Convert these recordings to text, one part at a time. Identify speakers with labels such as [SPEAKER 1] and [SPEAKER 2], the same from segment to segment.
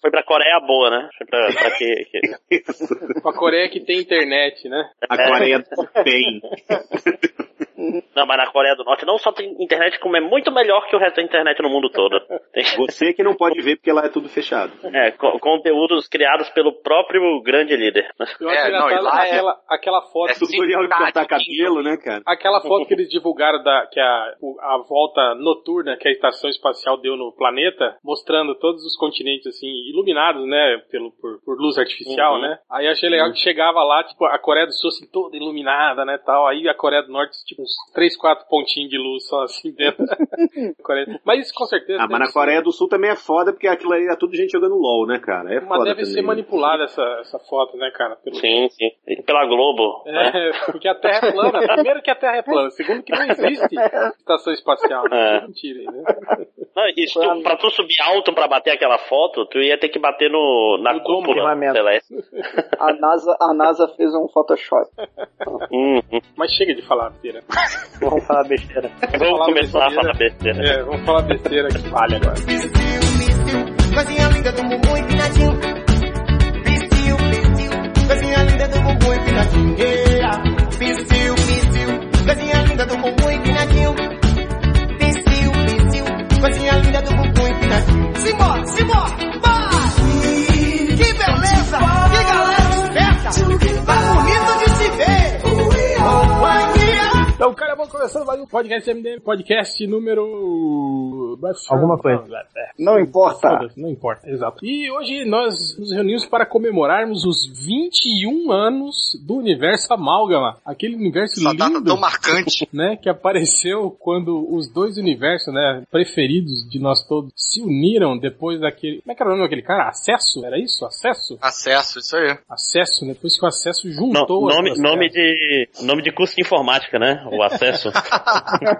[SPEAKER 1] Foi pra Coreia boa, né? Foi pra, pra que, que...
[SPEAKER 2] Com a Coreia que tem internet, né?
[SPEAKER 3] A Coreia tem.
[SPEAKER 1] Não, mas na Coreia do Norte não só tem internet, como é muito melhor que o resto da internet no mundo todo. Tem...
[SPEAKER 3] Você que não pode ver porque lá é tudo fechado.
[SPEAKER 1] É, co- conteúdos criados pelo próprio grande líder. né?
[SPEAKER 2] Eu acho
[SPEAKER 4] É, não, e
[SPEAKER 2] engraçado
[SPEAKER 4] lá é-
[SPEAKER 2] aquela, aquela foto.
[SPEAKER 4] é
[SPEAKER 3] Tutorial de cortar
[SPEAKER 4] Cidade
[SPEAKER 3] cabelo, né, cara?
[SPEAKER 2] Aquela foto que eles divulgaram da que a, o- a volta noturna que a estação espacial deu no planeta, mostrando todos os continentes assim iluminados, né, pelo por, por luz artificial,
[SPEAKER 1] Uhum.
[SPEAKER 2] né? Aí eu achei legal que chegava lá, tipo, a Coreia do Sul assim toda iluminada, né, tal. Aí a Coreia do Norte tipo uns três, quatro pontinhos de luz só assim dentro. da Coreia. Mas isso com certeza
[SPEAKER 3] Ah, mas na
[SPEAKER 2] ser-
[SPEAKER 3] Coreia do Sul também é foda, porque aquilo ali é tudo gente jogando LOL, né, cara? É
[SPEAKER 2] mas
[SPEAKER 3] foda
[SPEAKER 2] deve
[SPEAKER 3] também.
[SPEAKER 2] ser manipulada essa, essa foto, né, cara? Pelo...
[SPEAKER 1] Sim, sim. E pela Globo. né?
[SPEAKER 2] É, porque a Terra é plana. Primeiro que a Terra é plana. Segundo que não existe estação espacial.
[SPEAKER 1] É.
[SPEAKER 2] Mentira, né?
[SPEAKER 1] Não, e se tu, pra tu subir alto pra bater aquela foto, tu ia ter que bater no, na
[SPEAKER 2] No domo,
[SPEAKER 1] cúpula
[SPEAKER 5] firmamento.
[SPEAKER 1] celeste.
[SPEAKER 6] A NASA, a NASA fez um Photoshop.
[SPEAKER 1] Hum, hum.
[SPEAKER 2] Mas chega de falar besteira.
[SPEAKER 5] Vamos falar besteira.
[SPEAKER 1] Vamos
[SPEAKER 2] falar
[SPEAKER 1] começar a
[SPEAKER 2] besteira.
[SPEAKER 1] falar besteira.
[SPEAKER 2] É, vamos falar besteira que falha agora.
[SPEAKER 7] Coisinha linda do bumbum empinadinho. Pisciu, pisciu. Coisinha linda do bumbum empinadinho. Yeah. Pisciu, pisciu. Coisinha linda do bumbum empinadinho. Pisciu, pisciu. Coisinha linda do bumbum empinadinho. Simbora, simbora. vai! Que beleza, que galera esperta. Tá bonito de se ver. Companhia.
[SPEAKER 2] Então, cara, vamos começando mais um podcast MDM. Podcast número...
[SPEAKER 5] Alguma coisa.
[SPEAKER 2] É,
[SPEAKER 5] Não importa.
[SPEAKER 2] foda-se, Não importa, exato. E hoje nós nos reunimos para comemorarmos os 21 anos do universo Amálgama. Aquele universo
[SPEAKER 4] Essa data
[SPEAKER 2] lindo.
[SPEAKER 4] tão marcante.
[SPEAKER 2] né, que apareceu quando os dois universos, né, preferidos de nós todos se uniram depois daquele, como é que era o nome daquele cara? Acesso? Era isso? Acesso?
[SPEAKER 4] Acesso, isso aí.
[SPEAKER 2] Acesso, né? depois que o acesso
[SPEAKER 1] No-
[SPEAKER 2] juntou as
[SPEAKER 1] nome,
[SPEAKER 2] duas
[SPEAKER 1] nome,
[SPEAKER 2] terras.
[SPEAKER 1] de, nome de curso de informática, né? O acesso.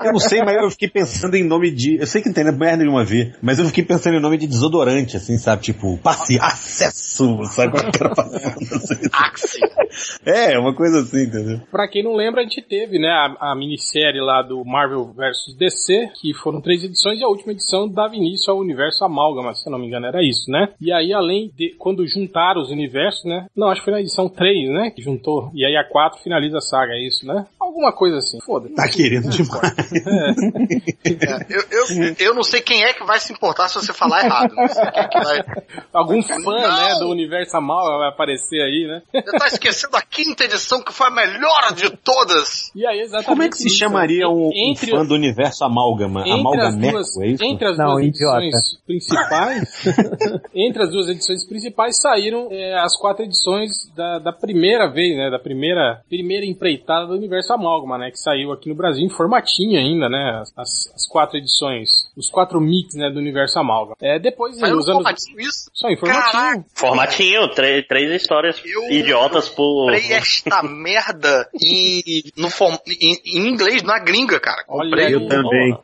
[SPEAKER 8] Eu não sei, mas eu fiquei pensando em nome de. Eu sei que não tem né, merda nenhuma a ver, mas eu fiquei pensando em nome de desodorante, assim, sabe? Tipo, passe, acesso, sabe? Qual que era passando, assim.
[SPEAKER 4] Axi.
[SPEAKER 8] É, uma coisa assim, entendeu?
[SPEAKER 2] Pra quem não lembra, a gente teve, né, a, a minissérie lá do Marvel vs DC, que foram três edições e a última edição dava início ao universo Amálgama, se eu não me engano, era isso, né? E aí, além de quando juntaram os universos, né? Não, acho que foi na edição 3, né? Que juntou. E aí a 4 finaliza a saga, é isso, né? Alguma coisa assim. Foda-se.
[SPEAKER 8] Tá querendo demais.
[SPEAKER 4] Eu, eu, eu não sei quem é que vai se importar se você falar errado. Não sei quem é que vai...
[SPEAKER 2] Algum fã,
[SPEAKER 4] Não.
[SPEAKER 2] né, do Universo Amal vai aparecer aí, né?
[SPEAKER 4] Você tá esquecendo a quinta edição que foi a melhor de todas.
[SPEAKER 2] E aí, exatamente.
[SPEAKER 8] Como é que se
[SPEAKER 2] isso.
[SPEAKER 8] chamaria um, um
[SPEAKER 2] Entre-
[SPEAKER 8] fã do universo amálgama?
[SPEAKER 2] Entre as,
[SPEAKER 8] Amalgameco,
[SPEAKER 2] duas,
[SPEAKER 8] é isso?
[SPEAKER 2] entre as
[SPEAKER 5] Não,
[SPEAKER 2] duas
[SPEAKER 5] idiota.
[SPEAKER 2] edições principais, entre as duas edições principais saíram é, as quatro edições da, da primeira vez, né, da primeira primeira empreitada do Universo Amálgama, né, que saiu aqui no Brasil em formatinho ainda, né, as, as quatro edições, os quatro mix, né, do Universo Amálgama. É, depois,
[SPEAKER 4] Mas eu não
[SPEAKER 2] nos anos...
[SPEAKER 4] combati isso.
[SPEAKER 2] Só informativo.
[SPEAKER 4] Caraca.
[SPEAKER 1] Formatinho, três, três histórias
[SPEAKER 4] Eu-
[SPEAKER 1] idiotas por.
[SPEAKER 4] Comprei esta merda em, no form- em, em inglês, na gringa, cara.
[SPEAKER 2] Olha
[SPEAKER 4] Comprei.
[SPEAKER 2] aí.
[SPEAKER 8] Eu também.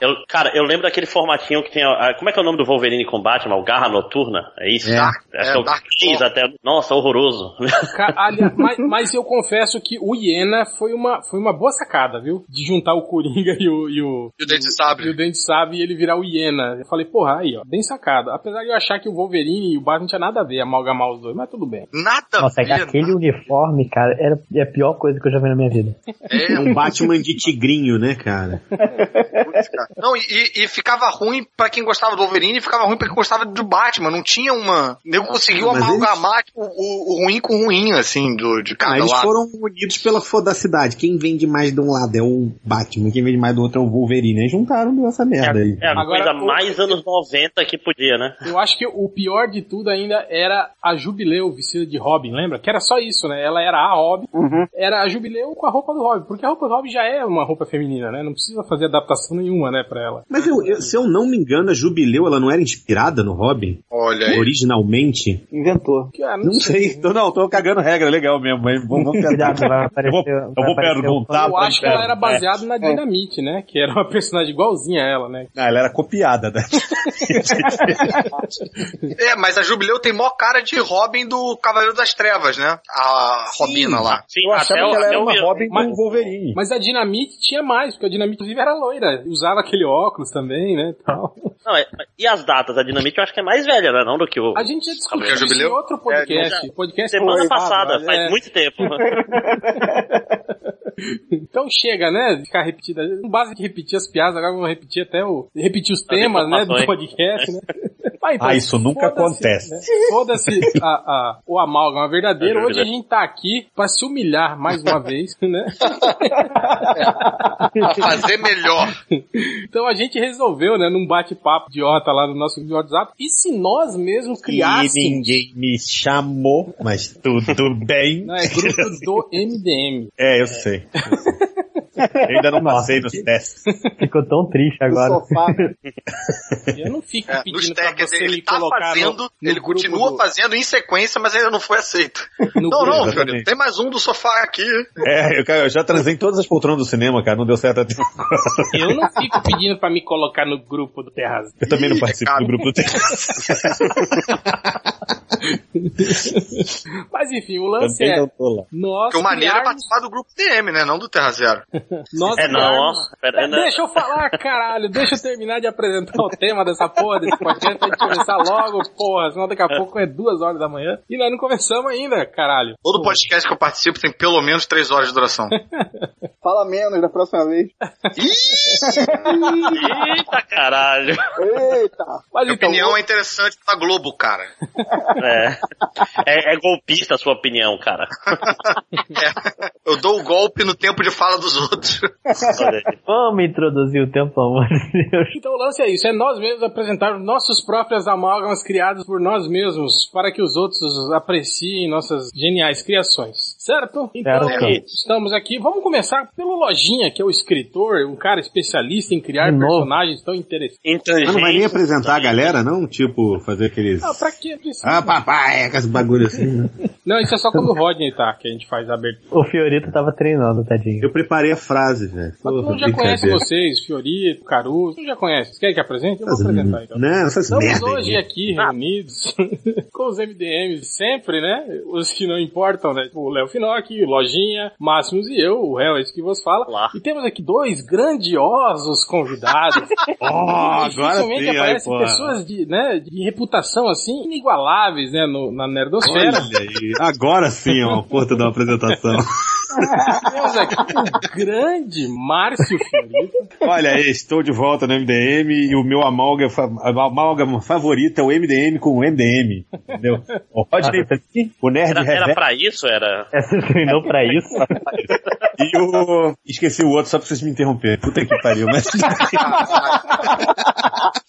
[SPEAKER 1] Eu- cara, eu lembro daquele formatinho que tem. a- a- como é que é o nome do Wolverine com Batman? O Garra Noturna? É isso?
[SPEAKER 8] É.
[SPEAKER 1] Acho que é
[SPEAKER 4] É,
[SPEAKER 1] o
[SPEAKER 4] Dark
[SPEAKER 1] 3
[SPEAKER 4] Horse.
[SPEAKER 1] até. Nossa, horroroso.
[SPEAKER 2] Ca- aliás, mas, mas eu confesso que o Iena foi uma, foi uma boa sacada, viu? De juntar o Coringa e o, e o,
[SPEAKER 4] E o Dente de
[SPEAKER 2] e o
[SPEAKER 4] Sabre.
[SPEAKER 2] Dente Sabe e ele virar o Iena. Eu falei, porra, aí, ó, bem sacado. Apesar de eu achar que o Wolverine e o Batman não tinha nada a ver, amalgamar os dois, mas tudo bem.
[SPEAKER 4] Nada
[SPEAKER 5] Nossa,
[SPEAKER 9] é
[SPEAKER 4] a
[SPEAKER 8] é
[SPEAKER 4] ver.
[SPEAKER 5] aquele uniforme, cara, era, é a pior coisa que eu já vi na minha vida.
[SPEAKER 4] É,
[SPEAKER 8] Um Batman de tigrinho, né, cara?
[SPEAKER 4] putz, cara. Não, e, e ficava ruim pra quem gostava do Wolverine e ficava ruim pra quem gostava do Batman. Não tinha uma. O nego conseguiu
[SPEAKER 8] mas
[SPEAKER 4] amalgamar tipo, o, o ruim com o ruim, assim, do, de
[SPEAKER 8] Ah,
[SPEAKER 4] cada
[SPEAKER 8] eles
[SPEAKER 4] lado.
[SPEAKER 8] foram unidos pela fodacidade. Quem vende mais de um lado é o Batman, quem vende mais do outro é o Wolverine. Aí juntaram essa
[SPEAKER 1] É, a-
[SPEAKER 8] merda aí.
[SPEAKER 1] é a
[SPEAKER 2] Agora,
[SPEAKER 1] coisa
[SPEAKER 2] o-
[SPEAKER 1] mais anos 90 que podia, né?
[SPEAKER 2] Eu acho que o pior de tudo ainda era a Jubileu vestida de Robin, lembra? Que era só isso, né? Ela era a Robin,
[SPEAKER 8] Uhum.
[SPEAKER 2] era a Jubileu com a roupa do Robin, porque a roupa do Robin já é uma roupa feminina, né? Não precisa fazer adaptação nenhuma, né, pra ela.
[SPEAKER 8] Mas eu- eu- se eu não me engano, a Jubileu ela não era inspirada no Robin?
[SPEAKER 4] Olha aí.
[SPEAKER 8] Originalmente?
[SPEAKER 5] Inventou.
[SPEAKER 2] Cara,
[SPEAKER 8] É Não sei. Tô, não, tô cagando regra, legal mesmo. Mas vamos, vamos tentar.
[SPEAKER 5] Cuidado, vai aparecer.
[SPEAKER 8] Eu vou, eu
[SPEAKER 5] vai
[SPEAKER 8] vou
[SPEAKER 5] aparecer o-
[SPEAKER 8] perguntar.
[SPEAKER 2] eu
[SPEAKER 8] pra-
[SPEAKER 2] acho que ela era baseada
[SPEAKER 8] É.
[SPEAKER 2] na Dinamite, né? Que era uma personagem igualzinha a ela, né?
[SPEAKER 8] Ah, ela era copiada, né?
[SPEAKER 4] É, mas a Jubileu tem mó cara de Robin do Cavaleiro das Trevas, né? A Robina lá.
[SPEAKER 1] Sim,
[SPEAKER 9] Eu achava
[SPEAKER 1] É o-
[SPEAKER 9] que ela era
[SPEAKER 1] o
[SPEAKER 9] uma
[SPEAKER 1] vi-
[SPEAKER 9] Robin
[SPEAKER 2] mas-
[SPEAKER 8] Tipo
[SPEAKER 9] com o Wolverine.
[SPEAKER 2] Mas a Dinamite tinha mais, porque a Dinamite, inclusive, era loira. Usava aquele óculos também, né? Tal.
[SPEAKER 1] Não, é- e as datas? A Dinamite eu acho que é mais velha, né? Não do que o.
[SPEAKER 2] A gente já discutiu
[SPEAKER 4] Porque é
[SPEAKER 2] isso em
[SPEAKER 4] jubileu?
[SPEAKER 2] outro podcast. podcast
[SPEAKER 1] Semana
[SPEAKER 2] com-
[SPEAKER 1] passada,
[SPEAKER 2] Ah,
[SPEAKER 1] faz
[SPEAKER 2] é.
[SPEAKER 1] muito tempo.
[SPEAKER 2] Então chega, né? de Ficar repetindo. Com base que repetir as piadas, agora vamos repetir até o. Repetir os
[SPEAKER 1] As
[SPEAKER 2] temas, né? Do
[SPEAKER 1] informações.
[SPEAKER 2] podcast, né? Aí, pô,
[SPEAKER 8] Ah, isso nunca
[SPEAKER 2] foda-se,
[SPEAKER 8] acontece.
[SPEAKER 2] né? Foda-se a, a, o amálgama verdadeiro.
[SPEAKER 8] É
[SPEAKER 2] Hoje a
[SPEAKER 8] verdade.
[SPEAKER 2] gente tá aqui pra se humilhar mais uma vez, né?
[SPEAKER 4] A
[SPEAKER 2] tá
[SPEAKER 4] fazer melhor.
[SPEAKER 2] Então a gente resolveu, né, num bate-papo idiota lá no nosso grupo de WhatsApp. E se nós mesmos
[SPEAKER 8] E
[SPEAKER 2] criássemos.
[SPEAKER 8] ninguém me chamou, mas tudo bem.
[SPEAKER 2] Né, grupo do MDM.
[SPEAKER 8] É, eu sei. eu sei. Eu ainda não passei nos testes.
[SPEAKER 5] Ficou tão triste
[SPEAKER 6] No
[SPEAKER 5] agora.
[SPEAKER 6] sofá.
[SPEAKER 2] Eu não fico
[SPEAKER 4] É, nos
[SPEAKER 2] pedindo pra
[SPEAKER 4] técnicos,
[SPEAKER 2] você
[SPEAKER 4] ele
[SPEAKER 2] me
[SPEAKER 4] tá
[SPEAKER 2] colocar no-
[SPEAKER 4] fazendo,
[SPEAKER 2] no
[SPEAKER 4] ele
[SPEAKER 2] grupo
[SPEAKER 4] continua
[SPEAKER 2] do-
[SPEAKER 4] fazendo em sequência, mas ainda não foi aceito.
[SPEAKER 2] no
[SPEAKER 4] não,
[SPEAKER 2] grupo.
[SPEAKER 4] não,
[SPEAKER 8] exatamente.
[SPEAKER 4] Júnior, tem mais um do sofá aqui.
[SPEAKER 8] É, eu, cara, eu já transei em todas as poltronas do cinema, cara. Não deu certo até agora.
[SPEAKER 2] Assim, Eu não fico pedindo pra me colocar no grupo do Terras.
[SPEAKER 8] Eu também não participo
[SPEAKER 4] Cara.
[SPEAKER 8] do grupo do
[SPEAKER 2] Mas enfim, o lance
[SPEAKER 8] Também não
[SPEAKER 2] é.
[SPEAKER 8] tô lá.
[SPEAKER 2] Nós
[SPEAKER 4] Porque o maneiro é
[SPEAKER 2] criarmos,
[SPEAKER 4] participar do grupo TM, né? Não do Terra Zero.
[SPEAKER 2] nós
[SPEAKER 1] é não, ó.
[SPEAKER 2] criarmos-
[SPEAKER 1] Pera, é, não.
[SPEAKER 2] Deixa eu falar, caralho. Deixa eu terminar de apresentar o tema dessa porra desse podcast pra gente começar logo, porra. Senão daqui a pouco é duas horas da manhã e nós não começamos ainda, caralho.
[SPEAKER 4] Todo podcast que eu participo tem pelo menos três horas de duração.
[SPEAKER 6] Fala menos da próxima vez.
[SPEAKER 1] Eita caralho.
[SPEAKER 6] Eita!
[SPEAKER 2] Mas
[SPEAKER 4] Minha
[SPEAKER 2] então,
[SPEAKER 4] opinião é interessante pra Globo, cara.
[SPEAKER 1] É. É, é golpista a sua opinião, cara.
[SPEAKER 4] É. Eu dou o golpe no tempo de fala dos outros.
[SPEAKER 1] Olha aí.
[SPEAKER 5] Vamos introduzir o tempo, pelo amor de Deus.
[SPEAKER 2] Então o lance é isso, é nós mesmos apresentarmos nossos próprios amálgamas criados por nós mesmos, para que os outros apreciem nossas geniais criações. Certo? Então,
[SPEAKER 5] Certo.
[SPEAKER 2] estamos aqui. Vamos começar pelo Lojinha, que é o escritor, um cara especialista em criar
[SPEAKER 5] De novo.
[SPEAKER 2] personagens tão interessantes.
[SPEAKER 1] Intangente.
[SPEAKER 8] Mas não vai nem apresentar a galera, não? Tipo, fazer aqueles.
[SPEAKER 2] Ah, pra quê? Precisa.
[SPEAKER 8] Ah, papai, com esse bagulho assim. né?
[SPEAKER 2] Não, isso é só quando o Rodney tá, que a gente faz a abertura.
[SPEAKER 5] O Fiorito tava treinando, tadinho.
[SPEAKER 8] Eu preparei a frase, velho.
[SPEAKER 2] Mas todo mundo já conhece vocês, Fiorito, Caruso, todo mundo já conhece. Vocês querem que apresente? Eu vou apresentar então.
[SPEAKER 8] Não, essas
[SPEAKER 2] Estamos
[SPEAKER 8] merda.
[SPEAKER 2] hoje
[SPEAKER 8] aí.
[SPEAKER 2] aqui reunidos com os MDMs sempre, né? Os que não importam, né? O Léo Finocchi, Lojinha, Máximos e eu, o Hell, é esse que vos fala.
[SPEAKER 1] Olá.
[SPEAKER 2] E temos aqui dois grandiosos convidados.
[SPEAKER 8] Ó, agora
[SPEAKER 2] Dificilmente
[SPEAKER 8] sim, aí,
[SPEAKER 2] aparecem
[SPEAKER 8] pô.
[SPEAKER 2] pessoas de, né, de reputação assim, inigualáveis, né, no, na
[SPEAKER 8] Olha
[SPEAKER 2] nerdosfera.
[SPEAKER 8] aí. Agora sim, ó, porta da apresentação.
[SPEAKER 2] Temos aqui o grande Márcio Fiorito.
[SPEAKER 8] Olha aí, estou de volta no MDM e o meu amálgama, fa- amálgama favorito é o MDM com o MDM. Entendeu? O Rodney, o Nerd
[SPEAKER 1] Era, era
[SPEAKER 8] Reverso
[SPEAKER 1] pra isso? Era.
[SPEAKER 5] Você treinou pra isso?
[SPEAKER 8] e o. Esqueci o outro só pra vocês me interromperem. Puta que pariu, mas.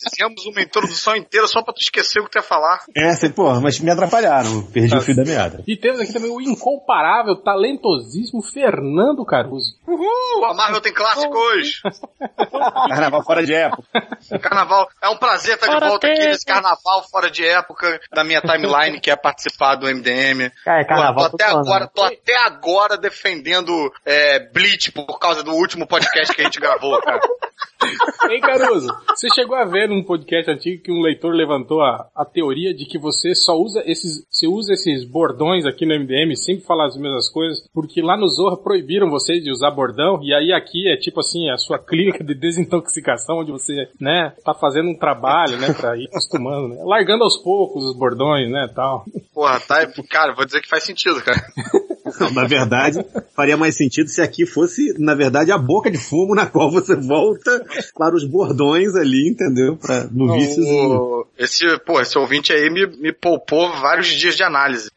[SPEAKER 4] Fizemos uma introdução inteira só pra tu esquecer o que tu ia falar.
[SPEAKER 8] É, sei, porra, mas me atrapalharam. Perdi o fio da meada.
[SPEAKER 2] E temos aqui também o incomparável, talentosíssimo Fernando Caruso.
[SPEAKER 4] Uhul, a Marvel tem clássico hoje.
[SPEAKER 8] Carnaval fora de época.
[SPEAKER 4] Carnaval. É um prazer estar de
[SPEAKER 1] Fora
[SPEAKER 4] volta aqui
[SPEAKER 1] tempo.
[SPEAKER 4] nesse carnaval fora de época da minha timeline, que é participar do MDM.
[SPEAKER 5] Cara, é carnaval
[SPEAKER 4] Pô, tô, até
[SPEAKER 5] todo ano,
[SPEAKER 4] agora,
[SPEAKER 5] né?
[SPEAKER 4] tô até agora defendendo é, Bleach por causa do último podcast que a gente gravou, cara.
[SPEAKER 2] Hein, Caruso? Você chegou a ver num podcast antigo que um leitor levantou a, a teoria de que você só usa esses, você usa esses bordões aqui no MDM, sempre falar as mesmas coisas, porque lá no Zorra proibiram você de usar bordão, e aí aqui é tipo assim, a sua clínica de desintoxicação, onde você, né, tá fazendo um trabalho, né, pra ir acostumando, né? Largando aos poucos os bordões, né, tal.
[SPEAKER 4] Porra, tá, cara, vou dizer que faz sentido, cara.
[SPEAKER 8] Não, na verdade, faria mais sentido se aqui fosse, na verdade, a boca de fumo na qual você volta para os bordões ali, entendeu? Pra, no víciozinho.
[SPEAKER 4] O- esse, pô, esse ouvinte aí me, me poupou vários dias de análise.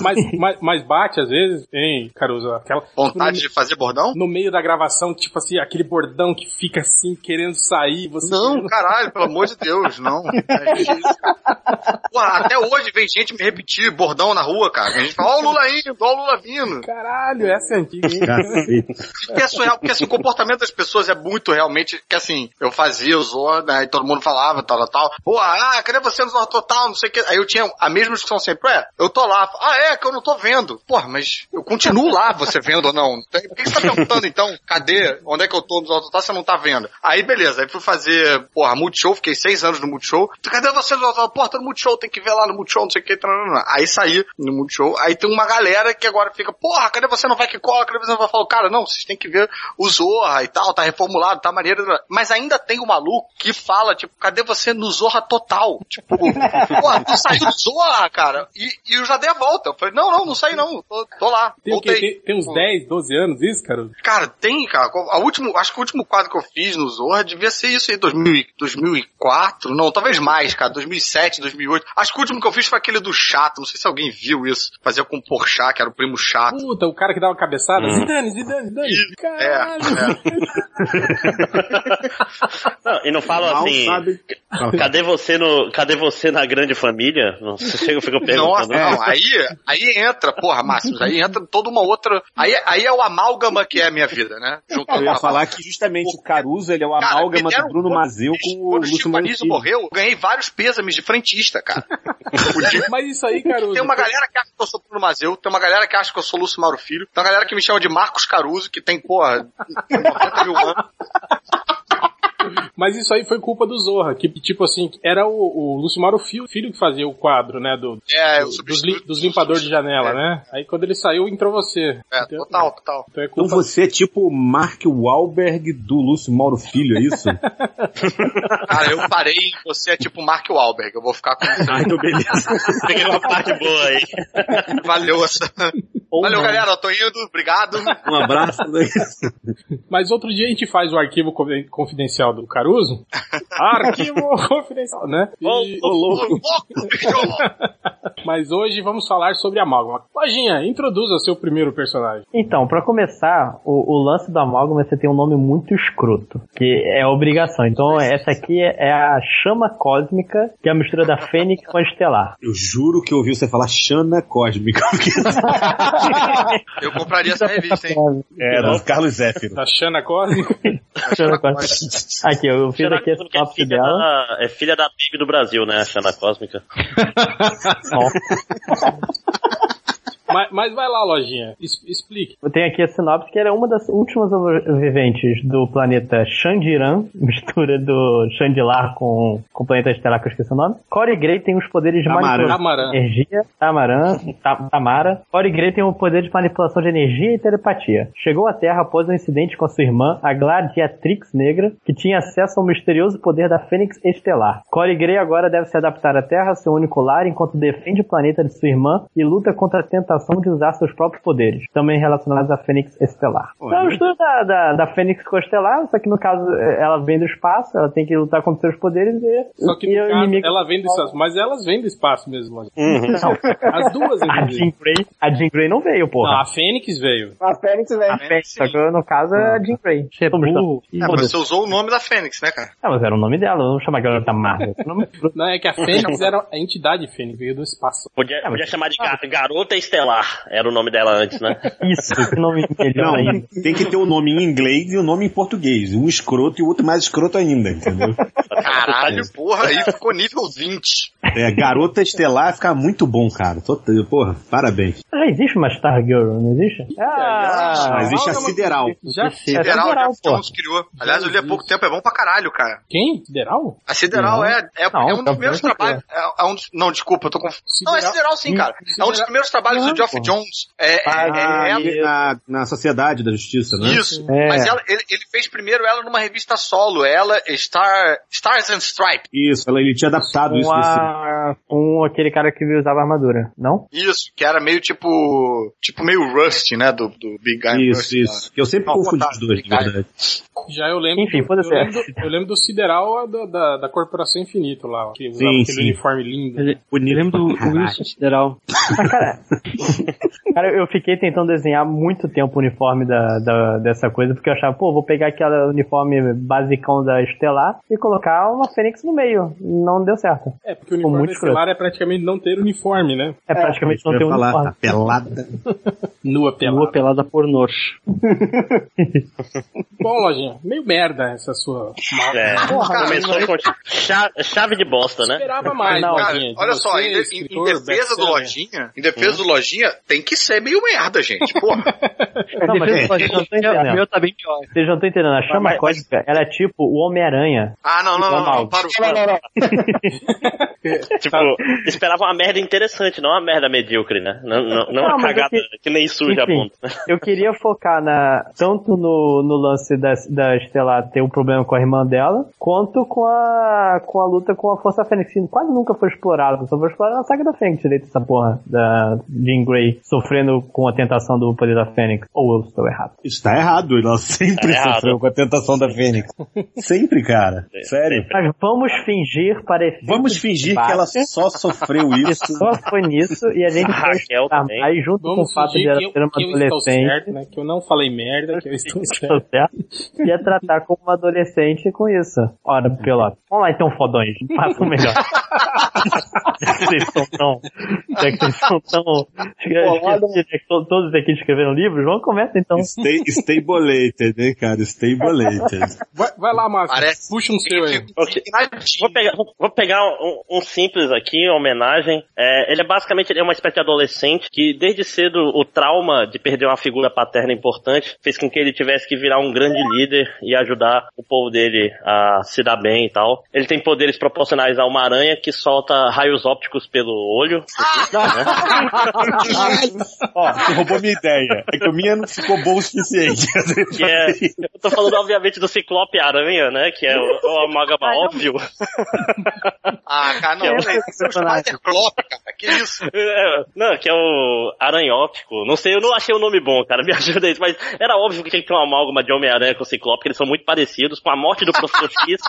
[SPEAKER 2] Mas, mas, mas bate às vezes, hein, Caruso, aquela...
[SPEAKER 4] Vontade de fazer bordão?
[SPEAKER 2] No meio da gravação, tipo assim, aquele bordão que fica assim, querendo sair, você...
[SPEAKER 4] Não, caralho, pelo amor de Deus, não. É isso. Pô, até hoje vem gente me repetir bordão na rua, cara. A gente fala, ó o Lula indo, ó o Lula vindo.
[SPEAKER 2] Caralho, essa é antiga, hein?
[SPEAKER 8] Cacete.
[SPEAKER 4] Porque é surreal, porque assim, o comportamento das pessoas é muito realmente, que assim, eu fazia o Zorra, né, e todo mundo falava, tal, tal, tal. tal. Pô, ah, cadê você no Zorra Total? Não sei o que. Aí eu tinha a mesma discussão sempre, ué, eu tô lá. Ah, é, que eu não tô vendo. Porra, mas eu continuo lá, você vendo ou não. Então, Por que que você tá perguntando então? Cadê? Onde é que eu tô no Zorra Total? Você não tá vendo. Aí beleza, aí fui fazer, porra, Multishow, fiquei seis anos no Multishow. Cadê você no Zorra Total? Porra, tô no Multishow, tem que ver lá no Multishow, não sei o tá, que. tarará. Aí saí no Multishow, aí tem uma galera que agora fica, porra, cadê você não vai que cola? Cadê você não vai falar? Cara, não, vocês têm que ver o Zorra e tal, tá reformulado, tá maneiro. Mas ainda tem o maluco que fala, tipo, cadê você no Zorra Total? Tipo, porra, tu saiu do Zorra, cara. E, e eu já dei a volta. Eu falei, não, não, não saí não. Tô, tô lá.
[SPEAKER 2] Tem, o quê? tem, tem uns 10, 12 anos isso, cara?
[SPEAKER 4] Cara, tem, cara. A último, acho que o último quadro que eu fiz no Zorra devia ser isso aí, 2000, e- 2004. Não, talvez mais, cara. 2007, 2008. Acho que o último que eu fiz foi aquele do Chato. Não sei se alguém viu isso. Fazia com o Porchat, que era o primo Chato. É,
[SPEAKER 2] Puta, o cara que dá uma cabeçada. assim. Zidane, Zidane,
[SPEAKER 8] é.
[SPEAKER 2] Zidane. Caralho.
[SPEAKER 1] Não, e não falam
[SPEAKER 8] Então,
[SPEAKER 10] Mal
[SPEAKER 1] assim,
[SPEAKER 2] tá
[SPEAKER 10] sabe.
[SPEAKER 1] cadê você no, cadê você na grande família? Não, Você chega e fica
[SPEAKER 4] é. Nossa,
[SPEAKER 1] perguntando.
[SPEAKER 4] não, aí, aí entra, porra, Máximos, aí entra toda uma outra. Aí, aí é o amálgama que é a minha vida, né?
[SPEAKER 8] Eu
[SPEAKER 4] Juntando
[SPEAKER 8] ia falar que justamente o Caruso ele é o
[SPEAKER 4] Cara,
[SPEAKER 8] amálgama
[SPEAKER 4] me deram
[SPEAKER 8] do Bruno
[SPEAKER 4] um
[SPEAKER 8] Mazeu com o
[SPEAKER 4] Quando o Chico
[SPEAKER 8] Lúcio
[SPEAKER 4] Anísio
[SPEAKER 8] Mancini.
[SPEAKER 4] morreu, eu ganhei vários pêsames de frentista, cara. Podia-
[SPEAKER 2] Mas isso aí, Caruso.
[SPEAKER 4] Tem uma galera que acha que eu sou Bruno Mazeu, tem uma galera que acha que eu sou Lúcio Mauro Filho, tem uma galera que me chama de Marcos Caruso, que tem, porra, 90 mil anos.
[SPEAKER 2] Mas isso aí foi culpa do Zorra, que tipo assim, era o, o Lucimaro Filho, filho que fazia o quadro, né, do,
[SPEAKER 4] É, eu
[SPEAKER 2] dos,
[SPEAKER 4] substituo.
[SPEAKER 2] li, dos limpadores de janela,
[SPEAKER 4] É.
[SPEAKER 2] né? Aí quando ele saiu, entrou você.
[SPEAKER 4] É,
[SPEAKER 2] então,
[SPEAKER 4] total, total.
[SPEAKER 2] então é
[SPEAKER 8] Então
[SPEAKER 2] culpa
[SPEAKER 8] você é tipo o Mark Wahlberg do Lúcio Mauro Filho, é isso?
[SPEAKER 4] Cara, eu parei em você é tipo Mark Wahlberg, eu vou ficar com você.
[SPEAKER 8] ah, então beleza.
[SPEAKER 1] Peguei uma parte boa aí.
[SPEAKER 4] Valeu essa. Valeu, galera, eu tô indo, obrigado.
[SPEAKER 8] Um abraço.
[SPEAKER 2] Mas outro dia a gente faz o arquivo confi- confidencial do Caruso. arquivo confidencial, né? E-
[SPEAKER 1] Ô,
[SPEAKER 4] Ô, louco, bicho!
[SPEAKER 2] mas hoje vamos falar sobre a Amálgama. Lojinha, introduza seu primeiro personagem.
[SPEAKER 9] Então, pra começar, o, o lance do amálgama você tem um nome muito escroto, que é obrigação. Então, essa aqui é a chama cósmica, que é a mistura da fênix com a estelar.
[SPEAKER 8] Eu juro que eu ouvi você falar Xana Cósmica.
[SPEAKER 4] Eu compraria essa revista, hein?
[SPEAKER 8] É,
[SPEAKER 9] né?
[SPEAKER 8] do Carlos Zéfiro.
[SPEAKER 2] Da Xana Cósmica.
[SPEAKER 9] Chama cósmica. Aqui, eu fiz aqui a
[SPEAKER 1] é
[SPEAKER 9] sinopse
[SPEAKER 1] filha,
[SPEAKER 9] dela.
[SPEAKER 1] da, é filha da Baby do Brasil, né? A Xana Cósmica.
[SPEAKER 2] mas, mas vai lá, Lojinha. es- explique.
[SPEAKER 9] Eu tenho aqui a sinopse que era uma das últimas sobreviventes do planeta Xandiran, mistura do Xandilar com, com o planeta estelar que eu esqueci o nome. Corey Gray tem os poderes de
[SPEAKER 8] Tamaran.
[SPEAKER 9] manipulação
[SPEAKER 2] Tamaran.
[SPEAKER 9] de energia, Tamaran, Ta- Tamara. Corey Gray tem o poder de manipulação de energia e telepatia. Chegou à Terra após um incidente com a sua irmã, a Gladiatrix Negra, que tinha acesso ao misterioso poder da Fênix Estelar. Corey Gray agora deve se adaptar à Terra, seu único lar, enquanto defende o planeta de sua irmã e luta contra a tentação de usar seus próprios poderes, também relacionados à Fênix Estelar.
[SPEAKER 2] é
[SPEAKER 9] Então, o estudo da, da, da Fênix com a Estelar, só que no caso é, ela vem do espaço, ela tem que lutar contra seus poderes e,
[SPEAKER 2] Só que
[SPEAKER 9] e é
[SPEAKER 2] no
[SPEAKER 9] o
[SPEAKER 2] caso,
[SPEAKER 9] inimigo-
[SPEAKER 2] ela vende espaço. Mas elas vendem espaço mesmo, Lojinha.
[SPEAKER 9] Não,
[SPEAKER 2] As duas,
[SPEAKER 9] a Jean
[SPEAKER 2] inclusive.
[SPEAKER 9] Grey, a Jean Grey não veio, Ah, porra.
[SPEAKER 2] Não, a Fênix veio.
[SPEAKER 6] A Fênix
[SPEAKER 11] É,
[SPEAKER 6] vem.
[SPEAKER 2] é
[SPEAKER 9] A Fênix, só que no caso é a Jean Grey.
[SPEAKER 4] É, mas você usou o nome da Fênix, né, cara?
[SPEAKER 9] Ah, mas era o nome dela, eu não chamar que ela da Marvel. Esse nome-
[SPEAKER 2] Não, é que a Fênix era a entidade Fênix, veio do espaço.
[SPEAKER 9] Ah,
[SPEAKER 1] Podia, podia chamar de gar- Garota Estelar. Era o nome dela antes, né?
[SPEAKER 9] Isso, que nome melhor
[SPEAKER 8] Não,
[SPEAKER 9] ainda.
[SPEAKER 8] tem que ter o nome em inglês e o nome em português. Um escroto e o outro mais escroto ainda, entendeu?
[SPEAKER 4] Caralho, porra, aí ficou nível 20.
[SPEAKER 8] É, garota estelar fica muito bom, cara. Tô- Porra, parabéns.
[SPEAKER 9] Já Ah, existe uma Stargirl, não existe?
[SPEAKER 8] Mas
[SPEAKER 9] Ah,
[SPEAKER 8] existe a sideral.
[SPEAKER 2] Já
[SPEAKER 9] É
[SPEAKER 4] Sideral, né?
[SPEAKER 9] Sideral,
[SPEAKER 4] Jeff Jones criou. Aliás, eu li há pouco tempo, é bom pra caralho, cara.
[SPEAKER 2] Quem? Sideral?
[SPEAKER 4] A Sideral é, é,
[SPEAKER 9] Não,
[SPEAKER 4] é um dos
[SPEAKER 9] tá
[SPEAKER 4] primeiros
[SPEAKER 9] vendo?
[SPEAKER 4] trabalhos. É, é um dos- não, desculpa, eu tô confuso. Não, é
[SPEAKER 2] Sideral-
[SPEAKER 4] Sideral sim, cara. É um dos primeiros trabalhos do Geoff Jones. É, é, é,
[SPEAKER 8] Ah,
[SPEAKER 4] é-
[SPEAKER 8] na, na Sociedade da Justiça, né?
[SPEAKER 4] isso.
[SPEAKER 9] É.
[SPEAKER 4] Mas ela- ele, ele fez primeiro ela numa revista solo, ela, Star, Stars and Stripes.
[SPEAKER 8] Isso, ela, ele tinha adaptado
[SPEAKER 9] com,
[SPEAKER 8] isso. desse-
[SPEAKER 9] a, com um, aquele cara que usava armadura, não?
[SPEAKER 4] Isso, que era meio tipo. Tipo meio Rust, né? Do, do Big Guy
[SPEAKER 8] Isso,
[SPEAKER 4] Rust.
[SPEAKER 8] isso. Que eu sempre
[SPEAKER 4] Não,
[SPEAKER 8] confundi
[SPEAKER 4] tá,
[SPEAKER 8] os dois,
[SPEAKER 4] obrigado.
[SPEAKER 8] na verdade.
[SPEAKER 2] Já eu lembro.
[SPEAKER 9] Enfim, foda-se.
[SPEAKER 2] eu, lembro eu lembro do Sideral da, da, da Corporação Infinito lá, ó, que usava
[SPEAKER 8] Sim,
[SPEAKER 2] aquele
[SPEAKER 8] sim.
[SPEAKER 2] uniforme lindo.
[SPEAKER 8] Bonito.
[SPEAKER 12] Lembro do
[SPEAKER 8] Caralho.
[SPEAKER 12] Wilson Sideral.
[SPEAKER 9] Cara, eu fiquei tentando desenhar muito tempo o uniforme da, da- dessa coisa, porque eu achava, pô, vou pegar aquele uniforme basicão da Estelar e colocar uma Fênix no meio. Não deu certo.
[SPEAKER 2] É, porque o uniforme
[SPEAKER 9] muito
[SPEAKER 2] estelar é praticamente não ter uniforme, né?
[SPEAKER 9] É praticamente
[SPEAKER 8] Eu ia
[SPEAKER 9] não ter um
[SPEAKER 8] falar,
[SPEAKER 9] uniforme.
[SPEAKER 8] tá pelada.
[SPEAKER 2] Nua pelada.
[SPEAKER 9] Lua pelada pornôs.
[SPEAKER 2] Bom, Lojinha, meio merda essa sua...
[SPEAKER 1] É.
[SPEAKER 9] Porra,
[SPEAKER 1] Começou com cha- chave de bosta, né?
[SPEAKER 2] Esperava mais,
[SPEAKER 9] Não,
[SPEAKER 4] então, Cara,
[SPEAKER 2] Lojinha. de
[SPEAKER 4] olha só,
[SPEAKER 2] você, é
[SPEAKER 4] em, de- em- em
[SPEAKER 2] escritor,
[SPEAKER 4] defesa do
[SPEAKER 2] best-seller.
[SPEAKER 4] Lojinha, em defesa do Lojinha, tem que ser meio merda, gente. Porra,
[SPEAKER 9] Não, mas vocês
[SPEAKER 12] é,
[SPEAKER 9] não estão
[SPEAKER 11] O meu
[SPEAKER 9] entendendo.
[SPEAKER 11] tá bem pior.
[SPEAKER 9] Vocês não estão entendendo. A chama cósmica, ela é tipo o Homem-Aranha.
[SPEAKER 4] ah, não, não, não, não, não, parou.
[SPEAKER 6] é
[SPEAKER 1] Tipo, esperava uma merda interessante, não uma merda medíocre, né? Não, não, não
[SPEAKER 9] Não,
[SPEAKER 1] uma
[SPEAKER 9] mas é
[SPEAKER 1] cagada
[SPEAKER 9] que-
[SPEAKER 1] que... nem suja a
[SPEAKER 9] Enfim.
[SPEAKER 1] ponta.
[SPEAKER 9] Eu queria focar na tanto no, no lance da, da Estela ter um problema com a irmã dela, quanto com a, com a luta com a Força Fênix. que Quase nunca foi explorado, só foi explorado na saga da Fênix direito essa porra da Jean Grey sofrendo com a tentação do poder da Fênix. Ou eu estou errado.
[SPEAKER 8] Está errado, ela sempre
[SPEAKER 1] Tá errado.
[SPEAKER 8] sofreu com a tentação da Fênix. Sempre, cara. Sério.
[SPEAKER 9] Mas vamos fingir parecer.
[SPEAKER 8] Vamos fingir que ela só sofreu isso.
[SPEAKER 9] só foi nisso e a gente
[SPEAKER 1] A Ah, Raquel
[SPEAKER 9] vai
[SPEAKER 1] também.
[SPEAKER 9] aí junto
[SPEAKER 2] Vamos
[SPEAKER 9] com o fato de
[SPEAKER 2] fingir
[SPEAKER 9] ela
[SPEAKER 2] que eu,
[SPEAKER 9] ser uma
[SPEAKER 2] que eu estou
[SPEAKER 9] adolescente.
[SPEAKER 2] certo, né? Que eu não falei merda, que eu estou certo.
[SPEAKER 9] tá certo? E é tratar como uma adolescente com isso. Ora, pelota. Vamos lá então, fodões. Faça o melhor. vocês são tão. Já que vocês são tão.
[SPEAKER 6] Porrada.
[SPEAKER 9] já que to- todos aqui escreveram livros, vamos começa então.
[SPEAKER 8] Stay, stabilized, né, cara? Stabilized.
[SPEAKER 2] Vai, vai lá, Márcio.
[SPEAKER 4] Parece-
[SPEAKER 2] Puxa um seu aí.
[SPEAKER 1] Ok. Vou pegar, vou- vou pegar um, um simples aqui, uma homenagem. É, ele é basicamente ele é uma espécie de adolescente que, desde cedo, o trauma de perder uma figura paterna importante fez com que ele tivesse que virar um grande líder e ajudar o povo dele a se dar bem e tal. Ele tem poderes proporcionais a uma aranha que solta raios ópticos pelo olho. Né?
[SPEAKER 8] Ó, você roubou minha ideia. É que a minha não ficou boa o suficiente.
[SPEAKER 1] Que é, eu tô falando, obviamente, do Ciclope Aranha, né? Que é o, o amálgama óbvio.
[SPEAKER 4] Ah, cara, não, velho. O Spider Clop, cara, que isso?
[SPEAKER 1] É, Não, que é o Aranhópico. Não sei, eu não achei o nome bom, cara. Me ajuda aí. Mas era óbvio que tinha que ter uma amálgama de Homem-Aranha com o Ciclope, que eles são muito parecidos. Com a morte do Professor X,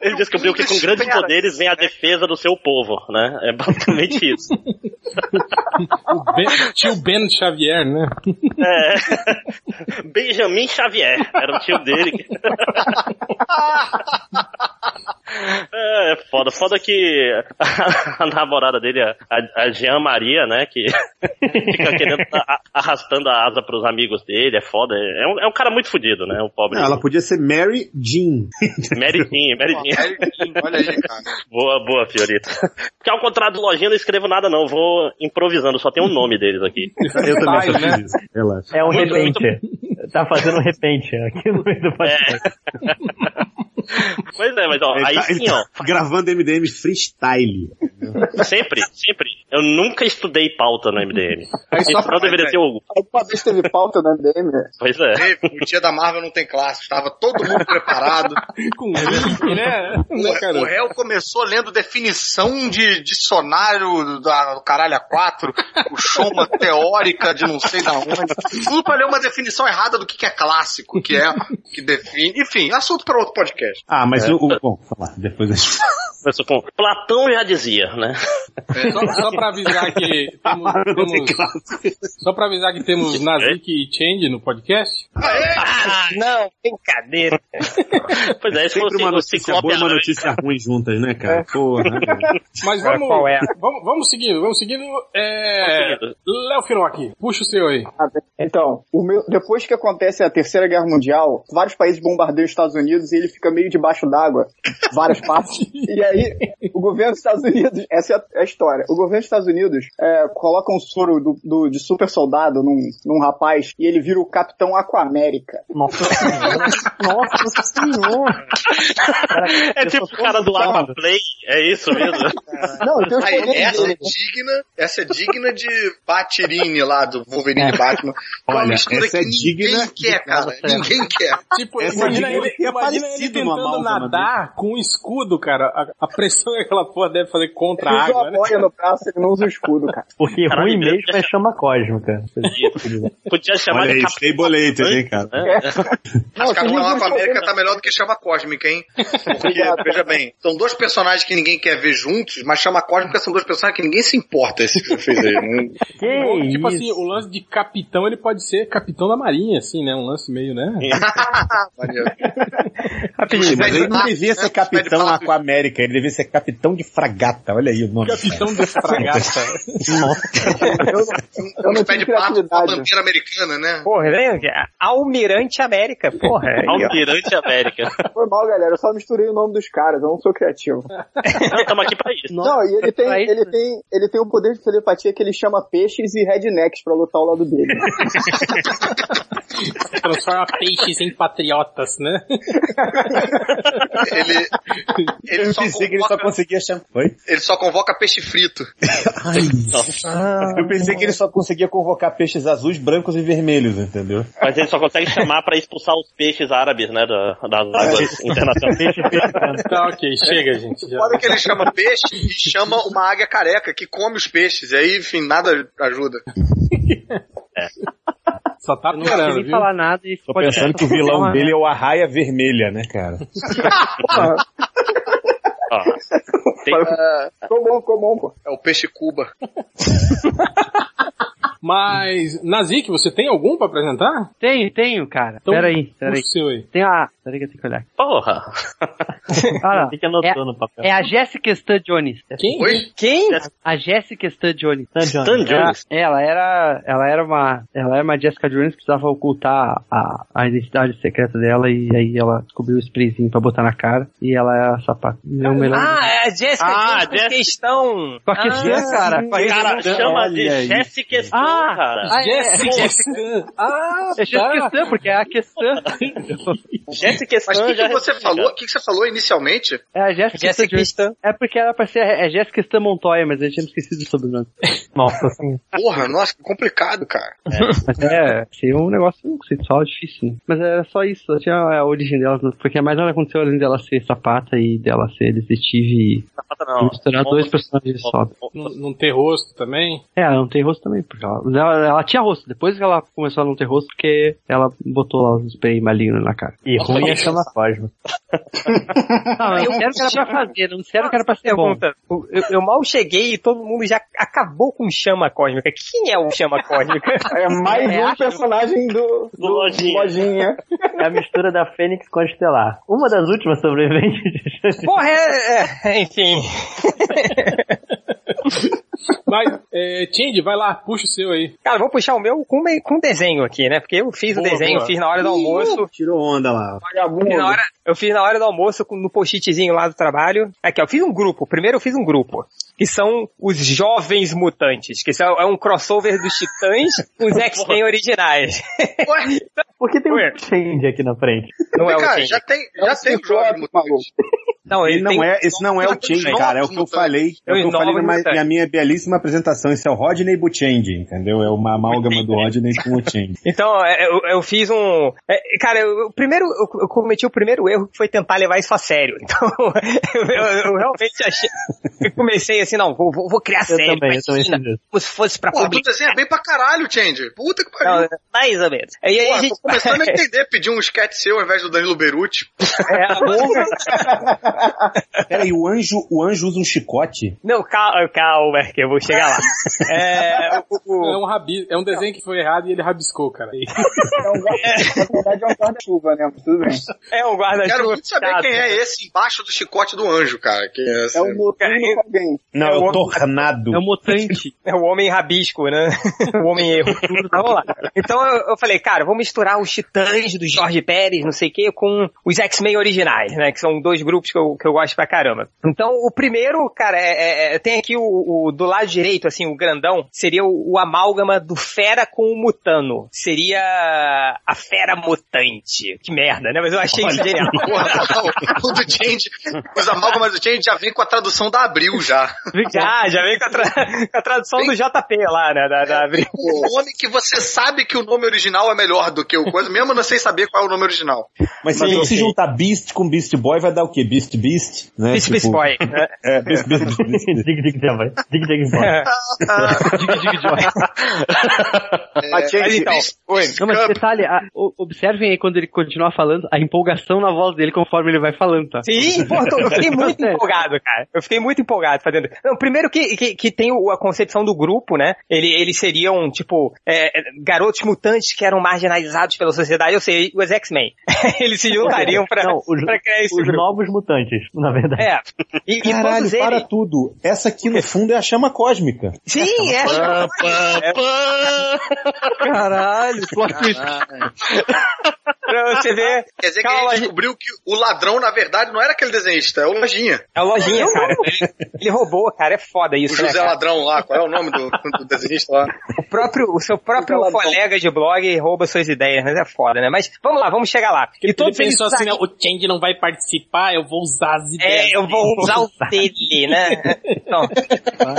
[SPEAKER 1] ele descobriu que com grandes
[SPEAKER 4] Espera.
[SPEAKER 1] poderes vem a defesa do seu povo, né? É basicamente isso.
[SPEAKER 2] O Ben- tio Ben Xavier, né?
[SPEAKER 1] É. Benjamin Xavier, era o tio dele. É, é foda. Foda que a, a namorada dele, a, a Jean Maria, né, que fica querendo, a- arrastando a asa pros amigos dele, é foda. É um, é um cara muito fudido, né, um pobre.
[SPEAKER 8] Não, ela podia ser Mary Jean.
[SPEAKER 1] Mary Jean, Mary
[SPEAKER 4] Pô,
[SPEAKER 1] Jean.
[SPEAKER 4] velho, Olha aí, cara.
[SPEAKER 1] Boa, boa, Fiorita. Porque ao contrário do Lojinha, eu não escrevo nada não, vou improvisando, só tem um nome deles aqui.
[SPEAKER 8] Eu também
[SPEAKER 2] Style,
[SPEAKER 8] só fiz
[SPEAKER 2] né?
[SPEAKER 8] isso. Relaxa.
[SPEAKER 9] É um repente. Tá fazendo um repente aqui no meio do podcast.
[SPEAKER 1] É. Pois é, mas ó, aí
[SPEAKER 8] Ele tá- ele
[SPEAKER 1] sim, ó.
[SPEAKER 8] tá Gravando MDM freestyle.
[SPEAKER 1] Sempre, sempre. Eu nunca estudei pauta no MDM.
[SPEAKER 6] Aí só-
[SPEAKER 1] Isso não Então deveria ter o.
[SPEAKER 6] Uma vez teve pauta na DM, né?
[SPEAKER 1] Pois é.
[SPEAKER 4] Teve, O dia da Marvel não tem classe, tava todo mundo preparado.
[SPEAKER 2] Com link, né? né,
[SPEAKER 4] O, o
[SPEAKER 2] cara?
[SPEAKER 4] réu começou lendo definição de dicionário da do caralho a quatro, o show uma teórica de não sei da onde. Tudo pra ler uma definição errada do que, que é clássico, que é, que define. Enfim, assunto pra outro podcast.
[SPEAKER 8] Ah, mas o, o. Bom, falar, depois a gente.
[SPEAKER 1] Começou com. Platão já dizia, né?
[SPEAKER 2] Só, só pra avisar que temos, temos- só pra avisar que
[SPEAKER 11] É.
[SPEAKER 2] temos Nazik e Change no podcast.
[SPEAKER 11] Não, brincadeira.
[SPEAKER 1] Pois é, esse foi o,
[SPEAKER 8] Sempre uma
[SPEAKER 1] ci- o
[SPEAKER 8] notícia
[SPEAKER 1] Ciclope
[SPEAKER 8] boa e uma
[SPEAKER 1] Aranha.
[SPEAKER 8] notícia ruim juntas, né, cara? Porra. né?
[SPEAKER 2] Mas
[SPEAKER 11] É,
[SPEAKER 2] vamos,
[SPEAKER 11] qual é?
[SPEAKER 2] vamos, vamos seguindo, vamos seguindo. É,
[SPEAKER 1] Vamos seguindo.
[SPEAKER 2] Léo Firon aqui, puxa o seu aí.
[SPEAKER 6] Então, o meu- depois que acontece a Terceira Guerra Mundial, vários países bombardeiam os Estados Unidos e ele fica meio debaixo d'água, várias partes. E aí, o governo dos Estados Unidos, essa é a- é a história, o governo dos Estados Unidos é, coloca um soro do- do- de super soldado num, num rapaz e ele vira o Capitão Aquamérica.
[SPEAKER 9] Nossa senhora. Nossa senhora.
[SPEAKER 1] É tipo o cara do Aquaplay, é isso mesmo.
[SPEAKER 6] Não, tem os
[SPEAKER 4] Aí,
[SPEAKER 6] poderes
[SPEAKER 4] essa é
[SPEAKER 6] dele.
[SPEAKER 4] digna, essa é digna de Batirine lá, do Wolverine e Batman. Que é uma
[SPEAKER 8] Olha,
[SPEAKER 4] mistura
[SPEAKER 8] essa é
[SPEAKER 4] que
[SPEAKER 8] digna
[SPEAKER 4] Ninguém quer, cara. Ninguém quer.
[SPEAKER 2] Tipo,
[SPEAKER 8] Essa
[SPEAKER 2] imagina
[SPEAKER 8] dica
[SPEAKER 2] ele,
[SPEAKER 8] deve ter
[SPEAKER 2] imagina ele
[SPEAKER 8] aparecido numa
[SPEAKER 2] tentando
[SPEAKER 8] amálgama, né?
[SPEAKER 2] nadar com um escudo, cara. A, a pressão que aquela porra deve fazer contra a
[SPEAKER 6] Ele usa uma
[SPEAKER 2] água, né?
[SPEAKER 6] boia no braço, ele não usa o escudo, cara.
[SPEAKER 9] Porque
[SPEAKER 1] Caralho,
[SPEAKER 9] ruim
[SPEAKER 1] Deus,
[SPEAKER 9] mesmo é chama cósmica.
[SPEAKER 1] Podia chamar
[SPEAKER 8] Olha
[SPEAKER 1] de
[SPEAKER 8] aí,
[SPEAKER 1] cap...
[SPEAKER 8] stabilized, hein, cara?
[SPEAKER 4] Mas Capitão
[SPEAKER 6] não, não,
[SPEAKER 4] Lapa
[SPEAKER 6] não,
[SPEAKER 4] América tá melhor do que Chama Cósmica, hein? Porque,
[SPEAKER 6] Obrigado.
[SPEAKER 4] veja bem, são dois personagens que ninguém quer ver juntos, mas Chama Cósmica são dois personagens que ninguém se importa esse que fez aí. né? Não-
[SPEAKER 9] Que
[SPEAKER 2] Bom, tipo
[SPEAKER 9] isso?
[SPEAKER 2] assim, o lance de capitão, ele pode ser capitão da marinha, assim, né? Um lance meio, né?
[SPEAKER 4] Maneiro.
[SPEAKER 8] Sim, mas ele não
[SPEAKER 4] Ah,
[SPEAKER 8] devia
[SPEAKER 4] né?
[SPEAKER 8] ser capitão
[SPEAKER 4] Vai de
[SPEAKER 8] com a América, ele devia ser capitão de fragata. Olha aí o nome.
[SPEAKER 2] Capitão de fragata.
[SPEAKER 6] Eu, eu não
[SPEAKER 4] um, Pé de
[SPEAKER 6] tive
[SPEAKER 4] pato com a
[SPEAKER 6] criatividade.
[SPEAKER 4] bandeira americana, né?
[SPEAKER 9] Porra, lembra? que- Almirante América, porra. aí, ó.
[SPEAKER 1] Almirante América.
[SPEAKER 6] Foi mal, galera. Eu só misturei o nome dos caras, eu não sou criativo.
[SPEAKER 1] Não, estamos aqui pra isso.
[SPEAKER 6] Não, e ele tem,
[SPEAKER 9] Pra isso,
[SPEAKER 6] ele tem, ele tem um poder de telepatia que ele chama peixes e rednecks pra lutar ao lado dele.
[SPEAKER 2] Transforma peixes em patriotas, né?
[SPEAKER 4] Ele, ele,
[SPEAKER 8] Eu
[SPEAKER 4] só
[SPEAKER 8] pensei que ele só
[SPEAKER 4] convoca,
[SPEAKER 8] conseguia champanhe.
[SPEAKER 4] ele só convoca peixe frito.
[SPEAKER 8] Eu pensei que ele só conseguia convocar peixes azuis, brancos e vermelhos, entendeu?
[SPEAKER 1] Mas ele só consegue chamar pra expulsar os peixes árabes, né, da- das águas internacionais.
[SPEAKER 2] Tá, ok. Chega, gente. Já.
[SPEAKER 4] Fora que ele chama peixe e chama uma águia careca que come os peixes. E aí, enfim, nada ajuda.
[SPEAKER 2] Só tá
[SPEAKER 9] Não quero
[SPEAKER 2] piorando,
[SPEAKER 9] nem
[SPEAKER 2] viu?
[SPEAKER 9] falar nada e
[SPEAKER 8] Tô pensando que o vilão dele é o Arraia Vermelha, né, cara?
[SPEAKER 1] Ó,
[SPEAKER 6] Ficou bom, ficou bom, pô.
[SPEAKER 4] É o peixe Cuba.
[SPEAKER 2] Mas, Nazik, você tem algum pra apresentar?
[SPEAKER 9] Tenho, tenho, cara.
[SPEAKER 2] Então,
[SPEAKER 9] peraí, peraí.
[SPEAKER 2] O seu aí.
[SPEAKER 9] Tem a... Peraí que eu tenho que olhar.
[SPEAKER 1] porra!
[SPEAKER 9] Ah, não.
[SPEAKER 5] que anotou
[SPEAKER 9] É-
[SPEAKER 5] no papel.
[SPEAKER 9] É a Jessica Stan Jones.
[SPEAKER 2] Quem?
[SPEAKER 4] Oi?
[SPEAKER 9] Quem? A Jessica Stan Jones.
[SPEAKER 5] Stan
[SPEAKER 1] Stan
[SPEAKER 5] Jones.
[SPEAKER 1] Jones.
[SPEAKER 9] Ela era, ela era uma, ela era uma Jessica Jones que precisava ocultar a, a identidade secreta dela e aí ela descobriu o sprayzinho pra botar na cara e ela é a sapata. Não me lembro.
[SPEAKER 13] Ah, é a Jessica
[SPEAKER 1] Ah,
[SPEAKER 13] Jones com
[SPEAKER 1] Jessica-
[SPEAKER 13] questão.
[SPEAKER 9] Com a questão, cara. Com a
[SPEAKER 1] Cara, chama de Jessica Stone,
[SPEAKER 9] Ah,
[SPEAKER 1] cara.
[SPEAKER 9] ah, é, é,
[SPEAKER 1] Jessica,
[SPEAKER 2] Jessica. Ah,
[SPEAKER 9] é Jessica
[SPEAKER 2] tá.
[SPEAKER 9] Stan, porque é a questão.
[SPEAKER 1] Jessica
[SPEAKER 4] Mas o
[SPEAKER 1] Stone
[SPEAKER 4] que,
[SPEAKER 1] é já
[SPEAKER 4] que você
[SPEAKER 1] responde,
[SPEAKER 4] falou? O
[SPEAKER 1] cara.
[SPEAKER 4] que, que você falou inicialmente?
[SPEAKER 9] É a Jessica, Stan
[SPEAKER 13] Jessica
[SPEAKER 9] Jones.
[SPEAKER 13] Stan.
[SPEAKER 9] É porque era pra ser a é Jessica Stan Montoya, mas eu tinha me esquecido do sobrenome.
[SPEAKER 5] Nossa, assim.
[SPEAKER 4] Porra, nossa, que complicado, cara.
[SPEAKER 9] Mas é, achei um negócio conceitual difícil. né? Mas era só isso, só tinha a origem delas, né? porque mais nada aconteceu além dela ser sapata e dela ser detetive e
[SPEAKER 1] Sapata não.
[SPEAKER 9] misturar
[SPEAKER 1] Bom,
[SPEAKER 9] dois personagens
[SPEAKER 1] bom,
[SPEAKER 9] só.
[SPEAKER 1] bom,
[SPEAKER 2] Não, não ter rosto também?
[SPEAKER 9] É, ela não tem rosto também, porque ela, ela, ela tinha rosto, depois que ela começou a não ter rosto, porque ela botou lá os spray maligno na cara.
[SPEAKER 5] E ruim é chama Cosmo.
[SPEAKER 9] Não, eu quero que era pra fazer, não disseram que era pra ser bom.
[SPEAKER 13] Pergunta. Eu, eu mal cheguei e todo mundo já acabou com chama cósmica. Quem é o chama cósmica?
[SPEAKER 6] É mais
[SPEAKER 9] É,
[SPEAKER 6] um
[SPEAKER 9] acho-
[SPEAKER 6] personagem do, do
[SPEAKER 1] Lojinha.
[SPEAKER 6] Lojinha.
[SPEAKER 5] É a mistura da Fênix com a Estelar. Uma das últimas sobreviventes de
[SPEAKER 13] Porra, é, é, enfim.
[SPEAKER 2] Vai, é, Tindy, vai lá, puxa o seu aí.
[SPEAKER 13] Cara, eu vou puxar o meu com, me- com desenho aqui, né? Porque eu fiz
[SPEAKER 2] Boa,
[SPEAKER 13] o desenho,
[SPEAKER 2] boa.
[SPEAKER 13] fiz na hora do almoço.
[SPEAKER 8] Tirou onda lá.
[SPEAKER 13] Fiz na hora- eu fiz na hora do almoço com- no post-itzinho lá do trabalho. Aqui, ó, eu fiz um grupo. Primeiro eu fiz um grupo. Que são os Jovens Mutantes. Que são- é um crossover dos Titãs com os X-Men originais.
[SPEAKER 5] Por que tem
[SPEAKER 13] Ué.
[SPEAKER 5] um change aqui na frente?
[SPEAKER 13] Não é o
[SPEAKER 4] cara,
[SPEAKER 13] Change.
[SPEAKER 4] já tem, já tem o Jovem Mutante.
[SPEAKER 13] Não, ele
[SPEAKER 8] Ele não
[SPEAKER 13] tem-
[SPEAKER 8] é, esse não é o Change, cara. É o que eu falei. É o que eu falei na ma- na minha belíssima apresentação. Esse é o Rodney Buchange, entendeu? É uma amálgama do Rodney com o Change.
[SPEAKER 13] Então, é, eu, eu fiz um. é, cara, eu, eu primeiro, eu, eu cometi o primeiro erro que foi tentar levar isso a sério. Então, eu, eu- eu realmente achei. Eu comecei assim, não, vou, vou- vou criar
[SPEAKER 5] Eu
[SPEAKER 13] sério.
[SPEAKER 5] também, eu também
[SPEAKER 13] imagina,
[SPEAKER 5] fiz isso.
[SPEAKER 13] como se fosse pra
[SPEAKER 4] Porra, tu
[SPEAKER 13] publicar.
[SPEAKER 4] desenha bem pra caralho, Change. Puta que pariu.
[SPEAKER 13] Não, é mais ou menos. E aí a
[SPEAKER 4] Porra,
[SPEAKER 13] gente.
[SPEAKER 4] tô começando a entender, pedir um sketch seu ao invés do Danilo Beruti.
[SPEAKER 13] É, a boa-
[SPEAKER 8] Peraí, o anjo, o anjo usa um chicote?
[SPEAKER 13] Não, calma, calma, que eu vou chegar lá. É, o- o-
[SPEAKER 2] É um, rabi, é um desenho que foi errado e ele rabiscou, cara.
[SPEAKER 6] É um guarda, na verdade é um guarda-chuva, né? Mas Tudo bem.
[SPEAKER 13] é um
[SPEAKER 4] Quero
[SPEAKER 13] guarda-chuva.
[SPEAKER 4] muito saber
[SPEAKER 13] chato. né?
[SPEAKER 4] quem é esse embaixo do chicote do anjo, cara. Que é,
[SPEAKER 6] É um noturno com alguém.
[SPEAKER 8] Não, é o tornado.
[SPEAKER 9] É um mutante.
[SPEAKER 13] É o homem rabisco, né? o homem erro. Mas vamos lá. Então eu, eu falei, cara, vou misturar os titãs do Jorge Pérez, não sei o quê, com os X-Men originais, né? Que são dois grupos que eu, que eu gosto pra caramba. Então o primeiro, cara, é- é- é- tem aqui o, o- do lado direito, assim, o grandão, seria o, o amálgama do fera com o mutano. Seria a fera mutante. Que merda, né? Mas eu achei isso genial.
[SPEAKER 4] Porra, não, o do Change, os amálgamas do Change já vem com a tradução da Abril já.
[SPEAKER 13] Já, já vem com a, tra- com a tradução do JP lá, né? Da, da...
[SPEAKER 4] O nome que você sabe que o nome original é melhor do que o coisa, mesmo não sem saber qual é o nome original.
[SPEAKER 8] né, Mas se você juntar Beast com Beast Boy, vai dar o quê? Beast Beast, né?
[SPEAKER 13] Beast Beast Boy. né?
[SPEAKER 8] É, Beast Beast Beast.
[SPEAKER 5] dig, dig, Joy. Dig, dig, Joy.
[SPEAKER 13] Dig, dig, joy.
[SPEAKER 4] Mas, gente,
[SPEAKER 13] Mas então,
[SPEAKER 4] oi,
[SPEAKER 9] Não, mas detalhe, a- o- observem aí quando ele continuar falando, a empolgação na voz dele conforme ele vai falando, tá?
[SPEAKER 13] Sim, pô, tô- eu fiquei muito
[SPEAKER 9] Sério.
[SPEAKER 13] empolgado, cara. Eu fiquei muito empolgado fazendo. Não, primeiro que, que, que tem o- a concepção do grupo, né? Ele, eles seriam, tipo, é, garotos mutantes que eram marginalizados pela sociedade, ou seja, os X-Men. eles se juntariam pra,
[SPEAKER 5] Não, os-
[SPEAKER 13] pra criar esse é
[SPEAKER 5] Os
[SPEAKER 13] grupo.
[SPEAKER 5] novos mutantes, na verdade.
[SPEAKER 13] É. E, e
[SPEAKER 8] Caralho,
[SPEAKER 13] todos eles.
[SPEAKER 8] para tudo. Essa aqui no fundo é a chama cósmica.
[SPEAKER 13] Sim, é.
[SPEAKER 9] Caralho, plot twist.
[SPEAKER 13] Pra você ver.
[SPEAKER 4] Quer dizer que
[SPEAKER 13] Calma,
[SPEAKER 4] a
[SPEAKER 13] gente.
[SPEAKER 4] gente descobriu que o ladrão, na verdade, não era aquele desenhista, é o Lojinha.
[SPEAKER 13] É o Lojinha, cara. Ele, ele roubou, cara. É foda
[SPEAKER 4] O
[SPEAKER 13] isso, né?
[SPEAKER 4] José
[SPEAKER 13] cara?
[SPEAKER 4] Ladrão lá, qual é o nome do, do desenhista lá?
[SPEAKER 13] O próprio, o seu próprio
[SPEAKER 6] Ladrão.
[SPEAKER 13] colega de blog rouba suas ideias, mas é foda, né? Mas vamos lá, vamos chegar lá.
[SPEAKER 2] Ele, ele
[SPEAKER 13] eles
[SPEAKER 2] pensou assim,
[SPEAKER 13] saquem-
[SPEAKER 2] não, o Change não vai participar, eu vou usar as ideias.
[SPEAKER 13] É, eu vou
[SPEAKER 2] dele.
[SPEAKER 13] usar o dele, né? Não.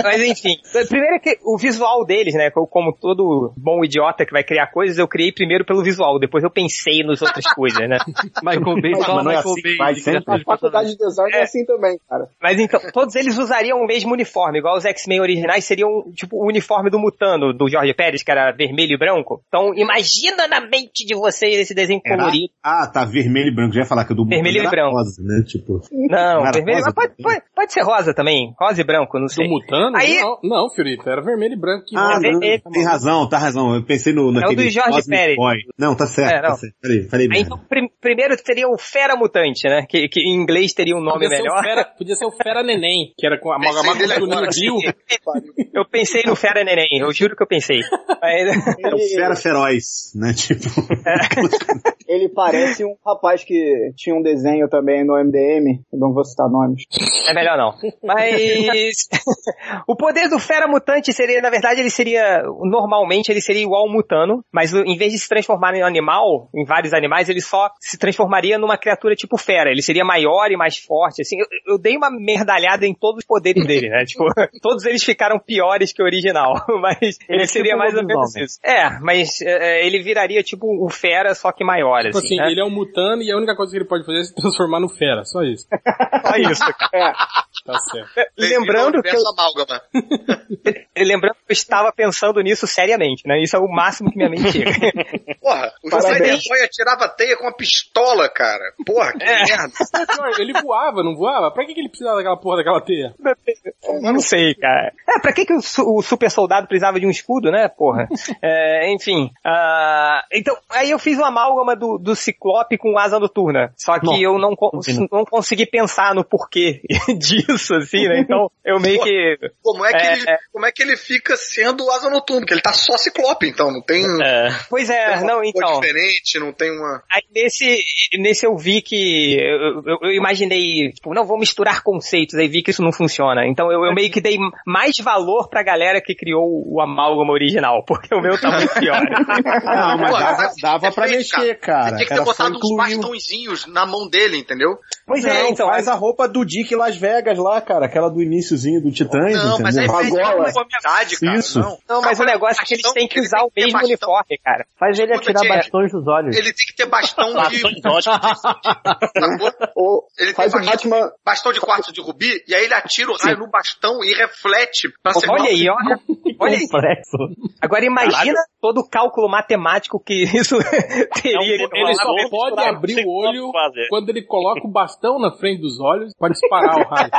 [SPEAKER 13] Mas enfim. Primeiro é que o visual deles, né? Eu, Como todo bom idiota que vai criar coisas, eu criei primeiro pelo visual, depois eu pensei nas outras coisas, né?
[SPEAKER 9] Michael Bay, só
[SPEAKER 8] Mas não é
[SPEAKER 9] Michael
[SPEAKER 8] assim que
[SPEAKER 9] Bay.
[SPEAKER 8] faz,
[SPEAKER 9] desgraçado
[SPEAKER 8] sempre.
[SPEAKER 9] de
[SPEAKER 6] A faculdade de design é, assim também, cara.
[SPEAKER 13] Mas então, todos eles usariam o mesmo uniforme, igual os X-Men originais seriam, tipo, o uniforme do Mutano, do Jorge Pérez, que era vermelho e branco. Então, imagina na mente de vocês esse desenho
[SPEAKER 8] Era?
[SPEAKER 13] colorido.
[SPEAKER 8] Ah, tá, vermelho e branco. Já ia falar que o do
[SPEAKER 13] Vermelho e
[SPEAKER 8] era
[SPEAKER 13] branco.
[SPEAKER 8] rosa, né? Tipo,
[SPEAKER 13] Não,
[SPEAKER 8] Era
[SPEAKER 13] vermelho,
[SPEAKER 8] rosa
[SPEAKER 13] mas pode,
[SPEAKER 8] também?
[SPEAKER 13] pode, pode ser rosa também, rosa e branco, não sei.
[SPEAKER 2] Do Mutano?
[SPEAKER 13] Aí-
[SPEAKER 2] Não, não, Fiorito, era vermelho e branco. Que
[SPEAKER 8] ah,
[SPEAKER 13] é
[SPEAKER 8] não,
[SPEAKER 13] vermelho.
[SPEAKER 8] tem razão, tá razão. Eu pensei no, naquele
[SPEAKER 13] do Jorge
[SPEAKER 8] Cosmic
[SPEAKER 13] Pérez.
[SPEAKER 8] Boy. Não, tá certo,
[SPEAKER 13] É, não.
[SPEAKER 8] tá certo. Peraí, falei
[SPEAKER 13] Aí,
[SPEAKER 8] merda.
[SPEAKER 13] então, prim- primeiro seria o Fera Mutante, né? Que, que em inglês teria um nome
[SPEAKER 2] podia, ser o
[SPEAKER 13] melhor.
[SPEAKER 2] fera, podia ser o Fera Neném, que era com a amalgamada
[SPEAKER 4] dele
[SPEAKER 2] com o
[SPEAKER 4] agora.
[SPEAKER 2] Nil
[SPEAKER 13] Eu pensei no Fera Neném, eu juro que eu pensei. Mas-
[SPEAKER 8] É o Fera Feroz, né? Tipo,
[SPEAKER 6] Ele parece um rapaz que tinha um desenho também no MDM, não vou citar nomes.
[SPEAKER 13] É melhor não. Mas o poder do fera mutante seria, na verdade, ele seria normalmente ele seria igual ao mutano, mas o- em vez de se transformar em um animal, em vários animais, ele só se transformaria numa criatura tipo fera. Ele seria maior e mais forte. Assim, eu, eu dei uma merdalhada em todos os poderes dele, né? Tipo, todos eles ficaram piores que o original, mas ele,
[SPEAKER 9] é tipo
[SPEAKER 13] seria
[SPEAKER 9] um
[SPEAKER 13] mais ou menos
[SPEAKER 9] lobisomem.
[SPEAKER 13] isso. É, mas é, é, ele viraria tipo o fera só que maior,
[SPEAKER 2] Tipo
[SPEAKER 13] assim.
[SPEAKER 2] assim,
[SPEAKER 13] né?
[SPEAKER 2] ele é um Mutano e a única coisa que ele pode fazer é se transformar no Fera, só isso.
[SPEAKER 13] Só isso.
[SPEAKER 2] Tá certo.
[SPEAKER 13] Lembrando que eu-
[SPEAKER 4] Universo Amálgama.
[SPEAKER 13] Lembrando que eu estava pensando nisso seriamente, né? Isso é o máximo que minha mente chega.
[SPEAKER 4] Porra, o José
[SPEAKER 6] Parabéns.
[SPEAKER 4] Depoia tirava teia com uma pistola, cara. Porra, que
[SPEAKER 13] É.
[SPEAKER 4] merda.
[SPEAKER 2] Mas pior, ele voava, É, não voava? Pra que, que ele precisava daquela porra daquela teia?
[SPEAKER 13] Eu não sei, cara. É, pra que, que o, su- o super soldado precisava de um escudo, né, porra? É, enfim. ah, então, aí eu fiz uma amálgama do, do Ciclope com Asa Noturna. Só que
[SPEAKER 5] Nossa,
[SPEAKER 13] eu não, con- não consegui pensar no porquê disso, assim, né? Então, eu meio que...
[SPEAKER 4] Como é que,
[SPEAKER 13] É,
[SPEAKER 4] ele, como é que ele fica sendo o asa noturno? Porque ele tá só ciclope, então. Não tem, não
[SPEAKER 1] É.
[SPEAKER 13] Pois
[SPEAKER 4] tem
[SPEAKER 13] é,
[SPEAKER 4] uma
[SPEAKER 13] não,
[SPEAKER 4] cor
[SPEAKER 13] então...
[SPEAKER 4] diferente, não tem uma...
[SPEAKER 13] Aí nesse, nesse eu vi que eu, eu- eu imaginei, tipo, não vou misturar conceitos, aí vi que isso não funciona. Então eu, eu meio que dei mais valor pra galera que criou o amálgama original, porque o meu tá muito pior.
[SPEAKER 8] Ah, não, mas
[SPEAKER 4] Porra,
[SPEAKER 8] dava,
[SPEAKER 4] mas
[SPEAKER 8] dava pra
[SPEAKER 4] perfeito,
[SPEAKER 8] mexer, cara.
[SPEAKER 4] Você tinha que
[SPEAKER 8] Era
[SPEAKER 4] ter
[SPEAKER 8] só
[SPEAKER 4] botado uns
[SPEAKER 8] incluir um- o-
[SPEAKER 4] bastãozinhos na mão dele, entendeu?
[SPEAKER 13] pois
[SPEAKER 8] Não,
[SPEAKER 13] é, então.
[SPEAKER 8] faz a roupa do Dick Las Vegas lá, cara. Aquela do iniciozinho do Titãs,
[SPEAKER 4] Não,
[SPEAKER 8] entendeu?
[SPEAKER 4] mas aí fez
[SPEAKER 6] Agora.
[SPEAKER 4] uma humanidade, cara.
[SPEAKER 8] Isso.
[SPEAKER 4] Não,
[SPEAKER 13] Não, mas o
[SPEAKER 4] Agora,
[SPEAKER 13] negócio é que eles
[SPEAKER 4] bastão,
[SPEAKER 13] têm que
[SPEAKER 4] ele
[SPEAKER 13] usar
[SPEAKER 4] tem
[SPEAKER 13] o
[SPEAKER 4] ter
[SPEAKER 13] mesmo
[SPEAKER 4] bastão.
[SPEAKER 13] uniforme, cara.
[SPEAKER 5] Faz ele
[SPEAKER 4] Escuta,
[SPEAKER 5] atirar
[SPEAKER 4] Tia,
[SPEAKER 5] bastões dos olhos.
[SPEAKER 13] né?
[SPEAKER 4] Ele tem que ter bastão de...
[SPEAKER 1] Bastões ótimos.
[SPEAKER 4] sacou?
[SPEAKER 6] Ou
[SPEAKER 4] Ele
[SPEAKER 6] faz
[SPEAKER 4] tem
[SPEAKER 13] um
[SPEAKER 6] o
[SPEAKER 4] bastão,
[SPEAKER 6] Batman,
[SPEAKER 4] bastão de quarto de rubi, e aí ele atira o raio no bastão e reflete. Pra ser
[SPEAKER 13] Olha aí, ó. Olha aí.
[SPEAKER 5] Complexo.
[SPEAKER 13] Agora imagina todo o cálculo matemático que isso teria.
[SPEAKER 1] É um-
[SPEAKER 13] que
[SPEAKER 2] Ele só
[SPEAKER 1] Agora,
[SPEAKER 2] pode
[SPEAKER 1] claro,
[SPEAKER 2] abrir
[SPEAKER 1] sem
[SPEAKER 2] o olho
[SPEAKER 1] como fazer.
[SPEAKER 2] quando ele coloca o bastão na frente dos olhos pra disparar o raio.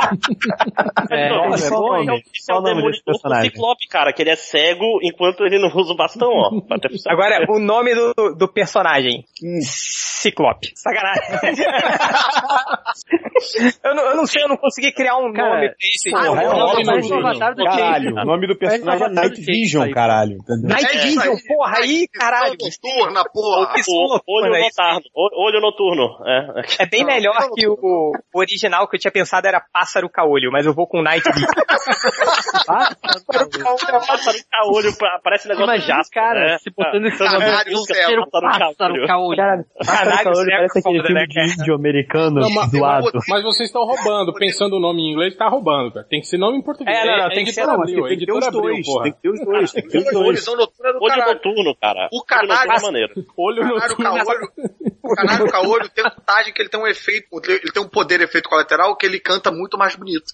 [SPEAKER 9] É,
[SPEAKER 1] Não,
[SPEAKER 9] isso é
[SPEAKER 5] só-
[SPEAKER 9] bom,
[SPEAKER 5] então-
[SPEAKER 9] hein?
[SPEAKER 1] Esse é o
[SPEAKER 5] Qual o nome
[SPEAKER 1] demônio
[SPEAKER 5] desse
[SPEAKER 1] do
[SPEAKER 5] personagem?
[SPEAKER 1] Ciclope, cara, que ele é cego enquanto ele não usa o bastão, ó. Pra ter-
[SPEAKER 13] Agora, o nome do, do personagem.
[SPEAKER 6] Hum.
[SPEAKER 13] Ciclope. Sacanagem. eu, não, eu não sei, eu não consegui criar um
[SPEAKER 9] Cara,
[SPEAKER 13] nome pra esse
[SPEAKER 9] porra,
[SPEAKER 13] jogo.
[SPEAKER 8] é um nome
[SPEAKER 13] Mas-
[SPEAKER 8] nojento.
[SPEAKER 9] Avatar do
[SPEAKER 8] Caralho,
[SPEAKER 9] Kate.
[SPEAKER 8] o nome do personagem é
[SPEAKER 9] Avatar do
[SPEAKER 8] Night
[SPEAKER 9] Kate,
[SPEAKER 8] Vision,
[SPEAKER 9] tá aí.
[SPEAKER 8] caralho, entendeu?
[SPEAKER 13] Night
[SPEAKER 4] É,
[SPEAKER 13] Vision,
[SPEAKER 4] aí.
[SPEAKER 13] porra, aí, caralho.
[SPEAKER 4] Noturna, porra.
[SPEAKER 1] O- o- olho
[SPEAKER 13] Olha isso.
[SPEAKER 1] noturno. o- Olho noturno. É.
[SPEAKER 13] né? É bem melhor que o, o original que eu tinha pensado era Pássaro Caolho, mas eu vou com Night Vision.
[SPEAKER 1] Pássaro caolho, pa- parece um negócio de
[SPEAKER 9] Imagina os
[SPEAKER 1] jaspe,
[SPEAKER 9] caras
[SPEAKER 1] né?
[SPEAKER 9] se botando esse
[SPEAKER 1] Tá.
[SPEAKER 4] Caralho, zero.
[SPEAKER 5] Ah,
[SPEAKER 1] Pássaro
[SPEAKER 9] pássaro
[SPEAKER 1] caolho.
[SPEAKER 9] caolho.
[SPEAKER 5] Cara,
[SPEAKER 13] Caralho,
[SPEAKER 5] Caralho,
[SPEAKER 13] isso é
[SPEAKER 5] parece aquele
[SPEAKER 13] foda,
[SPEAKER 5] filme
[SPEAKER 13] né,
[SPEAKER 5] de
[SPEAKER 13] cara?
[SPEAKER 5] índio americano
[SPEAKER 2] Não, mas-
[SPEAKER 5] zoado.
[SPEAKER 2] Mas vocês estão roubando, pensando o nome em inglês, tá roubando, cara. Tem que ser nome em português.
[SPEAKER 13] É, não, não, tem que ser
[SPEAKER 2] editora
[SPEAKER 13] nome,
[SPEAKER 2] abril,
[SPEAKER 8] Tem que ter os
[SPEAKER 2] editora abril,
[SPEAKER 8] dois,
[SPEAKER 2] porra.
[SPEAKER 8] tem que ter os dois, tem que ter os
[SPEAKER 4] O
[SPEAKER 8] dois.
[SPEAKER 4] Horizon Noturno é do
[SPEAKER 1] Olho
[SPEAKER 4] caralho.
[SPEAKER 1] noturno, cara.
[SPEAKER 4] O
[SPEAKER 1] Olho noturno
[SPEAKER 4] canalha-
[SPEAKER 1] é maneiro.
[SPEAKER 2] Olho
[SPEAKER 4] Caralho,
[SPEAKER 2] noturno.
[SPEAKER 4] caolho. O Canário Caolho tem vantagem que ele tem um efeito, ele tem um poder efeito colateral que ele canta muito mais bonito.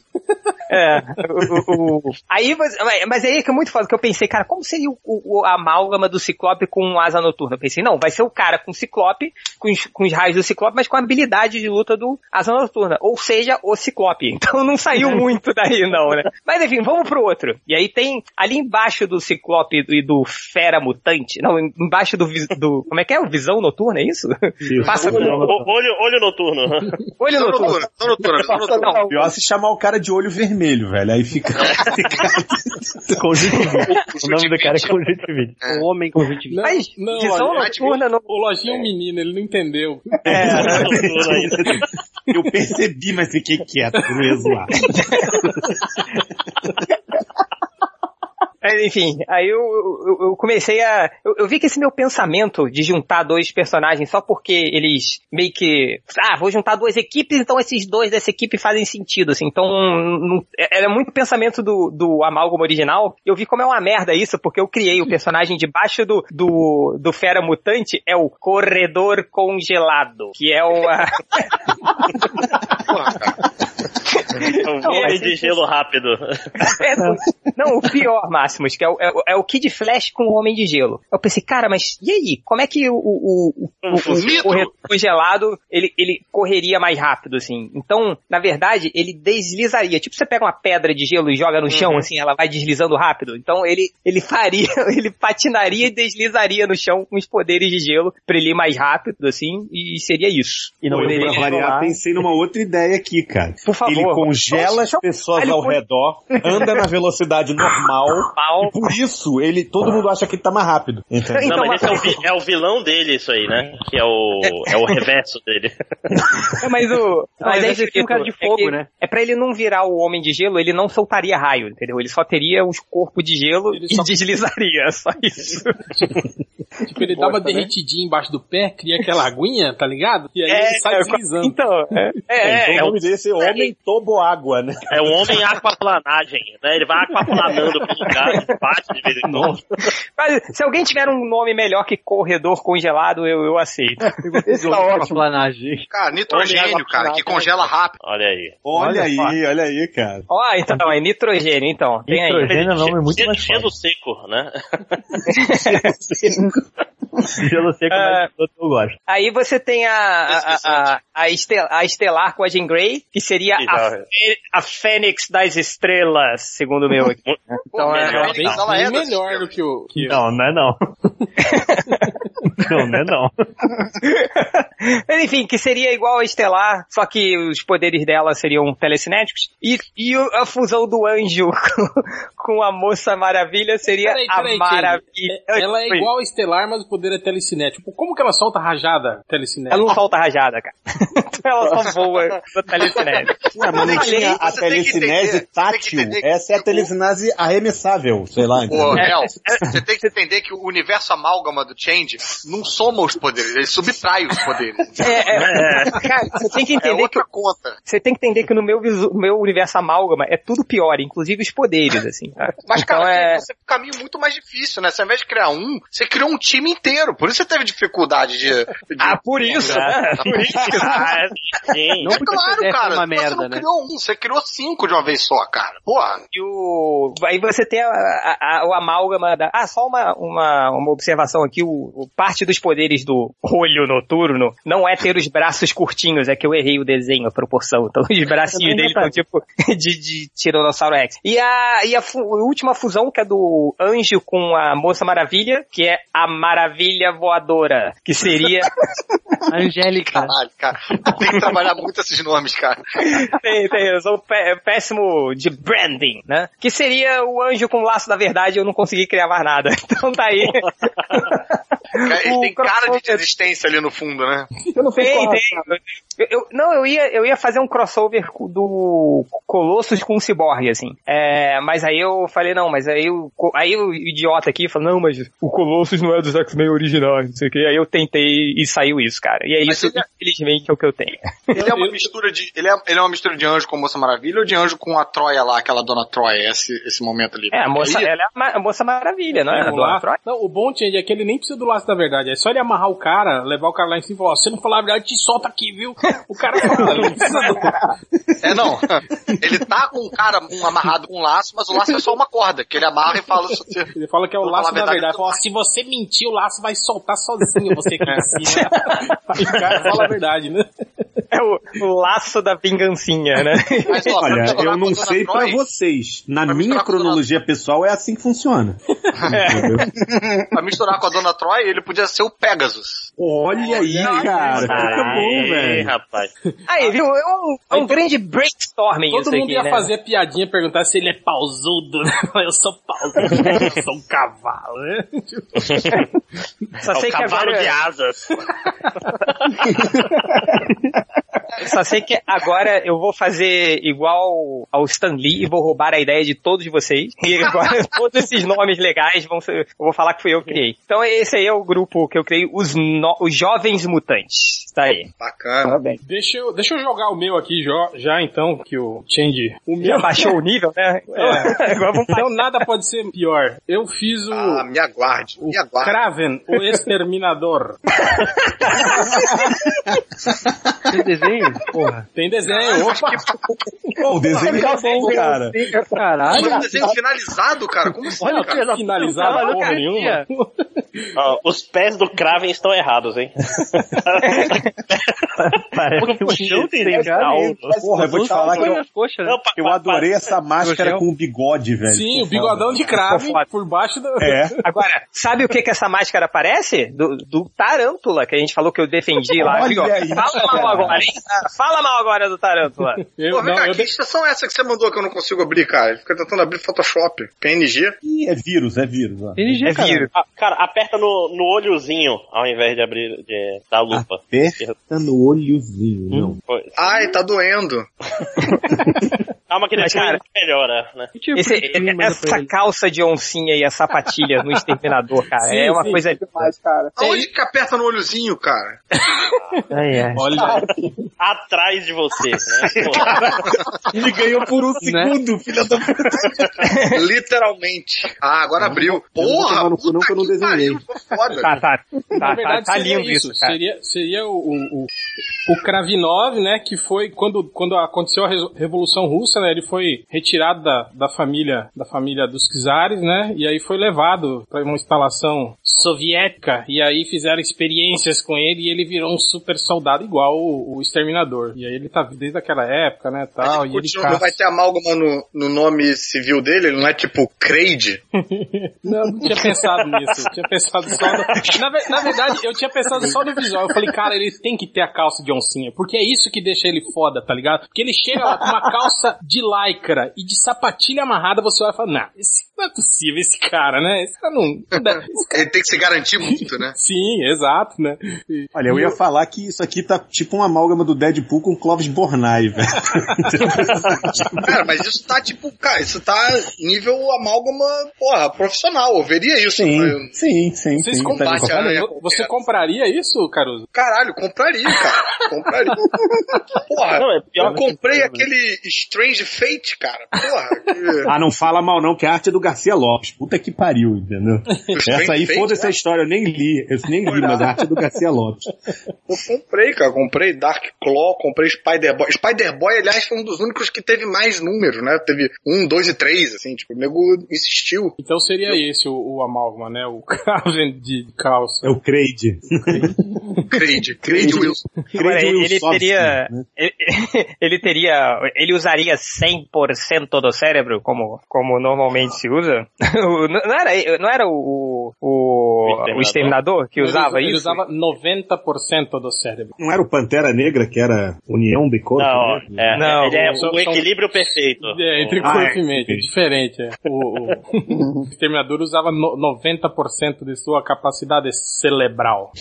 [SPEAKER 13] É. o- o- o- Aí, você- mas, mas aí é que é muito foda, que eu pensei, cara, como seria o, o- a amálgama do Ciclope com asa noturna? Eu pensei, não, vai ser o cara com Ciclope, com os, com os raios do Ciclope, mas com a habilidade de luta do asa noturna. Ou seja, o Ciclope. Então não saiu muito daí não, né? Mas enfim, vamos pro outro. E aí tem, ali embaixo do Ciclope e do Fera Mutante, não, embaixo do, vis- do como é que é? O Visão Noturna, é isso? Passa
[SPEAKER 1] O- o- olho, olho noturno.
[SPEAKER 13] Olho
[SPEAKER 4] Não
[SPEAKER 13] noturno.
[SPEAKER 4] noturna, não noturna, não noturna.
[SPEAKER 8] O Pior é se chamar o cara de olho vermelho, velho. Aí fica.
[SPEAKER 5] Conjuntivite. O nome do cara é Conjuntivite.
[SPEAKER 9] O homem com conjuntivite.
[SPEAKER 13] Mas,
[SPEAKER 2] Não,
[SPEAKER 13] visão
[SPEAKER 2] olha,
[SPEAKER 13] noturna não...
[SPEAKER 2] O lojinho é um menino, ele não entendeu.
[SPEAKER 1] noturno ainda.
[SPEAKER 8] Eu percebi, mas fiquei quieto, não ia zoar.
[SPEAKER 13] Mas, Enfim, aí eu, eu, eu comecei a. Eu, eu vi que esse meu pensamento de juntar dois personagens só porque eles meio que. Ah, vou juntar duas equipes, então esses dois dessa equipe fazem sentido, assim. Então, não- é- era muito pensamento do, do amálgama original. Eu vi como é uma merda isso, porque eu criei o personagem debaixo do, do, do Fera Mutante, é o Corredor Congelado, que é uma.
[SPEAKER 1] É um vôlei de gelo rápido.
[SPEAKER 13] É, não, não, o pior, Máximos, que é o, é, o- é o Kid Flash com o Homem de Gelo. Eu pensei, cara, mas e aí? Como é que o, o, o, o, o
[SPEAKER 4] Nitro?
[SPEAKER 13] corredor congelado ele, ele correria mais rápido, assim? Então, na verdade, ele deslizaria. Tipo, você pega uma pedra de gelo e joga no chão, assim, ela vai deslizando rápido. Então, ele, ele faria, ele patinaria e deslizaria no chão com os poderes de gelo pra ele ir mais rápido, assim, e seria isso.
[SPEAKER 5] E não
[SPEAKER 8] Pô, eu,
[SPEAKER 5] poderia
[SPEAKER 8] pra variar,
[SPEAKER 5] isolar.
[SPEAKER 8] pensei numa outra ideia aqui, cara.
[SPEAKER 13] Por favor.
[SPEAKER 8] Ele congela as pessoas
[SPEAKER 13] Ele
[SPEAKER 8] ao
[SPEAKER 13] con-
[SPEAKER 8] redor, anda na velocidade normal,
[SPEAKER 13] Mal.
[SPEAKER 8] e por isso ele, todo mundo acha que ele tá mais rápido. Entendeu?
[SPEAKER 1] Não,
[SPEAKER 13] Então,
[SPEAKER 1] mas
[SPEAKER 13] mas-
[SPEAKER 1] esse é o, vi- é o vilão dele, isso aí, né? Que é o, é o reverso dele.
[SPEAKER 13] É, mas o.
[SPEAKER 9] Mas esse
[SPEAKER 13] é isso
[SPEAKER 9] aqui é um
[SPEAKER 13] que
[SPEAKER 9] cara
[SPEAKER 13] eu-
[SPEAKER 9] de fogo,
[SPEAKER 13] é que-
[SPEAKER 9] né?
[SPEAKER 13] É pra ele não virar o homem de gelo, ele não soltaria raio, entendeu? Ele só teria os corpos de gelo
[SPEAKER 2] Ele
[SPEAKER 13] e
[SPEAKER 2] só-
[SPEAKER 13] deslizaria, é só isso.
[SPEAKER 2] Tipo, ele dava derretidinho embaixo do pé, cria aquela aguinha, tá ligado? E aí ele sai deslizando.
[SPEAKER 13] É, Então, é.
[SPEAKER 1] É,
[SPEAKER 8] então
[SPEAKER 1] é,
[SPEAKER 8] o
[SPEAKER 1] o-
[SPEAKER 8] nome desse é Homem Toboágua, né?
[SPEAKER 1] é o homem aquaplanagem, né? Ele vai aquaplanando pro lugar, ele bate de vez em quando.
[SPEAKER 13] Mas se alguém tiver um nome melhor que corredor congelado, eu, eu aceito.
[SPEAKER 6] Esse tá ótimo.
[SPEAKER 9] Planagem.
[SPEAKER 4] Cara, nitrogênio, cara, que congela rápido.
[SPEAKER 1] Olha aí.
[SPEAKER 8] Olha, aí, olha aí, cara.
[SPEAKER 13] Ó, então, é nitrogênio, então. Tem aí.
[SPEAKER 5] Nitrogênio é um nome muito
[SPEAKER 1] Gelo-
[SPEAKER 5] mais
[SPEAKER 1] Gelo seco, né?
[SPEAKER 5] forte. Gelo seco, mas outro eu gosto.
[SPEAKER 13] Ah, Aí você tem a, a, a, a, Estel- a Estelar com a Jean Grey, que seria
[SPEAKER 1] Que
[SPEAKER 13] a,
[SPEAKER 1] da-
[SPEAKER 13] Fê- a Fênix das Estrelas, segundo o meu. aqui. Então, é,
[SPEAKER 4] melhor.
[SPEAKER 2] Bem,
[SPEAKER 4] Ela
[SPEAKER 2] bem
[SPEAKER 4] é desse
[SPEAKER 2] melhor
[SPEAKER 4] filme.
[SPEAKER 2] do que o... Que o-
[SPEAKER 5] Não, não é não. não, não é não.
[SPEAKER 13] Mas, Enfim, que seria igual a Estelar, só que os poderes dela seriam telecinéticos. E, e o- a fusão do anjo com, com a Moça Maravilha seria
[SPEAKER 2] Peraí,
[SPEAKER 13] a
[SPEAKER 2] peraí,
[SPEAKER 13] Maravilha.
[SPEAKER 2] Kendi. É- Ela é igual a Estelar, mas o poder é telecinético. Como que ela solta rajada telecinética?
[SPEAKER 13] Ela não solta rajada, cara. Então ela só voa do telecinético.
[SPEAKER 8] Ué, mas não
[SPEAKER 4] Olha
[SPEAKER 8] tinha
[SPEAKER 4] aí,
[SPEAKER 8] Tá a
[SPEAKER 4] você tem que entender, você
[SPEAKER 8] telecinese
[SPEAKER 4] tem que
[SPEAKER 8] tátil.
[SPEAKER 4] entender que
[SPEAKER 8] Essa é a
[SPEAKER 4] o-
[SPEAKER 8] telecinese arremessável, sei lá.
[SPEAKER 4] Ô,
[SPEAKER 8] entendeu?
[SPEAKER 4] Léo, você tem que entender que o universo amálgama do Change não soma os poderes, ele subtrai os poderes.
[SPEAKER 13] É, é, cara, você tem que
[SPEAKER 4] É
[SPEAKER 13] entender que
[SPEAKER 4] outra conta.
[SPEAKER 13] você tem que entender que no meu, visu- meu universo amálgama é tudo pior, inclusive os poderes, assim. tá?
[SPEAKER 4] Mas,
[SPEAKER 13] Então,
[SPEAKER 4] cara,
[SPEAKER 13] é-
[SPEAKER 4] você tem um caminho muito mais difícil, né? Você, ao invés de criar um, você criou um time inteiro. Por isso você teve dificuldade de. de-
[SPEAKER 13] Ah, por isso, né? Por isso.
[SPEAKER 1] Ah, sim.
[SPEAKER 9] Não
[SPEAKER 4] É
[SPEAKER 9] porque
[SPEAKER 4] claro,
[SPEAKER 9] essa
[SPEAKER 4] cara.
[SPEAKER 9] é uma
[SPEAKER 4] você
[SPEAKER 9] merda,
[SPEAKER 4] não
[SPEAKER 9] né?
[SPEAKER 4] criou um, você criou cinco de uma vez só, cara. Porra.
[SPEAKER 13] E o, aí você tem a, a- a- o amálgama da. Ah, só uma, uma, uma observação aqui. O, o parte dos poderes do olho noturno não é ter os braços curtinhos, é que eu errei o desenho, a proporção. Então os bracinhos dele estão tipo de, de Tiranossauro Rex. E a, e a fu- a última fusão, que é do anjo com a Moça Maravilha, que é a Maravilha Voadora, que seria.
[SPEAKER 9] Angélica.
[SPEAKER 4] Caralho, cara. Tem que trabalhar muito esses nomes, cara.
[SPEAKER 13] tem, tem, eu sou pé- péssimo de branding, né? Que seria o anjo com o laço da verdade, eu não consegui criar mais nada. Então tá aí.
[SPEAKER 4] Cara, Ele
[SPEAKER 13] O
[SPEAKER 4] É, tem cara de
[SPEAKER 13] crossover-
[SPEAKER 4] desistência ali no fundo, né?
[SPEAKER 6] Eu não fiz
[SPEAKER 13] Tem,
[SPEAKER 6] correto.
[SPEAKER 13] tem. Eu, eu- não, eu ia, eu ia fazer um crossover co- do Colossus com o Cyborg, assim. É, mas aí eu falei, não, mas aí o, co- aí o idiota aqui falou, não, mas o Colossus não é dos X-Men originais, não sei o que. Aí eu tentei e saiu isso, cara. E é
[SPEAKER 4] Mas
[SPEAKER 13] isso,
[SPEAKER 4] ele é-
[SPEAKER 13] infelizmente, é o que eu tenho.
[SPEAKER 4] Ele é uma mistura de. Ele é, ele é uma mistura de anjo com Moça Maravilha ou de anjo com a Troia lá, aquela dona Troia, esse, esse momento ali.
[SPEAKER 13] É, a moça,
[SPEAKER 4] Aí-
[SPEAKER 13] ela é a, ma- a moça maravilha, não é?
[SPEAKER 2] É,
[SPEAKER 13] A
[SPEAKER 2] o
[SPEAKER 13] Dona
[SPEAKER 2] laço-
[SPEAKER 13] Troia.
[SPEAKER 2] Não, o bom, Change, é que ele nem precisa do laço da verdade. É só ele amarrar o cara, levar o cara lá em cima e falar, ó, se você não falar a verdade, te solta aqui, viu? O cara fala, não precisa
[SPEAKER 4] É, não. Ele tá com um cara um amarrado com um laço, mas o laço é só uma corda, que ele amarra e fala... "Se você-
[SPEAKER 2] Ele fala que é o
[SPEAKER 4] Vou
[SPEAKER 2] laço
[SPEAKER 4] falar a
[SPEAKER 2] da
[SPEAKER 4] verdade,
[SPEAKER 2] verdade.
[SPEAKER 4] eu
[SPEAKER 2] Fala, se você mentir, o laço vai soltar sozinho você aqui em cima. Aí o cara fala a verdade, né?
[SPEAKER 13] É o, o laço da vingancinha, né?
[SPEAKER 4] Mas, ó, pra
[SPEAKER 8] Olha,
[SPEAKER 4] misturar
[SPEAKER 8] eu
[SPEAKER 4] com
[SPEAKER 8] não
[SPEAKER 4] a Dona
[SPEAKER 8] sei pra
[SPEAKER 4] Troy,
[SPEAKER 8] vocês. Na
[SPEAKER 4] Pra
[SPEAKER 8] minha
[SPEAKER 4] misturar com a dona-
[SPEAKER 8] cronologia pessoal é assim que funciona. Entendeu?
[SPEAKER 4] Pra misturar com a Dona Troy, ele podia ser o Pegasus.
[SPEAKER 13] É,
[SPEAKER 8] Olha aí, cara. Fica bom,
[SPEAKER 1] Aê,
[SPEAKER 8] velho.
[SPEAKER 1] rapaz.
[SPEAKER 13] Aí, viu? É um, é um grande brainstorming
[SPEAKER 2] Todo
[SPEAKER 13] isso
[SPEAKER 2] mundo
[SPEAKER 13] aqui,
[SPEAKER 2] ia
[SPEAKER 8] é.
[SPEAKER 13] né?
[SPEAKER 2] fazer piadinha, perguntar se ele é pausudo. né? Eu sou pausudo, eu sou um cavalo. né?
[SPEAKER 13] Só
[SPEAKER 1] É
[SPEAKER 13] sei
[SPEAKER 1] o
[SPEAKER 13] que
[SPEAKER 1] cavalo
[SPEAKER 13] agora...
[SPEAKER 1] de asas.
[SPEAKER 13] Eu Só sei que agora eu vou fazer igual ao Stan Lee e vou roubar a ideia de todos vocês. E agora todos esses nomes legais vão ser, eu vou falar que fui eu que criei. Então esse aí é o grupo que eu criei, os, no- os Jovens Mutantes. Tá aí.
[SPEAKER 4] Bacana.
[SPEAKER 6] Parabéns.
[SPEAKER 2] Deixa eu, deixa eu jogar o meu aqui jo- já então, que o Change. O meu.
[SPEAKER 13] Já baixou o nível, né?
[SPEAKER 2] É.
[SPEAKER 13] Agora vamos
[SPEAKER 2] Então nada pode ser pior. Eu fiz o.
[SPEAKER 4] Ah, me aguarde,
[SPEAKER 2] o
[SPEAKER 4] me aguarde.
[SPEAKER 2] Kraven, o exterminador.
[SPEAKER 9] Esse desenho? Porra.
[SPEAKER 2] Tem desenho, opa!
[SPEAKER 8] O desenho é bom, cara.
[SPEAKER 9] Caralho.
[SPEAKER 4] Isso é um desenho finalizado, cara? Como assim,
[SPEAKER 2] Olha,
[SPEAKER 4] cara?
[SPEAKER 2] não finalizava
[SPEAKER 9] Trabalhou
[SPEAKER 2] porra
[SPEAKER 9] cada
[SPEAKER 2] nenhuma.
[SPEAKER 1] Ó, os pés do Kraven estão errados, hein?
[SPEAKER 5] um
[SPEAKER 9] Parece
[SPEAKER 1] é o chão tem
[SPEAKER 9] cara.
[SPEAKER 8] Tá, Porra, eu vou te falar que
[SPEAKER 9] Foi
[SPEAKER 8] eu,
[SPEAKER 9] nas coxas, né?
[SPEAKER 1] Não, pa-
[SPEAKER 8] eu
[SPEAKER 1] pa-
[SPEAKER 8] adorei essa máscara
[SPEAKER 9] Gel.
[SPEAKER 8] com o bigode, velho.
[SPEAKER 2] Sim, o bigodão de Kraven por baixo do.
[SPEAKER 8] É.
[SPEAKER 13] Agora, sabe o que que essa máscara parece? Do, do Tarântula, que a gente falou que eu defendi lá.
[SPEAKER 8] Olha aí,
[SPEAKER 13] Fala mal agora, hein? Fala mal agora do Tarântula.
[SPEAKER 2] Eu,
[SPEAKER 4] Pô, vem
[SPEAKER 2] não,
[SPEAKER 8] tá
[SPEAKER 4] cá,
[SPEAKER 2] eu de-
[SPEAKER 4] que extensão é essa que você mandou que eu não consigo abrir, cara? Ele fica tentando abrir Photoshop, PNG.
[SPEAKER 8] Ih, é vírus, é vírus. Ó.
[SPEAKER 13] É vírus.
[SPEAKER 1] Ah, cara, aperta no, no olhozinho ao invés de abrir de, da lupa.
[SPEAKER 8] Aperta no olhozinho, não.
[SPEAKER 1] Foi.
[SPEAKER 4] Ai, tá doendo.
[SPEAKER 1] Calma É que
[SPEAKER 13] Mas,
[SPEAKER 1] depois
[SPEAKER 13] cara-
[SPEAKER 1] melhora, né?
[SPEAKER 9] Que tipo
[SPEAKER 13] Esse-
[SPEAKER 9] de filme manda pra
[SPEAKER 13] essa
[SPEAKER 9] ele?
[SPEAKER 13] calça de oncinha e a sapatilha no exterminador, cara,
[SPEAKER 2] Sim,
[SPEAKER 13] é uma
[SPEAKER 2] sim.
[SPEAKER 13] coisa
[SPEAKER 6] Demais, cara.
[SPEAKER 4] Aonde que aperta no olhozinho, cara?
[SPEAKER 9] Ai, ai.
[SPEAKER 8] Tá,
[SPEAKER 2] Olha,
[SPEAKER 1] Atrás de você, né? Pô,
[SPEAKER 8] Ele ganhou por um
[SPEAKER 2] Né?
[SPEAKER 8] segundo, filha da
[SPEAKER 4] Literalmente. Ah, agora abriu. Porra,
[SPEAKER 8] tomar no cu,
[SPEAKER 4] puta
[SPEAKER 8] não, que eu não
[SPEAKER 4] que
[SPEAKER 8] desenhei.
[SPEAKER 4] pariu, ficou foda.
[SPEAKER 13] Tá, tá, tá,
[SPEAKER 2] na
[SPEAKER 13] tá,
[SPEAKER 2] verdade
[SPEAKER 13] tá
[SPEAKER 2] seria
[SPEAKER 13] lindo isso,
[SPEAKER 2] isso.
[SPEAKER 13] cara.
[SPEAKER 2] seria seria o, o, o, o Kravinov, né? Que foi quando, quando aconteceu a Reso- Revolução Russa, né? Ele foi retirado da, da família da família dos czares, né? E aí foi levado para uma instalação soviética. E aí fizeram experiências com ele e ele virou um super soldado igual o, o Exterminador. E aí ele tá desde aquela época, né?
[SPEAKER 4] Mas
[SPEAKER 2] Tal,
[SPEAKER 4] ele
[SPEAKER 2] e ele
[SPEAKER 4] continua- não
[SPEAKER 2] caça.
[SPEAKER 4] vai ter amálgama no, no nome civil dele? Ele não é tipo Creed?
[SPEAKER 2] Não, não tinha pensado nisso. Eu tinha pensado só no... na, ve- na verdade, eu tinha pensado só no visual. Eu falei, cara, ele tem que ter a calça de oncinha, porque é isso que deixa ele foda, tá ligado? Porque ele chega lá com uma calça de lycra e de sapatilha amarrada, você olha e fala, não, esse não é possível, esse cara, né? Esse cara não... não dá- esse cara...
[SPEAKER 4] Ele tem que se garantir muito, né?
[SPEAKER 2] Sim, exato, né? E-
[SPEAKER 8] Olha, eu ia falar que isso aqui tá tipo uma amálgama do Deadpool com Clóvis Bornai, velho.
[SPEAKER 4] Cara, mas isso tá tipo, cara, isso tá nível amálgama, porra, profissional. Eu veria isso. né?
[SPEAKER 8] sim, sim.
[SPEAKER 2] Vocês
[SPEAKER 8] sim, tá
[SPEAKER 2] compraram,
[SPEAKER 4] ligado?
[SPEAKER 2] cara, vo- você compraria isso, Caruso?
[SPEAKER 4] Caralho, compraria, cara. Compraria. Porra,
[SPEAKER 1] Não, é pior
[SPEAKER 4] eu comprei aquele Strange Fate, cara. Porra. que-
[SPEAKER 8] Ah, não fala mal não, que a arte é do Garcia Lopes. Puta que pariu, entendeu? Essa aí,
[SPEAKER 4] Strange
[SPEAKER 8] foda-se a
[SPEAKER 4] Fate,
[SPEAKER 8] história, eu nem li. Eu nem li, mas a arte é do Garcia Lopes.
[SPEAKER 4] Eu comprei, cara. Comprei Dark Claw, comprei Spider-Boy. Spider-Boy, aliás, foi um dos únicos que teve mais números, né? Teve um, dois e três, assim. Tipo, o nego insistiu.
[SPEAKER 2] Então seria esse o, o amálgama, né? O Kraven de calça.
[SPEAKER 8] É o Creed.
[SPEAKER 4] Creed. Creed Wilson.
[SPEAKER 13] Agora,
[SPEAKER 8] Creed
[SPEAKER 13] ele, ele
[SPEAKER 8] Wilsonski,
[SPEAKER 13] teria,
[SPEAKER 8] né?
[SPEAKER 13] ele, ele teria, ele usaria 100% do cérebro, como, como normalmente se usa? O- não era, não era o, o, o
[SPEAKER 1] O exterminador.
[SPEAKER 13] exterminador que usava
[SPEAKER 2] ele, Ele
[SPEAKER 13] isso?
[SPEAKER 2] usava 90% do cérebro.
[SPEAKER 8] Não era o Pantera Negra, que era União de Corpo?
[SPEAKER 1] Não, ó,
[SPEAKER 8] né?
[SPEAKER 1] é,
[SPEAKER 13] Não,
[SPEAKER 1] ele é
[SPEAKER 2] são-
[SPEAKER 1] o equilíbrio perfeito.
[SPEAKER 2] É, entre
[SPEAKER 8] Ah,
[SPEAKER 2] corpo
[SPEAKER 8] é.
[SPEAKER 2] e mente, é diferente. É. O, o- o exterminador usava no- 90% de sua capacidade cerebral.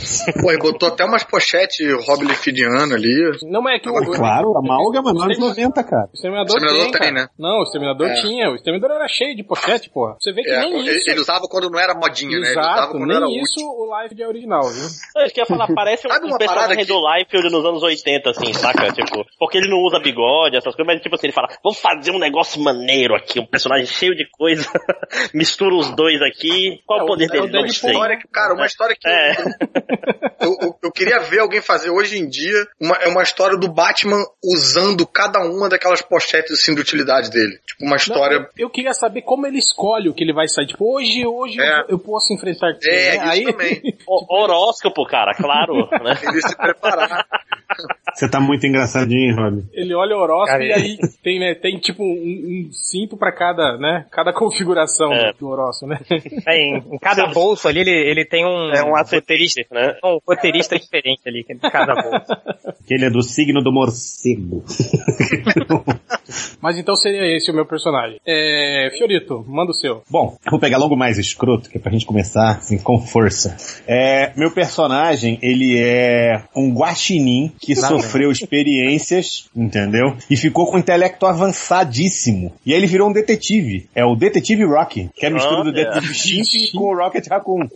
[SPEAKER 4] Pô, e botou botou até umas pochetes Rob Lifidiano ali.
[SPEAKER 2] Não, mas é que o.
[SPEAKER 4] Pô,
[SPEAKER 8] Claro, a Malga é nos anos 90, cara.
[SPEAKER 2] O exterminador,
[SPEAKER 4] O Ah, Exterminador
[SPEAKER 2] tem,
[SPEAKER 4] tem,
[SPEAKER 2] cara.
[SPEAKER 4] né?
[SPEAKER 2] Não, o exterminador
[SPEAKER 4] É.
[SPEAKER 2] tinha. O exterminador era cheio de pochete, porra. Você vê que
[SPEAKER 4] É,
[SPEAKER 2] nem
[SPEAKER 4] ele,
[SPEAKER 2] isso.
[SPEAKER 4] ele usava quando não era modinha, né? Ele usava
[SPEAKER 2] Exato,
[SPEAKER 4] quando era
[SPEAKER 2] nem
[SPEAKER 4] útil.
[SPEAKER 2] isso o live de original, viu?
[SPEAKER 1] Eu queria falar, parece um,
[SPEAKER 4] Sabe uma
[SPEAKER 1] um personagem
[SPEAKER 4] parada que-
[SPEAKER 1] do Life nos anos 80, assim, saca? Tipo, porque ele não usa bigode, essas coisas, mas tipo assim, ele fala, vamos fazer um negócio maneiro aqui, um personagem cheio de coisa, mistura os dois aqui, qual
[SPEAKER 2] É,
[SPEAKER 1] o poder
[SPEAKER 2] é o
[SPEAKER 1] dele? Não
[SPEAKER 2] Deadpool,
[SPEAKER 1] sei.
[SPEAKER 4] História que, cara, uma história que
[SPEAKER 1] É,
[SPEAKER 4] eu, eu- eu queria ver alguém fazer hoje em dia uma, é uma história do Batman usando cada uma daquelas pochetes assim, de utilidade dele. Tipo, uma
[SPEAKER 2] Não,
[SPEAKER 4] história.
[SPEAKER 2] eu queria saber como ele escolhe o que ele vai sair. Tipo, hoje, hoje
[SPEAKER 4] É.
[SPEAKER 2] eu, eu posso enfrentar ti,
[SPEAKER 4] É,
[SPEAKER 2] né?
[SPEAKER 4] isso também.
[SPEAKER 1] o- horóscopo, cara, claro, né?
[SPEAKER 4] Ele se preparar.
[SPEAKER 8] Você tá muito engraçadinho, hein, Rob.
[SPEAKER 2] ele olha o horóscopo
[SPEAKER 9] Cara,
[SPEAKER 2] e aí tem, né, tem tipo um, um cinto pra cada, né, cada configuração
[SPEAKER 1] É.
[SPEAKER 2] do horóscopo, né?
[SPEAKER 13] É, em, em cada bolso ali, ele, ele tem um,
[SPEAKER 1] É um
[SPEAKER 13] roteirista,
[SPEAKER 1] né?
[SPEAKER 13] um roteirista diferente ali, que é de cada bolso.
[SPEAKER 8] Que ele é do signo do morcego.
[SPEAKER 2] Mas então seria esse o meu personagem. É, Fiorito, manda o seu.
[SPEAKER 8] Bom, eu vou pegar logo mais escroto, que é pra gente começar assim, com força. É, meu personagem, ele é um guaxinim que sofreu experiências, entendeu? E ficou com um intelecto avançadíssimo. E aí ele virou um detetive. É o Detetive Rocky, que é a mistura do
[SPEAKER 1] Olha.
[SPEAKER 8] Detetive Chimp com o Rocket Raccoon.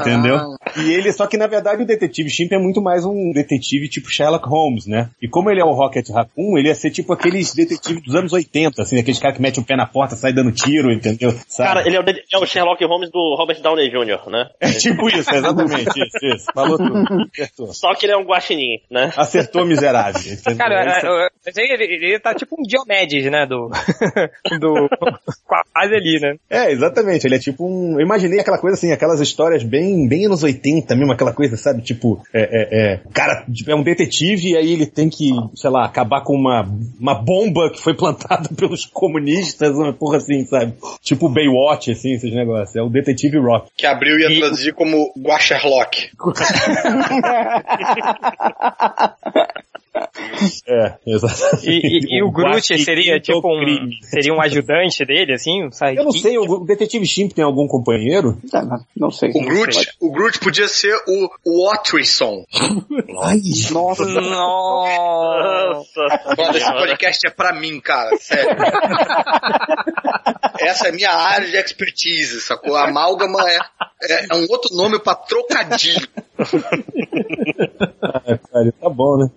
[SPEAKER 8] entendeu? E ele, só que na verdade o Detetive Chimp é muito mais um detetive tipo Sherlock Holmes, né? E como ele é o Rocket Raccoon, ele ia ser tipo aqueles detetives dos anos 80, assim, aqueles caras que metem o pé na porta, sai dando tiro, entendeu? Sabe?
[SPEAKER 1] Cara, ele é o, Ded- é o Sherlock Holmes do Robert Downey Jr., né?
[SPEAKER 8] É tipo isso, exatamente. Isso, isso. Falou tudo. Acertou.
[SPEAKER 1] Só que ele é um guaxinim, né?
[SPEAKER 8] Acertou, miserável. Entendeu? É
[SPEAKER 13] Cara, é, eu- eu- eu- mas aí ele, ele tá tipo um Diomedes, né? Do. do quase ali, né?
[SPEAKER 8] é, exatamente. Ele é tipo um. Eu imaginei aquela coisa assim, aquelas histórias bem, bem anos 80 mesmo, aquela coisa, sabe? Tipo, é, é, é. O cara tipo, é um detetive e aí ele tem que, sei lá, acabar com uma, uma bomba que foi plantada pelos comunistas, uma porra assim, sabe? Tipo Baywatch, assim, esses negócios. É o detetive rock.
[SPEAKER 4] Que abriu e ia traduzir como Guacherlock.
[SPEAKER 8] É, exatamente.
[SPEAKER 13] E, e- e o Groot
[SPEAKER 8] Guaxinim
[SPEAKER 13] seria
[SPEAKER 8] do
[SPEAKER 13] tipo um.
[SPEAKER 8] crime.
[SPEAKER 13] Seria um ajudante dele, assim? Um
[SPEAKER 8] Eu não sei, o detetive Chimp tem algum companheiro?
[SPEAKER 6] Tá, não- não sei.
[SPEAKER 4] O Groot, o Groot podia ser o, o Otrison.
[SPEAKER 6] Nossa,
[SPEAKER 13] Nossa!
[SPEAKER 1] Nossa.
[SPEAKER 4] Mano, esse podcast é pra mim, cara, sério. Essa é a minha área de expertise, sacou? Amálgama é, é, é um outro nome pra trocadilho.
[SPEAKER 8] É, cara, tá bom, né?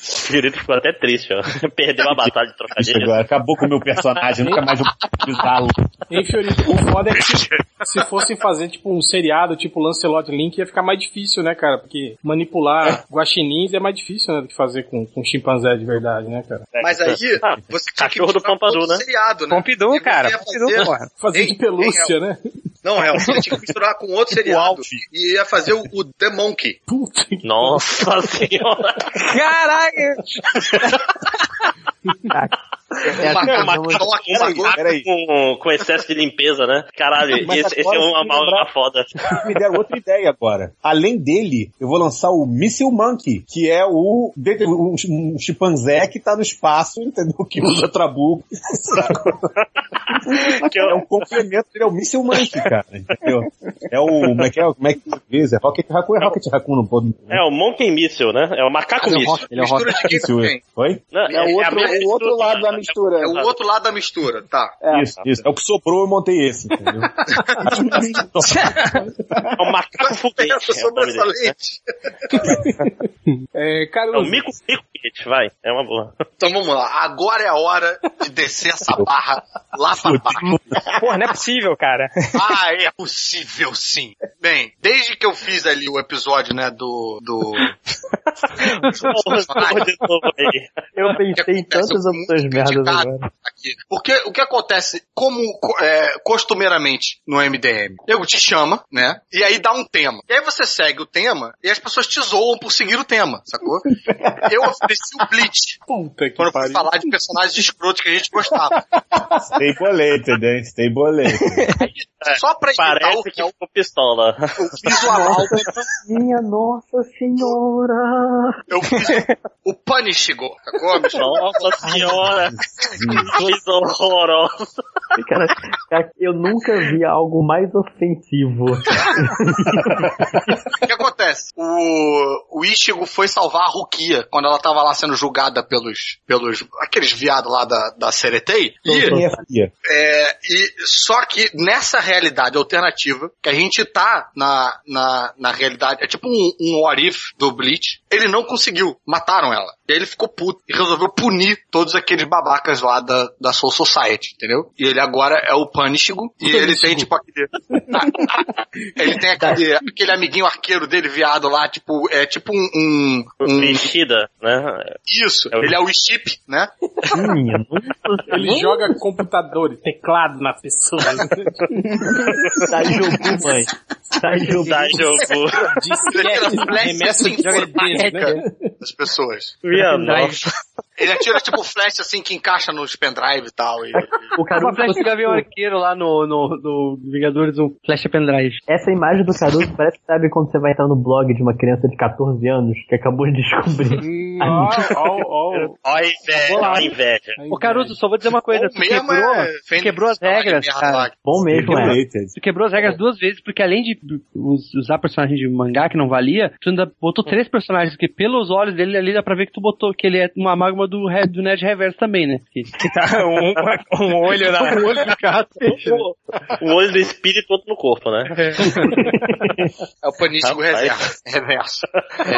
[SPEAKER 1] Fiorito ficou até triste, ó. Perdeu a batalha de
[SPEAKER 8] Isso
[SPEAKER 1] trocadilho.
[SPEAKER 8] agora, Acabou com o meu personagem, nunca mais vou usá-lo.
[SPEAKER 2] Hein, Fiorito, o foda é que se, se fosse fazer tipo um seriado, tipo Lancelot Link, ia ficar mais difícil, né, cara? Porque manipular guaxinins é mais difícil, né, do que fazer com, com chimpanzé de verdade, né, cara?
[SPEAKER 4] Mas aí,
[SPEAKER 1] Ah,
[SPEAKER 4] você tinha que
[SPEAKER 1] cachorro do
[SPEAKER 4] misturar
[SPEAKER 1] Pampadu,
[SPEAKER 4] todo
[SPEAKER 1] né?
[SPEAKER 4] seriado, né?
[SPEAKER 13] Pompidou,
[SPEAKER 4] E você
[SPEAKER 13] cara.
[SPEAKER 4] ia
[SPEAKER 13] Pompidou,
[SPEAKER 4] fazer-
[SPEAKER 13] porra.
[SPEAKER 2] Fazer
[SPEAKER 4] Ei,
[SPEAKER 2] de pelúcia,
[SPEAKER 8] é
[SPEAKER 4] ei,
[SPEAKER 2] né?
[SPEAKER 4] Não, real, você tinha que misturar com outro seriado
[SPEAKER 8] Alf.
[SPEAKER 4] e ia fazer o, o The Monkey.
[SPEAKER 2] Puta que
[SPEAKER 1] Nossa senhora.
[SPEAKER 13] Caraca!
[SPEAKER 1] É,
[SPEAKER 4] Um macaco, um macaco, um macaco.
[SPEAKER 8] Peraí.
[SPEAKER 1] Com, com excesso de limpeza, né? Caralho,
[SPEAKER 8] Mas
[SPEAKER 1] esse, esse é
[SPEAKER 8] agora eu
[SPEAKER 1] um
[SPEAKER 8] fui
[SPEAKER 1] amálgama
[SPEAKER 8] lembrar-
[SPEAKER 1] foda.
[SPEAKER 8] Me deram outra ideia agora. Além dele, eu vou lançar o Missile Monkey, que é o de- um, chi- um chimpanzé que tá no espaço, entendeu? Que usa trabuco.
[SPEAKER 1] Que
[SPEAKER 8] É
[SPEAKER 1] eu-
[SPEAKER 8] um complemento, ele é o Missile Monkey, cara. Entendeu? É o. Como é que é? Como é que diz? É Rocket Raccoon, é Rocket Raccoon, não pode.
[SPEAKER 1] É o Monkey Missile, né? É o macaco míssil.
[SPEAKER 8] Ele é o
[SPEAKER 4] Mistura de quem com quem?
[SPEAKER 8] Oi?
[SPEAKER 1] Não,
[SPEAKER 6] é o
[SPEAKER 1] a
[SPEAKER 6] outro,
[SPEAKER 1] mesma
[SPEAKER 6] o outro
[SPEAKER 1] mistura,
[SPEAKER 6] lado da
[SPEAKER 1] né?
[SPEAKER 6] mistura.
[SPEAKER 4] É o outro lado da mistura, tá.
[SPEAKER 6] É.
[SPEAKER 8] Isso, isso. É o que sobrou, eu montei esse, entendeu?
[SPEAKER 1] É o macaco foguete.
[SPEAKER 4] Essa
[SPEAKER 1] É o nome dele.
[SPEAKER 4] sobressalente.
[SPEAKER 2] É,
[SPEAKER 1] É o
[SPEAKER 2] Caruso,
[SPEAKER 1] mico mico foguete, vai. É uma boa.
[SPEAKER 4] Então vamos lá. Agora é a hora de descer essa barra lá pra baixo.
[SPEAKER 13] Porra, não é possível, cara.
[SPEAKER 4] Ah, é possível sim. Bem, desde que eu fiz ali o episódio, né, do. do...
[SPEAKER 1] Porra, de novo aí.
[SPEAKER 5] Eu
[SPEAKER 4] que
[SPEAKER 5] pensei em
[SPEAKER 4] acontece,
[SPEAKER 5] tantas
[SPEAKER 4] eu fui muito
[SPEAKER 9] tipo
[SPEAKER 5] opções merdas
[SPEAKER 4] criticado
[SPEAKER 5] agora.
[SPEAKER 4] aqui. Porque o que acontece, como co- é, costumeiramente no MDM, nego te chama, né? E aí dá um tema. E aí você segue o tema e as pessoas te zoam por seguir o tema, sacou? Eu ofereci o Blitz
[SPEAKER 2] puta que
[SPEAKER 4] quando eu fui
[SPEAKER 2] pariu.
[SPEAKER 4] falar de personagens escrotos que a gente gostava.
[SPEAKER 8] Stay boleto, né? Stay boleto.
[SPEAKER 4] Só pra evitar o
[SPEAKER 1] Parece que é
[SPEAKER 4] réu,
[SPEAKER 1] ficou pistola.
[SPEAKER 5] Minha Nossa Senhora!
[SPEAKER 4] Eu fiz o, o Punishigor, sacou, bicho?
[SPEAKER 1] Nossa senhora!
[SPEAKER 8] Hum.
[SPEAKER 1] Coisa horrorosa!
[SPEAKER 5] Cara, cara, É eu nunca vi algo mais ofensivo.
[SPEAKER 4] O que acontece? O, o Ichigo foi salvar a Rukia quando ela tava lá sendo julgada pelos, pelos aqueles viados lá da, da Seretei. E, é, e só que nessa realidade alternativa, que a gente tá na, na, na realidade, é tipo um, um what if do Bleach, ele não conseguiu, mataram ela. E aí ele ficou puto e resolveu punir todos aqueles babacas lá da, da Soul Society, entendeu? E ele agora é o Pânichigo e ele tem tipo aquele... ele tem aquele,
[SPEAKER 9] Tá.
[SPEAKER 4] aquele amiguinho arqueiro dele, viado lá, tipo, é tipo um... um-
[SPEAKER 1] Hum.
[SPEAKER 4] um-
[SPEAKER 1] Mexida, né?
[SPEAKER 4] isso, ele é o Chip, né?
[SPEAKER 5] Minha Nossa
[SPEAKER 2] Ele joga computadores, teclado nas pessoas.
[SPEAKER 5] Sai jogo, mãe. Sai jogo.
[SPEAKER 1] Dá jogo.
[SPEAKER 9] é
[SPEAKER 2] Disquete,
[SPEAKER 4] é
[SPEAKER 2] remessa de CD, né?
[SPEAKER 4] As assim, pessoas.
[SPEAKER 1] Minha nossa.
[SPEAKER 4] Ele atira tipo flash assim que encaixa nos pendrive e tal. E,
[SPEAKER 5] O
[SPEAKER 9] Uma
[SPEAKER 5] Caruso
[SPEAKER 9] flash de
[SPEAKER 5] conseguiu-
[SPEAKER 9] Gavião Arqueiro lá no, no, no Vingadores, um flash pendrive.
[SPEAKER 5] Essa imagem do Caruso parece, sabe, quando você vai entrar no blog de uma criança de 14 anos que acabou de descobrir.
[SPEAKER 2] Ó, ó, ó.
[SPEAKER 1] Ó a
[SPEAKER 5] É,
[SPEAKER 1] inveja, ó a inveja.
[SPEAKER 9] Ô Caruso, só vou dizer uma coisa,
[SPEAKER 4] Ou
[SPEAKER 9] tu quebrou,
[SPEAKER 4] é Fênix
[SPEAKER 9] quebrou as
[SPEAKER 4] lá de
[SPEAKER 9] regras,
[SPEAKER 4] merda
[SPEAKER 9] cara.
[SPEAKER 4] lá.
[SPEAKER 5] Bom mesmo, é.
[SPEAKER 9] tu quebrou as regras duas vezes, porque além de us- usar personagens de mangá que não valia, tu ainda
[SPEAKER 5] Hum.
[SPEAKER 9] botou três personagens que pelos olhos dele ali dá pra ver que tu botou, que ele é uma amálgama do, re- do Nerd Reverso também, né? Que-
[SPEAKER 13] um, um olho na.
[SPEAKER 9] o olho do cara.
[SPEAKER 1] O olho do espírito outro no corpo, né?
[SPEAKER 4] É o panístico
[SPEAKER 1] Rapaz.
[SPEAKER 4] reserva. é reverso. É,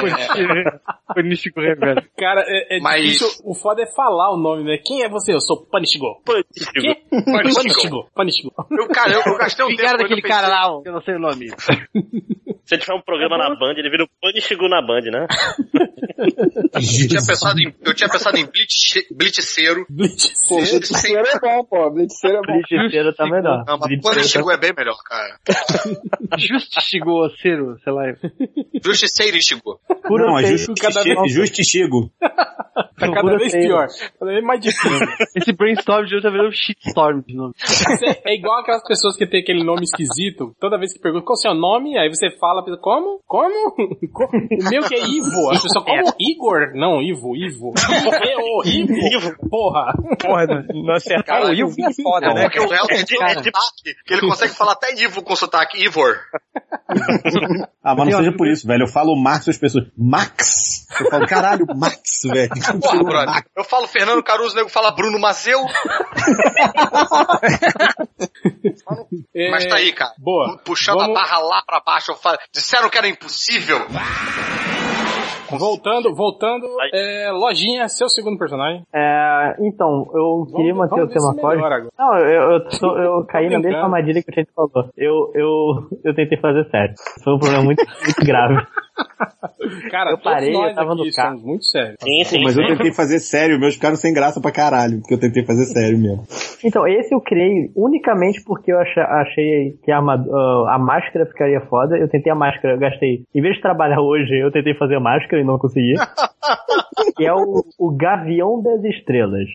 [SPEAKER 5] É.
[SPEAKER 9] O Nishiko Reverso.
[SPEAKER 2] Cara, é, é
[SPEAKER 4] Mas-
[SPEAKER 2] difícil. O foda é falar o nome, né? Quem é você? Eu sou Panichigo.
[SPEAKER 1] Pânico.
[SPEAKER 2] Panichigo. Panichigo.
[SPEAKER 4] Eu, cara, eu, eu gastei um
[SPEAKER 9] Que
[SPEAKER 4] tempo.
[SPEAKER 9] cara
[SPEAKER 4] quando eu
[SPEAKER 9] daquele
[SPEAKER 4] pensei-
[SPEAKER 9] cara lá, ó, que eu não sei o nome.
[SPEAKER 1] Se tiver um programa na Band, ele vira o Pânico na Band, né?
[SPEAKER 4] Eu tinha pensado em, eu tinha pensado em blitz, blitzeiro.
[SPEAKER 6] Pô,
[SPEAKER 4] Sim.
[SPEAKER 6] Blitzeiro é bom, pô. Blitzeiro é bom.
[SPEAKER 5] Ligeiro tá melhor.
[SPEAKER 4] Não, mas panístico é bem melhor, cara.
[SPEAKER 9] Justo chegou a ser, o- sei lá.
[SPEAKER 4] Justiceiro chegou.
[SPEAKER 5] Pura
[SPEAKER 8] Não, é
[SPEAKER 5] feio.
[SPEAKER 8] justi- che- justichigo.
[SPEAKER 2] Tá cada
[SPEAKER 5] Procura
[SPEAKER 2] vez
[SPEAKER 5] feio.
[SPEAKER 2] pior. Cada vez mais difícil.
[SPEAKER 9] Esse brainstorm de hoje tá virando um shitstorm de novo.
[SPEAKER 2] Isso é- É igual aquelas pessoas que tem aquele nome esquisito. Toda vez que pergunta qual é o seu nome, aí você fala, a pessoa, como? Como? Co- O meu que é Ivo. A pessoa, como? Igor? Não, Ivo, Ivo. Eu, Ivo. Porra.
[SPEAKER 13] Porra, não acertaram.
[SPEAKER 4] Cara,
[SPEAKER 13] o Ivo é foda, né?
[SPEAKER 4] Porque o réu tem tipo um sotaque que ele consegue falar até Ivo com sotaque. Ivor.
[SPEAKER 8] Ah, mas não seja por isso, velho. Eu falo Max e as pessoas. Max! Eu falo, caralho, Max, velho.
[SPEAKER 4] Porra, brother. Eu falo Fernando Caruso, o nego fala Bruno Mazeu.
[SPEAKER 2] É,
[SPEAKER 4] Mas tá aí, cara.
[SPEAKER 2] Boa.
[SPEAKER 4] Puxando
[SPEAKER 2] Vamos-
[SPEAKER 4] a barra lá pra baixo. Eu falo, disseram que era impossível.
[SPEAKER 2] Voltando, voltando.
[SPEAKER 1] Vai.
[SPEAKER 2] É, lojinha, seu segundo personagem.
[SPEAKER 5] É, então, eu queria
[SPEAKER 2] Vamos-
[SPEAKER 5] manter
[SPEAKER 2] vamos
[SPEAKER 5] o
[SPEAKER 2] ver se
[SPEAKER 5] tema forte.
[SPEAKER 2] melhora agora.
[SPEAKER 5] Não, eu, eu, tô- eu caí na
[SPEAKER 2] brincando.
[SPEAKER 5] mesma armadilha que a gente falou. Eu, eu, eu tentei fazer sério. Foi um problema muito, muito grave.
[SPEAKER 2] Cara,
[SPEAKER 5] Eu parei,
[SPEAKER 2] todos nós
[SPEAKER 5] eu tava
[SPEAKER 2] aqui
[SPEAKER 5] no carro.
[SPEAKER 2] somos muito sérios.
[SPEAKER 1] Sim, sim.
[SPEAKER 8] Mas
[SPEAKER 1] sim.
[SPEAKER 8] eu tentei fazer sério, meus ficaram sem graça pra caralho, porque eu tentei fazer sério mesmo.
[SPEAKER 5] Então, esse eu criei unicamente porque eu acha- achei que a, armad- ah, a máscara ficaria foda. Eu tentei a máscara, eu gastei. Em vez de trabalhar hoje, eu tentei fazer a máscara e não consegui. que é o, o Gavião das Estrelas.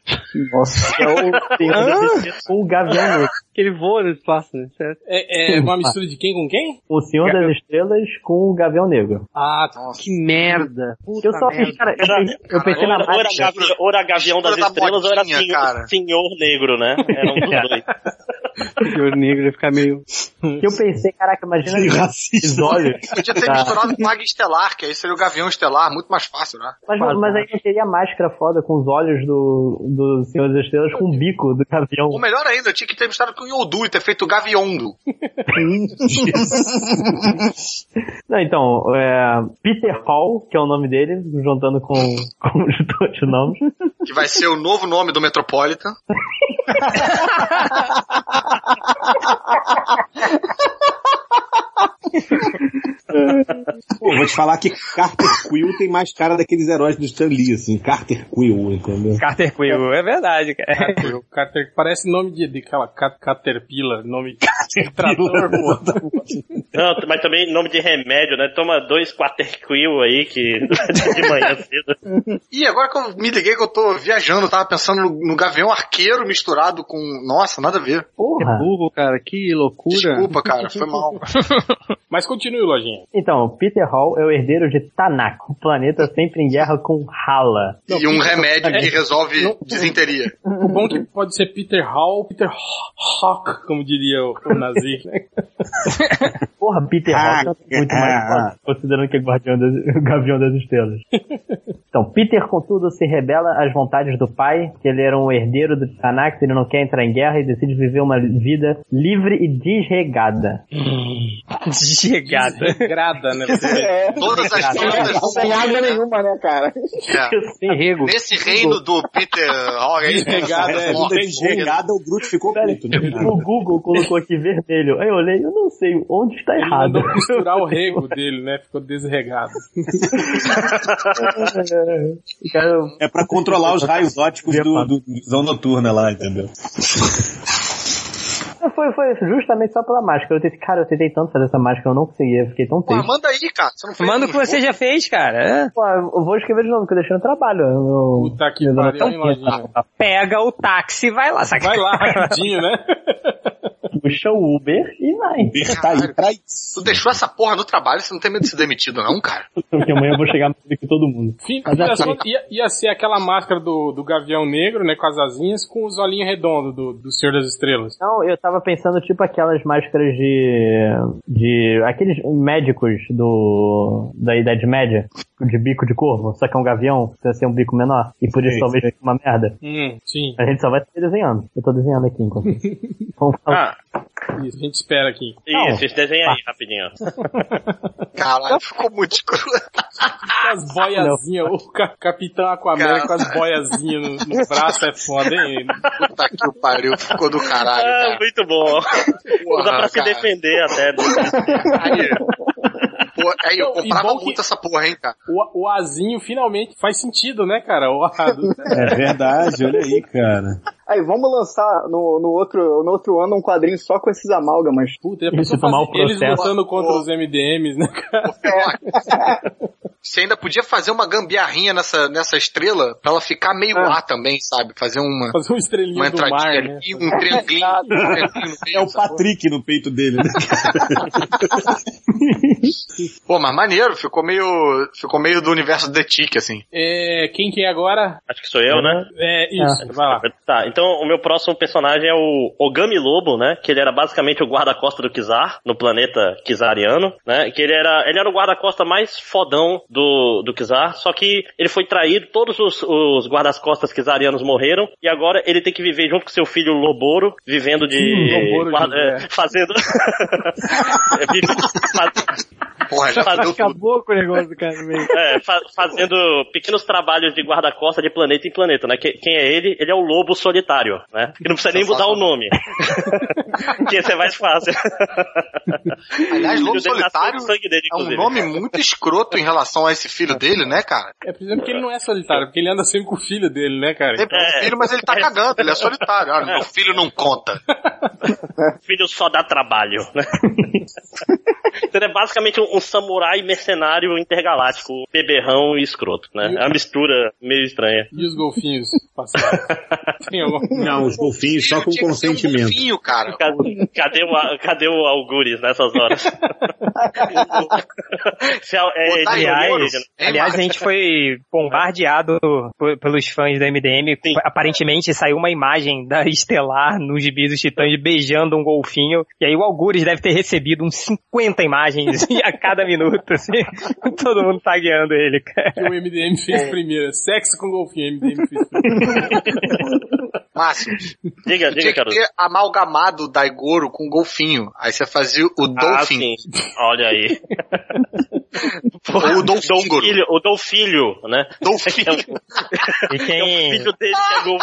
[SPEAKER 6] Nossa.
[SPEAKER 5] Que é o, tem um- um Gavião Negro.
[SPEAKER 9] Que ele voa no espaço, né? Certo?
[SPEAKER 2] É, é uma mistura de quem com quem?
[SPEAKER 5] O Senhor das Estrelas com o Gavião Negro.
[SPEAKER 2] Ah,
[SPEAKER 9] Que merda. Puta
[SPEAKER 5] Eu só fiz,
[SPEAKER 9] merda.
[SPEAKER 5] cara, eu, eu pensei
[SPEAKER 1] Ou
[SPEAKER 5] na
[SPEAKER 1] era, ou era
[SPEAKER 5] máscara.
[SPEAKER 1] gavi- ou era Gavião das
[SPEAKER 4] Mistura da
[SPEAKER 1] Estrelas ou era
[SPEAKER 4] modinha,
[SPEAKER 1] senhor,
[SPEAKER 4] cara.
[SPEAKER 1] senhor Negro, né? Era um dos dois.
[SPEAKER 9] O senhor negro ia ficar meio...
[SPEAKER 5] Que eu pensei, caraca, imagina
[SPEAKER 8] Que
[SPEAKER 5] os
[SPEAKER 8] racista.
[SPEAKER 5] olhos.
[SPEAKER 4] Podia ter
[SPEAKER 5] Tá.
[SPEAKER 4] misturado com Águia Estelar, que aí seria o Gavião Estelar, muito mais fácil, né?
[SPEAKER 5] Mas, não- mas aí não teria a máscara foda com os olhos do, do Senhor das Estrelas com o bico do Gavião.
[SPEAKER 4] Ou melhor ainda, eu tinha que ter misturado com o Yoldu e ter feito o Gaviondo.
[SPEAKER 5] Não, então, é, Peter Paul, que é o nome dele, juntando com, com os dois nomes.
[SPEAKER 4] Que vai ser o novo nome do Metropolitan.
[SPEAKER 8] Pô, vou te falar que Carter Quill tem mais cara daqueles heróis do Stan Lee, assim. Carter Quill, entendeu?
[SPEAKER 13] Carter Quill, é verdade, cara.
[SPEAKER 2] Cater- Cater- parece nome de, de aquela ca- Caterpillar, nome de trator, pô.
[SPEAKER 1] Não, mas também nome de remédio, né? Toma dois Quaterquil aí que de manhã cedo.
[SPEAKER 4] Ih, agora que eu me liguei que eu tô viajando, eu tava pensando no, no Gavião Arqueiro misturado com. Nossa, nada a ver.
[SPEAKER 9] É burro, cara, que loucura.
[SPEAKER 4] Desculpa, cara, foi mal.
[SPEAKER 2] Mas continue, Lojinha.
[SPEAKER 5] Então, Peter Hall é o herdeiro de Tanak, o planeta sempre em guerra com Hala.
[SPEAKER 4] e um remédio que resolve desinteria.
[SPEAKER 2] O bom é que pode ser Peter Hall, Peter Hawk, como diria o, o nazi. né?
[SPEAKER 5] Porra, Peter Hall é muito mais foda, considerando que é guardião das, o Gavião das Estrelas. Então, Peter, contudo, se rebela às vontades do pai, que ele era um herdeiro do Tanak, ele não quer entrar em guerra e decide viver uma vida livre e desregada.
[SPEAKER 13] Chegada.
[SPEAKER 2] Grada, né? Você-
[SPEAKER 4] Todas as plantas.
[SPEAKER 6] Sem água nenhuma, né, cara?
[SPEAKER 4] É.
[SPEAKER 9] Rego.
[SPEAKER 4] Nesse reino do Peter Hogg aí,
[SPEAKER 2] Desregado, é, não tem jeito.
[SPEAKER 8] Chegada, o Groot ficou puto. né?
[SPEAKER 5] O Google colocou aqui vermelho. Aí eu olhei, eu não sei onde está
[SPEAKER 2] Ele
[SPEAKER 5] errado.
[SPEAKER 2] mandou costurar o rego dele, né? Ficou desregado.
[SPEAKER 5] Cara,
[SPEAKER 8] É pra controlar os raios óticos do, do, do visão noturna lá, entendeu?
[SPEAKER 5] Foi, foi justamente só pela máscara. Eu disse, cara, eu tentei tanto fazer essa máscara, eu não conseguia, eu fiquei tão
[SPEAKER 4] Pô,
[SPEAKER 5] triste.
[SPEAKER 4] manda aí, cara. Você não fez um
[SPEAKER 13] Manda o que você já fez, cara. É.
[SPEAKER 5] Pô, eu vou escrever de novo, que eu deixei no trabalho. Eu-
[SPEAKER 2] Puta que
[SPEAKER 5] eu-
[SPEAKER 2] pariu,
[SPEAKER 5] eu-
[SPEAKER 2] hein, Lojinha?
[SPEAKER 13] Pega o táxi e vai lá, saca?
[SPEAKER 2] Vai lá rapidinho, né?
[SPEAKER 5] Puxa o Uber e vai.
[SPEAKER 8] Tá aí pra isso.
[SPEAKER 4] Tu deixou essa porra no trabalho, você não tem medo de ser demitido, não, cara.
[SPEAKER 5] Porque amanhã eu vou chegar mais do que todo mundo.
[SPEAKER 2] Fim,
[SPEAKER 5] Mas
[SPEAKER 2] ia,
[SPEAKER 5] assim-
[SPEAKER 2] só- ia- ia ser aquela máscara do, do Gavião Negro, né? Com as asinhas, com os olhinhos redondos do, do Senhor das Estrelas.
[SPEAKER 5] Não, eu tava pensando, tipo, aquelas máscaras de. de. aqueles médicos do. da Idade Média, de bico de corvo, só que é um gavião, precisa ser um bico menor, e por isso
[SPEAKER 8] Sim,
[SPEAKER 5] talvez
[SPEAKER 8] sim.
[SPEAKER 5] fique uma merda.
[SPEAKER 2] Hum, sim.
[SPEAKER 5] A gente só vai sair desenhando. Eu tô desenhando aqui enquanto. Vamos falar.
[SPEAKER 1] Ah,
[SPEAKER 2] Isso, a gente espera aqui.
[SPEAKER 5] Não.
[SPEAKER 1] isso, desenha aí rapidinho.
[SPEAKER 4] Caralho, ficou muito escuro.
[SPEAKER 2] Com as boiazinhas, o ca- Capitão Aquaman
[SPEAKER 4] Cara.
[SPEAKER 2] com as boiazinhas no, no braço é foda, hein?
[SPEAKER 4] Puta que o pariu, ficou do caralho,
[SPEAKER 1] Ah,
[SPEAKER 4] cara.
[SPEAKER 1] muito bom.
[SPEAKER 4] tá. Porra,
[SPEAKER 1] Usa pra se
[SPEAKER 4] cara.
[SPEAKER 1] defender até.
[SPEAKER 4] Aí, pô, aí eu
[SPEAKER 2] Não, e
[SPEAKER 4] comprava
[SPEAKER 2] bom que-
[SPEAKER 4] muito essa porra, hein, cara.
[SPEAKER 2] O, o azinho finalmente faz sentido, né, cara? O a do-
[SPEAKER 8] É verdade, olha aí, cara.
[SPEAKER 6] Aí, vamos lançar no, no, outro, no outro ano um quadrinho só com esses amálgamas.
[SPEAKER 2] Puta, já
[SPEAKER 5] Isso,
[SPEAKER 2] pensou
[SPEAKER 5] tomar
[SPEAKER 2] fazer
[SPEAKER 5] o
[SPEAKER 2] eles
[SPEAKER 5] processo.
[SPEAKER 2] lutando contra os MDMs, né, cara?
[SPEAKER 4] Você ainda podia fazer uma gambiarrinha nessa, nessa estrela pra ela ficar meio lá também, sabe? Fazer uma,
[SPEAKER 2] Fazer um
[SPEAKER 4] uma
[SPEAKER 2] estrelinho do
[SPEAKER 4] entradinha
[SPEAKER 2] mar, né?
[SPEAKER 4] ali, um triangulinho. um triangulinho no meio,
[SPEAKER 8] É o
[SPEAKER 4] sabe?
[SPEAKER 8] Patrick no peito dele, né?
[SPEAKER 4] Pô, mas maneiro, ficou meio, ficou meio do universo The Tick, assim.
[SPEAKER 2] É, quem que é agora?
[SPEAKER 1] Acho que sou eu, né?
[SPEAKER 2] É isso, vai lá.
[SPEAKER 1] Tá, então o meu próximo personagem é o Ogami Lobo, né? Que ele era basicamente o guarda-costa do Kizar, no planeta Kizariano, né? Que ele era, ele era o guarda-costa mais fodão do, do Kizar, só que ele foi traído, todos os, os guardas-costas Kizarianos morreram, e agora ele tem que viver junto com seu filho Loboro, vivendo de...
[SPEAKER 2] Hum, Loboro,
[SPEAKER 1] guarda-
[SPEAKER 2] gente,
[SPEAKER 1] é, fazendo... É, vive- faz-
[SPEAKER 4] Porra, já deu tudo.
[SPEAKER 9] Acabou Tá com o negócio do cara no meio.
[SPEAKER 1] é, fa- fazendo pequenos trabalhos de guarda-costa de planeta em planeta, né? Que- quem é ele? Ele é o lobo solitário, né? Que não precisa nem mudar o nome. que esse é mais fácil.
[SPEAKER 4] Aliás, Lobo
[SPEAKER 1] O filho dele nasceu
[SPEAKER 4] Solitário
[SPEAKER 1] com sangue dele,
[SPEAKER 4] É um
[SPEAKER 1] inclusive.
[SPEAKER 4] nome muito escroto em relação a esse filho dele, né, cara?
[SPEAKER 2] É por exemplo que ele não é solitário, porque ele anda sempre com o filho dele, né, cara?
[SPEAKER 4] Sempre é um filho, mas ele tá cagando, ele é solitário. Ah, meu filho não conta.
[SPEAKER 1] Filho só dá trabalho, né? Então, Ele é basicamente um, um samurai mercenário intergaláctico, beberrão e escroto, né? É uma mistura meio estranha.
[SPEAKER 2] E os golfinhos passaram? Tem algum...
[SPEAKER 8] Não, os golfinhos só com
[SPEAKER 4] Tinha que ser um
[SPEAKER 8] consentimento.
[SPEAKER 4] golfinho, cara.
[SPEAKER 1] Ca- Cadê o, a- cadê o Algures nessas horas? Se é, é,
[SPEAKER 4] Botar em
[SPEAKER 1] aliás,
[SPEAKER 4] ouros, hein,
[SPEAKER 13] Aliás, a
[SPEAKER 4] Marcos?
[SPEAKER 13] gente foi bombardeado por- pelos fãs da MDM.
[SPEAKER 1] Sim.
[SPEAKER 13] Aparentemente saiu uma imagem da Estelar no Gibi dos Titãs beijando um golfinho. E aí o Algures deve ter recebido uns 50 imagens assim, a cada minuto, assim, com todo mundo tagueando ele, cara.
[SPEAKER 2] que o MDM fez primeiro? Sexo com golfinho, MDM fez primeiro.
[SPEAKER 4] Máximo,
[SPEAKER 1] diga, diga,
[SPEAKER 4] tinha que
[SPEAKER 1] Caruso.
[SPEAKER 4] ter amalgamado Daigoro com golfinho. Aí você fazia o
[SPEAKER 1] Ah,
[SPEAKER 4] Dolphin.
[SPEAKER 1] sim. Olha aí.
[SPEAKER 4] Ou o Dolfingoro.
[SPEAKER 1] Filho, o Dolfilho, né? É
[SPEAKER 4] Dolfinho.
[SPEAKER 1] o-
[SPEAKER 13] E
[SPEAKER 1] é o
[SPEAKER 13] quem,
[SPEAKER 1] filho dele que é gol.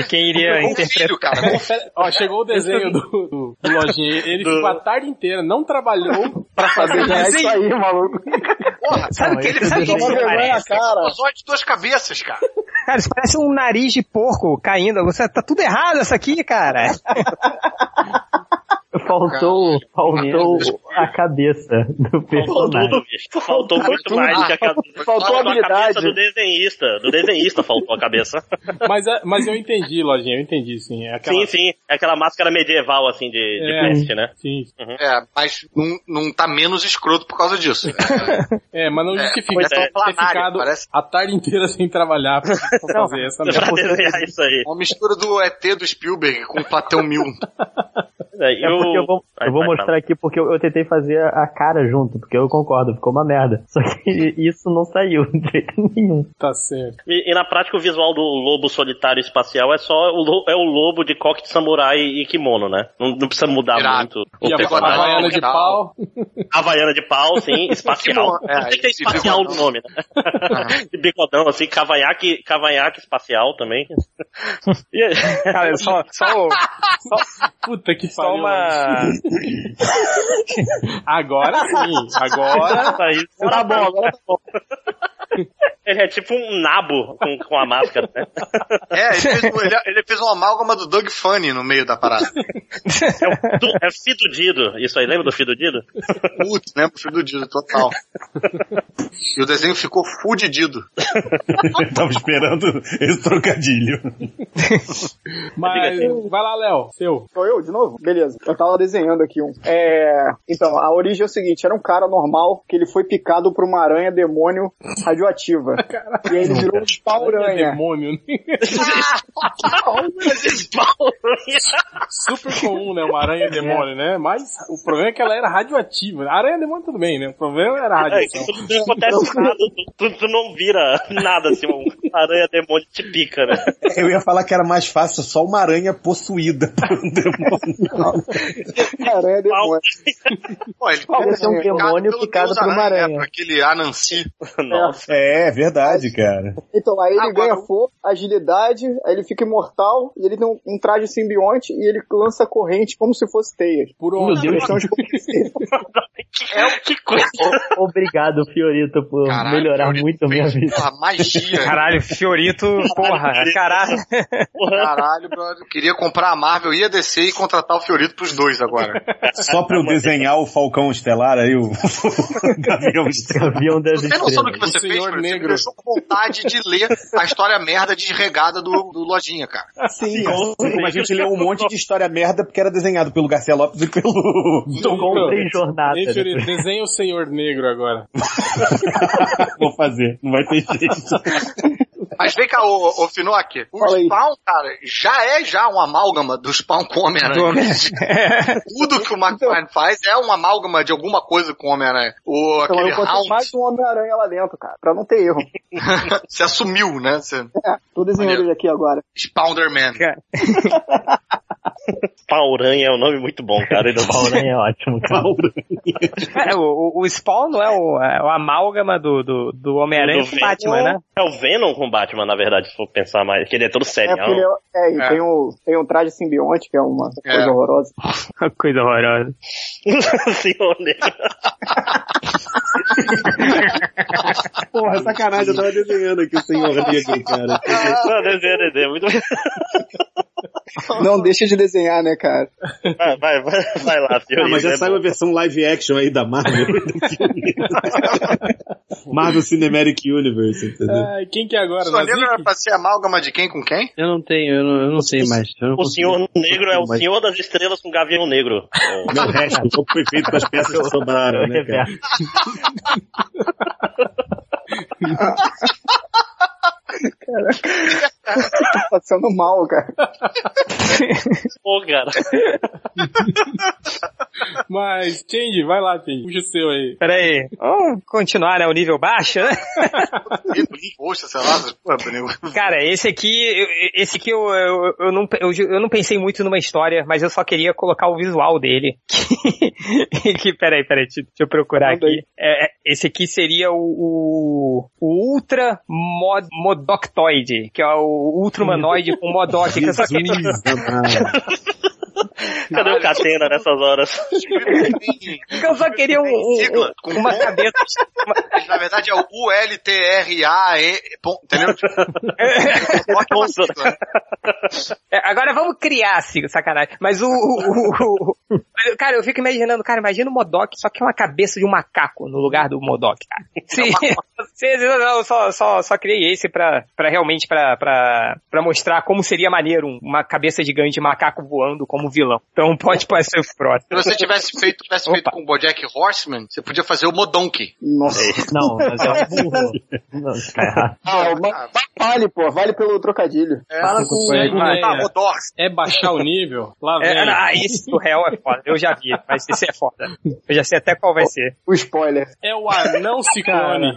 [SPEAKER 13] e quem iria interpretar
[SPEAKER 4] Golfinho, cara.
[SPEAKER 2] Pera- pera- Ó, chegou o desenho do, do, do lojinha. Ele ficou a tarde inteira, não trabalhou pra fazer
[SPEAKER 6] É
[SPEAKER 2] desenho.
[SPEAKER 6] isso aí, maluco.
[SPEAKER 4] Porra, sabe que ele sabe que
[SPEAKER 6] Toma
[SPEAKER 13] é um
[SPEAKER 4] ele
[SPEAKER 6] vergonha na
[SPEAKER 4] parece?
[SPEAKER 6] cara.
[SPEAKER 4] Os olhos de duas cabeças, cara.
[SPEAKER 13] Cara, isso parece um nariz de porco caindo. Você tá tudo errado essa aqui, cara.
[SPEAKER 5] faltou, faltou a cabeça do
[SPEAKER 1] Faltou tudo,
[SPEAKER 5] personagem.
[SPEAKER 1] bicho. Faltou muito mais que a cabeça.
[SPEAKER 6] Faltou habilidade.
[SPEAKER 1] cabeça do desenhista. Do desenhista faltou a cabeça.
[SPEAKER 2] Mas, é- mas eu entendi, Lojinha, eu entendi, sim. É aquela...
[SPEAKER 1] Sim, sim. É aquela máscara medieval, assim, de, de
[SPEAKER 2] É.
[SPEAKER 1] peste, né?
[SPEAKER 2] Sim.
[SPEAKER 4] É, mas não, não tá menos escroto por causa disso.
[SPEAKER 2] É, mas não
[SPEAKER 4] É,
[SPEAKER 2] justifica
[SPEAKER 1] pois
[SPEAKER 2] ter
[SPEAKER 1] é,
[SPEAKER 4] planário,
[SPEAKER 2] ficado
[SPEAKER 4] parece.
[SPEAKER 2] a tarde inteira sem trabalhar pra pra fazer essa
[SPEAKER 1] Pra
[SPEAKER 2] merda.
[SPEAKER 1] desenhar isso aí.
[SPEAKER 4] Uma mistura do ET do Spielberg com o Platão Mil.
[SPEAKER 1] É,
[SPEAKER 5] É porque eu vou,
[SPEAKER 13] tá,
[SPEAKER 5] eu vou mostrar aqui porque eu, eu tentei fazer a cara junto, porque eu concordo, ficou uma merda. Só que isso não saiu de jeito nenhum.
[SPEAKER 2] Tá certo.
[SPEAKER 1] E, e na prática o visual do lobo solitário espacial é só o, lo- é o lobo de coque de samurai e kimono, né? Não, não precisa mudar
[SPEAKER 4] Irado.
[SPEAKER 1] muito o
[SPEAKER 2] E a
[SPEAKER 4] personagem.
[SPEAKER 2] Havaiana de pau.
[SPEAKER 1] Havaiana de pau, sim, espacial.
[SPEAKER 4] Kimono, é,
[SPEAKER 1] Tem que ter
[SPEAKER 4] esse
[SPEAKER 1] espacial no
[SPEAKER 4] bigodão.
[SPEAKER 1] nome, né? De bigodão, assim, cavanhaque, cavanhaque espacial também. E aí-
[SPEAKER 9] Cara, só, só,
[SPEAKER 2] Puta que
[SPEAKER 9] só
[SPEAKER 2] pariu.
[SPEAKER 9] uma.
[SPEAKER 2] Agora sim, agora.
[SPEAKER 1] Aí, tá bom, agora tá bom. Ele é tipo um nabo com, com a máscara, né?
[SPEAKER 4] É, ele fez, ele, ele fez uma amálgama do Doug Funny no meio da parada.
[SPEAKER 1] É, o du- é fidudido, isso aí, lembra do fidudido?
[SPEAKER 4] Putz, né? Fudido total. E o desenho ficou fudido.
[SPEAKER 8] Eu tava esperando esse trocadilho.
[SPEAKER 2] Mas vai lá, Léo, seu.
[SPEAKER 6] Sou eu de novo? Beleza. Eu tava desenhando aqui um. É. Então, a origem é o seguinte: era um cara normal que ele foi picado por uma aranha demônio radioativa. E aí ele virou um pau-aranha.
[SPEAKER 2] demônio. né? Super comum, né? Uma aranha demônio, né? Mas o problema é que ela era radioativa. Aranha demônio tudo bem, né? O problema era então. a
[SPEAKER 1] É,
[SPEAKER 2] radiação.
[SPEAKER 1] isso não acontece nada, tu- tu, tu não vira nada assim, um aranha demônio te pica, né?
[SPEAKER 8] Eu ia falar que era mais fácil só uma aranha possuída por um demônio.
[SPEAKER 6] Aranha demônio.
[SPEAKER 4] Pô, ele
[SPEAKER 5] Parece um demônio picado por uma aranha.
[SPEAKER 4] Né, aquele Anansi.
[SPEAKER 1] Nossa.
[SPEAKER 8] É, verdade, cara.
[SPEAKER 6] Então, aí ele
[SPEAKER 4] Agora- um.
[SPEAKER 6] ganha força, agilidade, aí ele fica imortal, e ele tem um, um traje simbionte e ele lança corrente como se fosse teias.
[SPEAKER 2] Por onde?
[SPEAKER 6] Eles são os-
[SPEAKER 1] Que coisa.
[SPEAKER 5] Obrigado, Fiorito, por
[SPEAKER 4] Caralho,
[SPEAKER 5] melhorar
[SPEAKER 4] Fiorito
[SPEAKER 5] muito a minha
[SPEAKER 4] fez-
[SPEAKER 5] vida.
[SPEAKER 4] Porra, magia.
[SPEAKER 9] Caralho, Fiorito, porra, caralho.
[SPEAKER 4] Caralho, brother. Queria comprar a Marvel, ia descer e contratar o Fiorito pros dois agora.
[SPEAKER 8] Só pra eu desenhar o Falcão Estelar aí, o Gavião Estelar.
[SPEAKER 5] Avião das
[SPEAKER 4] Você tem noção do que
[SPEAKER 5] estrelas.
[SPEAKER 4] você
[SPEAKER 2] O
[SPEAKER 4] fez,
[SPEAKER 2] Senhor
[SPEAKER 4] Fiorito? Você me
[SPEAKER 2] Negro.
[SPEAKER 4] deixou com vontade de ler a história merda desregada do, do Lojinha, cara.
[SPEAKER 8] Sim, como a gente leu um monte de história merda porque era desenhado pelo Garcia Lopes e pelo Tom
[SPEAKER 5] Com
[SPEAKER 8] Conte.
[SPEAKER 5] três jornadas.
[SPEAKER 2] Deixa
[SPEAKER 5] né?
[SPEAKER 2] eu desenha o Senhor Negro agora.
[SPEAKER 8] Vou fazer, não vai ter jeito.
[SPEAKER 4] Mas vem cá, ô, ô Finoc, o
[SPEAKER 6] Fala aí.
[SPEAKER 4] Spawn, cara, já é já um amálgama do Spawn com o Homem-Aranha. Tudo que o
[SPEAKER 5] Então-
[SPEAKER 4] McFarlane faz é um amálgama de alguma coisa com o Homem-Aranha. O
[SPEAKER 6] Então
[SPEAKER 4] aquele
[SPEAKER 6] eu botei
[SPEAKER 4] round
[SPEAKER 6] mais um Homem-Aranha lá dentro, cara, pra não ter erro. É,
[SPEAKER 4] se assumiu, né? Você...
[SPEAKER 6] Tô desenhando
[SPEAKER 4] Maneiro.
[SPEAKER 6] ele aqui agora.
[SPEAKER 4] Spawnderman.
[SPEAKER 1] Pauranha é um nome muito bom, cara. Ainda
[SPEAKER 5] O
[SPEAKER 1] Pauranha.
[SPEAKER 5] Aranha é ótimo, cara.
[SPEAKER 9] É, o, o Spawn não é o, é o amálgama do, do, do Homem-Aranha
[SPEAKER 1] Do
[SPEAKER 9] com o Batman, né?
[SPEAKER 1] É o Venom com Batman, na verdade, se for pensar mais. Que ele é todo
[SPEAKER 6] É, porque ele
[SPEAKER 1] sério.
[SPEAKER 6] é, é, e
[SPEAKER 4] É.
[SPEAKER 6] Tem, um, tem um traje simbionte, que é uma
[SPEAKER 4] É.
[SPEAKER 6] coisa horrorosa.
[SPEAKER 9] Coisa horrorosa.
[SPEAKER 1] Senhor Negro.
[SPEAKER 8] Porra, sacanagem, eu tava desenhando aqui o senhor negro, cara.
[SPEAKER 1] Não, desenho, desenho. Muito...
[SPEAKER 6] Não deixa de desenhar, né, cara?
[SPEAKER 1] Vai, vai, vai, vai lá, Fiorito.
[SPEAKER 8] Ah, mas já
[SPEAKER 1] é
[SPEAKER 8] saiu
[SPEAKER 1] bom.
[SPEAKER 8] a versão live action aí da Marvel. Marvel Cinematic Universe, entendeu?
[SPEAKER 2] Ai, quem que é agora?
[SPEAKER 4] Só lembra era
[SPEAKER 2] Nazik?
[SPEAKER 4] pra ser amálgama de quem com quem?
[SPEAKER 9] Eu não tenho, eu não, eu não sei mais. eu não
[SPEAKER 1] O
[SPEAKER 9] consigo.
[SPEAKER 1] Senhor Negro é o
[SPEAKER 9] Mas-
[SPEAKER 1] Senhor das Estrelas com Gavião Negro.
[SPEAKER 8] Não, o resto o foi feito das peças que sobraram, né, cara?
[SPEAKER 5] Reverso.
[SPEAKER 6] Tá passando mal, cara.
[SPEAKER 1] Pô, cara.
[SPEAKER 2] Mas, Change, vai lá, Change. Puxa o seu aí.
[SPEAKER 9] Pera aí. Vamos continuar, né? O nível baixo, né?
[SPEAKER 4] Poxa, sei lá. Pô, Bruno,
[SPEAKER 9] Cara, esse aqui, eu- esse aqui eu, eu, eu não, eu, eu não pensei muito numa história, mas eu só queria colocar o visual dele. Que, que peraí, peraí, deixa, deixa eu procurar
[SPEAKER 6] Manda
[SPEAKER 9] aqui. É, é, esse aqui seria o, o, o Ultra Mod, Modoctoid, que é o Ultra Humanoide com Modoc. que eu só queria-
[SPEAKER 1] Cadê o Catena nessas horas?
[SPEAKER 4] escrito com quem?
[SPEAKER 9] que eu só queria um- um- um-
[SPEAKER 4] Sigla, com
[SPEAKER 9] uma cabeça, uma,
[SPEAKER 4] mas na verdade é o ULTRAE. bom, Entendeu? Tipo, Ótima sigla, né?
[SPEAKER 13] É, Agora vamos criar, assim, sacanagem. Mas o, o- o- o- Cara, eu fico imaginando, cara, imagina o Modok, só que é uma cabeça de um macaco no lugar do Modok, cara. É Sim, sim, sim, não, assim, eu só, só, só criei esse pra, pra realmente pra, pra, pra mostrar como seria maneiro um- uma cabeça gigante de macaco voando como vilão. Então pode parecer o próximo.
[SPEAKER 4] Se você tivesse feito, tivesse feito com o Bojack Horseman, você podia fazer o Modonk.
[SPEAKER 6] Nossa.
[SPEAKER 5] Não, mas é um burro. Não, tá errado.
[SPEAKER 6] Ah, ma- vale, pô. Vale pelo trocadilho.
[SPEAKER 4] É,
[SPEAKER 2] Fala com o
[SPEAKER 4] tá,
[SPEAKER 2] Goleia.
[SPEAKER 4] Modorx.
[SPEAKER 2] É baixar o nível? Lá vem.
[SPEAKER 13] É, ah, isso do réu é foda. Eu já vi, mas esse é foda. Eu já sei até qual vai ser.
[SPEAKER 6] O spoiler.
[SPEAKER 2] É o anão ciclone.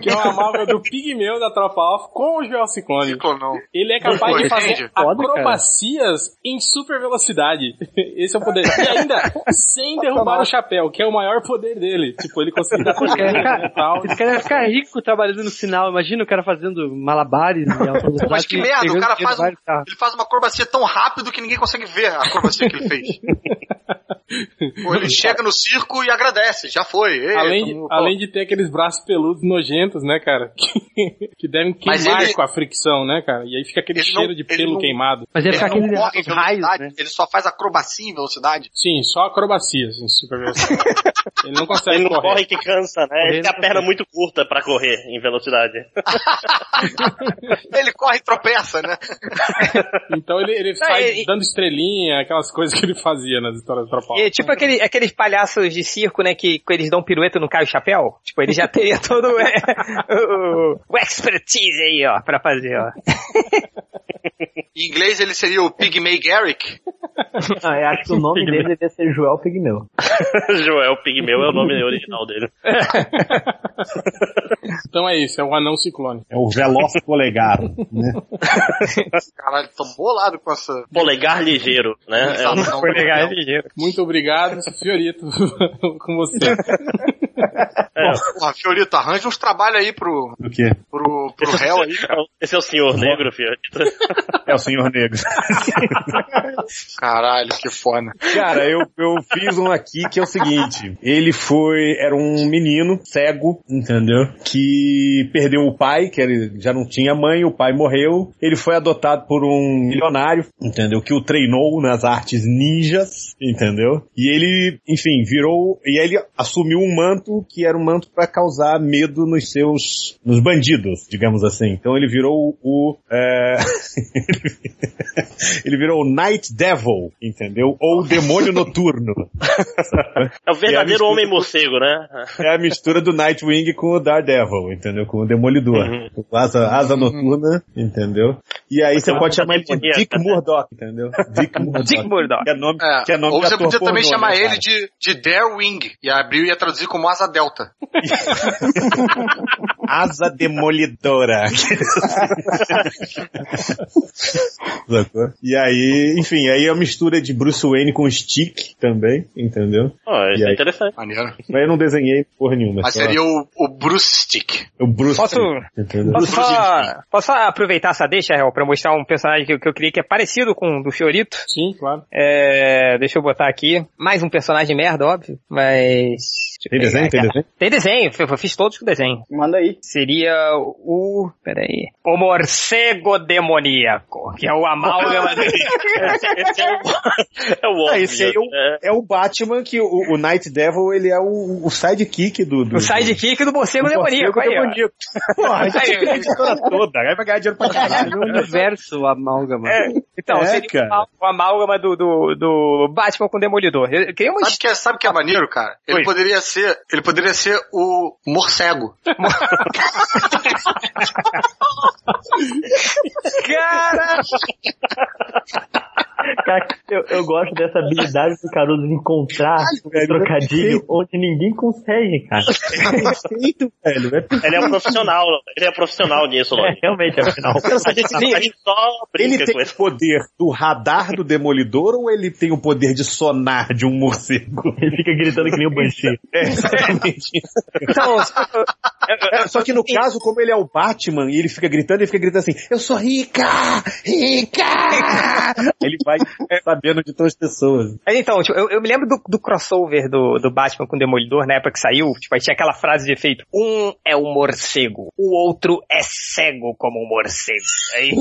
[SPEAKER 2] que é uma amálgama do pigmeu da tropa alfa com o Joel Ciclone.
[SPEAKER 4] Ficou não.
[SPEAKER 2] Ele é capaz de fazer
[SPEAKER 4] Entende?
[SPEAKER 9] Foda, cara.
[SPEAKER 2] acrobacias em super velocidade. Esse é o poder. E ainda sem derrubar o chapéu, que é o maior poder dele. Tipo, ele consegue dar
[SPEAKER 4] é.
[SPEAKER 9] cara.
[SPEAKER 2] corrida e tal.
[SPEAKER 9] Esse cara ia ficar rico trabalhando no sinal. Imagina o cara fazendo malabares. e alta velocidade,
[SPEAKER 4] Mas que merda, o
[SPEAKER 9] pegando
[SPEAKER 4] cara
[SPEAKER 9] dinheiro
[SPEAKER 4] faz,
[SPEAKER 9] de vários
[SPEAKER 4] um-
[SPEAKER 9] carros.
[SPEAKER 4] ele faz uma acrobacia tão rápido que ninguém consegue ver a acrobacia que ele fez. Ou ele chega no circo e agradece, já foi. Ei,
[SPEAKER 2] Além de,
[SPEAKER 4] tamo- pô.
[SPEAKER 2] além de ter aqueles braços peludos nojentos, né, cara? Que, que devem
[SPEAKER 4] Mas
[SPEAKER 2] queimar
[SPEAKER 4] ele-
[SPEAKER 2] com a fricção, né, cara? E aí fica aquele
[SPEAKER 4] Ele não-
[SPEAKER 2] cheiro de
[SPEAKER 4] ele
[SPEAKER 2] pelo
[SPEAKER 4] não-
[SPEAKER 2] queimado.
[SPEAKER 9] Mas ia
[SPEAKER 4] ele é um
[SPEAKER 9] ficar
[SPEAKER 4] não
[SPEAKER 9] aquele
[SPEAKER 4] corre em
[SPEAKER 9] raios,
[SPEAKER 4] velocidade,
[SPEAKER 9] né?
[SPEAKER 4] ele só faz acrobacia em velocidade.
[SPEAKER 2] Sim, só acrobacias assim, em super velocidade. Ele não
[SPEAKER 8] Tá
[SPEAKER 2] consegue
[SPEAKER 1] Ele não
[SPEAKER 2] correr.
[SPEAKER 1] corre que cansa, né?
[SPEAKER 9] Correr
[SPEAKER 1] Ele tem a
[SPEAKER 9] não
[SPEAKER 1] perna muito curta pra correr em velocidade.
[SPEAKER 4] Ele corre e tropeça, né?
[SPEAKER 2] Então ele, ele sai
[SPEAKER 13] ele-
[SPEAKER 2] dando estrelinha, aquelas coisas que ele fazia nas histórias do Tropal.
[SPEAKER 13] E, tipo aquele, aqueles palhaços de circo, né, que, que eles dão pirueta e não cai o chapéu. Tipo, ele já teria todo é, o, o expertise aí, ó, pra fazer, ó.
[SPEAKER 4] Em inglês ele seria o Pygmy Garrick.
[SPEAKER 5] Não, eu acho que o nome dele devia ser Joel Pigmeu.
[SPEAKER 1] Joel Pigmeu é o nome original dele.
[SPEAKER 2] Então é isso, é o anão ciclone.
[SPEAKER 8] É o veloz polegar, né?
[SPEAKER 4] Caralho, tô bolado com essa.
[SPEAKER 1] Polegar ligeiro, né? É o-
[SPEAKER 4] Não, não, não.
[SPEAKER 2] Muito obrigado, Fiorito, com você.
[SPEAKER 4] Porra, Fiorito, arranja uns trabalhos aí pro,
[SPEAKER 8] O quê?
[SPEAKER 4] pro, pro réu aí.
[SPEAKER 1] Esse é o senhor negro, filho.
[SPEAKER 8] É o senhor negro.
[SPEAKER 4] Caralho, que foda.
[SPEAKER 8] Cara, eu, eu fiz um aqui que é o seguinte. Ele foi, era um menino cego, entendeu? Que perdeu o pai, que ele já não tinha mãe, o pai morreu. Ele foi adotado por um milionário, entendeu? Que o treinou nas artes ninjas, entendeu? E ele, enfim, virou, e aí ele assumiu um manto que era um manto pra causar medo nos seus, nos bandidos, digamos assim. Então ele virou o, é, ele virou o Night Devil, entendeu? Ou o demônio noturno.
[SPEAKER 1] É o verdadeiro
[SPEAKER 8] É,
[SPEAKER 1] homem morcego, né?
[SPEAKER 8] É a mistura do Nightwing com o Daredevil, entendeu? Com o Demolidor.
[SPEAKER 4] Uhum.
[SPEAKER 8] Com Asa, asa noturna, entendeu? E aí
[SPEAKER 4] é
[SPEAKER 8] você pode chamar ele de
[SPEAKER 1] demoníaca,
[SPEAKER 8] Dick
[SPEAKER 1] né?
[SPEAKER 8] Murdoch, entendeu? Dick Murdoch.
[SPEAKER 13] Dick Murdoch.
[SPEAKER 8] Que é nome,
[SPEAKER 4] É,
[SPEAKER 8] que é nome
[SPEAKER 4] ou
[SPEAKER 8] de
[SPEAKER 4] você
[SPEAKER 8] ator
[SPEAKER 4] podia também
[SPEAKER 8] pornô,
[SPEAKER 4] chamar
[SPEAKER 8] né,
[SPEAKER 4] ele
[SPEAKER 8] cara?
[SPEAKER 4] de, de Darewing e abriu e ia traduzir como Asa Delta.
[SPEAKER 8] Asa Demolidora. Sacou? e aí, enfim, aí é a mistura de Bruce Wayne com Stick também, entendeu?
[SPEAKER 1] Ó, isso
[SPEAKER 8] E
[SPEAKER 1] é
[SPEAKER 8] aí?
[SPEAKER 1] interessante.
[SPEAKER 4] Maneiro.
[SPEAKER 8] Mas eu não desenhei porra nenhuma.
[SPEAKER 4] Mas
[SPEAKER 8] sei lá.
[SPEAKER 4] seria o, o Bruce Stick.
[SPEAKER 8] o Bruce.
[SPEAKER 13] Posso-
[SPEAKER 8] entendeu?
[SPEAKER 13] Posso só, posso só aproveitar essa deixa, Hel, pra mostrar um personagem que, eu- que eu criei que é parecido com o do Fiorito.
[SPEAKER 2] Sim, claro.
[SPEAKER 13] É, deixa eu botar aqui. Mais um personagem merda, óbvio, mas...
[SPEAKER 8] Tem desenho? Tem desenho?
[SPEAKER 13] Tem desenho, eu fiz todos com desenho.
[SPEAKER 6] Manda aí.
[SPEAKER 13] Seria o. Peraí. O morcego demoníaco, que é o amálgama.
[SPEAKER 1] Esse é o, é o
[SPEAKER 8] Ah,
[SPEAKER 1] óbvio.
[SPEAKER 8] esse aí é o,
[SPEAKER 1] né?
[SPEAKER 8] é o Batman que o, o Night Devil, ele é o, o sidekick do... do
[SPEAKER 13] o sidekick do morcego
[SPEAKER 8] Uhum. do
[SPEAKER 13] demoníaco.
[SPEAKER 8] morcego
[SPEAKER 13] Aí, ó.
[SPEAKER 8] demoníaco. Porra, a gente
[SPEAKER 13] Aí,
[SPEAKER 8] ganha a editora toda. Aí vai ganhar dinheiro pra caralho.
[SPEAKER 9] É um universo amálgama.
[SPEAKER 13] É, então,
[SPEAKER 8] É,
[SPEAKER 13] seria
[SPEAKER 8] cara.
[SPEAKER 13] o amál- o amálgama do, do, do Batman com o Demolidor. Eu eu queria uma
[SPEAKER 4] Sabe que é, sabe que é maneiro, cara? Ele
[SPEAKER 13] Oi.
[SPEAKER 4] poderia ser, ele poderia ser o morcego.
[SPEAKER 13] cara!
[SPEAKER 5] Cara, eu, eu gosto dessa habilidade do Caruso de encontrar um
[SPEAKER 8] velho,
[SPEAKER 5] trocadilho onde ninguém consegue, cara.
[SPEAKER 8] Perfeito, velho. É perfeito.
[SPEAKER 1] Ele é um profissional, ele é um profissional nisso,
[SPEAKER 5] É,
[SPEAKER 1] Lodi.
[SPEAKER 5] realmente, afinal.
[SPEAKER 1] A gente, a gente só
[SPEAKER 8] Ele
[SPEAKER 1] brinca
[SPEAKER 8] tem
[SPEAKER 1] com
[SPEAKER 8] o
[SPEAKER 1] isso.
[SPEAKER 8] poder do radar do Demolidor ou ele tem o poder de sonar de um morcego?
[SPEAKER 5] Ele fica gritando que nem o Banshee.
[SPEAKER 8] É, exatamente.
[SPEAKER 13] Então,
[SPEAKER 8] É, só que no caso, como ele é o Batman e ele fica gritando, ele fica gritando assim, eu sou rica! Rica! ele vai sabendo de tantas pessoas.
[SPEAKER 13] Mas então, tipo, eu, eu me lembro do, do crossover do, do Batman com o Demolidor na época que saiu. Tipo, aí tinha aquela frase de efeito: um é um morcego, o outro é cego como um morcego. Aí,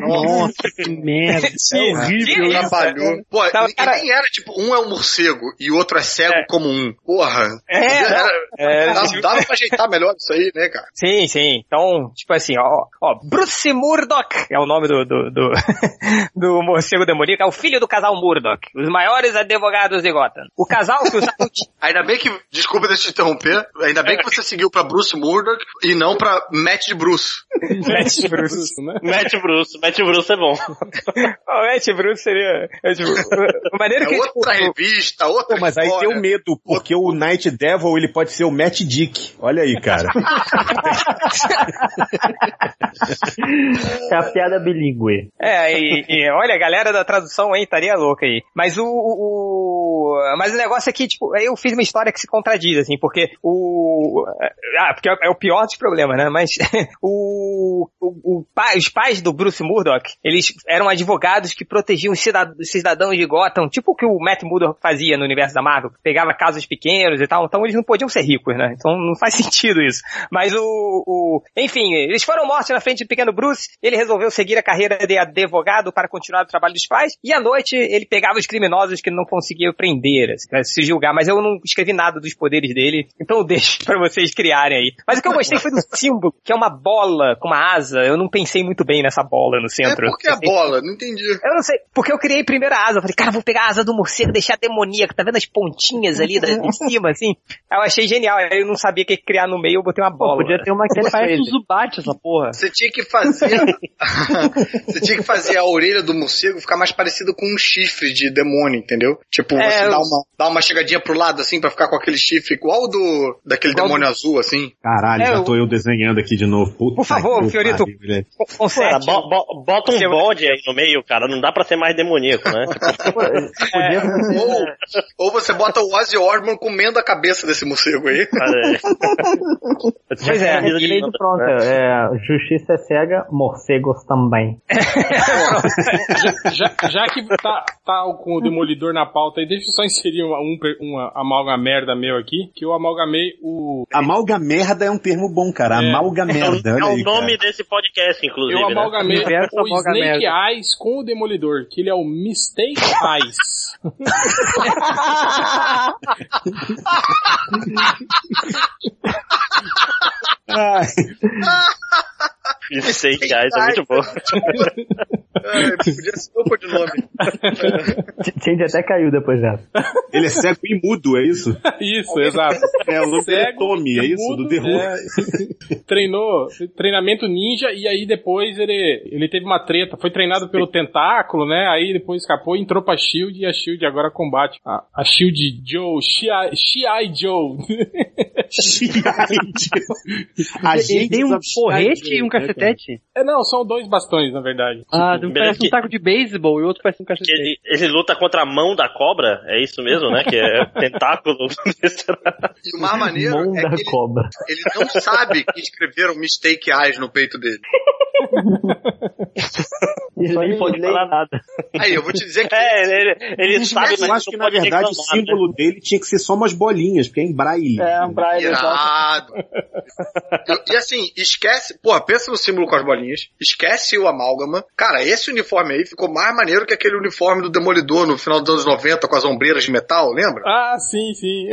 [SPEAKER 9] Nossa, que merda. É horrível. isso.
[SPEAKER 4] Trabalhou. Pô,
[SPEAKER 13] Tava-
[SPEAKER 4] e nem era tipo, um é um morcego e o outro é cego
[SPEAKER 13] É.
[SPEAKER 4] como um. Porra.
[SPEAKER 13] É,
[SPEAKER 4] Era-
[SPEAKER 13] é,
[SPEAKER 4] dava, dava pra ajeitar melhor isso aí, né, cara?
[SPEAKER 13] Sim, sim. Então, tipo assim, ó, ó, Bruce Murdoch é o nome do, do, do, do morcego demoníaco, é o filho do casal Murdoch, os maiores advogados de Gotham. O casal que usava o ti-
[SPEAKER 4] Ainda bem que, desculpa deixa eu te interromper, ainda bem que você seguiu pra Bruce Murdoch e não pra Matt de Bruce.
[SPEAKER 13] Matt Bruce.
[SPEAKER 2] né?
[SPEAKER 1] Matt Bruce, Matt Bruce é bom.
[SPEAKER 13] Ó, Matt Bruce seria, é, tipo, o maneiro
[SPEAKER 4] É
[SPEAKER 13] que, tipo,
[SPEAKER 4] outra revista, outra
[SPEAKER 8] Pô, mas aí
[SPEAKER 4] história.
[SPEAKER 2] um
[SPEAKER 8] tem o medo, porque o Night Devil ele pode ser o Matt Dick. Olha aí, cara.
[SPEAKER 5] É a piada bilíngue.
[SPEAKER 13] é, e, e olha, a galera da tradução, hein, estaria louca aí. Mas o, o, o- mas o negócio é que, tipo, aí eu fiz uma história que se contradiz, assim, porque o, ah, porque é o pior dos problemas, né, mas o, o, o pai- os pais do Bruce Murdoch, eles eram advogados que protegiam os cida- os cidadãos de Gotham, tipo o que o Matt Murdock fazia no universo da Marvel, pegava casos pequenos e tal, então eles não podiam ser ricos, né? Então não faz sentido isso. Mas o, o- enfim, eles foram mortos na frente do pequeno Bruce, ele resolveu seguir a carreira de advogado para continuar o trabalho dos pais, e à noite ele pegava os criminosos que não conseguia prender, assim, pra se julgar, mas eu não escrevi nada dos poderes dele, então eu deixo pra vocês criarem aí. Mas o que eu gostei foi do símbolo, que é uma bola com uma asa, eu não pensei muito bem nessa bola no
[SPEAKER 4] É
[SPEAKER 13] centro.
[SPEAKER 4] porque a bola, não entendi.
[SPEAKER 13] Eu não sei, porque eu criei primeiro a asa. Eu falei, cara, eu vou pegar a asa do morcego, deixar demoníaco, tá vendo as pontinhas ali da, de cima, assim? Aí eu achei genial, aí eu não sabia o que criar no meio, eu botei uma
[SPEAKER 9] Pô,
[SPEAKER 13] bola.
[SPEAKER 9] podia ter uma que parece o Zubat, essa porra.
[SPEAKER 4] Você tinha que fazer. você tinha que fazer a orelha do morcego ficar mais parecida com um chifre de demônio, entendeu? Tipo,
[SPEAKER 13] É,
[SPEAKER 4] você
[SPEAKER 13] eu-
[SPEAKER 4] dá, uma, dá uma chegadinha pro lado, assim, pra ficar com aquele chifre igual do. daquele
[SPEAKER 13] Igual
[SPEAKER 4] demônio azul, assim.
[SPEAKER 8] Caralho,
[SPEAKER 13] É,
[SPEAKER 8] já
[SPEAKER 13] o-
[SPEAKER 8] tô eu desenhando aqui de novo. Puta
[SPEAKER 13] Por favor,
[SPEAKER 8] que
[SPEAKER 13] Fiorito.
[SPEAKER 8] pariu, moleque.
[SPEAKER 13] Com- com
[SPEAKER 1] Cara,
[SPEAKER 13] sete.
[SPEAKER 1] bo- bo- bota um bode aí no meio, cara. Não dá pra ser mais demoníaco, né?
[SPEAKER 4] Ou, ou você bota o Ozzy Osbourne comendo a cabeça desse morcego aí.
[SPEAKER 1] é. Pois
[SPEAKER 13] é,
[SPEAKER 5] Direito pronto. É, justiça é cega, morcegos também.
[SPEAKER 2] Já, já que tá, tá com o Demolidor na pauta aí, deixa eu só inserir uma, um, per- uma amalga merda meu aqui, que eu amalgamei o.
[SPEAKER 8] Amalga merda é um termo bom, cara.
[SPEAKER 2] É.
[SPEAKER 8] Amalga
[SPEAKER 1] É o,
[SPEAKER 8] merda.
[SPEAKER 1] é
[SPEAKER 8] olha
[SPEAKER 1] o
[SPEAKER 8] aí,
[SPEAKER 1] nome
[SPEAKER 8] cara.
[SPEAKER 1] desse podcast, inclusive.
[SPEAKER 2] Eu
[SPEAKER 1] né?
[SPEAKER 2] amalgamei
[SPEAKER 8] é
[SPEAKER 9] Universo
[SPEAKER 2] o
[SPEAKER 9] amalga
[SPEAKER 2] Snake Eyes com o Demolidor, que ele é o Mistake Eyes.
[SPEAKER 8] Ah,
[SPEAKER 1] Mistake Eyes, é muito bom.
[SPEAKER 4] É, podia ser roupa de nome.
[SPEAKER 5] Ch- Change até caiu depois dessa.
[SPEAKER 8] ele é cego e mudo, é isso?
[SPEAKER 2] Isso, exato.
[SPEAKER 8] É o nome dele é
[SPEAKER 2] Cego,
[SPEAKER 8] Tommy, é isso?
[SPEAKER 2] mudo,
[SPEAKER 8] Do terror.
[SPEAKER 2] é. treinou treinamento ninja e aí depois ele, ele teve uma treta, foi treinado pelo tentáculo, né? Aí depois escapou, entrou pra Shield e a Shield agora combate a, a Shield Joe, Shiai Shiai Joe.
[SPEAKER 8] A
[SPEAKER 9] Ele tem um
[SPEAKER 8] sabe-
[SPEAKER 9] porrete e um cacetete.
[SPEAKER 2] É, não, são dois bastões na verdade. Tipo,
[SPEAKER 9] Ah, um
[SPEAKER 1] beleza
[SPEAKER 9] parece um
[SPEAKER 1] que-
[SPEAKER 9] taco de beisebol e outro parece um
[SPEAKER 1] Que
[SPEAKER 9] cacetete.
[SPEAKER 1] ele, ele luta contra a mão da cobra, é isso mesmo, né? Que é tentáculo.
[SPEAKER 4] E o mais maneiro
[SPEAKER 5] Mão
[SPEAKER 4] é
[SPEAKER 5] da
[SPEAKER 4] que ele,
[SPEAKER 5] cobra.
[SPEAKER 4] ele não sabe que escreveram Mistake Eyes no peito dele.
[SPEAKER 5] Isso aí não pode
[SPEAKER 6] é um
[SPEAKER 5] falar nada.
[SPEAKER 4] Aí, eu vou te dizer que.
[SPEAKER 1] é, ele, ele- ele sabe, mas
[SPEAKER 8] Eu acho
[SPEAKER 1] não
[SPEAKER 8] que, na
[SPEAKER 1] pode
[SPEAKER 8] verdade, o
[SPEAKER 1] reclamar, né?
[SPEAKER 8] símbolo dele tinha que ser só umas bolinhas, porque é em braille.
[SPEAKER 6] É, Brian, exato.
[SPEAKER 4] Irado. Eu- E assim, esquece. Pô, pensa no símbolo com as bolinhas. Esquece o amálgama. Cara, esse uniforme aí ficou mais maneiro que aquele uniforme do Demolidor no final dos anos 90 com as ombreiras de metal, lembra?
[SPEAKER 2] Ah, sim, sim.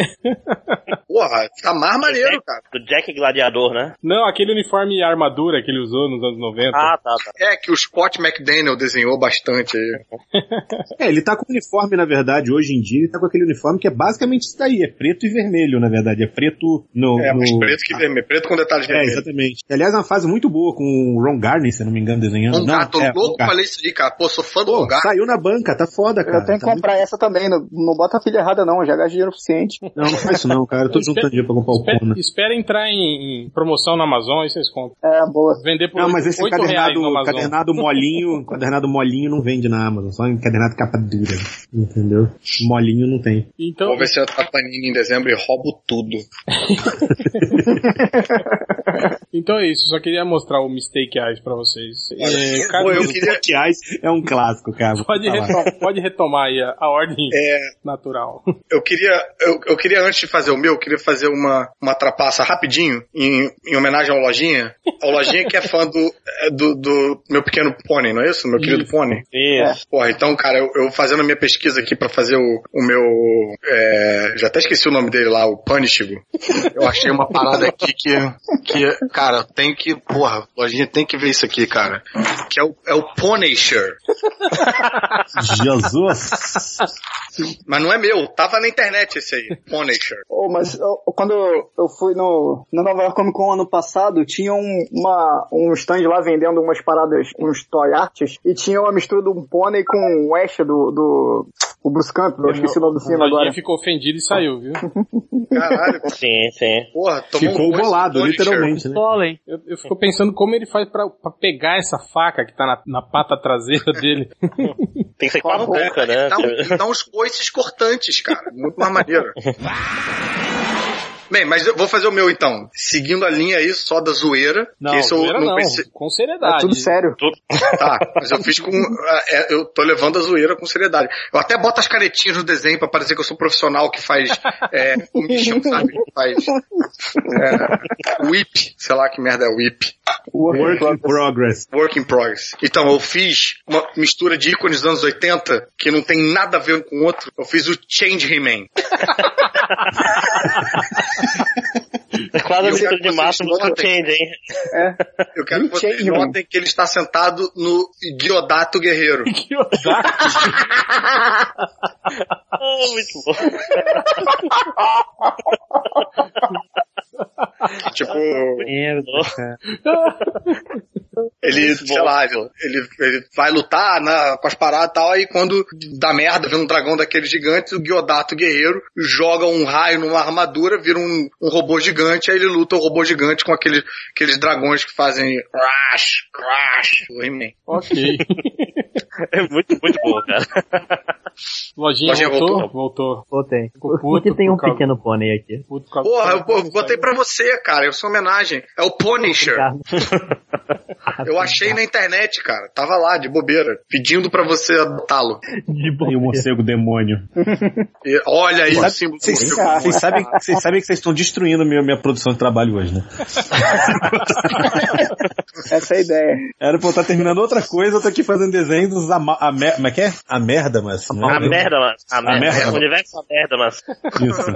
[SPEAKER 4] Porra, tá
[SPEAKER 1] né?
[SPEAKER 4] mais
[SPEAKER 1] Do
[SPEAKER 4] maneiro,
[SPEAKER 1] Jack-
[SPEAKER 4] cara.
[SPEAKER 1] Do Jack Gladiador, né?
[SPEAKER 2] Não, aquele uniforme e armadura que ele usou nos anos 90.
[SPEAKER 1] Ah, tá, tá.
[SPEAKER 4] É que o Scott McDaniel desenhou bastante aí.
[SPEAKER 8] É, ele tá com uniforme, na verdade, hoje em dia, ele tá com aquele uniforme que é basicamente isso daí, é preto e vermelho, na verdade. É preto no.
[SPEAKER 4] É, mais
[SPEAKER 8] no-
[SPEAKER 4] preto que vermelho. Preto com detalhes
[SPEAKER 8] É,
[SPEAKER 4] vermelhos.
[SPEAKER 8] exatamente. Aliás, é uma fase muito boa com o Ron Garney, se eu não me engano, desenhando.
[SPEAKER 4] Um gato
[SPEAKER 8] não, é,
[SPEAKER 4] louco
[SPEAKER 8] Ron
[SPEAKER 4] pra
[SPEAKER 8] Garney.
[SPEAKER 4] ler isso aí, cara. Pô, sou fã do
[SPEAKER 8] Pô,
[SPEAKER 4] lugar.
[SPEAKER 8] saiu na banca, tá foda, cara.
[SPEAKER 6] Eu tenho que
[SPEAKER 8] Tá
[SPEAKER 6] comprar essa também, não, não bota a filha errada não, já gasta dinheiro suficiente.
[SPEAKER 8] muito- Não, não faz isso não, cara. Eu tô juntando dinheiro pra comprar o
[SPEAKER 2] Espera,
[SPEAKER 8] Conan.
[SPEAKER 2] espera entrar em, em promoção na Amazon, aí vocês compram.
[SPEAKER 6] É, boa.
[SPEAKER 2] Vender por
[SPEAKER 8] Não, mas esse
[SPEAKER 2] oito reais
[SPEAKER 8] encadernado,
[SPEAKER 2] no Amazon.
[SPEAKER 8] encadernado molinho, encadernado molinho não vende na Amazon, só encadernado capa dura. Entendeu? Molinho não tem.
[SPEAKER 2] Então,
[SPEAKER 4] Vou ver se a Panini em dezembro e roubo tudo.
[SPEAKER 2] então é isso, só queria mostrar o Mistake Eyes pra vocês. É, cara,
[SPEAKER 4] Pô, eu queria...
[SPEAKER 8] Que Eyes é um clássico, cara. vou
[SPEAKER 2] pode,
[SPEAKER 8] falar.
[SPEAKER 2] retom- pode retomar aí a, a ordem
[SPEAKER 4] É.
[SPEAKER 2] natural.
[SPEAKER 4] Eu queria, eu, eu queria antes de fazer o meu, eu queria fazer uma, uma trapaça rapidinho em, em homenagem ao Lojinha. Ao Lojinha que é fã do, é, do, do meu pequeno pônei, não é isso? Meu querido pônei.
[SPEAKER 1] Isso.
[SPEAKER 4] Porra, então, cara, eu, eu fazendo a minha pesquisa aqui pra fazer o, o meu. é, já até esqueci o nome dele lá, o Panichigo. Eu achei uma parada aqui que. que cara, tem que. Porra, Lojinha tem que ver isso aqui, cara. Que é o, é o Punisher.
[SPEAKER 8] Jesus!
[SPEAKER 4] Mas não é meu, tava na internet esse aí, Punisher.
[SPEAKER 6] Oh, mas eu- quando eu fui no, na Nova York Comic Con ano passado, tinha um, uma, um stand lá vendendo umas paradas, uns toy arts, e tinha uma mistura de um pônei com o Ash do, do o Bruce Campbell, eu esqueci o nome do
[SPEAKER 2] O
[SPEAKER 6] cinema agora.
[SPEAKER 2] ficou ofendido e saiu, viu?
[SPEAKER 4] Caralho,
[SPEAKER 1] Sim, sim.
[SPEAKER 4] porra, tomou
[SPEAKER 8] Ficou
[SPEAKER 4] um coisa
[SPEAKER 8] bolado,
[SPEAKER 4] Punisher.
[SPEAKER 8] literalmente, né?
[SPEAKER 9] Pollen.
[SPEAKER 2] Eu, eu fico pensando como ele faz pra, pra pegar essa faca que tá na, na pata traseira dele.
[SPEAKER 1] Tem que ser com a
[SPEAKER 4] É,
[SPEAKER 1] boca, né?
[SPEAKER 4] Então, então os coices cortantes, cara. Muito mais maneiro. Bem, mas eu vou fazer o meu então. Seguindo a linha aí só da zoeira.
[SPEAKER 2] Não,
[SPEAKER 4] que esse eu
[SPEAKER 2] zoeira não,
[SPEAKER 4] pensei-
[SPEAKER 2] com
[SPEAKER 6] É
[SPEAKER 2] seriedade.
[SPEAKER 8] Ah,
[SPEAKER 6] tudo sério.
[SPEAKER 4] Tá, mas eu fiz com. ah, é, Eu tô levando a zoeira com seriedade. Eu até boto as caretinhas no desenho pra parecer que eu sou um profissional que faz. É, um lixão, sabe? Que faz. É, whip. Sei lá que merda é whip.
[SPEAKER 8] Work in progress.
[SPEAKER 4] Work in progress. Então, eu fiz uma mistura de ícones dos anos 80 que não tem nada a ver um com o outro. Eu fiz o Change Man.
[SPEAKER 1] É quase a
[SPEAKER 4] eu
[SPEAKER 1] mistura
[SPEAKER 4] quero
[SPEAKER 1] de
[SPEAKER 4] que
[SPEAKER 1] máximo
[SPEAKER 4] vocês
[SPEAKER 1] do Change, hein?
[SPEAKER 4] Eu quero que vocês
[SPEAKER 6] Changeman.
[SPEAKER 4] notem que ele está sentado no Guiodato Guerreiro.
[SPEAKER 2] Que otário.
[SPEAKER 1] Ah, muito bom.
[SPEAKER 4] tipo,
[SPEAKER 9] Merda, cara.
[SPEAKER 4] ele, sei lá, ele, ele- ele vai lutar na, com as paradas e tal, aí quando dá merda, vem um dragão daqueles gigantes, o Guiodato Guerreiro joga um raio numa armadura, vira um, um robô gigante, aí ele luta o robô gigante com aquele, aqueles dragões que fazem crash, crash, do He-Man.
[SPEAKER 2] ok.
[SPEAKER 1] É muito, muito bom, cara.
[SPEAKER 2] Lojinha,
[SPEAKER 4] Lojinha
[SPEAKER 2] voltou? Voltou.
[SPEAKER 4] voltou.
[SPEAKER 5] Botei.
[SPEAKER 2] Ficou puto
[SPEAKER 5] Porque tem um
[SPEAKER 2] por causa-
[SPEAKER 5] pequeno pônei aqui.
[SPEAKER 2] Puto com a-
[SPEAKER 4] Porra, eu, eu botei pra você, cara, eu sou homenagem. É o Punisher.
[SPEAKER 5] Ricardo.
[SPEAKER 4] Eu achei na internet, cara. Tava lá, de bobeira, pedindo pra você adotá-lo.
[SPEAKER 5] De
[SPEAKER 8] E o
[SPEAKER 5] bom.
[SPEAKER 8] morcego demônio.
[SPEAKER 4] E olha aí o
[SPEAKER 8] Sabe-
[SPEAKER 4] símbolo.
[SPEAKER 8] Vocês
[SPEAKER 4] do
[SPEAKER 6] cara.
[SPEAKER 8] vocês sabem, vocês sabem que vocês estão destruindo minha, minha produção de trabalho hoje, né?
[SPEAKER 6] Essa é a ideia.
[SPEAKER 8] Era pra eu estar terminando outra coisa, eu tô aqui fazendo desenho dos ama- a, mer- como é que é? A merda, mas. né?
[SPEAKER 1] A merda, mas. A merda.
[SPEAKER 8] merda.
[SPEAKER 1] O universo é uma merda, mas.
[SPEAKER 8] Isso.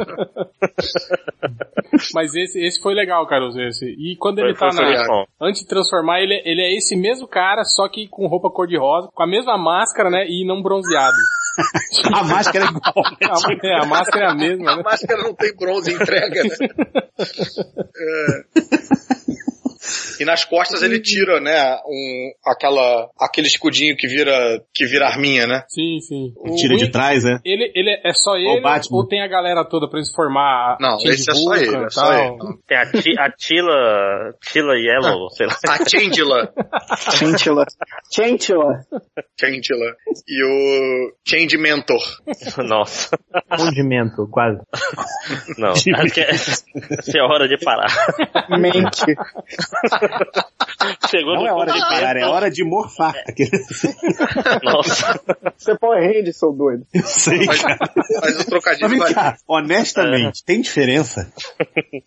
[SPEAKER 2] Mas esse, esse foi legal, Caruso, esse. E quando ele
[SPEAKER 1] Foi-
[SPEAKER 2] tá
[SPEAKER 1] foi
[SPEAKER 2] na...
[SPEAKER 1] muito bom.
[SPEAKER 2] Antes de transformar, ele, ele é esse mesmo cara, só que com roupa cor-de-rosa, com a mesma máscara, né, e não bronzeado.
[SPEAKER 8] A máscara é igual.
[SPEAKER 2] A, é, a máscara é a mesma,
[SPEAKER 4] A
[SPEAKER 2] né?
[SPEAKER 4] máscara não tem bronze entrega, né? É. E nas costas ele tira, né, um, aquela, aquele escudinho que vira, que vira arminha, né?
[SPEAKER 2] Sim, sim. O
[SPEAKER 8] Tira de
[SPEAKER 2] Win-
[SPEAKER 8] trás, né?
[SPEAKER 2] Ele, ele é só ele
[SPEAKER 8] Batman.
[SPEAKER 2] ou tem a galera toda pra eles formar?
[SPEAKER 4] Não,
[SPEAKER 2] Change
[SPEAKER 4] esse é só
[SPEAKER 2] Vulcan
[SPEAKER 4] ele,
[SPEAKER 2] e
[SPEAKER 4] é só
[SPEAKER 2] tal?
[SPEAKER 4] ele.
[SPEAKER 1] Tem a, Ti- a Tila. Tila Yellow, sei lá.
[SPEAKER 4] A Changela.
[SPEAKER 6] Chintila. Chintila.
[SPEAKER 4] Changela. E o Change Mentor.
[SPEAKER 1] Nossa.
[SPEAKER 5] Condimento, quase.
[SPEAKER 1] Não. Acho que é, essa é a hora de parar.
[SPEAKER 6] Mente.
[SPEAKER 1] Chegou
[SPEAKER 8] Não
[SPEAKER 1] no
[SPEAKER 8] é hora de
[SPEAKER 1] condimento.
[SPEAKER 8] parar, é hora de morfar.
[SPEAKER 1] Nossa.
[SPEAKER 6] Você é Power Ranger, seu doido.
[SPEAKER 8] Eu sei,
[SPEAKER 4] Mas,
[SPEAKER 8] cara.
[SPEAKER 4] mas o
[SPEAKER 8] Mas
[SPEAKER 4] trocadilho
[SPEAKER 8] vem
[SPEAKER 4] vai.
[SPEAKER 8] cá, honestamente,
[SPEAKER 9] É.
[SPEAKER 8] tem diferença?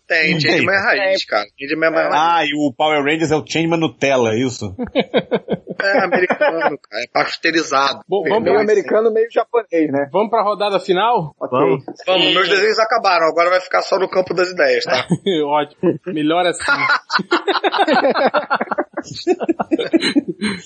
[SPEAKER 4] Tem, Changeman é raiz, cara. Changeman é mais raiz.
[SPEAKER 8] Ah, e o Power Rangers é o Changeman Nutella, isso?
[SPEAKER 4] É americano, cara. É pasteurizado.
[SPEAKER 2] Bom, vamos
[SPEAKER 6] Meio
[SPEAKER 2] lá.
[SPEAKER 6] americano, meio japonês, né?
[SPEAKER 2] Vamos pra rodada final?
[SPEAKER 6] Ok.
[SPEAKER 5] Vamos.
[SPEAKER 4] Vamos, meus desenhos acabaram, agora vai ficar só no campo das ideias, tá?
[SPEAKER 2] Ótimo. Melhor assim.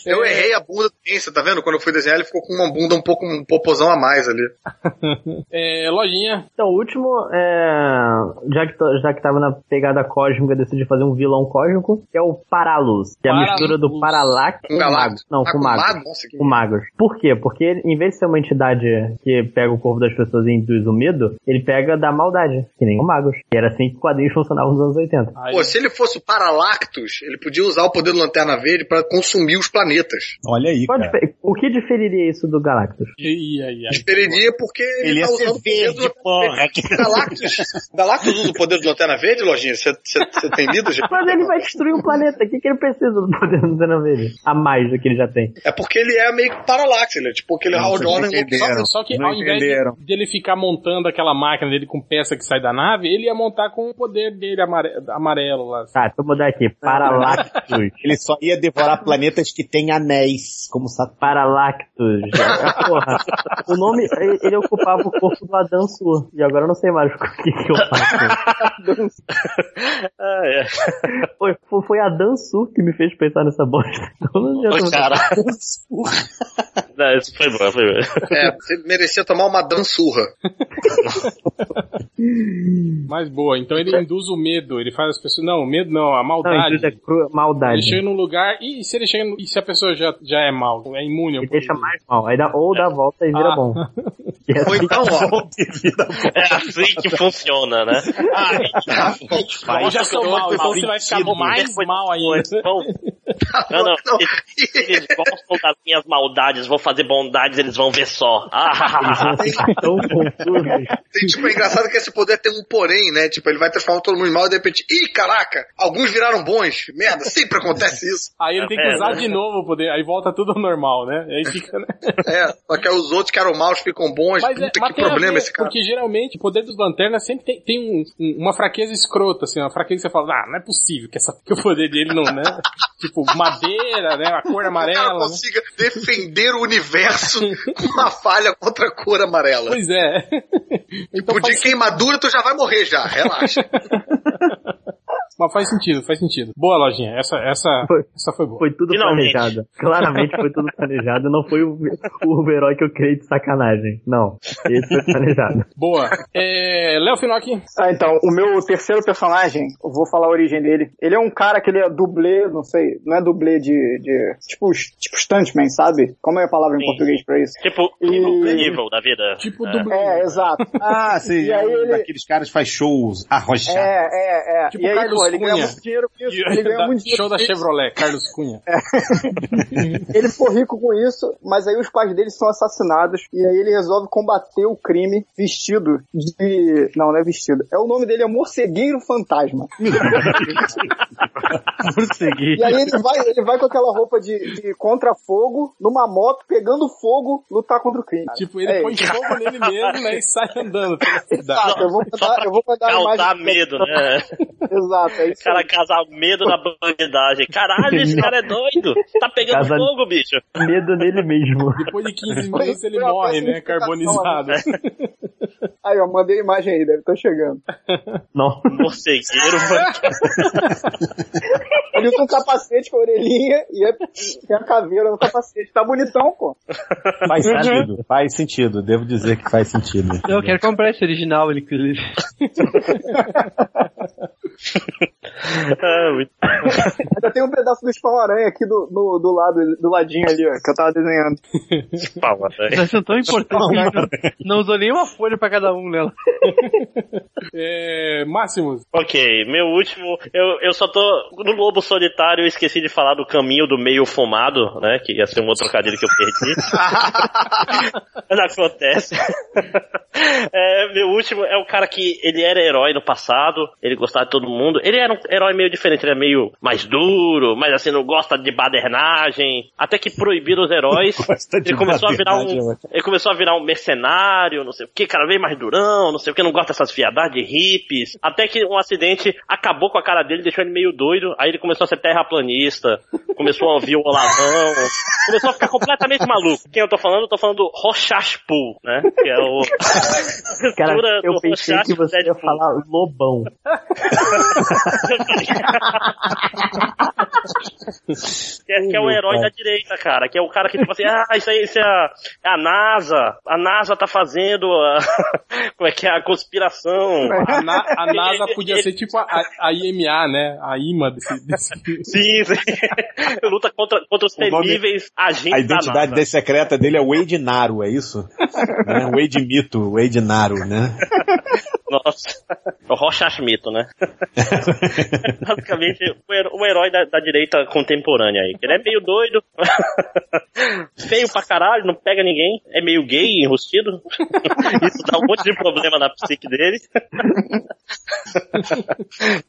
[SPEAKER 4] Eu errei a bunda do Ken, você tá vendo? Quando eu fui desenhar, ele ficou com uma bunda um pouco, um popozão a mais ali.
[SPEAKER 2] É, lojinha.
[SPEAKER 5] Então, o último, é... já, que to- já que tava na pegada cósmica, eu decidi fazer um vilão cósmico, que é o Paraluz, que é a
[SPEAKER 2] Paraluz.
[SPEAKER 5] mistura do Paralax
[SPEAKER 4] Com Galactus.
[SPEAKER 5] Magos. Não,
[SPEAKER 4] Ah,
[SPEAKER 5] com
[SPEAKER 4] com
[SPEAKER 5] Magos.
[SPEAKER 4] Mago? Nossa, que-
[SPEAKER 5] Com Magos. Por quê? Porque ele, em vez de ser uma entidade que pega o corpo das pessoas e induz o medo, ele pega da maldade, que nem o Magos. E era assim que quadrinhos funcionavam nos anos 80.
[SPEAKER 2] Aí,
[SPEAKER 4] Pô, se ele fosse o Paralactus, ele podia usar o poder do Lanterna Verde pra consumir os planetas.
[SPEAKER 8] Olha aí,
[SPEAKER 5] Qual a
[SPEAKER 8] cara.
[SPEAKER 5] difer- o que diferiria isso do Galactus?
[SPEAKER 2] Ih, ai, ai.
[SPEAKER 4] Diferiria porque ele,
[SPEAKER 14] Ele ia
[SPEAKER 4] tá usando
[SPEAKER 14] ser
[SPEAKER 4] o poder do
[SPEAKER 14] verde, porra.
[SPEAKER 4] Galactus. Galactus usa o poder do Lanterna Verde, Lojinha? Você tem lido? gente?
[SPEAKER 5] Mas ele vai destruir o planeta. O que, que ele precisa do poder do Lanterna Verde? A mais do que ele já tem.
[SPEAKER 4] É porque ele é meio que paralaxe, ele é tipo aquele Hal Jordan.
[SPEAKER 2] Só, só que
[SPEAKER 8] não
[SPEAKER 2] ao invés
[SPEAKER 8] entenderam.
[SPEAKER 2] de, dele ficar montando aquela máquina dele com peça que sai da nave, ele ia montar com o poder dele amare- amarelo, lá. assim,
[SPEAKER 5] Tá, deixa eu mudar aqui. Paralactus.
[SPEAKER 14] Ele só ia devorar planetas que têm anéis, como Saturno.
[SPEAKER 5] Paralactus. Porra. O nome, ele- ele ocupava o corpo do Adão Sur. E agora eu não sei mais o que, que eu faço.
[SPEAKER 1] Ah, é.
[SPEAKER 5] Foi, foi- foi Adão Sur que me fez pensar nessa bosta. Então não
[SPEAKER 1] Ô,
[SPEAKER 5] adianta.
[SPEAKER 1] cara. Não, isso foi bom, foi bom.
[SPEAKER 4] É, você merecia tomar uma dançurra.
[SPEAKER 2] Mas boa, então ele induz o medo, ele faz as pessoas. Não, o medo não, a
[SPEAKER 5] Não,
[SPEAKER 2] maldade.
[SPEAKER 5] isso é cru,
[SPEAKER 2] ele
[SPEAKER 5] maldade.
[SPEAKER 2] chega num lugar e se ele chega no- e se a pessoa já, já é mal, é imune ao
[SPEAKER 5] Ele deixa
[SPEAKER 2] poder.
[SPEAKER 5] mais mal. Aí dá, ou dá a volta e vira
[SPEAKER 2] Ah.
[SPEAKER 5] bom. E é
[SPEAKER 4] Ou
[SPEAKER 5] assim
[SPEAKER 4] então, ó,
[SPEAKER 1] É assim que funciona, né?
[SPEAKER 4] Ah, tá?
[SPEAKER 1] Ah,
[SPEAKER 2] Ou já
[SPEAKER 1] é
[SPEAKER 2] sou mal, então você vai ficar mais mal ainda.
[SPEAKER 1] Bom, não, não. Eles, eles gostam das minhas maldades, vou fazer bondades, eles vão ver só. Ah,
[SPEAKER 5] que tão confusos.
[SPEAKER 4] tem, tipo, é engraçado que esse poder tem um porém, né? Tipo, ele vai transformar todo mundo em mal e de repente, ih, caraca, alguns viraram bons. Merda, sempre acontece isso.
[SPEAKER 2] Aí ele tem que
[SPEAKER 1] É,
[SPEAKER 2] usar
[SPEAKER 1] né?
[SPEAKER 2] de novo o poder, aí volta tudo ao normal, né? Aí fica, né?
[SPEAKER 4] É, só que aí os outros que eram maus ficam bons.
[SPEAKER 2] Mas, é,
[SPEAKER 4] Puta,
[SPEAKER 2] mas
[SPEAKER 4] que
[SPEAKER 2] tem a
[SPEAKER 4] problema
[SPEAKER 2] ver,
[SPEAKER 4] esse cara.
[SPEAKER 2] Porque geralmente o poder dos lanternas sempre tem, tem um- um- uma fraqueza escrota, assim, uma fraqueza que você fala, ah, não é possível que, essa, que o poder dele não, né? tipo, madeira, né? A cor
[SPEAKER 4] o cara
[SPEAKER 2] amarela. Né?
[SPEAKER 4] consiga defender o universo com uma falha contra a cor amarela.
[SPEAKER 2] Pois é. então
[SPEAKER 4] Tipo,
[SPEAKER 2] faz,
[SPEAKER 4] de queimadura tu já vai morrer já, relaxa.
[SPEAKER 2] mas faz sentido, faz sentido. Boa, lojinha. Essa, essa,
[SPEAKER 5] Foi.
[SPEAKER 2] essa foi boa.
[SPEAKER 5] Foi tudo
[SPEAKER 1] Finalmente.
[SPEAKER 5] planejado. Claramente foi tudo planejado. Não foi o, o herói que eu criei de sacanagem. Não. Esse foi planejado.
[SPEAKER 2] Boa. É, Léo Finocchi.
[SPEAKER 6] Ah, então, o meu terceiro personagem, eu vou falar a origem dele. Ele é um cara que ele é dublê, não sei, não é dublê de, de tipo, tipo stuntman, sabe? Como é a palavra em
[SPEAKER 1] Sim.
[SPEAKER 6] português pra isso?
[SPEAKER 1] tipo, nível, nível da vida.
[SPEAKER 2] Tipo
[SPEAKER 1] É.
[SPEAKER 2] dublê.
[SPEAKER 6] É, exato.
[SPEAKER 14] Ah, sim.
[SPEAKER 6] E aí
[SPEAKER 14] um
[SPEAKER 6] ele-
[SPEAKER 14] Daqueles caras que faz shows
[SPEAKER 6] É,
[SPEAKER 14] arrochados.
[SPEAKER 6] é, é.
[SPEAKER 2] Tipo
[SPEAKER 6] e aí,
[SPEAKER 2] Carlos
[SPEAKER 6] pô, ele ganha
[SPEAKER 2] Cunha.
[SPEAKER 6] muito dinheiro com isso. Ele ganha muito dinheiro
[SPEAKER 2] Show da
[SPEAKER 6] com isso.
[SPEAKER 2] Chevrolet, Carlos Cunha.
[SPEAKER 6] Ele ficou rico com isso, mas aí os pais dele são assassinados e aí ele resolve combater o crime vestido de. Não, não é vestido. É o nome dele é Morcegueiro Fantasma.
[SPEAKER 5] Consegui.
[SPEAKER 6] E aí ele vai, ele vai com aquela roupa de, de contra-fogo, numa moto, pegando fogo, lutar contra o crime. cara.
[SPEAKER 2] Tipo, ele
[SPEAKER 6] É
[SPEAKER 2] põe
[SPEAKER 6] isso.
[SPEAKER 2] fogo nele mesmo, né? E sai andando pela cidade.
[SPEAKER 6] Exato, eu vou
[SPEAKER 1] Só
[SPEAKER 6] mandar,
[SPEAKER 1] pra
[SPEAKER 6] eu vou mandar a imagem.
[SPEAKER 1] causar medo, né?
[SPEAKER 6] Exato, é
[SPEAKER 1] O
[SPEAKER 6] isso.
[SPEAKER 1] cara casar medo na bandidagem. Caralho, esse cara é doido. Tá pegando
[SPEAKER 5] Casa-
[SPEAKER 1] fogo, bicho.
[SPEAKER 5] Medo nele mesmo.
[SPEAKER 2] Depois de 15 minutos ele
[SPEAKER 6] Foi uma
[SPEAKER 2] morre,
[SPEAKER 6] peça de
[SPEAKER 2] né? Carbonizado.
[SPEAKER 6] Aí, ó, mandei a imagem aí, deve estar chegando.
[SPEAKER 5] Não.
[SPEAKER 1] Morcegueiro, mano.
[SPEAKER 6] Ele usa um capacete com a orelhinha e é- tem a caveira no capacete. Tá bonitão, pô.
[SPEAKER 8] É, Faz sentido. Faz sentido. Devo dizer que faz sentido.
[SPEAKER 9] Uhum. Eu quero comprar esse original, inclusive.
[SPEAKER 1] Ah, muito-
[SPEAKER 6] Ainda tem um pedaço do espão-aranha aqui do, no- do lado, do ladinho ali, ó, que eu tava desenhando.
[SPEAKER 1] Palma,
[SPEAKER 2] É.
[SPEAKER 1] velho.
[SPEAKER 9] Elas são tão importantes que não, não usou nenhuma folha pra cada um nela.
[SPEAKER 2] É, Máximos.
[SPEAKER 1] Ok, meu último. Eu, eu só tô. No Lobo Solitário eu esqueci de falar do caminho do meio fumado, né? Que ia ser um outro trocadilho que eu perdi. Mas acontece. É, meu último é o cara que ele era herói no passado, ele gostava de todo mundo. Ele era um herói meio diferente, ele era meio mais duro, mas assim, não gosta de badernagem. Até que proibiram os heróis.
[SPEAKER 8] Gosta de
[SPEAKER 1] ele começou a virar
[SPEAKER 8] badernagem,
[SPEAKER 1] um.
[SPEAKER 8] mano.
[SPEAKER 1] Ele começou a virar um mercenário, não sei o que, cara bem mais durão, não sei o que, não gosta dessas fiadades de hippies. Até que um acidente acabou com a cara dele, deixou ele meio doido, aí ele começou a ser terraplanista, começou a ouvir o Olavão, começou a ficar completamente maluco. Quem eu tô falando? Eu tô falando do Rochaspool, né? Que é o...
[SPEAKER 5] Cara,
[SPEAKER 1] Mistura
[SPEAKER 5] eu
[SPEAKER 1] do
[SPEAKER 5] pensei que
[SPEAKER 1] Rochaspool
[SPEAKER 5] você ia
[SPEAKER 1] Deadpool.
[SPEAKER 5] falar lobão.
[SPEAKER 1] Que é, que é o herói da direita, cara. Que é o cara que, tipo assim, ah, isso aí, isso é a, é a NASA. A NASA tá fazendo a, como é que é, a conspiração.
[SPEAKER 2] A, Na- a NASA podia ser tipo a, a IMA, né? A IMA desse. desse...
[SPEAKER 1] Sim, sim. Luta contra, contra os
[SPEAKER 8] O nome-
[SPEAKER 1] temíveis tá agentes
[SPEAKER 8] A
[SPEAKER 1] da
[SPEAKER 8] identidade
[SPEAKER 1] NASA.
[SPEAKER 8] desse secreta dele é Wade Naro, é isso? né? Wade Mito, Wade Naro, né?
[SPEAKER 1] Nossa. O Rocha Schmito, né? Basicamente, o her- o herói da, da direita contemporânea aí. Ele é meio doido, feio pra caralho, não pega ninguém, é meio gay, enrustido. Isso dá um monte de problema na psique dele.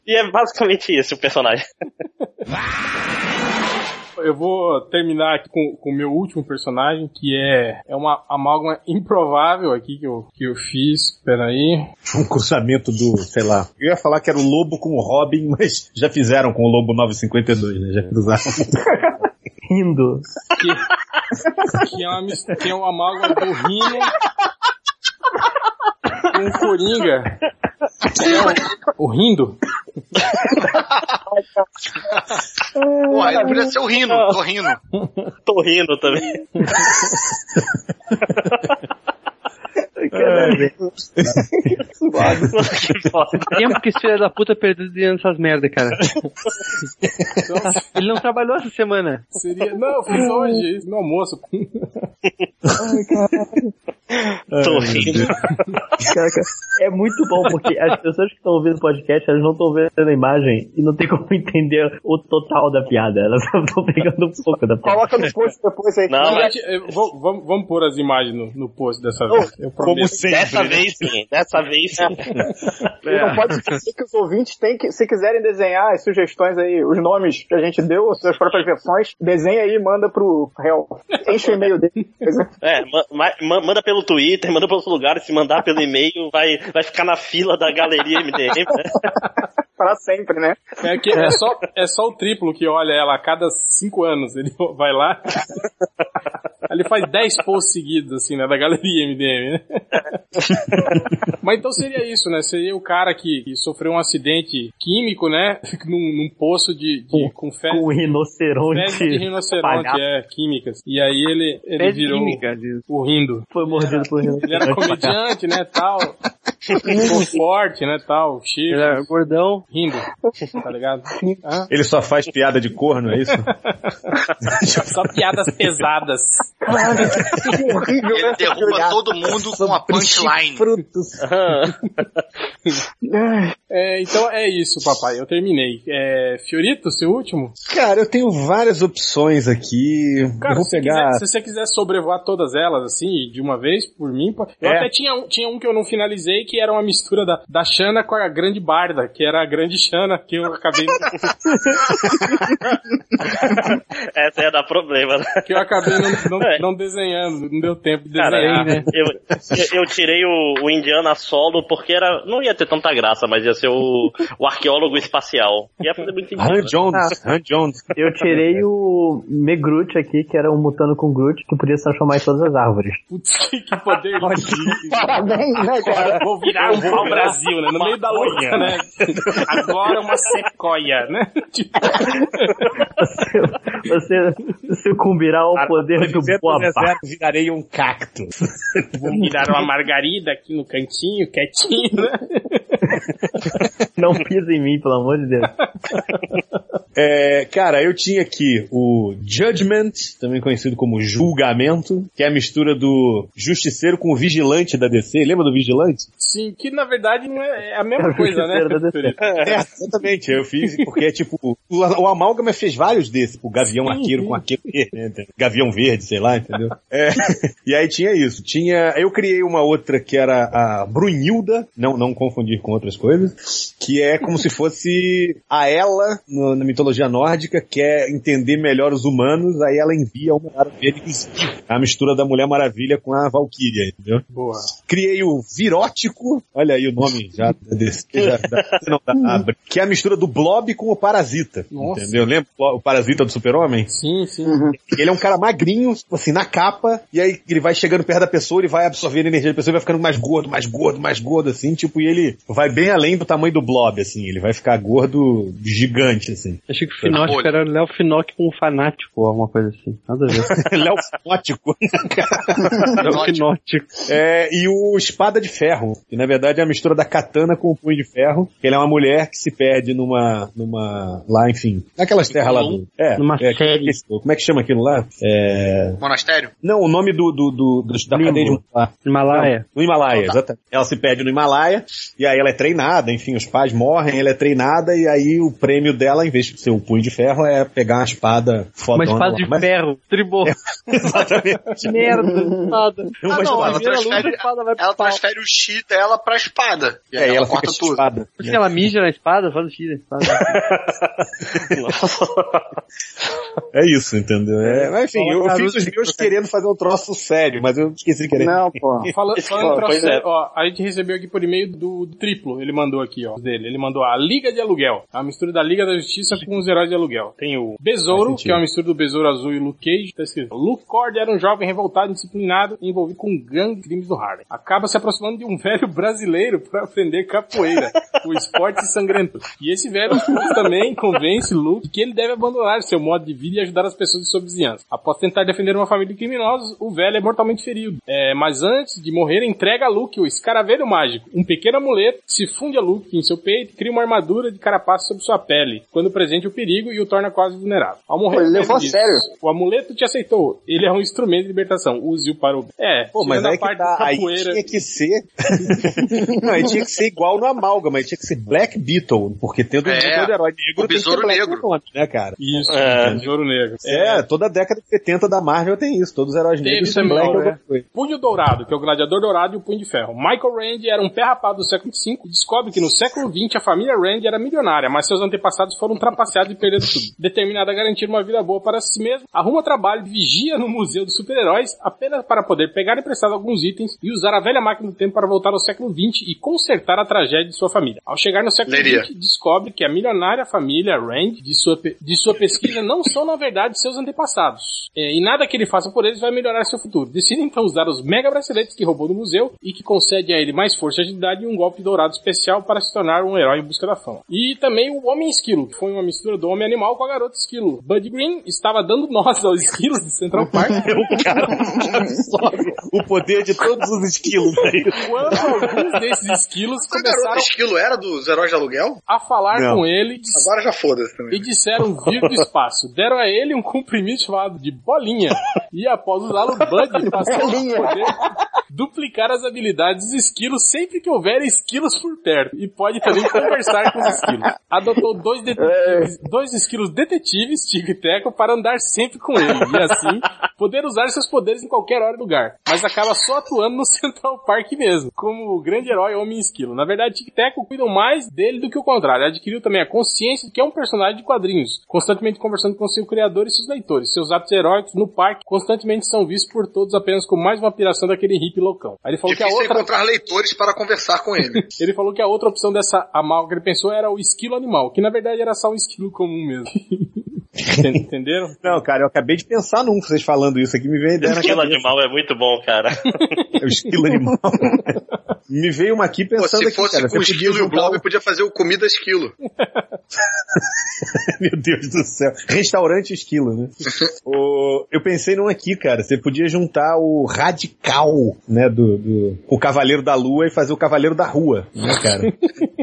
[SPEAKER 1] e é basicamente isso o personagem.
[SPEAKER 2] Eu vou terminar aqui com com o meu último personagem, que é, é uma amálgama improvável aqui que eu, que eu fiz. Peraí.
[SPEAKER 8] Um cruzamento do, sei lá. Eu ia falar que era o lobo com o Robin, mas já fizeram com o lobo 952, né? Já cruzaram.
[SPEAKER 5] Rindo.
[SPEAKER 2] Que é uma, mis- que é uma amálgama do Rino com o Coringa. Que é o, o Rindo.
[SPEAKER 4] Pô, ele podia ser o Rino, tô rindo.
[SPEAKER 1] Tô rindo também.
[SPEAKER 9] Tempo que esse filho da puta perdeu dinheiro nessas merda, cara. Ele não trabalhou essa semana.
[SPEAKER 2] Seria. Não, um- eu fiz hoje, isso no almoço.
[SPEAKER 1] Tô rindo.
[SPEAKER 5] Caraca, é muito bom, porque as pessoas que estão ouvindo o podcast, elas não estão vendo a imagem e não tem como entender o total da piada. Elas só estão pegando um pouco da piada.
[SPEAKER 6] Coloca no post depois aí.
[SPEAKER 1] Não, mas
[SPEAKER 2] Gente, eh, vamos, vamos- vamos pôr as imagens no, no post dessa vez. Eu
[SPEAKER 8] Como
[SPEAKER 2] prometo.
[SPEAKER 8] sempre.
[SPEAKER 1] dessa
[SPEAKER 8] né?
[SPEAKER 1] vez sim, dessa vez sim.
[SPEAKER 6] E
[SPEAKER 4] é.
[SPEAKER 6] não pode esquecer que os ouvintes têm que, se quiserem desenhar as sugestões aí, os nomes que a gente deu, as suas próprias versões, desenha aí e manda pro réu. Enche o e-mail dele.
[SPEAKER 1] É, ma- ma- ma- manda pelo Twitter, manda pelos lugares, se mandar pelo e-mail, vai, vai ficar na fila da galeria MDM, né?
[SPEAKER 6] Pra sempre, né?
[SPEAKER 2] É, que é, só, é só o triplo que olha ela a cada cinco anos. Ele vai lá. Ele faz 10 posts seguidos, assim, né? Da galeria MDM, né? Mas então seria isso, né? Seria o cara que, que sofreu um acidente químico, né? Num, num poço de, de com fe-
[SPEAKER 5] Com
[SPEAKER 2] fezes
[SPEAKER 5] o
[SPEAKER 2] de
[SPEAKER 5] rinoceronte
[SPEAKER 2] rinoceronte,
[SPEAKER 5] palhaço.
[SPEAKER 2] é, químicas. E aí ele, ele
[SPEAKER 9] Fez
[SPEAKER 2] virou
[SPEAKER 9] química, diz.
[SPEAKER 2] o rindo.
[SPEAKER 5] foi mordido por rinoceronte.
[SPEAKER 2] Ele era
[SPEAKER 5] palhaço.
[SPEAKER 2] comediante, né, tal. Ficou forte, né, tal. Chico,
[SPEAKER 9] Ele era gordão.
[SPEAKER 2] rindo, tá ligado? Ah,
[SPEAKER 8] Ele só faz piada de corno, é isso?
[SPEAKER 2] só piadas pesadas.
[SPEAKER 6] Horrível,
[SPEAKER 4] Ele
[SPEAKER 6] né?
[SPEAKER 4] derruba todo mundo com uma punchline.
[SPEAKER 2] É, então é isso, papai. Eu terminei. É, Fiorito, seu último?
[SPEAKER 8] Cara, eu tenho várias opções aqui.
[SPEAKER 2] Cara,
[SPEAKER 8] eu vou
[SPEAKER 2] se,
[SPEAKER 8] pegar.
[SPEAKER 2] quiser- se você quiser sobrevoar todas elas, assim, de uma vez, por mim... pô- Eu
[SPEAKER 8] É.
[SPEAKER 2] até tinha um, tinha um que eu não finalizei, que era uma mistura da, da Xana com a Grande Barda, que era a Grande Xana, que eu acabei...
[SPEAKER 1] Essa ia dar problema, né?
[SPEAKER 2] que eu acabei não, não-
[SPEAKER 1] É.
[SPEAKER 2] não desenhando, não deu tempo de
[SPEAKER 1] Cara,
[SPEAKER 2] desenhar. né?
[SPEAKER 1] eu, eu- eu tirei o, o Indiana solo porque era, não ia ter tanta graça, mas ia ser o, o arqueólogo espacial. Ia fazer muito sentido.
[SPEAKER 8] Han Jones, Han Jones.
[SPEAKER 5] Eu tirei o Megrut aqui, que era um mutano com Groot, que podia se transformar em todas as árvores.
[SPEAKER 2] Putz, que que poder difícil.
[SPEAKER 6] Parabéns, né, cara?
[SPEAKER 2] Vou virar um pau-brasil, né? No meio da luta, né? Agora uma sequoia, né? Tipo,
[SPEAKER 5] Você sucumbirá ao poder do Boa Barba.
[SPEAKER 8] virarei um cacto.
[SPEAKER 2] vou virar uma margarida aqui no cantinho, quietinho, né?
[SPEAKER 5] Não pisa em mim, pelo amor de Deus.
[SPEAKER 8] É, cara, eu tinha aqui o Judgment, também conhecido como Julgamento, que é a mistura do Justiceiro com o Vigilante da DC. Lembra do Vigilante?
[SPEAKER 2] Sim, que na verdade não é, é a mesma coisa, né?
[SPEAKER 5] Terceiro da
[SPEAKER 2] Fiorito?
[SPEAKER 5] DC.
[SPEAKER 8] É, exatamente. Eu fiz porque é tipo. O, o Amálgama fez vários desses, tipo, Gavião
[SPEAKER 2] Sim,
[SPEAKER 8] Arqueiro
[SPEAKER 2] sim.
[SPEAKER 8] com Arqueiro Verde, né? Gavião Verde, sei lá, entendeu? É, e aí tinha isso. Tinha. Eu criei uma outra que era a Brunilda, não, não confundir com outras coisas, que é como se fosse a ela no- na mitologia nórdica, quer entender melhor os humanos, aí ela envia uma maravilha a mistura da Mulher Maravilha com a Valkyria, entendeu?
[SPEAKER 2] Boa.
[SPEAKER 8] Criei o Virótico, olha aí o nome já, desse, que, já dá- não, dá- abre. que é a mistura do Blob com o Parasita,
[SPEAKER 2] Nossa.
[SPEAKER 8] entendeu? Lembra o Parasita do Super-Homem?
[SPEAKER 2] Sim, sim.
[SPEAKER 8] Ele é um cara magrinho, tipo assim, na capa, e aí ele vai chegando perto da pessoa, ele vai absorvendo a energia da pessoa, ele vai ficando mais gordo, mais gordo, mais gordo, assim, tipo, e ele vai bem além do tamanho do Blob, assim, ele vai ficar gordo gigante, assim. filme.
[SPEAKER 9] Achei que o Finoc era Léo Finoc com um fanático ou alguma coisa assim. Nada a ver.
[SPEAKER 8] Léo Finótico.
[SPEAKER 9] Léo Finótico.
[SPEAKER 8] É, e o Espada de Ferro, que na verdade é a mistura da katana com o punho de ferro. Que ele é uma mulher que se perde numa. numa. lá, enfim. Naquelas terras lá do. É,
[SPEAKER 9] Numa
[SPEAKER 8] é,
[SPEAKER 9] série.
[SPEAKER 8] Como é que chama aquilo lá? É.
[SPEAKER 4] Monastério?
[SPEAKER 8] Não, o nome do, do, do, do- da
[SPEAKER 4] Limbo.
[SPEAKER 8] cadeia de lá.
[SPEAKER 9] Himalaia.
[SPEAKER 8] Não, no Himalaia, exatamente. Ela se perde no Himalaia, e aí ela é treinada, enfim, os pais morrem, ela é treinada, e aí o prêmio dela, em vez de ser o punho de ferro, é pegar uma espada
[SPEAKER 9] Uma
[SPEAKER 8] fodona.
[SPEAKER 9] espada de
[SPEAKER 8] lá. Mas- É.
[SPEAKER 9] ferro. Tribô.
[SPEAKER 8] exatamente.
[SPEAKER 9] Merda. Nada.
[SPEAKER 4] Ah, não, ela
[SPEAKER 9] Primeira
[SPEAKER 4] transfere,
[SPEAKER 9] luta, a espada vai pro
[SPEAKER 4] ela
[SPEAKER 9] pau.
[SPEAKER 4] transfere o chi dela pra espada. E aí
[SPEAKER 8] É, e
[SPEAKER 4] ela,
[SPEAKER 8] ela fica
[SPEAKER 4] corta
[SPEAKER 8] sem
[SPEAKER 4] tudo.
[SPEAKER 8] espada.
[SPEAKER 9] Por que ela mija na espada? Faz o X da espada.
[SPEAKER 8] É isso, entendeu? É, mas
[SPEAKER 2] Assim,
[SPEAKER 8] enfim, eu, eu fiz os meus querendo fazer um troço sério, mas eu esqueci
[SPEAKER 4] né?
[SPEAKER 8] querer.
[SPEAKER 6] Não, pô.
[SPEAKER 2] Falando, falando pra
[SPEAKER 1] Pois
[SPEAKER 2] você,
[SPEAKER 1] é.
[SPEAKER 2] um ó, a gente recebeu aqui por e-mail do, do triplo, ele mandou aqui, ó, dele. Ele mandou a Liga de Aluguel, a mistura da Liga da Justiça com os heróis de aluguel. Tem o Besouro,
[SPEAKER 8] Faz sentido.
[SPEAKER 2] que é uma mistura do Besouro Azul e Luke Cage, tá escrito. Luke Cord era um jovem revoltado, disciplinado e envolvido com gangue de crimes do Harlem. Acaba se aproximando de um velho brasileiro pra aprender capoeira, o esporte sangrento. E esse velho também convence Luke que ele deve abandonar seu modo de vida e ajudar as pessoas de sua vizinhança. Após tentar defender uma família de criminosos, o velho é mortalmente ferido. É, mas antes de morrer, entrega a Luke o escaravelho mágico, um pequeno amuleto que se funde a Luke em seu peito e cria uma armadura de carapaça sobre sua pele, quando presente o perigo e o torna quase vulnerável. Ao morrer,
[SPEAKER 6] Pô, ele
[SPEAKER 2] o velho
[SPEAKER 6] levou a
[SPEAKER 2] diz,
[SPEAKER 6] sério.
[SPEAKER 2] O amuleto te aceitou. Ele é um instrumento de libertação. Use-o para o... É,
[SPEAKER 8] Pô, mas
[SPEAKER 2] tirando a
[SPEAKER 8] aí que
[SPEAKER 2] parte da
[SPEAKER 8] tá, aí
[SPEAKER 2] capoeira...
[SPEAKER 8] tinha que ser. não, aí tinha que ser igual no Amálgama, aí tinha que ser Black Beetle, porque tendo
[SPEAKER 4] É,
[SPEAKER 8] todo herói negro tem
[SPEAKER 4] o
[SPEAKER 8] que ser
[SPEAKER 4] Besouro
[SPEAKER 8] Black
[SPEAKER 4] Negro.
[SPEAKER 8] Beetle, né, cara?
[SPEAKER 2] Isso,
[SPEAKER 1] É.
[SPEAKER 2] Besouro Negro.
[SPEAKER 8] É, toda a década de 70 da Marvel tem isso, todos os heróis
[SPEAKER 2] Teve
[SPEAKER 8] negros são
[SPEAKER 2] também,
[SPEAKER 8] Black
[SPEAKER 2] né?
[SPEAKER 8] alguma coisa.
[SPEAKER 2] Punho Dourado, que é o Gladiador Dourado e o Punho de Ferro. Michael Rand era um pé rapado do século V e descobre que no século XX a família Rand era milionária, mas seus antepassados foram trapaceados e perderam tudo. Determinado a garantir uma vida boa para si mesmo, arruma trabalho e vigia no Museu dos Super-Heróis apenas para poder pegar emprestado alguns itens e usar a velha máquina do tempo para voltar ao século XX e consertar a tragédia de sua família. Ao chegar no século
[SPEAKER 4] Leria.
[SPEAKER 2] XX, descobre que a milionária família Rand, de sua, pe- de sua pesquisa, não são, na verdade, seus antepassados. É, e nada que ele faça por eles vai melhorar seu futuro. Decide então usar os mega braceletes que roubou do museu e que concede a ele mais força e agilidade e um golpe dourado especial para se tornar um herói em busca da fama. E também o Homem Esquilo, que foi uma mistura do Homem Animal com a Garota Esquilo. Bud Green estava dando nós aos esquilos de Central Park
[SPEAKER 8] O poder de todos os esquilos né? aí.
[SPEAKER 2] quando alguns desses esquilos
[SPEAKER 4] Essa garota
[SPEAKER 2] começaram
[SPEAKER 4] esquilo era dos heróis de aluguel?
[SPEAKER 2] a falar
[SPEAKER 8] Não.
[SPEAKER 2] com ele e
[SPEAKER 4] Agora já foda-se
[SPEAKER 2] e
[SPEAKER 4] também.
[SPEAKER 2] disseram vir do espaço. Deram a ele um comprimido chamado de bolinha. E após usá-lo, Bud passou a poder duplicar as habilidades dos esquilos sempre que houver esquilos por perto. E pode também conversar com os esquilos. Adotou dois detetives, dois esquilos detetives, Tico e Teco, para andar sempre com ele. E assim, poder usar seus poderes em qualquer hora e lugar. Mas acaba só atuando no Central Park Tá mesmo, como o grande herói homem esquilo. Na verdade, Tic Teco cuidam mais dele do que o contrário. Adquiriu também a consciência de que é um personagem de quadrinhos, constantemente conversando com seu criador e seus leitores. Seus atos heróicos no parque constantemente são vistos por todos apenas como mais uma piração daquele hippie loucão. Aí ele falou
[SPEAKER 4] Difícil
[SPEAKER 2] que a
[SPEAKER 4] é
[SPEAKER 2] outra...
[SPEAKER 4] encontrar leitores para conversar com ele.
[SPEAKER 2] Ele falou que a outra opção dessa amalga que ele pensou era o esquilo animal, que na verdade era só um esquilo comum mesmo. Enten- Entenderam?
[SPEAKER 8] Não, cara, eu acabei de pensar num, vocês falando isso aqui, me veio a ideia na
[SPEAKER 1] Esquilo
[SPEAKER 8] cabeça.
[SPEAKER 1] animal é muito bom, cara.
[SPEAKER 8] O esquilo animal. me veio uma aqui
[SPEAKER 4] Pô,
[SPEAKER 8] pensando
[SPEAKER 4] se
[SPEAKER 8] aqui,
[SPEAKER 4] fosse
[SPEAKER 8] cara.
[SPEAKER 4] com o
[SPEAKER 8] Você podia
[SPEAKER 4] esquilo e o
[SPEAKER 8] juntar
[SPEAKER 4] Blob,
[SPEAKER 8] o...
[SPEAKER 4] podia fazer o comida esquilo.
[SPEAKER 8] Meu Deus do céu. Restaurante esquilo, né? o... Eu pensei num aqui, cara. Você podia juntar o radical, né, do, do... com o Cavaleiro da Lua e fazer o Cavaleiro da Rua, né, cara?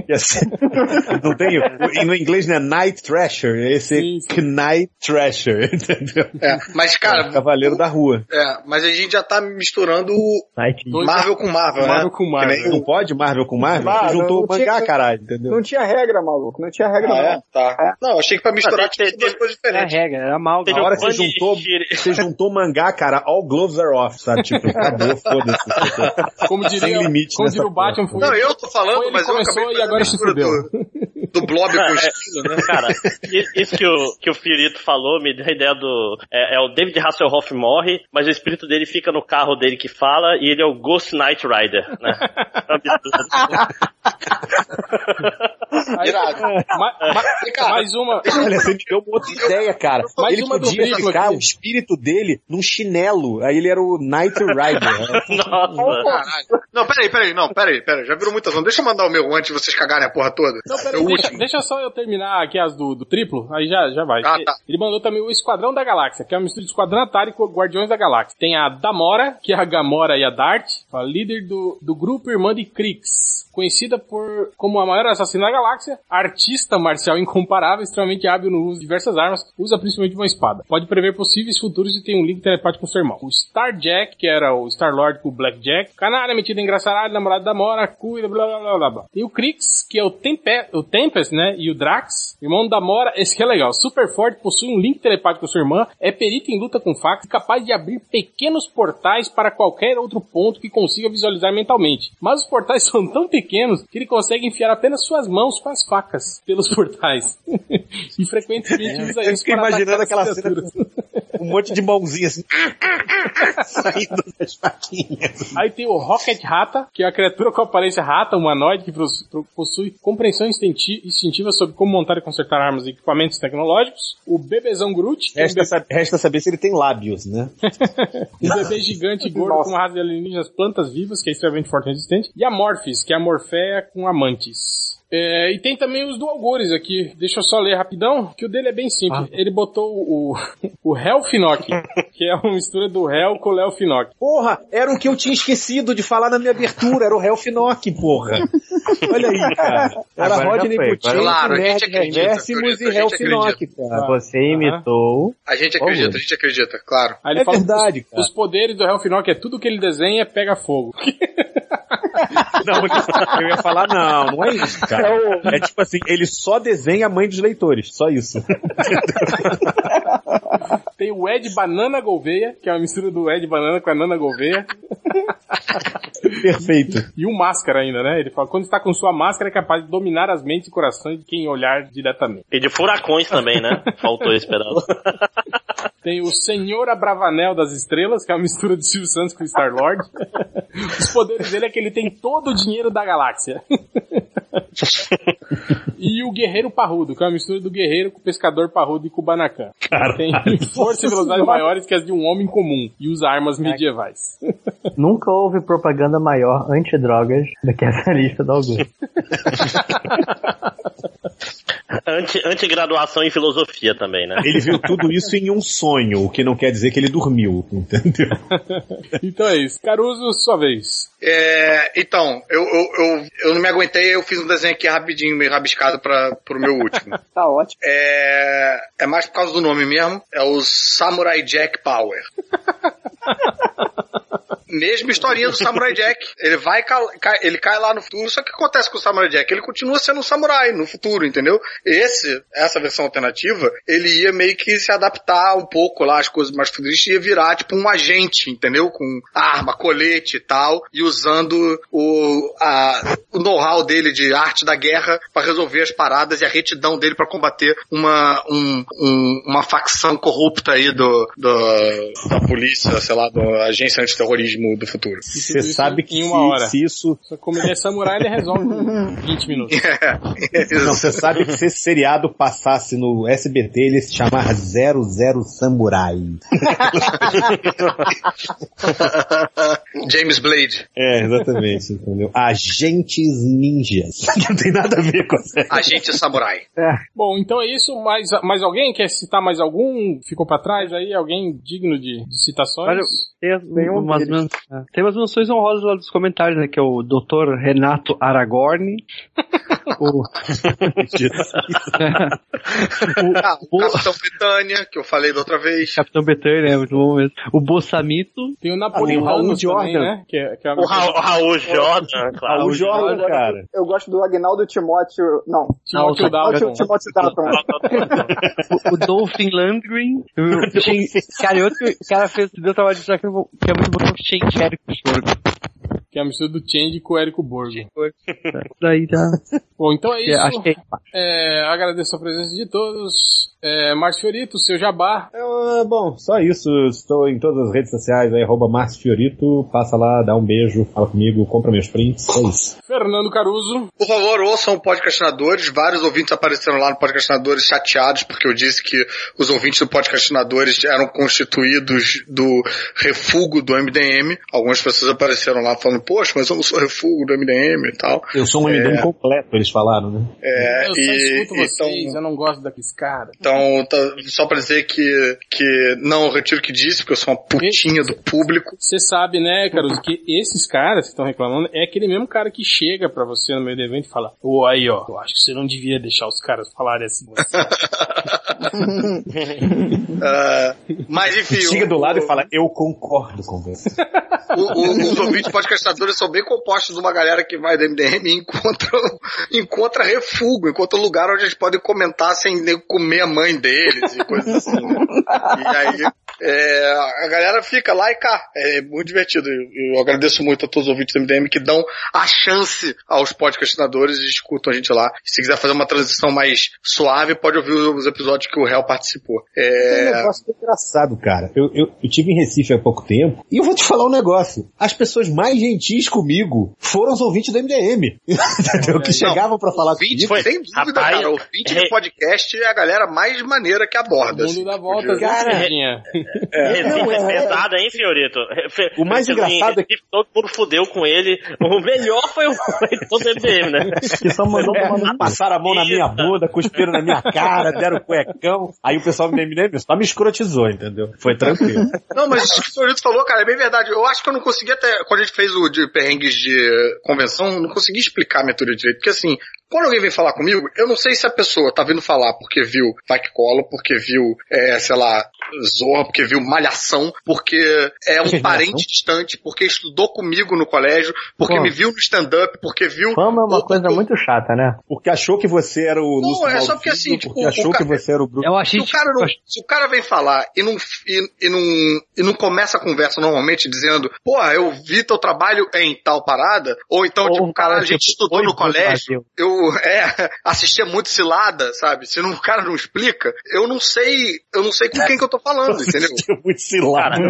[SPEAKER 8] Ia ser- Não tem... E no inglês, né, Night Thrasher. Esse
[SPEAKER 2] Sim, sim.
[SPEAKER 8] Knight Thrasher, entendeu?
[SPEAKER 4] É, mas cara,
[SPEAKER 8] Cavaleiro da Rua.
[SPEAKER 4] é, mas a gente já tá misturando o
[SPEAKER 5] Night.
[SPEAKER 2] Dois-
[SPEAKER 4] Marvel com Marvel,
[SPEAKER 2] Marvel
[SPEAKER 4] né?
[SPEAKER 2] com Marvel.
[SPEAKER 8] Não pode Marvel com Marvel?
[SPEAKER 6] Ah,
[SPEAKER 8] Você
[SPEAKER 6] não,
[SPEAKER 8] juntou o
[SPEAKER 6] não tinha-
[SPEAKER 8] mangá, caralho, entendeu?
[SPEAKER 6] Não tinha regra, maluco. Não tinha regra, não.
[SPEAKER 4] Ah, é? Tá. Não, achei que pra misturar tinha que ser duas coisas
[SPEAKER 9] É a
[SPEAKER 4] diferentes.
[SPEAKER 9] regra, é a mal.
[SPEAKER 8] Na hora que você
[SPEAKER 1] Teve um
[SPEAKER 8] juntou, né?
[SPEAKER 1] Punisher.
[SPEAKER 8] você juntou mangá, cara, all gloves are off, sabe? Tipo, acabou, foda-se.
[SPEAKER 2] Como
[SPEAKER 8] Sem
[SPEAKER 2] diria,
[SPEAKER 8] limite
[SPEAKER 2] como
[SPEAKER 8] nessa
[SPEAKER 2] diria o
[SPEAKER 8] porra.
[SPEAKER 2] Batman, foi,
[SPEAKER 4] Não, eu tô
[SPEAKER 2] É. foi
[SPEAKER 4] falando,
[SPEAKER 2] ele
[SPEAKER 4] mas eu acabei
[SPEAKER 2] começou
[SPEAKER 4] de
[SPEAKER 2] e
[SPEAKER 4] fazer
[SPEAKER 2] agora
[SPEAKER 4] a
[SPEAKER 2] se
[SPEAKER 4] mistura
[SPEAKER 2] fudeu.
[SPEAKER 4] do, do Blob com o esquilo, né?
[SPEAKER 1] Cara, i- isso que o, que o Firito falou me deu a ideia do. É, é o David Hasselhoff morre, mas o espírito dele fica no carro dele que fala e ele é o Ghost Knight Rider, né? É um absurdo.
[SPEAKER 4] Irado.
[SPEAKER 2] Ma- ma- mais uma.
[SPEAKER 8] Olha, você me deu uma outra ideia, cara.
[SPEAKER 2] Mais
[SPEAKER 8] ele
[SPEAKER 2] uma do
[SPEAKER 8] podia
[SPEAKER 2] Veículo
[SPEAKER 8] ficar
[SPEAKER 2] aqui.
[SPEAKER 8] o espírito dele num chinelo. Aí ele era o Knight Rider. né?
[SPEAKER 1] Nossa.
[SPEAKER 4] Caralho. Não, peraí, peraí, não, peraí, peraí. Já virou muitas ondas. Deixa eu mandar o meu antes de vocês cagarem a porra toda.
[SPEAKER 2] Não,
[SPEAKER 4] É
[SPEAKER 2] peraí,
[SPEAKER 4] o
[SPEAKER 2] deixa,
[SPEAKER 4] último.
[SPEAKER 2] deixa só eu terminar aqui as do, do triplo, aí já, já vai.
[SPEAKER 4] Ah,
[SPEAKER 2] Ele-
[SPEAKER 4] tá.
[SPEAKER 2] Ele mandou também o Esquadrão da Galáxia, que é uma mistura de Esquadrão Atari com Guardiões da Galáxia. Tem a Damora, que é a Gamora e a Dart, a líder do, do grupo Irmã de Krix. Conhecida por como a maior assassina da galáxia, artista marcial incomparável, extremamente hábil no uso de diversas armas, usa principalmente uma espada. Pode prever possíveis futuros e tem um link telepático com seu irmão. O Starjack, que era o Star-Lord com o Blackjack, canária metida em engraçaralho, namorado da Mora, cuida, blá blá blá blá blá. E o Krix, que é o, Tempe, o Tempest, né, e o Drax, irmão da Mora, esse que é legal, super forte, possui um link telepático com sua irmã, é perito em luta com facas e capaz de abrir pequenos portais para qualquer outro ponto que consiga visualizar mentalmente. Mas os portais são tão pequenos que ele consegue enfiar apenas suas mãos com as facas pelos portais. e frequentemente usa
[SPEAKER 8] É, Eu
[SPEAKER 2] isso
[SPEAKER 8] fiquei
[SPEAKER 2] para
[SPEAKER 8] imaginando
[SPEAKER 2] atacar as
[SPEAKER 8] aquela cena
[SPEAKER 2] criaturas.
[SPEAKER 8] com um monte de mãozinha assim. saindo das faquinhas.
[SPEAKER 2] Aí tem o Rocket Rata, que é a criatura com aparência rata, humanoide, que pros- pro- possui compreensão instinti- instintiva sobre como montar e consertar armas e equipamentos tecnológicos. O Bebezão Groot, que é um
[SPEAKER 8] Resta, sa- resta saber se ele tem lábios, né?
[SPEAKER 2] Um bebê gigante e gordo com raça de alienígenas plantas vivas, que é extremamente forte e resistente. E a Morphis, que é a Morféia com amantes. É, e tem também os do Algures aqui. Deixa eu só ler rapidão, que o dele é bem
[SPEAKER 8] Ah.
[SPEAKER 2] simples. Ele botou o, o Hell Finok, que é uma mistura do Hell com o Léo Finok.
[SPEAKER 8] Porra, era o que eu tinha esquecido de falar na minha abertura, era o Hellfinock, porra. Olha aí, cara. Era
[SPEAKER 5] Agora já
[SPEAKER 8] Rodney
[SPEAKER 5] foi,
[SPEAKER 8] Putin,
[SPEAKER 5] agora-
[SPEAKER 4] Claro, a gente
[SPEAKER 8] Nerd
[SPEAKER 4] acredita,
[SPEAKER 8] Reversimos e
[SPEAKER 4] Fiorito, a gente
[SPEAKER 8] Hellfinock, cara.
[SPEAKER 5] Você imitou.
[SPEAKER 4] A gente acredita, a gente acredita, claro.
[SPEAKER 2] Aí ele
[SPEAKER 8] É
[SPEAKER 2] fala que os-
[SPEAKER 8] verdade, cara.
[SPEAKER 2] os poderes do Hell Finok é tudo que ele desenha pega fogo.
[SPEAKER 8] Não, eu ia falar, não, não é isso, cara. É tipo assim, ele só desenha a mãe dos leitores, só isso.
[SPEAKER 2] Tem o Ed Banana Gouveia, que é uma mistura do Ed Banana com a Nana Gouveia.
[SPEAKER 8] Perfeito.
[SPEAKER 2] E o máscara ainda, né? Ele fala, quando está com sua máscara é capaz de dominar as mentes e corações de quem olhar diretamente.
[SPEAKER 1] E de furacões também, né? Faltou esperando.
[SPEAKER 2] Tem o Senhor Abravanel das Estrelas, que é uma mistura de Silvio Santos com Star-Lord. Os poderes dele é que ele tem todo o dinheiro da galáxia. E o Guerreiro Parrudo, que é uma mistura do Guerreiro com o Pescador Parrudo e Kubanacan. Tem força e velocidade maiores que as de um homem comum e usa armas
[SPEAKER 8] É.
[SPEAKER 2] medievais.
[SPEAKER 5] Nunca houve propaganda maior anti-drogas do que essa lista do Augusto.
[SPEAKER 1] Anti, antigraduação em filosofia também, né?
[SPEAKER 8] Ele viu tudo isso em um sonho, o que não quer dizer que ele dormiu, entendeu?
[SPEAKER 2] Então é isso. Caruso, sua vez.
[SPEAKER 4] É, então, eu, eu, eu, eu não me aguentei, eu fiz um desenho aqui rapidinho, meio rabiscado para pro meu último.
[SPEAKER 6] Tá ótimo.
[SPEAKER 4] É, é mais por causa do nome mesmo, é o Samurai Jack Power. Mesma historinha do Samurai Jack. Ele vai cal- cai, ele cai lá no futuro, só que o que acontece com o Samurai Jack? Ele continua sendo um samurai no futuro, entendeu? Esse, essa versão alternativa, ele ia meio que se adaptar um pouco lá às coisas mais futuristas e ia virar tipo um agente, entendeu? Com arma, colete e tal, e usando o, a- o know-how dele de arte da guerra pra resolver as paradas e a retidão dele pra combater uma, um- um- uma facção corrupta aí do, do- da polícia, sei lá, da agência antiterrorismo do futuro.
[SPEAKER 2] tudo
[SPEAKER 8] Você
[SPEAKER 2] isso
[SPEAKER 8] sabe
[SPEAKER 2] em
[SPEAKER 8] que
[SPEAKER 2] uma hora.
[SPEAKER 8] se, se isso.
[SPEAKER 2] Só que como ele é samurai, ele resolve em 20 minutos.
[SPEAKER 8] Não, você sabe que se esse seriado passasse no SBT, ele ia se chamar 00 Samurai.
[SPEAKER 4] James Blade.
[SPEAKER 8] É, exatamente, entendeu? Agentes ninjas. Não tem nada a ver com
[SPEAKER 4] É.
[SPEAKER 8] essa.
[SPEAKER 4] Agente samurai.
[SPEAKER 2] Bom, então é isso. Mais, mais alguém quer citar mais algum? Ficou pra trás aí? Alguém digno de, de citações?
[SPEAKER 9] Olha, tem as-
[SPEAKER 6] Nenhum
[SPEAKER 9] umas,
[SPEAKER 6] deles.
[SPEAKER 9] men- tem umas menções honrosas lá dos comentários, né? Que é o Dr. Renato Aragorn. o,
[SPEAKER 4] Ah, o Capitão Britânia, que eu falei da outra vez.
[SPEAKER 9] Capitão Betânia, é muito bom mesmo. O Bossamito.
[SPEAKER 2] Tem o
[SPEAKER 8] tem o Raul
[SPEAKER 2] Napolitano também,
[SPEAKER 8] Jordan.
[SPEAKER 2] né? Que é, que é
[SPEAKER 1] O, Ra o Raul Jordan, claro.
[SPEAKER 8] O Jordan,
[SPEAKER 6] Agora,
[SPEAKER 8] cara.
[SPEAKER 6] Eu gosto do Agnaldo Timóteo. Não.
[SPEAKER 2] Timóteo
[SPEAKER 9] Não,
[SPEAKER 2] Dalton.
[SPEAKER 6] Timóteo, Timóteo Dalton.
[SPEAKER 9] O, o Dolphin Landgren. O, Shane- cara, e outro que o cara fez, deu trabalho de que é muito bom, o Shane Jericho.
[SPEAKER 2] Que é a mistura do Change com o Érico Borgo.
[SPEAKER 9] Daí tá.
[SPEAKER 2] Bom, então é
[SPEAKER 9] que
[SPEAKER 2] isso.
[SPEAKER 9] Acho que é
[SPEAKER 2] É, agradeço a presença de todos. É, Márcio Fiorito, seu jabá.
[SPEAKER 8] É, bom, só isso. Estou em todas as redes sociais aí, arroba Márcio Fiorito. Passa lá, dá um beijo, fala comigo, compra meus prints. É isso.
[SPEAKER 2] Fernando Caruso.
[SPEAKER 4] Por favor, ouçam o Podcastinadores. Vários ouvintes apareceram lá no Podcastinadores chateados porque eu disse que os ouvintes do Podcastinadores eram constituídos do refúgio do MDM. Algumas pessoas apareceram lá falando, poxa, mas eu não sou refúgio do MDM e tal.
[SPEAKER 8] Eu sou um
[SPEAKER 4] É.
[SPEAKER 8] MDM completo, eles falaram, né?
[SPEAKER 4] É,
[SPEAKER 2] eu só
[SPEAKER 4] e-
[SPEAKER 2] escuto vocês, né? eu não gosto da piscada.
[SPEAKER 4] Então, tá- só pra dizer que, que não, eu retiro o que disse, porque eu sou uma putinha do público.
[SPEAKER 2] Você sabe, né, Caruso, que esses caras que estão reclamando é aquele mesmo cara que chega pra você no meio do evento e fala: Ô, aí, ó, eu acho que você não devia deixar os caras falarem assim. com você."
[SPEAKER 4] Ah, mas enfim.
[SPEAKER 8] Chega
[SPEAKER 4] o-
[SPEAKER 8] do lado e fala, eu concordo com você.
[SPEAKER 4] o- o- os ouvintes podcastadores são bem compostos de uma galera que vai do MDM e encontra, encontra refúgio, encontra lugar onde eles podem comentar sem nem comer a mãe deles e coisas assim. E aí é, a galera fica lá e cá. É muito divertido. Eu, eu agradeço muito a todos os ouvintes do MDM que dão a chance aos podcastinadores e escutam a gente lá. Se quiser fazer uma transição mais suave, pode ouvir os episódios que o réu participou.
[SPEAKER 8] É um
[SPEAKER 4] É,
[SPEAKER 8] negócio que é engraçado, cara. Eu, eu, eu tive em Recife há pouco tempo e eu vou te falar um negócio. As pessoas mais gentis comigo foram os ouvintes do MDM. Entendeu? que chegavam pra falar
[SPEAKER 4] ouvinte,
[SPEAKER 8] comigo.
[SPEAKER 4] sem dúvida,
[SPEAKER 1] Rapaz,
[SPEAKER 4] cara. Ouvinte
[SPEAKER 1] é-
[SPEAKER 4] de podcast é a galera mais maneira que aborda.
[SPEAKER 2] O
[SPEAKER 4] assim.
[SPEAKER 2] mundo dá voltas, né,
[SPEAKER 8] Cara,
[SPEAKER 2] Serginha?
[SPEAKER 1] Recife
[SPEAKER 8] Não,
[SPEAKER 1] é,
[SPEAKER 8] é-
[SPEAKER 1] pesado, hein, Fiorito? Fe-
[SPEAKER 8] O mais
[SPEAKER 1] Fez um
[SPEAKER 8] engraçado é
[SPEAKER 1] em Recife, Todo mundo fudeu com ele. O melhor foi o todo MDM, né?
[SPEAKER 5] Que só mandou tomar no cu.
[SPEAKER 8] Passaram Tá a mão na minha bunda, cuspiram na minha cara, deram um cuecão. Aí o pessoal do MDM só me escrotizou, entendeu? Foi tranquilo.
[SPEAKER 4] Não, mas isso que o Fiorito falou, cara, é bem verdade. Eu acho que eu não consegui até, quando a gente fez o de perrengues de eh, convenção, eu não consegui explicar a minha teoria direito. Porque assim, quando alguém vem falar comigo, eu não sei se a pessoa tá vindo falar porque viu Vai Que Cola, porque viu, eh, sei lá, Zorra, porque viu Malhação, porque é um parente distante, porque estudou comigo no colégio, porque
[SPEAKER 9] Pô.
[SPEAKER 4] me viu no stand-up, porque viu...
[SPEAKER 5] Fama é uma
[SPEAKER 4] Outro
[SPEAKER 5] coisa
[SPEAKER 4] ponto.
[SPEAKER 5] muito chata, né?
[SPEAKER 8] Porque achou que você era o
[SPEAKER 4] Não,
[SPEAKER 8] Lúcio
[SPEAKER 4] é só
[SPEAKER 8] Malfino,
[SPEAKER 4] porque, assim, tipo,
[SPEAKER 8] porque
[SPEAKER 4] o
[SPEAKER 8] achou que
[SPEAKER 4] cara-
[SPEAKER 8] você era o Bruno.
[SPEAKER 9] Eu
[SPEAKER 4] Se
[SPEAKER 9] achei. tipo
[SPEAKER 4] o, cara não, se o cara vem falar e não, e, e não, e não começa a conversa normalmente dizendo, porra, eu vi teu trabalho em tal parada, ou então,
[SPEAKER 9] Ou
[SPEAKER 4] tipo,
[SPEAKER 9] um
[SPEAKER 4] cara,
[SPEAKER 9] cara,
[SPEAKER 4] a gente
[SPEAKER 9] tipo,
[SPEAKER 4] estudou
[SPEAKER 9] "Oi,
[SPEAKER 4] no
[SPEAKER 9] Bruno
[SPEAKER 4] colégio,
[SPEAKER 9] Brasil."
[SPEAKER 4] eu é, assistia muito cilada, sabe? Se não, o cara não explica, eu não sei, eu não sei com quem que eu tô falando, entendeu?
[SPEAKER 8] Muito cilado.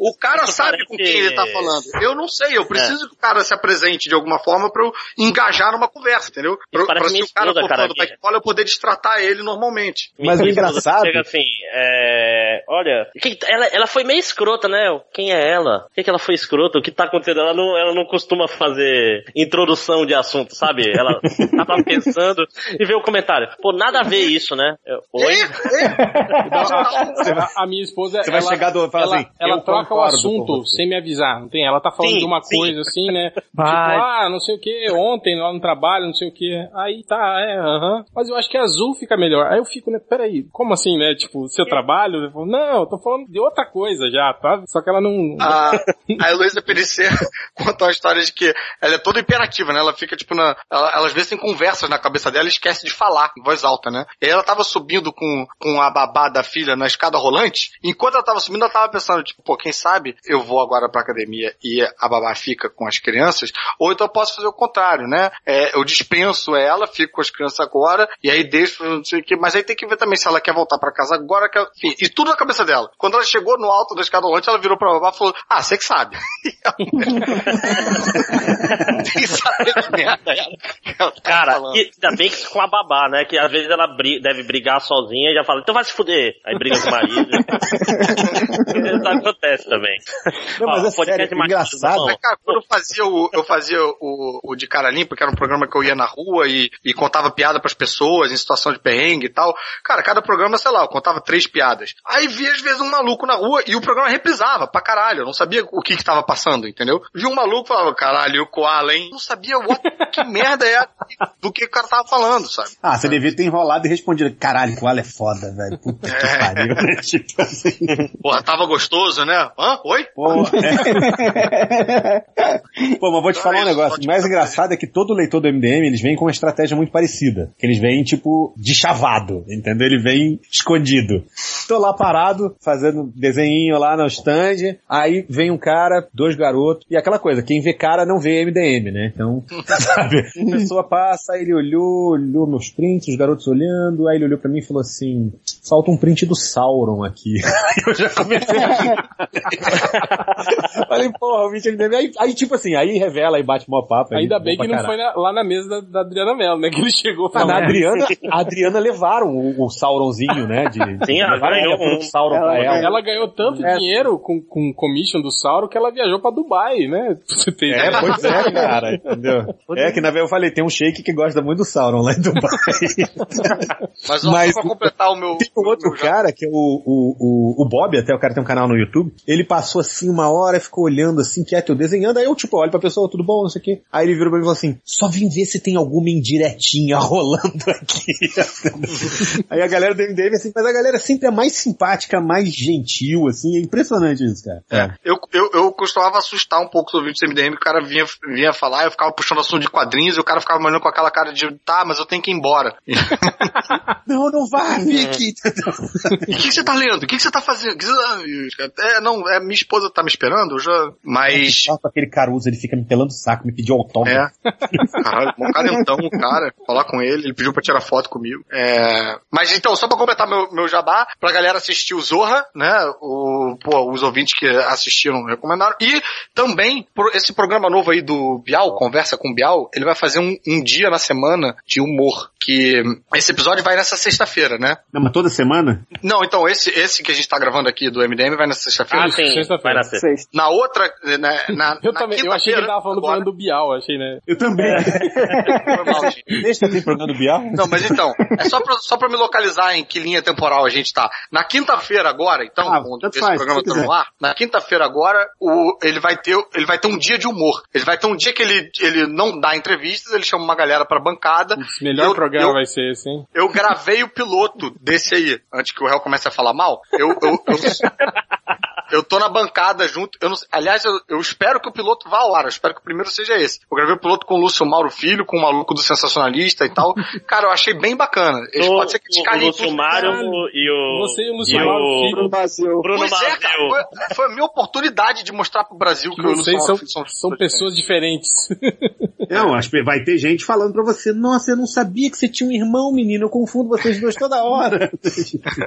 [SPEAKER 4] O cara
[SPEAKER 1] Isso
[SPEAKER 4] sabe
[SPEAKER 1] parece- É.
[SPEAKER 4] com quem ele tá falando. Eu não sei, eu preciso que o cara se apresente de alguma forma pra eu engajar numa conversa, entendeu? Pra,
[SPEAKER 1] parece
[SPEAKER 4] pra se
[SPEAKER 1] minha
[SPEAKER 4] o cara
[SPEAKER 1] esposa,
[SPEAKER 4] for
[SPEAKER 1] cara,
[SPEAKER 4] falando
[SPEAKER 1] minha.
[SPEAKER 4] vai que fala, eu poder destratar ele normalmente.
[SPEAKER 8] Mas o
[SPEAKER 1] Minha
[SPEAKER 8] engraçado-
[SPEAKER 1] Chega assim, é, olha, que- ela, ela foi meio escrota, né? Quem é ela? Por que, que ela foi escrota? O que tá acontecendo? Ela não, ela não costuma fazer introdução de assunto, sabe? Ela tava pensando e vê o comentário. Pô, nada a ver isso, né? Eu,
[SPEAKER 4] É,
[SPEAKER 1] Oi?
[SPEAKER 2] A, a minha esposa,
[SPEAKER 8] Você vai
[SPEAKER 2] ela,
[SPEAKER 8] chegar do- e falar
[SPEAKER 2] ela,
[SPEAKER 8] assim,
[SPEAKER 2] ela
[SPEAKER 8] "Eu
[SPEAKER 2] troca o
[SPEAKER 8] concordo com
[SPEAKER 2] assunto
[SPEAKER 8] você."
[SPEAKER 2] sem me avisar, não tem? Ela tá falando
[SPEAKER 1] Sim,
[SPEAKER 2] de uma
[SPEAKER 1] sim.
[SPEAKER 2] coisa assim, né? tipo,
[SPEAKER 9] Vai.
[SPEAKER 2] ah, não sei o que, ontem lá no trabalho, não sei o que. Aí tá, é, aham. Mas eu acho que azul fica melhor. Aí eu fico, né, peraí, como assim, né? Tipo, seu trabalho? Eu falo, não, eu tô falando de outra coisa já, tá? Só que ela não...
[SPEAKER 4] A, a Heloísa Perecer contou a história de que ela é toda imperativa, né? Ela fica, tipo, na. Ela, ela às vezes tem conversas na cabeça dela e esquece de falar, em voz alta, né? E aí ela tava subindo com, com a babá da filha na escada rolante. Enquanto ela tava subindo, ela tava pensando, tipo, pô, quem sabe eu vou agora pra academia e a babá fica com as crianças, ou então eu posso fazer o contrário, né? É, eu dispenso ela, fico com as crianças agora, e aí deixo, não sei o que, mas aí tem que ver também se ela quer voltar pra casa agora, que ela- enfim, e tudo na cabeça dela. Quando ela chegou no alto da escada rolante, ela virou pra babá e falou, ah, você que sabe. E ela- Sem saber que merda ela, que ela tava
[SPEAKER 1] Cara,
[SPEAKER 4] falando.
[SPEAKER 1] e ainda bem que com a babá, né? Que às vezes ela bri- deve brigar sozinha e já fala, então vai se fuder. Aí briga com o marido. Isso acontece também.
[SPEAKER 8] Não, mas
[SPEAKER 1] Ó,
[SPEAKER 8] é sério,
[SPEAKER 1] podcast machismo,
[SPEAKER 8] engraçado.
[SPEAKER 1] não.
[SPEAKER 4] Mas, cara, quando eu fazia o, eu fazia o, o de cara limpa, que era um programa que eu ia na rua e, e contava piada pras pessoas em situação de perrengue e tal. Cara, cada programa, sei lá, eu contava três piadas. Aí via às vezes um maluco na rua e o programa reprisava pra caralho. Eu não sabia o que que tava passando, entendeu? Vi um maluco e falava, caralho, o koala, hein? Não sabia what, que merda é do que o cara tava falando, sabe?
[SPEAKER 14] Ah, você devia ter enrolado e respondido, caralho, o Al é foda, velho. Puta que pariu, né? Tipo assim.
[SPEAKER 4] Porra, tava gostoso, né? Hã? Oi?
[SPEAKER 14] Pô,
[SPEAKER 8] Pô, mas vou te
[SPEAKER 4] Então
[SPEAKER 8] falar
[SPEAKER 4] é
[SPEAKER 8] um
[SPEAKER 4] isso,
[SPEAKER 8] negócio.
[SPEAKER 4] pode
[SPEAKER 8] O mais
[SPEAKER 4] fazer.
[SPEAKER 8] engraçado é que todo leitor do MDM, eles vêm com uma estratégia muito parecida. Que eles vêm, tipo, de chavado, entendeu? Ele vem escondido. Tô lá parado, fazendo desenhinho lá no stand, aí vem um cara, dois garotos, e aquela coisa, quem vê cara não vê MDM, né? Então, sabe? A pessoa passa, aí ele olhou, olhou meus prints, os garotos olhando, aí ele olhou pra mim e falou assim, falta um print do Sauron aqui. eu já comecei a... Falei, porra, o bicho ele deve... Aí, aí, tipo assim, aí revela, aí bate mó papo. aí
[SPEAKER 2] Ainda
[SPEAKER 8] bom
[SPEAKER 2] bem
[SPEAKER 8] pra
[SPEAKER 2] que não
[SPEAKER 8] caralho.
[SPEAKER 2] foi na- lá na mesa da, da Adriana Mello, né? Que ele chegou
[SPEAKER 8] Ah, na
[SPEAKER 2] falando.
[SPEAKER 8] Adriana, a Adriana levaram o, o Sauronzinho, né? De,
[SPEAKER 2] Sim, ela
[SPEAKER 8] levaram
[SPEAKER 2] ganhou
[SPEAKER 8] a época do
[SPEAKER 2] um-
[SPEAKER 8] Sauron
[SPEAKER 2] ela,
[SPEAKER 8] pra ela. é
[SPEAKER 2] ela ganhou tanto dinheiro com, com o commission do Sauro que ela viajou pra Dubai, né? Você tem
[SPEAKER 8] É,
[SPEAKER 2] ideia?
[SPEAKER 8] pois é, cara, entendeu? É que na verdade eu falei, tem um shake que gosta muito do Sauron lá em Dubai.
[SPEAKER 4] Mas, ó,
[SPEAKER 8] Mas-
[SPEAKER 4] só pra completar o meu.
[SPEAKER 8] Tem um outro cara, que é o, o, o, o Bob, até o cara tem um canal no YouTube, ele passou assim uma hora, ficou olhando assim, quieto, eu desenhando, aí eu tipo olho pra pessoa, tudo bom, não sei o quê. Aí ele virou pra mim e falou assim, só vim ver se tem alguma indiretinha rolando aqui. aí a galera do MDM assim, mas a galera sempre é mais simpática, mais gentil, assim, é impressionante isso, cara. É.
[SPEAKER 4] Eu, eu, eu costumava assustar um pouco os ouvintes do MDM, que o cara vinha, vinha falar, eu ficava puxando assunto de quadrinhos e o cara ficava me olhando com aquela cara de, tá, mas eu tenho que ir embora.
[SPEAKER 8] Não, não
[SPEAKER 14] É.
[SPEAKER 8] vá, Vicky!
[SPEAKER 4] E o que, que você tá lendo? O que, que você tá fazendo? O que você tá- É, não, é, minha esposa tá me esperando, eu já. Mas.
[SPEAKER 8] Só com aquele caruso, ele fica me pelando o saco, me pediu autógrafo.
[SPEAKER 4] É. Caralho, um carentão, o cara. Falar com ele, ele pediu pra tirar foto comigo. É... Mas então, só pra completar meu, meu jabá, pra galera assistir o Zorra, né? O, pô, os ouvintes que assistiram recomendaram. E também, pro- esse programa novo aí do Bial, Conversa com Bial, ele vai fazer um, um dia na semana de humor. Que esse episódio vai nessa sexta-feira, né?
[SPEAKER 14] Não, mas toda semana?
[SPEAKER 4] Não, então esse, esse que a gente tá gravando aqui do MDM vai na sexta-feira.
[SPEAKER 2] Ah, sim, Sexta-feira. vai na sexta.
[SPEAKER 4] Sexta. Na outra, né, na,
[SPEAKER 2] Eu
[SPEAKER 4] na
[SPEAKER 2] também, eu achei que ele tava falando
[SPEAKER 4] agora.
[SPEAKER 2] falando do Bial, achei, né?
[SPEAKER 14] Eu também.
[SPEAKER 8] Deixa eu ter programa do Bial.
[SPEAKER 4] Não, mas então, é só pra, só pra me localizar em que linha temporal a gente tá. Na quinta-feira agora, então, quando
[SPEAKER 14] Ah, tanto
[SPEAKER 4] esse
[SPEAKER 14] faz,
[SPEAKER 4] programa
[SPEAKER 14] se
[SPEAKER 4] tá no
[SPEAKER 14] quiser.
[SPEAKER 4] ar, na quinta-feira agora, o, ele, vai ter, ele vai ter um dia de humor. Ele vai ter um dia que ele, ele não dá entrevistas, ele chama uma galera pra bancada.
[SPEAKER 14] Uhum.
[SPEAKER 2] Melhor
[SPEAKER 4] Eu-
[SPEAKER 2] programa
[SPEAKER 4] eu-
[SPEAKER 2] vai ser esse, hein?
[SPEAKER 4] Eu gravei o piloto desse aí, antes que o réu comece a falar mal. Eu, eu, eu, eu tô na bancada junto. Eu não sei- aliás, eu, eu espero que o piloto vá ao ar. Eu espero que o primeiro seja esse. Eu gravei o piloto com o Lúcio Mauro Filho, com o maluco do Sensacionalista e tal. Cara, eu achei bem bacana. Eles
[SPEAKER 1] O-
[SPEAKER 4] podem ser que
[SPEAKER 1] o
[SPEAKER 4] descarem
[SPEAKER 1] Lúcio Mário e o... Você e o
[SPEAKER 4] Lúcio Mauro Filho. Bruno
[SPEAKER 6] Brasil.
[SPEAKER 1] Bruno
[SPEAKER 4] Pois é,
[SPEAKER 1] Mazzeo.
[SPEAKER 4] cara, foi, foi a minha oportunidade de mostrar pro Brasil que, o Lúcio
[SPEAKER 2] Vocês
[SPEAKER 4] Mauro
[SPEAKER 2] são,
[SPEAKER 4] Filho
[SPEAKER 2] são pessoas diferentes.
[SPEAKER 14] Não, acho que vai ter gente falando pra você, nossa, eu não sabia que você tinha um irmão, menino, eu confundo vocês dois toda hora.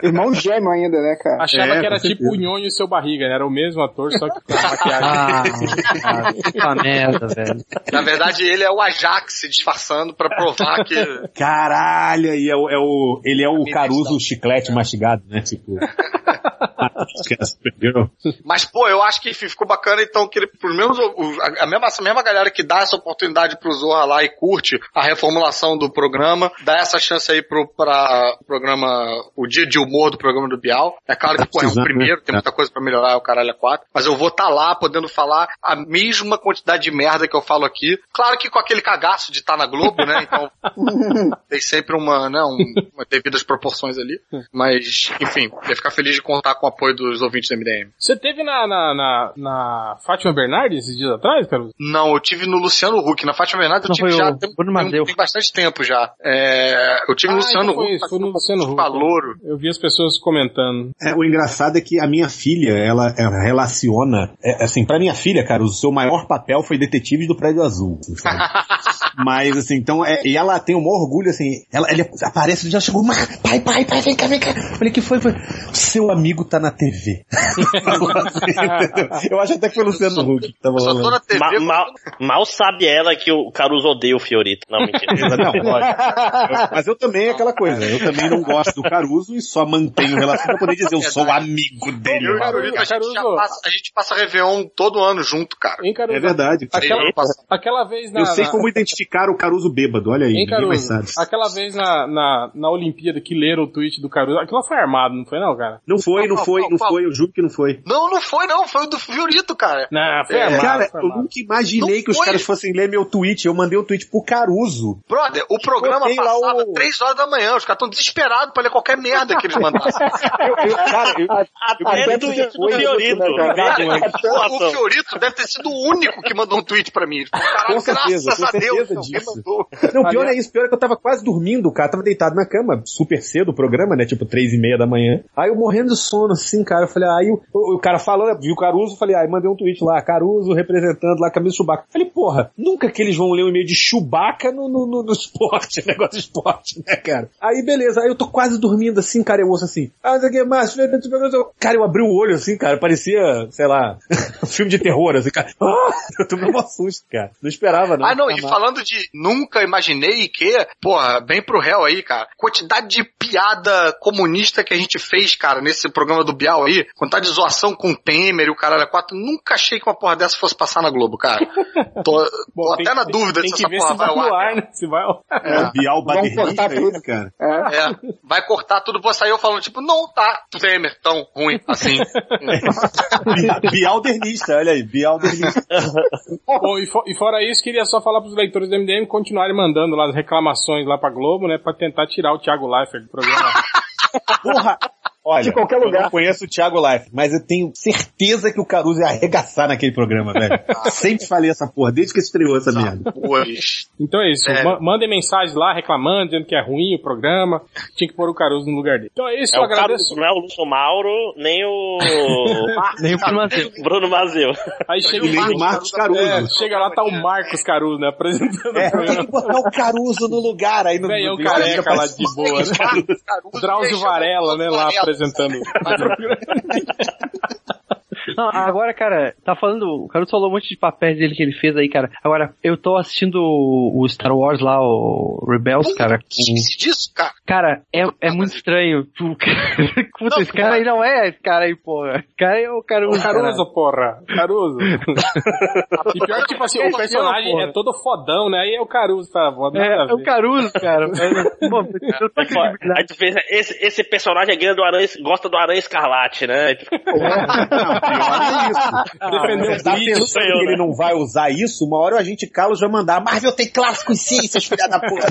[SPEAKER 6] Irmão gêmeo ainda, né, cara?
[SPEAKER 2] Achava
[SPEAKER 14] É,
[SPEAKER 2] que era
[SPEAKER 6] com
[SPEAKER 2] tipo o Nhonho e o seu barriga, né? Era o mesmo ator, só que com a maquiagem.
[SPEAKER 9] Ah, puta merda, velho.
[SPEAKER 4] Na verdade, ele é o Ajax se disfarçando pra provar que...
[SPEAKER 8] Caralho, e é o, é o- ele é o Caruso chiclete mastigado, né? Tipo.
[SPEAKER 4] Mas, pô, eu acho que enfim, ficou bacana, então, que ele, pelo menos o- o- a, a mesma, essa mesma galera que dá essa oportunidade pro Zorra lá e curte a reformulação do programa, dá essa chance aí pro pra, programa, o dia de humor do programa do Bial. É claro que, pô, é o
[SPEAKER 14] precisando,
[SPEAKER 4] primeiro,
[SPEAKER 14] né?
[SPEAKER 4] tem muita coisa pra melhorar, é o caralho é quatro. Mas eu vou estar lá podendo falar a mesma quantidade de merda que eu falo aqui. Claro que com aquele cagaço de estar na Globo, né? Então, tem sempre uma, né, um, uma devidas proporções ali. Mas, enfim, ia ficar feliz de contar com o apoio dos ouvintes do MDM.
[SPEAKER 2] Você teve na, na, na, na Fátima Bernardes esses dias atrás, Carlos?
[SPEAKER 4] Não, eu tive no Luciano Huck. Na Fátima Bernardes eu
[SPEAKER 2] Não,
[SPEAKER 4] tive
[SPEAKER 2] foi
[SPEAKER 4] já
[SPEAKER 2] o
[SPEAKER 4] tem,
[SPEAKER 2] Bruno
[SPEAKER 4] tem-
[SPEAKER 2] Mazzeo.
[SPEAKER 4] tem bastante tempo já. É, eu tive no Luciano
[SPEAKER 2] então foi
[SPEAKER 4] Huck.
[SPEAKER 2] isso, foi no Luciano Huck.
[SPEAKER 4] Palouro.
[SPEAKER 2] Eu vi as pessoas comentando.
[SPEAKER 8] É, o engraçado é que a minha filha, ela, ela relaciona. é, assim, pra minha filha, cara, o seu maior papel foi Detetives do Prédio Azul. assim, sabe? Mas, assim, então, é, e ela tem um maior orgulho, assim, ela, ela aparece, já chegou, "Má, pai, pai, pai, vem cá, vem cá. Falei, que foi? Foi, seu amigo tá na TV. Eu acho até que foi o Luciano Huck que tava
[SPEAKER 1] Só
[SPEAKER 8] falando.
[SPEAKER 1] tô na TV, ma mal, mal sabe ela que o Caruso odeia o Fiorito. Não, mentira.
[SPEAKER 8] Não, lógico. Eu- Mas eu também é aquela coisa, eu também não gosto do Caruso e só mantenho relação pra poder dizer eu sou amigo dele.
[SPEAKER 4] Eu e o Carolito, a, gente já passa, a gente passa Réveillon todo ano junto, cara.
[SPEAKER 2] Hein, Caruso?
[SPEAKER 14] É verdade.
[SPEAKER 2] Aquela,
[SPEAKER 14] Sim.
[SPEAKER 2] aquela vez na...
[SPEAKER 14] Eu sei
[SPEAKER 2] na-
[SPEAKER 14] como identificar o Caruso bêbado, olha aí,
[SPEAKER 2] Hein,
[SPEAKER 14] ninguém mais
[SPEAKER 2] Caruso?
[SPEAKER 14] sabe.
[SPEAKER 2] Aquela vez na, na, na Olimpíada que leram o tweet do Caruso. Aquilo foi armado, não foi não, cara?
[SPEAKER 14] Não foi, não
[SPEAKER 2] Qual,
[SPEAKER 14] foi,
[SPEAKER 2] qual,
[SPEAKER 14] não
[SPEAKER 2] qual?
[SPEAKER 14] foi, eu juro que não foi.
[SPEAKER 4] Não, não foi não, foi o do Fiorito, cara.
[SPEAKER 2] Não,
[SPEAKER 14] É, cara, eu nunca imaginei que os caras fossem ler meu tweet. Eu mandei um tweet pro Caruso.
[SPEAKER 4] Brother, o programa
[SPEAKER 14] Botei lá
[SPEAKER 4] passava três horas da manhã, os caras estão desesperados pra ler qualquer merda que eles mandassem.
[SPEAKER 14] Eu- eu- cara, eu-
[SPEAKER 8] é
[SPEAKER 1] Até do do
[SPEAKER 8] né,
[SPEAKER 1] Fiorito.
[SPEAKER 4] Cara, o Fiorito deve ter sido o único que mandou um tweet pra mim. Caralho,
[SPEAKER 14] Com certeza,
[SPEAKER 4] graças
[SPEAKER 14] com
[SPEAKER 4] a Deus,
[SPEAKER 14] certeza
[SPEAKER 8] disso. Não, pior é isso, pior é que eu tava quase dormindo, cara. Tava deitado na cama, super cedo o programa, né? Tipo, três e meia da manhã. Aí eu morrendo de sono, assim, cara. Eu falei, aí o, o, o cara falando, vi o Caruso, falei, aí mandei um tweet lá, Caruso representando lá a camisa do Chewbacca. Falei, porra, nunca que eles vão ler um e-mail de Chewbacca no, no, no, no esporte, um negócio de esporte, né, cara? Aí beleza, aí eu tô quase dormindo assim, cara, eu ouço assim, ah, não sei o que, Márcio, é cara, eu abri o olho assim, cara, parecia, sei lá, um filme de terror, assim, cara. Ah, eu tomei um susto, cara. Não esperava, não.
[SPEAKER 4] Ah, não, e falando de nunca imaginei que, porra, bem pro réu aí, cara. Quantidade de piada comunista que a gente fez, cara, nesse programa do Bial aí, quantidade de zoação com o Temer e o caralho a quatro, nunca achei que uma porra dessa fosse passar na Globo, cara. Tô, tô até na dúvida
[SPEAKER 2] tem
[SPEAKER 4] se
[SPEAKER 2] que
[SPEAKER 4] essa
[SPEAKER 2] ver
[SPEAKER 4] porra
[SPEAKER 2] se
[SPEAKER 4] vai
[SPEAKER 2] vai
[SPEAKER 4] ao ar.
[SPEAKER 2] pro
[SPEAKER 4] cara.
[SPEAKER 2] ar, né? Se vai ao ar.
[SPEAKER 4] É.
[SPEAKER 14] O Bial
[SPEAKER 4] Vamos
[SPEAKER 14] baderista
[SPEAKER 4] cortar
[SPEAKER 14] é isso, cara.
[SPEAKER 4] É, vai cortar tudo, vou sair eu falando, tipo, não tá Temer tão ruim assim.
[SPEAKER 14] Bi- Bialdernista, olha aí, Bialdernista.
[SPEAKER 2] Bom, e, fo- e fora isso, queria só falar pros leitores do MDM continuarem mandando lá as reclamações lá pra Globo, né? Pra tentar tirar o Thiago Leifert do programa.
[SPEAKER 8] Porra! Olha,
[SPEAKER 6] De qualquer
[SPEAKER 8] eu não
[SPEAKER 6] lugar.
[SPEAKER 8] conheço o Thiago Life, mas eu tenho certeza que o Caruso ia arregaçar naquele programa, velho.
[SPEAKER 14] Ah.
[SPEAKER 8] Sempre falei essa porra, desde que estreou essa merda.
[SPEAKER 4] Pois.
[SPEAKER 2] Então é isso.
[SPEAKER 4] É.
[SPEAKER 2] ma- mandem mensagem lá reclamando, dizendo que é ruim o programa. Tinha que pôr o Caruso no lugar dele. Então é isso,
[SPEAKER 1] É
[SPEAKER 2] eu
[SPEAKER 1] o Carlos,
[SPEAKER 2] agradeço.
[SPEAKER 1] não é o Lúcio Mauro, nem o
[SPEAKER 9] Nem o Primazeu.
[SPEAKER 1] Bruno Mazeu.
[SPEAKER 2] Aí chega
[SPEAKER 14] E nem o Marcos Caruso.
[SPEAKER 2] É, chega lá, tá o Marcos Caruso, né? Apresentando
[SPEAKER 8] É,
[SPEAKER 2] o programa.
[SPEAKER 8] tem que botar o Caruso no lugar aí no
[SPEAKER 2] Ganhou o
[SPEAKER 8] Cara,
[SPEAKER 2] careca lá de boa, né?
[SPEAKER 4] Caruso
[SPEAKER 2] Drauzio
[SPEAKER 4] deixa-
[SPEAKER 2] Varela, né, lá
[SPEAKER 4] Varela.
[SPEAKER 2] apresentando.
[SPEAKER 9] Não, agora, cara, tá falando. O Caruso falou um monte de papéis dele que ele fez aí, cara. Agora, eu tô assistindo o o Star Wars lá, o Rebels, cara. com-
[SPEAKER 4] Esquece disso, cara.
[SPEAKER 9] Cara, é, é muito estranho. Tu- Puta,
[SPEAKER 4] Não,
[SPEAKER 9] esse cara aí não é esse cara aí, porra. Esse cara é o Caruso.
[SPEAKER 2] O Caruso,
[SPEAKER 8] né?
[SPEAKER 2] porra. Caruso. E pior que, tipo assim, o
[SPEAKER 9] Esse
[SPEAKER 2] personagem
[SPEAKER 9] porra.
[SPEAKER 2] é todo fodão, né? Aí é o Caruso, tá? Nada
[SPEAKER 9] É,
[SPEAKER 2] a
[SPEAKER 9] é o
[SPEAKER 2] ver.
[SPEAKER 9] Caruso, cara. Mas, Pô, eu tô
[SPEAKER 1] A diferença, é esse, esse personagem é grande do Aranha, gosta do Aranha Escarlate, né?
[SPEAKER 2] Defendeu
[SPEAKER 8] Você tá
[SPEAKER 2] o Blitz.
[SPEAKER 8] pensando que ele não vai usar isso? Uma hora a gente, Carlos, vai mandar. Marvel tem clássico em ciências, filha da puta.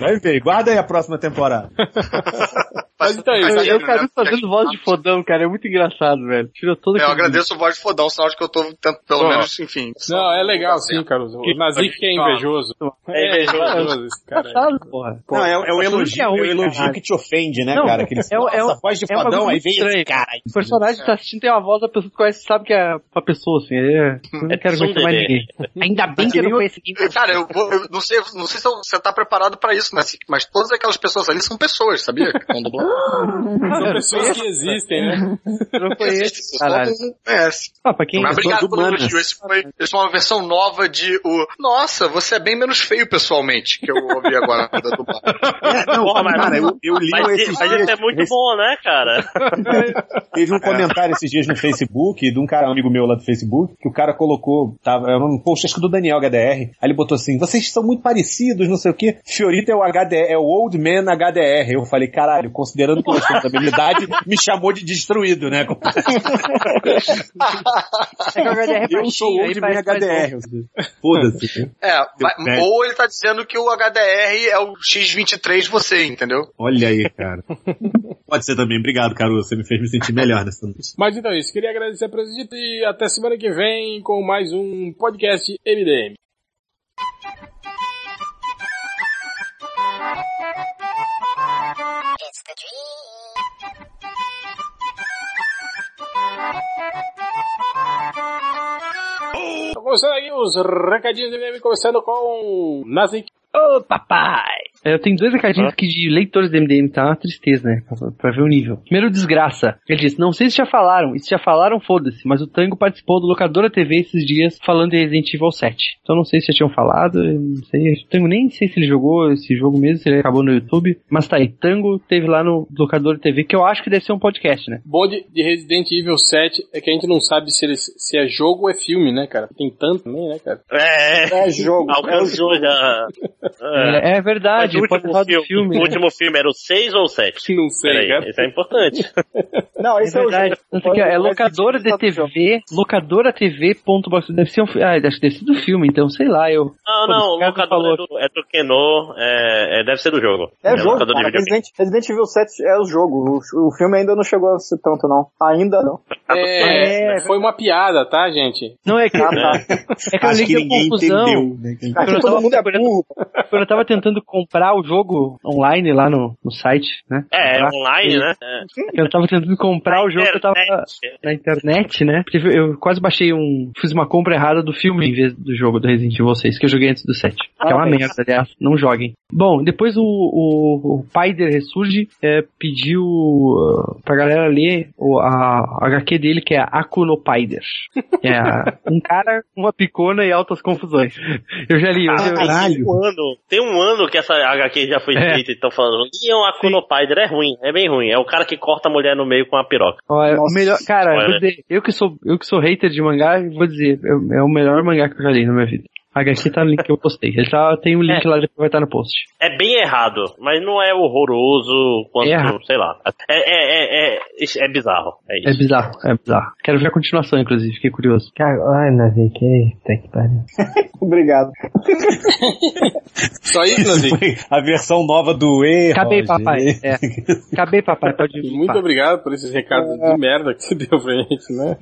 [SPEAKER 8] Vai ver, guarda aí a próxima temporada.
[SPEAKER 4] Mas,
[SPEAKER 9] Então, eu,
[SPEAKER 4] mas
[SPEAKER 9] eu,
[SPEAKER 4] é,
[SPEAKER 9] o Caruso
[SPEAKER 4] né?
[SPEAKER 9] fazendo voz de fodão, cara. É muito engraçado, velho. Tira todo
[SPEAKER 4] Eu
[SPEAKER 9] aquele-
[SPEAKER 4] agradeço o voz de fodão, sinal de que eu tô, tanto, pelo
[SPEAKER 2] Ó.
[SPEAKER 4] menos, enfim.
[SPEAKER 2] Não, é legal sim, Caruso. O Nazik que é invejoso.
[SPEAKER 1] É invejoso.
[SPEAKER 2] esse cara.
[SPEAKER 9] Engraçado, porra.
[SPEAKER 8] Não, é, é o elogio, é
[SPEAKER 9] ruim,
[SPEAKER 8] o elogio
[SPEAKER 9] caralho.
[SPEAKER 8] que te ofende, né,
[SPEAKER 9] Não,
[SPEAKER 8] cara? Aquele,
[SPEAKER 9] é o- é o-
[SPEAKER 8] nossa, voz de
[SPEAKER 9] é um
[SPEAKER 8] fodão,
[SPEAKER 9] bagulho
[SPEAKER 8] aí vem esse
[SPEAKER 9] estranho.
[SPEAKER 8] cara.
[SPEAKER 9] O personagem que tá assistindo tem uma voz da pessoa que conhece sabe que é pra pessoa, assim. É, eu não quero conhecer mais ninguém. Ainda bem que eu não conheço ninguém.
[SPEAKER 4] Cara, eu, vou- eu não sei, não sei se eu- você tá preparado pra isso, né? Mas todas aquelas pessoas ali são pessoas, sabia?
[SPEAKER 2] São pessoas que existem, né?
[SPEAKER 9] Eu não conheço. Caralho.
[SPEAKER 4] Todo mundo conhece.
[SPEAKER 9] Ah, pra quem
[SPEAKER 4] Mas obrigado pelo
[SPEAKER 9] humanas.
[SPEAKER 4] elogio. Esse foi, esse foi uma versão nova de o. Nossa, você é bem menos feio pessoalmente, que eu ouvi agora da dupla.
[SPEAKER 14] É, não,
[SPEAKER 1] Porra, mas-
[SPEAKER 14] cara, eu, eu li
[SPEAKER 1] Mas,
[SPEAKER 14] esses
[SPEAKER 1] mas
[SPEAKER 14] dias-
[SPEAKER 1] isso é muito
[SPEAKER 14] esse-
[SPEAKER 1] bom, né, cara?
[SPEAKER 8] Teve um comentário esses dias no Facebook, de um cara, um amigo meu lá do Facebook, que o cara colocou, tava, era um post acho que do Daniel HDR, aí ele botou assim, vocês são muito parecidos, não sei o quê, Fiorito é o HDR, é o Old Man HDR. Eu falei, caralho, considerando que eu sou da minha idade, me chamou de destruído, né?
[SPEAKER 9] É que o HDR é
[SPEAKER 8] Eu sou o
[SPEAKER 9] baixinho, aí
[SPEAKER 8] Old Man
[SPEAKER 9] parece mais
[SPEAKER 8] HDR. Foda-se.
[SPEAKER 4] É, vai-
[SPEAKER 14] pé.
[SPEAKER 4] ou ele tá dizendo que o HDR é o X23 você, entendeu?
[SPEAKER 14] Olha aí, cara. Pode ser também. Obrigado, Caruso. Você me fez me sentir melhor nessa noite.
[SPEAKER 2] Mas então é isso. Queria agradecer a presença e até semana que vem com mais um podcast MDM.
[SPEAKER 7] It's the dream.
[SPEAKER 2] Então, começando aqui os recadinhos do MDM, começando com Nazik.
[SPEAKER 9] um, Ô, papai! É, Eu tenho dois recadinhos aqui de leitores do MDM, tá uma tristeza, né? Pra, pra ver o nível. Primeiro, desgraça. Ele disse, não sei se já falaram, e se já falaram, foda-se, mas o Tango participou do Locadora TV esses dias falando de Resident Evil 7. Então não sei se já tinham falado, eu não sei, o Tango nem sei se ele jogou esse jogo mesmo, se ele acabou no YouTube, mas tá aí, Tango teve lá no Locadora TV, que eu acho que deve ser um podcast, né?
[SPEAKER 2] Bom de, de Resident Evil 7 é que a gente não sabe se, ele- se é jogo ou é filme, né, cara? Tem tanto também, né, cara?
[SPEAKER 1] É,
[SPEAKER 6] É jogo, é o
[SPEAKER 1] alcançou
[SPEAKER 6] jogo.
[SPEAKER 1] já. É.
[SPEAKER 9] É, verdade,
[SPEAKER 1] o último filme,
[SPEAKER 9] né?
[SPEAKER 1] o último filme era o 6 ou o 7?
[SPEAKER 2] Não sei,
[SPEAKER 1] Peraí, isso é importante.
[SPEAKER 6] Não,
[SPEAKER 9] É verdade. Tanto que é locadora de TV, locadora TV. Ponto, box- deve ser um fi- Ah, deve ter sido filme, então sei lá, eu.
[SPEAKER 1] Não,
[SPEAKER 9] Pô,
[SPEAKER 1] não, o
[SPEAKER 9] esse cara
[SPEAKER 1] locador
[SPEAKER 9] falou
[SPEAKER 1] é, do, é do Kenô, é, é- deve ser do jogo.
[SPEAKER 6] É jogo,
[SPEAKER 1] locador de
[SPEAKER 6] cara.
[SPEAKER 1] videogame.
[SPEAKER 6] Resident, Resident Evil 7 é o jogo. O, o filme ainda não chegou a ser tanto, não. Ainda não.
[SPEAKER 2] É, foi uma piada, tá, gente?
[SPEAKER 9] Não, é que, é que eu liguei a confusão. Quando eu
[SPEAKER 6] Aqui todo
[SPEAKER 9] tava-
[SPEAKER 6] mundo é burro.
[SPEAKER 9] Quando eu tava tentando comprar o jogo online lá no, no site, né?
[SPEAKER 1] É, é
[SPEAKER 9] Comprar.
[SPEAKER 1] online, né? É.
[SPEAKER 9] Eu tava tentando comprar o jogo que eu tava
[SPEAKER 1] Internet.
[SPEAKER 9] na internet, né? Porque eu quase baixei um. Fiz uma compra errada do filme em vez do jogo do Resident Evil 6, que eu joguei antes do 7. que é uma
[SPEAKER 6] Ah,
[SPEAKER 9] merda, aliás. Não joguem. Bom, depois o, o, o pai dele ressurge, é, pediu uh, pra galera ler o, a, a HQ dele, que é Akuno Paider. É um cara, uma picona e altas confusões. Eu já li, eu, já-
[SPEAKER 1] Tem um ano, tem um ano que essa HQ já foi
[SPEAKER 9] É.
[SPEAKER 1] feita e estão falando. Leon Akunopaider é ruim, é bem ruim. É o cara que corta a mulher no meio com a piroca.
[SPEAKER 9] Ó, é o
[SPEAKER 6] Nossa.
[SPEAKER 9] melhor, cara,
[SPEAKER 1] Olha.
[SPEAKER 9] eu, vou dizer, eu que sou, eu que sou hater de mangá, eu vou dizer, é, é o melhor mangá que eu já li na minha vida. A HQ tá no link que eu postei. Ele tá, tem um link lá depois vai estar no post.
[SPEAKER 1] É bem errado, mas não é horroroso quanto,
[SPEAKER 9] Erra.
[SPEAKER 1] sei lá. É, é, é, é, isso é bizarro. É
[SPEAKER 9] É
[SPEAKER 1] isso.
[SPEAKER 9] bizarro, é bizarro. Quero ver a continuação, inclusive, fiquei curioso.
[SPEAKER 5] Cara, ai, Nazi, que eita que pariu.
[SPEAKER 6] Obrigado.
[SPEAKER 2] Só isso, Nazik?
[SPEAKER 8] Foi a versão nova do E.
[SPEAKER 9] Acabei,
[SPEAKER 8] Roger.
[SPEAKER 9] papai. É. Acabei, papai, pode ir.
[SPEAKER 2] Muito obrigado por esses recados de merda que você deu pra gente, né?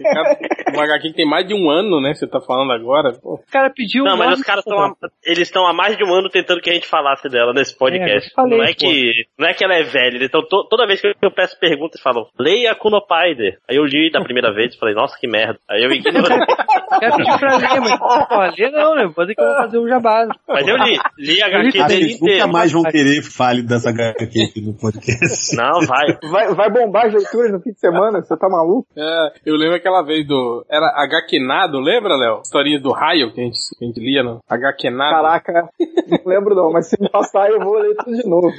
[SPEAKER 2] Recado, uma HQ que tem mais de um ano, né? Você tá falando agora. Pô,
[SPEAKER 9] O cara pediu
[SPEAKER 1] Não,
[SPEAKER 9] um
[SPEAKER 1] mas
[SPEAKER 9] nome-
[SPEAKER 1] os caras estão eles estão há mais de um ano tentando que a gente falasse dela nesse podcast.
[SPEAKER 9] eu falei,
[SPEAKER 1] não é que não é que ela é velha, eles estão to- toda vez que eu peço perguntas eles falam: "Leia Kunopaider". Aí eu li da primeira vez e falei: "Nossa, que merda". Aí eu ignorei.
[SPEAKER 9] O cara pediu pra ler, mas pô, ler não, né? Vou dizer que eu vou fazer um jabá.
[SPEAKER 1] mas eu li, li a HQ
[SPEAKER 9] Acho
[SPEAKER 1] dele
[SPEAKER 8] Vocês nunca
[SPEAKER 1] inteira.
[SPEAKER 8] mais vão querer fale dessa HQ aqui no podcast.
[SPEAKER 1] Não, vai.
[SPEAKER 6] Vai, vai bombar as leituras no fim de semana? Você tá maluco?
[SPEAKER 2] é, eu lembro aquela vez do. Era HQnado, lembra, Léo? Historinha do raio que a gente, que a gente lia no
[SPEAKER 1] Ah,
[SPEAKER 2] HQnado.
[SPEAKER 6] Caraca, não lembro não, mas se me passar eu vou ler tudo de novo.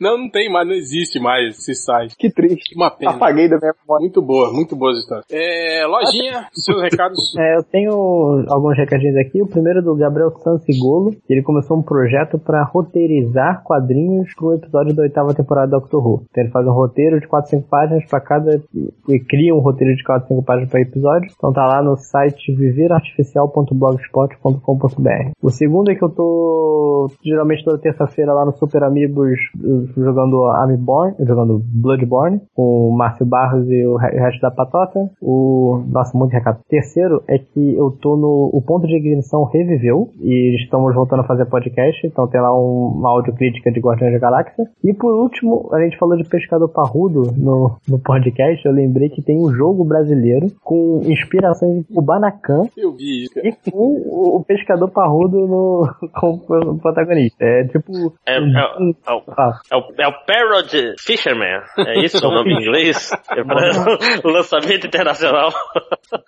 [SPEAKER 2] Não, não tem mais, não existe mais esse site.
[SPEAKER 6] Que triste.
[SPEAKER 2] Que uma pena.
[SPEAKER 6] Apaguei da minha memória.
[SPEAKER 2] Muito boa, muito boa essa história. É, lojinha, seus recados.
[SPEAKER 5] É, eu tenho alguns recadinhos aqui. O primeiro é do Gabriel Sansigolo. Ele começou um projeto para roteirizar quadrinhos pro episódio da oitava temporada do Doctor Who. Então ele faz um roteiro de 4, 5 páginas para cada. e cria um roteiro de 4, 5 páginas para episódio. Então tá lá no site viverartificial.blogspot.com.br. O segundo é que eu tô geralmente toda terça-feira lá no Super Amigos jogando Amiborn, jogando Bloodborne, com o Márcio Barros e o re- resto da patota. O nosso muito recado. Terceiro é que eu tô no o ponto de ignição reviveu e estamos voltando a fazer podcast, então tem lá um, uma audiocrítica de Guardiões da Galáxia. E por último, a gente falou de Pescador Parrudo no, no podcast, eu lembrei que tem um jogo brasileiro com inspirações em Kubanacan
[SPEAKER 2] Eu vi isso. cara.
[SPEAKER 5] e com o, o Pescador Parrudo no, como protagonista. É tipo...
[SPEAKER 1] É, é,
[SPEAKER 5] um-
[SPEAKER 1] é o-
[SPEAKER 5] ah,
[SPEAKER 1] É o, é o Parrot Fisherman. É isso o nome em inglês? É pra lançamento internacional.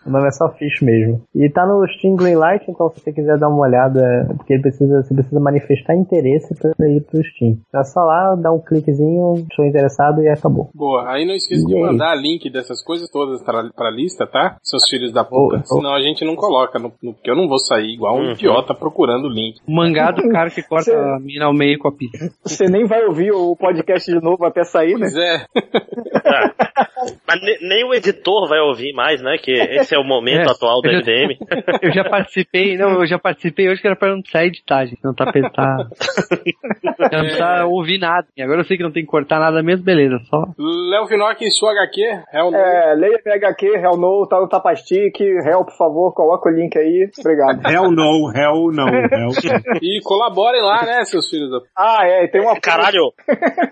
[SPEAKER 5] O nome é só Fish mesmo. E tá no Steam Greenlight, então se você quiser dar uma olhada, é, porque ele precisa, você precisa manifestar interesse pra ir pro Steam. É só lá, dar um cliquezinho, estou interessado e acabou.
[SPEAKER 2] Boa, aí não esqueça de
[SPEAKER 5] E aí?
[SPEAKER 2] mandar link dessas coisas todas pra, pra lista, tá? Seus filhos da puta.
[SPEAKER 5] Oh, oh.
[SPEAKER 2] Senão a gente não coloca, no- no- porque eu não vou sair igual um
[SPEAKER 1] Uhum.
[SPEAKER 2] idiota procurando o link.
[SPEAKER 9] O mangá do cara que corta a mina ao meio com a pizza.
[SPEAKER 6] Você nem vai ouvir o podcast de novo até sair, né?
[SPEAKER 2] Pois é,
[SPEAKER 1] Mas ne- nem o editor vai ouvir mais, né? Que esse é o momento
[SPEAKER 9] É.
[SPEAKER 1] atual do MDM.
[SPEAKER 9] Eu já participei, não, eu já participei hoje que era pra não sair de tarde, não tá pensar. Não precisa ouvir nada. E agora eu sei que não tem que cortar nada mesmo, beleza, só.
[SPEAKER 2] Léo Finocchi, sua HQ, é o nome.
[SPEAKER 6] É, leia PHQ, Hell No, tá no Tapastic, Hell, por favor, coloca o link aí. Obrigado.
[SPEAKER 14] Hell no, hell no, hell no.
[SPEAKER 2] E colaborem lá, né, seus filhos da puta.
[SPEAKER 6] Ah, é, e tem uma...
[SPEAKER 1] Caralho,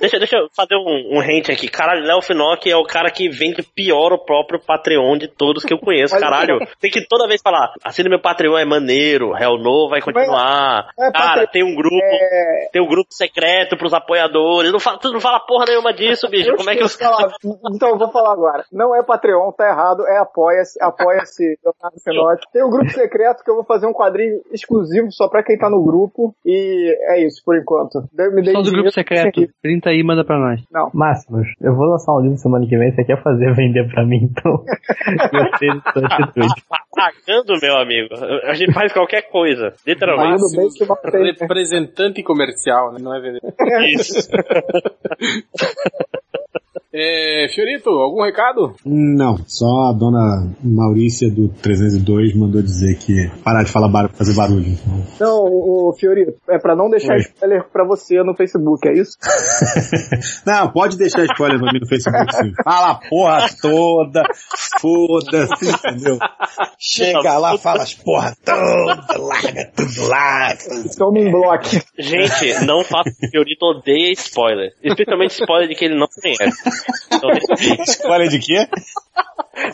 [SPEAKER 1] deixa, deixa eu fazer um, um hint aqui. Caralho, Léo Finock é o cara que vende pior o próprio Patreon de todos que eu conheço.
[SPEAKER 6] Mas-
[SPEAKER 1] Caralho, tem que toda vez falar: assina meu Patreon, é maneiro, Hell No vai continuar.
[SPEAKER 6] Mas- é,
[SPEAKER 1] Cara,
[SPEAKER 6] Patreon-
[SPEAKER 1] tem um grupo,
[SPEAKER 6] É,
[SPEAKER 1] tem um grupo secreto pros apoiadores. Não fala, tu não fala porra nenhuma disso, bicho.
[SPEAKER 6] eu
[SPEAKER 1] Como é que os
[SPEAKER 6] esqueci de falar. Então, eu vou falar agora. Não é Patreon, tá errado, é Apoia-se, Apoia-se, Leonardo Fenotti. Tem um grupo secreto que eu vou fazer um quadrinho exclusivo só pra quem tá no grupo, e é isso, por enquanto. Eu me dei
[SPEAKER 9] Só do grupo
[SPEAKER 6] dinheiro,
[SPEAKER 9] secreto.
[SPEAKER 6] consegui.
[SPEAKER 9] Printa aí e manda pra nós.
[SPEAKER 5] Máximos, eu vou lançar um livro semana que vem, você quer fazer vender pra mim, então. Gostei da sua atitude.
[SPEAKER 1] Pa- pagando, meu amigo. A gente faz qualquer coisa,
[SPEAKER 6] Tá
[SPEAKER 1] literalmente.
[SPEAKER 2] Máximo representante comercial, né? Não é vendedor.
[SPEAKER 1] Isso.
[SPEAKER 2] É, Fiorito, algum recado?
[SPEAKER 14] Não, só a dona Maurícia do 302 mandou dizer que parar de falar bar fazer barulho.
[SPEAKER 8] então.
[SPEAKER 6] Não, o, o Fiorito, é pra não deixar
[SPEAKER 14] Oi.
[SPEAKER 6] spoiler pra você no Facebook, é isso?
[SPEAKER 14] Não, pode deixar spoiler pra mim no Facebook. Sim. Fala a porra toda, foda-se, entendeu? Chega lá, fala as porra toda, larga tudo lá.
[SPEAKER 6] Toma um bloco.
[SPEAKER 1] Gente, não faça Fiorito odeia é spoiler. Especialmente spoiler de quem ele não conhece. Então,
[SPEAKER 14] spoiler de quê?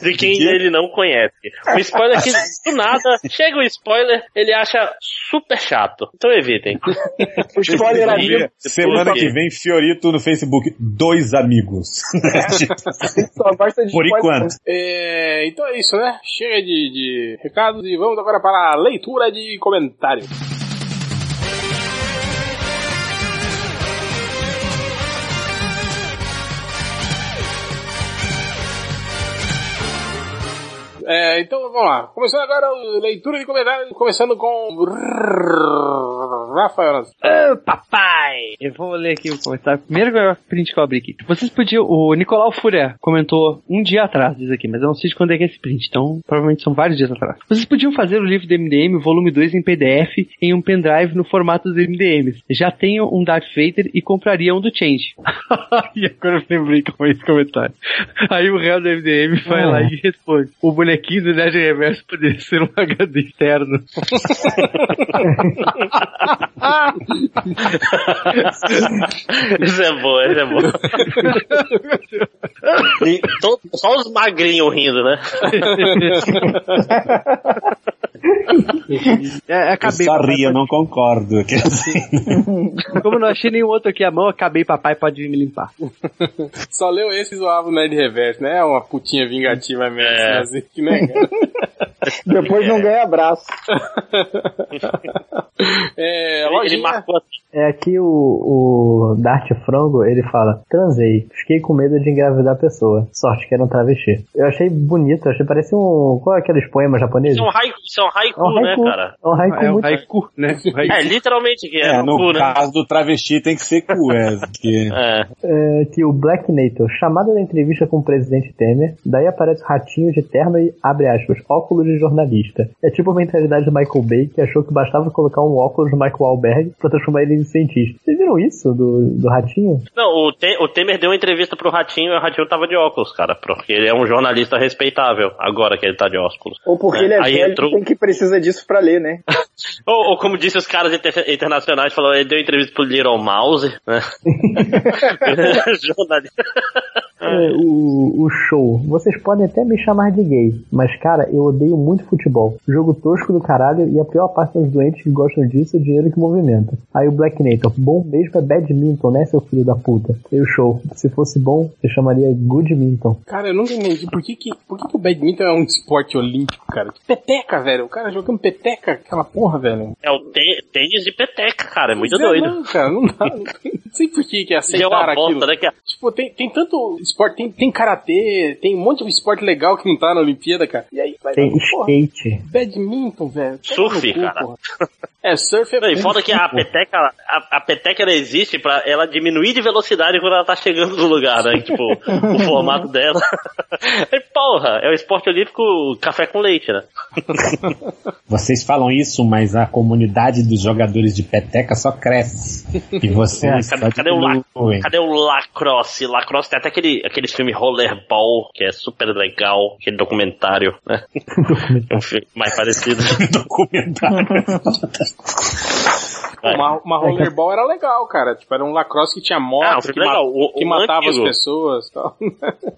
[SPEAKER 1] De quem ele não conhece. O spoiler que do nada, chega o spoiler, ele acha super chato. Então evitem.
[SPEAKER 6] O spoiler é
[SPEAKER 1] ali,
[SPEAKER 6] amigo.
[SPEAKER 1] Por
[SPEAKER 14] Semana
[SPEAKER 1] quê?
[SPEAKER 14] que vem, Fiorito no Facebook, dois amigos.
[SPEAKER 6] Só gosta de
[SPEAKER 14] Por
[SPEAKER 6] spoiler.
[SPEAKER 14] enquanto.
[SPEAKER 2] É, então é isso, né? Chega de, de recados e vamos agora para a leitura de comentários. É, então vamos lá. Começando agora a leitura de comentários, começando com Rafael. Anz-
[SPEAKER 9] Ô, papai! Eu vou ler aqui o comentário. Primeiro que eu print que eu abri aqui. Vocês podiam. O Nicolau Furé comentou um dia atrás disso aqui, mas eu não sei de quando é que é esse print, então provavelmente são vários dias atrás. Vocês podiam fazer o livro do MDM, o volume 2, em PDF, em um pendrive no formato dos MDMs. Já tenho um Darth Vader e compraria um do Change. e agora eu lembrei com esse comentário. Aí o réu do MDM vai lá e responde: O bonequinho do Nerd Reverso poderia ser um HD externo.
[SPEAKER 1] Isso é bom, isso é bom. E to- só os magrinhos rindo, né?
[SPEAKER 9] É,
[SPEAKER 14] Acabei,
[SPEAKER 9] acabei.
[SPEAKER 14] Só ria, não concordo. Quer dizer,
[SPEAKER 9] Como eu não achei nenhum outro aqui à mão, acabei, papai pode vir me limpar.
[SPEAKER 2] Só leu esse e zoava o Nerd Reverso, né? É uma putinha vingativa mesmo,
[SPEAKER 1] É.
[SPEAKER 2] assim, que né? cara?
[SPEAKER 6] Depois não ganha abraço.
[SPEAKER 2] É,
[SPEAKER 1] Ele, ele
[SPEAKER 2] lojinha.
[SPEAKER 1] marcou assim.
[SPEAKER 5] É aqui o, o Dart Frango, ele fala, transei, fiquei com medo de engravidar a pessoa. Sorte que era um travesti. Eu achei bonito, eu achei parece um. Qual é aqueles poemas japoneses?
[SPEAKER 1] Isso é um haiku, isso é um haiku,
[SPEAKER 5] É um
[SPEAKER 1] né,
[SPEAKER 5] haiku.
[SPEAKER 1] cara?
[SPEAKER 5] É um haiku
[SPEAKER 9] É o
[SPEAKER 5] muito.
[SPEAKER 9] haiku, né? O haiku.
[SPEAKER 1] É, literalmente que é,
[SPEAKER 14] é,
[SPEAKER 1] no cu,
[SPEAKER 14] no
[SPEAKER 1] né?
[SPEAKER 14] caso do travesti tem que ser cu, é, porque-
[SPEAKER 1] É.
[SPEAKER 5] é, que o Black Nator, chamada da entrevista com o presidente Temer, daí aparece o ratinho de terno e, abre aspas, óculos de jornalista. É tipo a mentalidade do Michael Bay, que achou que bastava colocar um óculos do Michael Wahlberg pra transformar ele em cientista. Vocês viram isso do, do ratinho?
[SPEAKER 1] Não, o, Te- o Temer deu uma entrevista pro Ratinho e o Ratinho tava de óculos, cara, porque ele é um jornalista respeitável, agora que ele tá de óculos.
[SPEAKER 6] Ou porque ele é
[SPEAKER 1] Aí
[SPEAKER 6] velho
[SPEAKER 1] entrou-
[SPEAKER 6] e tem que precisa disso pra ler, né?
[SPEAKER 1] Ou, ou como disse os caras inter- internacionais, falou, ele deu entrevista pro Little Mouse, né? jornalista.
[SPEAKER 5] É, o, o show. Vocês podem até me chamar de gay, mas cara, eu odeio muito futebol. Jogo tosco do caralho e a pior parte dos doentes que gostam disso é o dinheiro que movimenta. Aí o Black Nator, bom mesmo é badminton, né, seu filho da puta? E o show, se fosse bom, eu chamaria Goodminton.
[SPEAKER 2] Cara, eu nunca entendi por que que, por que que o badminton é um esporte olímpico, cara? Que Peteca, velho. O cara jogando peteca, aquela porra, velho.
[SPEAKER 1] É o te- tênis de peteca, cara, é muito
[SPEAKER 2] Pois é,
[SPEAKER 1] doido.
[SPEAKER 2] Não, cara, não dá. Não, tem- não sei por que que
[SPEAKER 1] E é uma
[SPEAKER 2] aceitaram aquilo.
[SPEAKER 1] bosta, né? Que é-
[SPEAKER 2] Tipo, tem, tem tanto esporte, tem, tem karatê, tem um monte de esporte legal que não tá na Olimpíada, cara. E aí, vai
[SPEAKER 5] Tem
[SPEAKER 2] porra,
[SPEAKER 5] skate.
[SPEAKER 2] badminton, velho. Pega
[SPEAKER 1] Surf,
[SPEAKER 2] no cu,
[SPEAKER 1] cara.
[SPEAKER 2] porra. É, surf é
[SPEAKER 1] Não, e
[SPEAKER 2] bom.
[SPEAKER 1] foda que a peteca, a, a peteca ela existe pra ela diminuir de velocidade quando ela tá chegando no lugar, né? Tipo, o formato dela. E, porra, é o esporte olímpico café com leite, né?
[SPEAKER 14] Vocês falam isso, mas a comunidade dos jogadores de peteca só cresce. E
[SPEAKER 5] É.
[SPEAKER 14] vocês
[SPEAKER 1] Cadê,
[SPEAKER 14] só
[SPEAKER 1] cadê o lac-
[SPEAKER 14] diminuem.
[SPEAKER 1] cadê o lacrosse? Lacrosse tem até aquele, aquele filme Rollerball, que é super legal, aquele documentário, né? É um filme mais parecido.
[SPEAKER 14] Documentário.
[SPEAKER 2] Pô, Uma, uma rollerball era legal, cara. Tipo, era um lacrosse que tinha moto,
[SPEAKER 1] Ah, o
[SPEAKER 2] que,
[SPEAKER 1] filme legal.
[SPEAKER 2] ma-
[SPEAKER 1] O-
[SPEAKER 2] que
[SPEAKER 1] o
[SPEAKER 2] matava
[SPEAKER 1] antigo.
[SPEAKER 2] as pessoas e tal.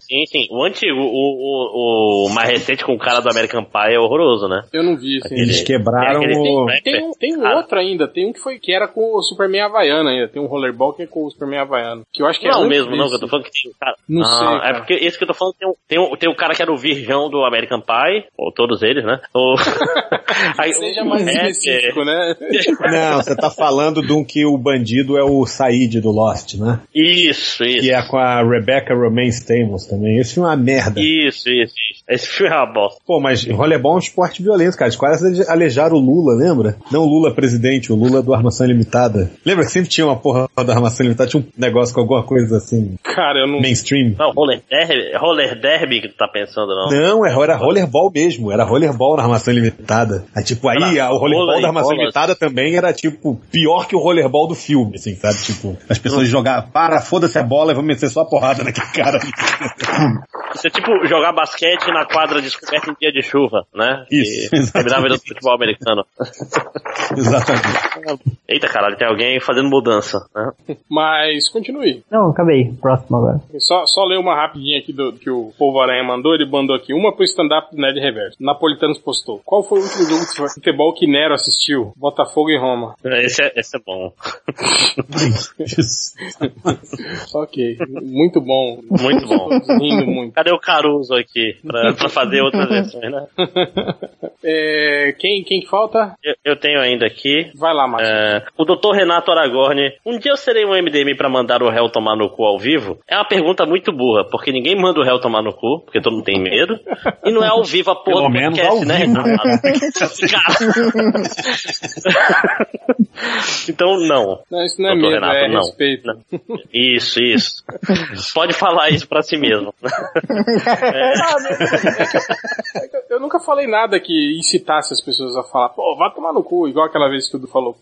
[SPEAKER 1] Sim, sim. O antigo, o, o, o mais recente com o cara do American Pie é horroroso, né?
[SPEAKER 2] Eu não vi, assim.
[SPEAKER 14] Eles quebraram
[SPEAKER 1] Tem aquele-
[SPEAKER 14] o.
[SPEAKER 2] Tem um, tem um
[SPEAKER 1] Cara.
[SPEAKER 2] outro ainda, tem um que foi que era com o Superman Havaiano ainda, tem um rollerball que é com o Superman Havaiano, que eu acho que é
[SPEAKER 1] não,
[SPEAKER 2] antes
[SPEAKER 1] mesmo, não, que eu
[SPEAKER 2] desse.
[SPEAKER 1] tô falando que tem um cara.
[SPEAKER 2] Não
[SPEAKER 1] Ah,
[SPEAKER 2] sei, cara.
[SPEAKER 1] É porque esse que eu tô falando tem um, tem um, tem um cara que era o virgão do American Pie, ou todos eles, né? Ou... Aí,
[SPEAKER 2] Seja mais
[SPEAKER 1] é,
[SPEAKER 2] específico, né?
[SPEAKER 14] Não, você tá falando de um que o bandido é o Said do Lost, né?
[SPEAKER 1] é, Isso, isso.
[SPEAKER 14] Que é com a Rebecca Romaine Stamos também. Esse filme é uma merda.
[SPEAKER 1] Isso, isso, isso. Esse filme é uma bosta.
[SPEAKER 8] Pô, mas rolebol é um esporte violento, cara. Eles quase ale- alejaram o Lula, lembra? Não o Lula presidente, o Lula do Armação Limitada. Lembra que sempre tinha uma porra do Armação Limitada? Tinha um negócio com alguma coisa assim,
[SPEAKER 2] Cara, eu não.
[SPEAKER 8] mainstream?
[SPEAKER 1] Não, roller derby, roller derby que tu tá pensando, não.
[SPEAKER 8] Não, é era, era rollerball mesmo, era rollerball na armação limitada. Aí, tipo, aí
[SPEAKER 1] Era
[SPEAKER 8] a- o rollerball
[SPEAKER 1] vôlei,
[SPEAKER 8] da armação
[SPEAKER 1] bolas.
[SPEAKER 8] limitada também era, tipo, pior que o rollerball do filme, assim, sabe? Tipo, as pessoas jogavam, para, foda-se a bola, eu vou meter só a porrada naquele cara.
[SPEAKER 1] Isso é tipo jogar basquete na quadra descoberta em dia de chuva, né?
[SPEAKER 8] Isso,
[SPEAKER 1] Que
[SPEAKER 8] exatamente.
[SPEAKER 1] terminava do futebol americano.
[SPEAKER 8] Exatamente.
[SPEAKER 1] Eita caralho, tem alguém fazendo mudança, né?
[SPEAKER 2] Mas continue.
[SPEAKER 5] Não, acabei. Próximo agora.
[SPEAKER 2] Só, só ler uma rapidinha aqui do que o Povo Aranha mandou. Ele mandou aqui. Uma pro stand-up do Nerd Reverso. Napolitanos postou. Qual foi o último jogo de futebol que Nero assistiu? Botafogo e Roma.
[SPEAKER 1] Esse é, esse é bom.
[SPEAKER 2] ok. Muito bom.
[SPEAKER 1] Muito bom.
[SPEAKER 2] Lindo muito.
[SPEAKER 1] Cadê o Caruso aqui pra, pra fazer outras versões, né?
[SPEAKER 2] É, quem, quem que falta?
[SPEAKER 1] Eu, eu tenho ainda aqui.
[SPEAKER 2] Vai lá, Márcio.
[SPEAKER 1] é, o Dr. Renato Aragorni, um dia eu serei um MDM pra mandar o réu tomar no cu ao vivo? É uma pergunta muito burra, porque ninguém manda o réu tomar no cu, porque todo mundo tem medo, e não é ao vivo a porra
[SPEAKER 8] Pelo
[SPEAKER 1] do
[SPEAKER 8] menos
[SPEAKER 1] podcast,
[SPEAKER 8] ao
[SPEAKER 1] né,
[SPEAKER 8] vivo,
[SPEAKER 1] Renato? Cara. então, não.
[SPEAKER 2] Não, isso não é
[SPEAKER 1] Doutor
[SPEAKER 2] medo,
[SPEAKER 1] Renato,
[SPEAKER 2] é
[SPEAKER 1] não.
[SPEAKER 2] respeito.
[SPEAKER 1] Não. Isso, isso. Pode falar isso pra si mesmo.
[SPEAKER 2] Eu- Eu nunca falei nada que incitasse as pessoas a falar, pô, vá tomar no cu, igual aquela vez que o Du falou.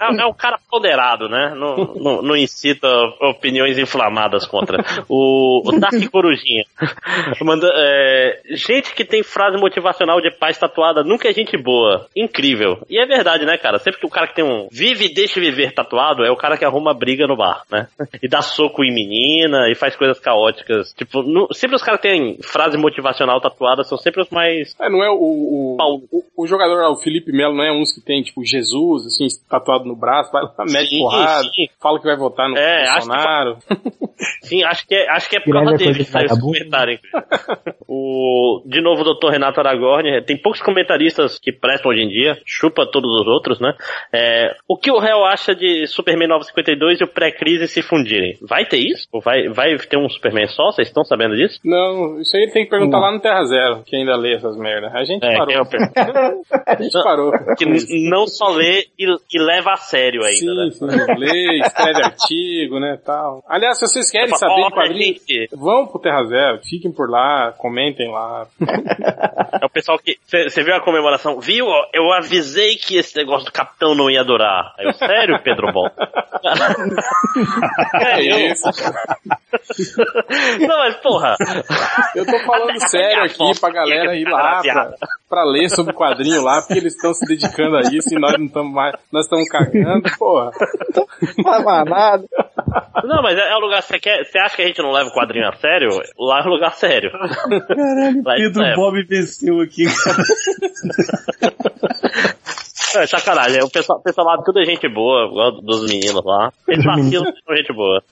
[SPEAKER 1] É, é um cara ponderado, né? Não, não, não incita opiniões inflamadas contra. O, o Dark Corujinha. Manda, é, gente que tem frase motivacional de paz tatuada nunca é gente boa. Incrível. E é verdade, né, cara? Sempre que o cara que tem um vive e deixe viver tatuado é o cara que arruma briga no bar, né? E dá soco em menina e faz coisas caóticas. Tipo, nu- sempre os caras que têm frase motivacional tatuada são sempre os mais.
[SPEAKER 2] É, não é o, o,
[SPEAKER 1] Paulo.
[SPEAKER 2] o, o jogador lá, o Felipe Melo, não é uns que tem, tipo, Jesus, assim, tatuado no braço, vai lá, mete
[SPEAKER 1] Sim,
[SPEAKER 2] porrada,
[SPEAKER 1] sim.
[SPEAKER 2] fala que vai votar no
[SPEAKER 1] É, acho que-
[SPEAKER 2] Bolsonaro.
[SPEAKER 1] Sim, acho que é, acho que é por
[SPEAKER 5] Grande
[SPEAKER 1] causa
[SPEAKER 5] coisa
[SPEAKER 1] dele que
[SPEAKER 5] de
[SPEAKER 1] saiu esse
[SPEAKER 5] vagabundo.
[SPEAKER 1] comentário. inclusive. o, de novo, o Dr. Renato Aragorni. é, Tem poucos comentaristas que prestam hoje em dia. Chupa todos os outros, né? É, o que o réu acha de Superman 952 e o pré-crise se fundirem? Vai ter isso? Ou Vai, vai ter um Superman só? Vocês estão sabendo disso?
[SPEAKER 2] Não, isso aí ele tem que perguntar lá no Terra Zero, que ainda lê essas merdas. A gente
[SPEAKER 1] É,
[SPEAKER 2] parou.
[SPEAKER 1] quem é o per-
[SPEAKER 2] A gente parou.
[SPEAKER 1] que n- não só lê e, e leva a sério ainda,
[SPEAKER 2] sim,
[SPEAKER 1] né?
[SPEAKER 2] sim, lê, escreve artigo, né, tal. Aliás, se vocês querem saber
[SPEAKER 1] Ó,
[SPEAKER 2] de quadrinhos,
[SPEAKER 1] gente,
[SPEAKER 2] vão pro Terra Zero, fiquem por lá, comentem lá.
[SPEAKER 1] É o pessoal que. Você viu a comemoração? Viu? Ó, Eu avisei que esse negócio do capitão não ia durar. Aí eu, sério, Pedro Bom?
[SPEAKER 2] É isso.
[SPEAKER 1] não, mas porra.
[SPEAKER 2] Eu tô falando
[SPEAKER 1] é
[SPEAKER 2] sério aqui pra galera ir lá pra, pra ler sobre o quadrinho lá, porque eles estão se dedicando a isso e nós não estamos mais, nós estamos cagando, porra.
[SPEAKER 6] Não faz nada.
[SPEAKER 1] Não, mas é, é um lugar que você quer. Você acha que a gente não leva o quadrinho a sério? Lá é um lugar sério. é
[SPEAKER 8] Caralho,
[SPEAKER 1] Vai,
[SPEAKER 8] Pedro
[SPEAKER 1] leva.
[SPEAKER 8] Bob venceu aqui.
[SPEAKER 1] É sacanagem. O pessoal, o pessoal lá tudo é gente boa, igual dos meninos lá. Eles vacilam, mas são gente boa.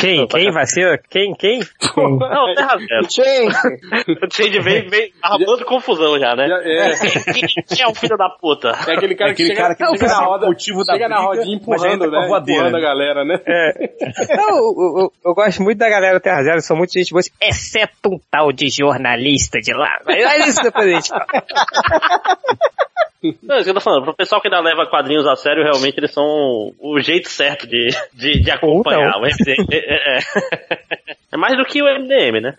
[SPEAKER 13] Quem? Quem vacila? Quem? Quem?
[SPEAKER 1] Não, terra zero.
[SPEAKER 6] Gente,
[SPEAKER 1] O Change vem, vem arrumando confusão já, né?
[SPEAKER 2] Já- É,
[SPEAKER 1] Quem, quem é o filho da puta?
[SPEAKER 2] é aquele cara que
[SPEAKER 8] Aquele
[SPEAKER 2] chega,
[SPEAKER 8] cara que
[SPEAKER 2] chega
[SPEAKER 8] fica
[SPEAKER 2] na
[SPEAKER 8] assim,
[SPEAKER 2] roda,
[SPEAKER 8] motivo da
[SPEAKER 2] chega na
[SPEAKER 8] briga,
[SPEAKER 2] rodinha
[SPEAKER 8] mas aí entra
[SPEAKER 2] empurrando,
[SPEAKER 8] com a É.
[SPEAKER 2] né?
[SPEAKER 8] voadeira.
[SPEAKER 2] Empurrando a galera, né?
[SPEAKER 13] Não, eu, eu- eu gosto muito da galera do Terra Zero, são muito gente boa, assim, exceto um tal de jornalista de lá. Mas é isso depois a gente fala.
[SPEAKER 1] Não, é isso que eu tô falando. Pro pessoal que ainda leva quadrinhos a sério, realmente eles são o jeito certo de, de, de acompanhar o MDM. É, é. É mais do que o MDM, né?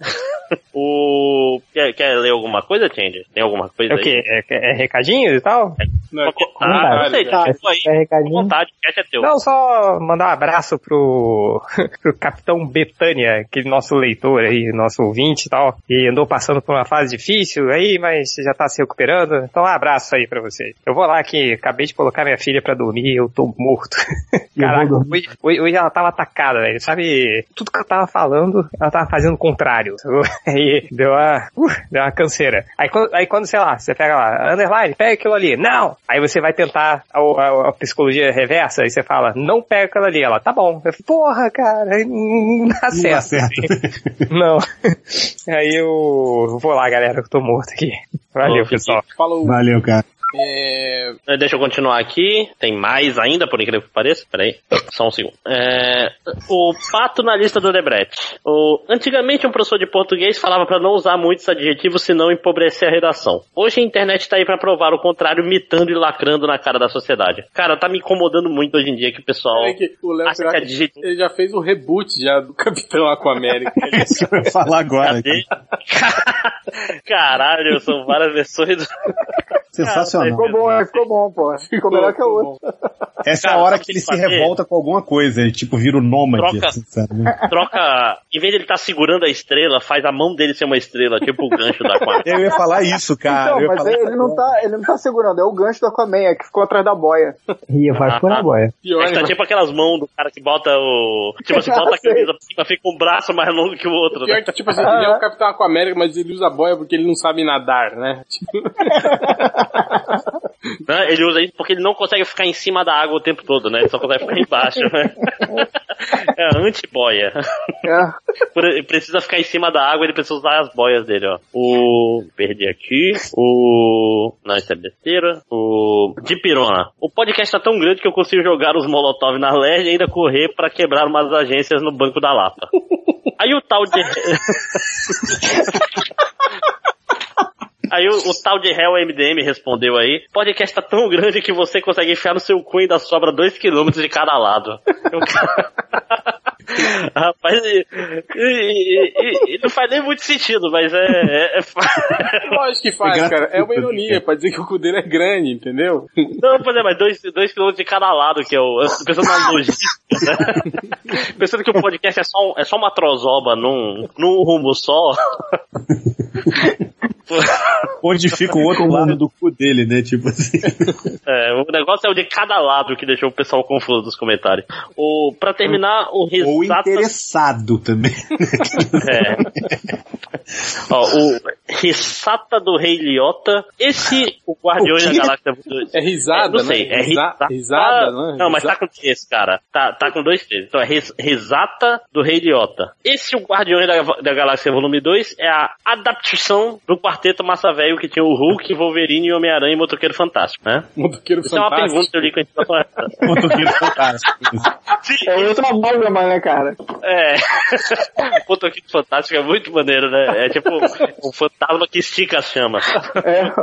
[SPEAKER 1] O... Quer, quer ler alguma coisa, Change? Tem alguma coisa
[SPEAKER 13] É o
[SPEAKER 1] aí?
[SPEAKER 13] quê? É, é recadinho e tal?
[SPEAKER 2] Não, é co-
[SPEAKER 1] Ah, não sei,
[SPEAKER 5] Tá,
[SPEAKER 1] tá, tipo aí,
[SPEAKER 5] é
[SPEAKER 1] à
[SPEAKER 5] recadinho.
[SPEAKER 1] vontade, o cast é teu.
[SPEAKER 13] Não, só mandar um abraço pro, pro Capitão Betânia, aquele nosso leitor aí, nosso ouvinte e tal, e andou passando por uma fase difícil aí, mas já tá se recuperando. Então, um abraço aí pra vocês. Eu vou lá que acabei de colocar minha filha pra dormir, eu tô morto.
[SPEAKER 5] Eu vou
[SPEAKER 13] Caraca,
[SPEAKER 5] dormir.
[SPEAKER 13] hoje, hoje- hoje ela tava atacada, velho. Sabe, tudo que eu tava falando, ela tava fazendo o contrário. sacou? Aí deu uma, uh, deu uma canseira. Aí, quando- aí quando, sei lá, você pega lá, underline, pega aquilo ali. Não! Aí você vai tentar a, a- a psicologia reversa e você fala, não pega aquilo ali. Ela, tá bom. Eu falei, porra, cara, aí não dá
[SPEAKER 14] Não dá
[SPEAKER 13] certo. Não. Aí eu vou lá, galera, que eu tô morto aqui. Valeu,
[SPEAKER 1] Bom,
[SPEAKER 13] pessoal.
[SPEAKER 2] Falou.
[SPEAKER 14] Valeu, cara.
[SPEAKER 2] É...
[SPEAKER 1] Eh, Deixa eu continuar aqui. Tem mais ainda, por incrível que pareça. Peraí, só um segundo. É, O pato na lista do Debrecht. O... Antigamente, um professor de português falava para não usar muitos adjetivos, senão empobrecer a redação. Hoje a internet tá aí para provar o contrário, mitando e lacrando na cara da sociedade. Cara, tá me incomodando muito hoje em dia que o pessoal.
[SPEAKER 2] Peraí que o Léo
[SPEAKER 1] Acho
[SPEAKER 2] será
[SPEAKER 1] que é
[SPEAKER 2] que
[SPEAKER 1] digital.
[SPEAKER 2] ele já fez o reboot já do Capitão Aquamérica.
[SPEAKER 1] É.
[SPEAKER 8] Isso é que eu ia falar agora. aqui.
[SPEAKER 1] Caralho, são várias versões do.
[SPEAKER 8] Sensacional.
[SPEAKER 6] Ficou
[SPEAKER 1] né?
[SPEAKER 6] bom, é, ficou bom, pô. Ficou melhor que a outra.
[SPEAKER 8] Essa é a
[SPEAKER 1] Cara,
[SPEAKER 8] hora
[SPEAKER 1] sabe
[SPEAKER 8] que
[SPEAKER 1] o que
[SPEAKER 8] ele se
[SPEAKER 1] fazer?
[SPEAKER 8] revolta com alguma coisa. Ele, tipo, vira o nômade.
[SPEAKER 1] Troca.
[SPEAKER 8] Assim, sabe?
[SPEAKER 1] Troca. Em vez de ele estar segurando a estrela, faz a mão dele ser uma estrela, tipo o gancho da quadra.
[SPEAKER 8] Eu ia falar isso, cara.
[SPEAKER 6] Então,
[SPEAKER 8] eu ia
[SPEAKER 6] mas
[SPEAKER 8] falar
[SPEAKER 6] ele não, tá, ele não tá segurando, é o gancho do Aquaman, é que ficou atrás da boia.
[SPEAKER 5] Ih, vai por agora.
[SPEAKER 1] É
[SPEAKER 2] Pior,
[SPEAKER 1] que tá tipo aquelas mãos do cara que bota o. Tipo, você bota a camisa pra cima, fica um braço mais longo que o outro,
[SPEAKER 2] pior
[SPEAKER 1] né?
[SPEAKER 2] que tipo assim, ele é o Capitão Aquamérica, mas ele usa boia porque ele não sabe nadar, né? Tipo,
[SPEAKER 1] Né? Ele usa isso porque ele não consegue ficar em cima da água o tempo todo, né? Ele só consegue ficar embaixo, né? É antiboia.
[SPEAKER 6] É.
[SPEAKER 1] Por- Ele precisa ficar em cima da água, ele precisa usar as boias dele, ó. O. Perdi aqui. O. Não, isso é besteira. O. De pirona. O podcast tá tão grande que eu consigo jogar os Molotov na LED e ainda correr pra quebrar umas agências no banco da Lapa. Aí o tal de. Aí o, o tal de Hell MDM respondeu aí, podcast tá tão grande que você consegue enfiar no seu cu e ainda sobra 2km de cada lado. Eu, Rapaz, e, e- e- e- e não faz nem muito sentido, mas é. é- é fa-
[SPEAKER 2] Tipo, lógico que faz, cara. É
[SPEAKER 8] né?
[SPEAKER 2] uma ironia pra dizer que o cu dele é grande, entendeu?
[SPEAKER 1] não, pois é, mas dois, dois quilômetros de cada lado, que eu. eu tô Pensando na logística, né? Pensando que o podcast é só, um- é só uma trozoba num, num rumo só.
[SPEAKER 8] onde fica o outro lado do cu dele, né? Tipo assim.
[SPEAKER 1] É, o negócio é o de cada lado que deixou o pessoal confuso nos comentários. O, pra terminar, o
[SPEAKER 8] Ou
[SPEAKER 1] Risata
[SPEAKER 8] interessado também.
[SPEAKER 1] É. Ó, o Risata do Rei Lhota. Esse, o Guardiões
[SPEAKER 8] O
[SPEAKER 1] da
[SPEAKER 8] quê?
[SPEAKER 1] Galáxia 2.
[SPEAKER 2] É risada,
[SPEAKER 1] não sei,
[SPEAKER 2] né?
[SPEAKER 1] é
[SPEAKER 2] Risa-
[SPEAKER 1] risata.
[SPEAKER 2] risada, não é?
[SPEAKER 1] Não, mas
[SPEAKER 2] Risa-
[SPEAKER 1] tá com três, cara. Tá, tá com dois três. Então é ris- risata do Rei Lhota. Esse, o Guardiões da, da Galáxia Volume 2, é a adaptação do quarteto Massa Velho que tinha o Hulk, Wolverine, Homem-Aranha e Motoqueiro Fantástico, né?
[SPEAKER 2] Motoqueiro
[SPEAKER 1] Isso é uma
[SPEAKER 2] fantástico.
[SPEAKER 1] pergunta que eu li com a gente pra falar.
[SPEAKER 8] Motoqueiro fantástico.
[SPEAKER 6] É outra amálgama, né, cara?
[SPEAKER 1] É. Puta aqui fantástico é muito maneiro, né? É tipo um fantasma que estica a chama.
[SPEAKER 6] É,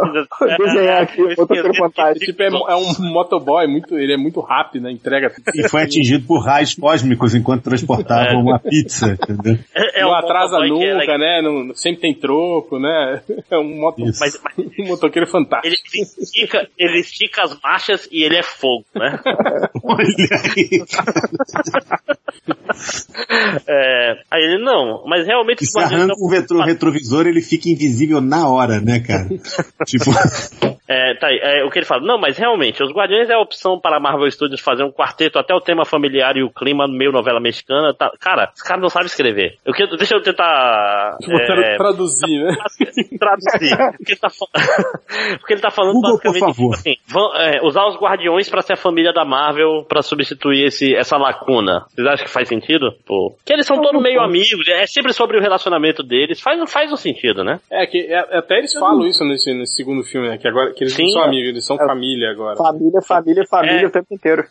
[SPEAKER 6] vou desenhar aqui, motoqueiro fantástico.
[SPEAKER 2] Tipo, é, mo- é um motoboy, muito, ele é muito rápido na entrega.
[SPEAKER 8] E foi atingido por raios cósmicos enquanto transportava
[SPEAKER 1] É.
[SPEAKER 8] uma pizza, entendeu?
[SPEAKER 1] É,
[SPEAKER 2] não
[SPEAKER 1] um
[SPEAKER 2] atrasa
[SPEAKER 1] motoboy que é
[SPEAKER 2] nunca,
[SPEAKER 1] legal.
[SPEAKER 2] né? Não, sempre tem troco, né? É um, moto,
[SPEAKER 8] Isso.
[SPEAKER 1] Mas, mas
[SPEAKER 2] um motoqueiro fantástico.
[SPEAKER 1] ele, estica, ele estica as marchas e ele é fogo, né?
[SPEAKER 8] Olha aí.
[SPEAKER 1] É, aí ele não, mas realmente é
[SPEAKER 8] E se arranca um o retro- retrovisor, ele fica invisível na hora, né, cara? Tipo,
[SPEAKER 1] É, tá aí, é, o que ele fala, não, mas realmente, os Guardiões é a opção para a Marvel Studios fazer um quarteto, até o tema familiar e o clima meio novela mexicana. tá- cara, os caras não sabem escrever. Eu que- deixa eu tentar.
[SPEAKER 2] Tipo, eu quero
[SPEAKER 1] é,
[SPEAKER 2] traduzir, né?
[SPEAKER 1] traduzir. Porque ele tá, fal- Porque ele tá falando
[SPEAKER 8] Google, por
[SPEAKER 1] basicamente
[SPEAKER 8] favor.
[SPEAKER 1] assim, vão- é, usar os guardiões pra ser a família da Marvel pra substituir esse, essa lacuna. Vocês acham que faz sentido? Pô. Que eles são todos meio amigos, é sempre sobre o relacionamento deles. Faz, faz um sentido, né?
[SPEAKER 2] É, que é- até eles falam isso nesse, nesse segundo filme, né? Que agora que eles não
[SPEAKER 1] Sim,
[SPEAKER 2] são
[SPEAKER 1] é.
[SPEAKER 2] amigos, eles são
[SPEAKER 6] É.
[SPEAKER 2] família agora.
[SPEAKER 6] Família, família, família
[SPEAKER 1] É.
[SPEAKER 6] o tempo inteiro.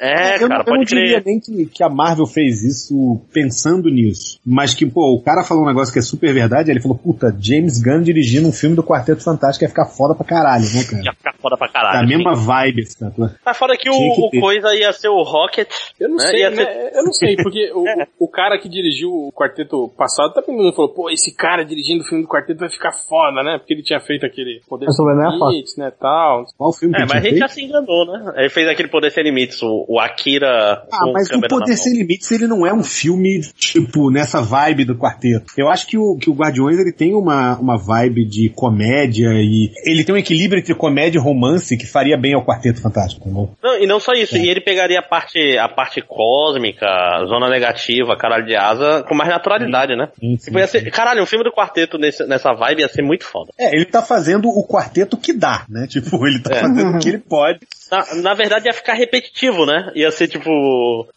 [SPEAKER 1] É, cara,
[SPEAKER 8] eu, eu não
[SPEAKER 1] pode
[SPEAKER 8] diria
[SPEAKER 1] crer.
[SPEAKER 8] nem que, que a Marvel fez isso pensando nisso. Mas que, pô, o cara falou um negócio que é super verdade, ele falou, puta, James Gunn dirigindo um filme do Quarteto Fantástico ia ficar foda pra caralho, né, cara?
[SPEAKER 1] Ia ficar foda pra
[SPEAKER 8] Da
[SPEAKER 1] caralho.
[SPEAKER 8] mesma vibe, tá?
[SPEAKER 1] Tá fora que o,
[SPEAKER 8] Tinha que
[SPEAKER 1] o
[SPEAKER 8] ter.
[SPEAKER 1] coisa ia ser o Rocket.
[SPEAKER 2] Eu não
[SPEAKER 1] né?
[SPEAKER 2] sei,
[SPEAKER 1] Ia
[SPEAKER 2] né?
[SPEAKER 1] ser-
[SPEAKER 2] Eu não sei, porque o, o cara que dirigiu o quarteto passado também não falou, pô, esse cara dirigindo o filme do quarteto vai ficar foda, né? Porque ele tinha feito aquele poder
[SPEAKER 5] Mas o Leonardo é foda.
[SPEAKER 2] limites, né, tal.
[SPEAKER 8] Qual o filme
[SPEAKER 1] É,
[SPEAKER 8] que
[SPEAKER 1] mas a
[SPEAKER 8] ele
[SPEAKER 1] gente já
[SPEAKER 8] fez?
[SPEAKER 1] se enganou, né? Ele fez aquele Poder Sem Limites, o, o Akira
[SPEAKER 8] Ah,
[SPEAKER 1] com
[SPEAKER 8] mas o
[SPEAKER 1] câmera na
[SPEAKER 8] Poder
[SPEAKER 1] mão.
[SPEAKER 8] Sem Limites, ele não é um filme, tipo, nessa vibe do quarteto. Eu acho que o, que o Guardiões, ele tem uma, uma vibe de comédia e... Ele tem um equilíbrio entre comédia e romance que faria bem ao Quarteto Fantástico, tá bom?
[SPEAKER 1] Não, e não só
[SPEAKER 14] É.
[SPEAKER 1] isso, e ele pegaria a parte, a parte cósmica, a zona negativa, caralho de asa, com mais naturalidade, né?
[SPEAKER 8] Sim, sim,
[SPEAKER 1] Tipo, ia
[SPEAKER 14] Uhum.
[SPEAKER 1] ser- caralho, um filme do quarteto nesse- nessa vibe ia ser muito foda. É.
[SPEAKER 8] É, ele tá fazendo o quarteto que dá, né? Tipo, ele tá fazendo o que ele pode
[SPEAKER 1] Na, na verdade ia ficar repetitivo, né? Ia ser tipo,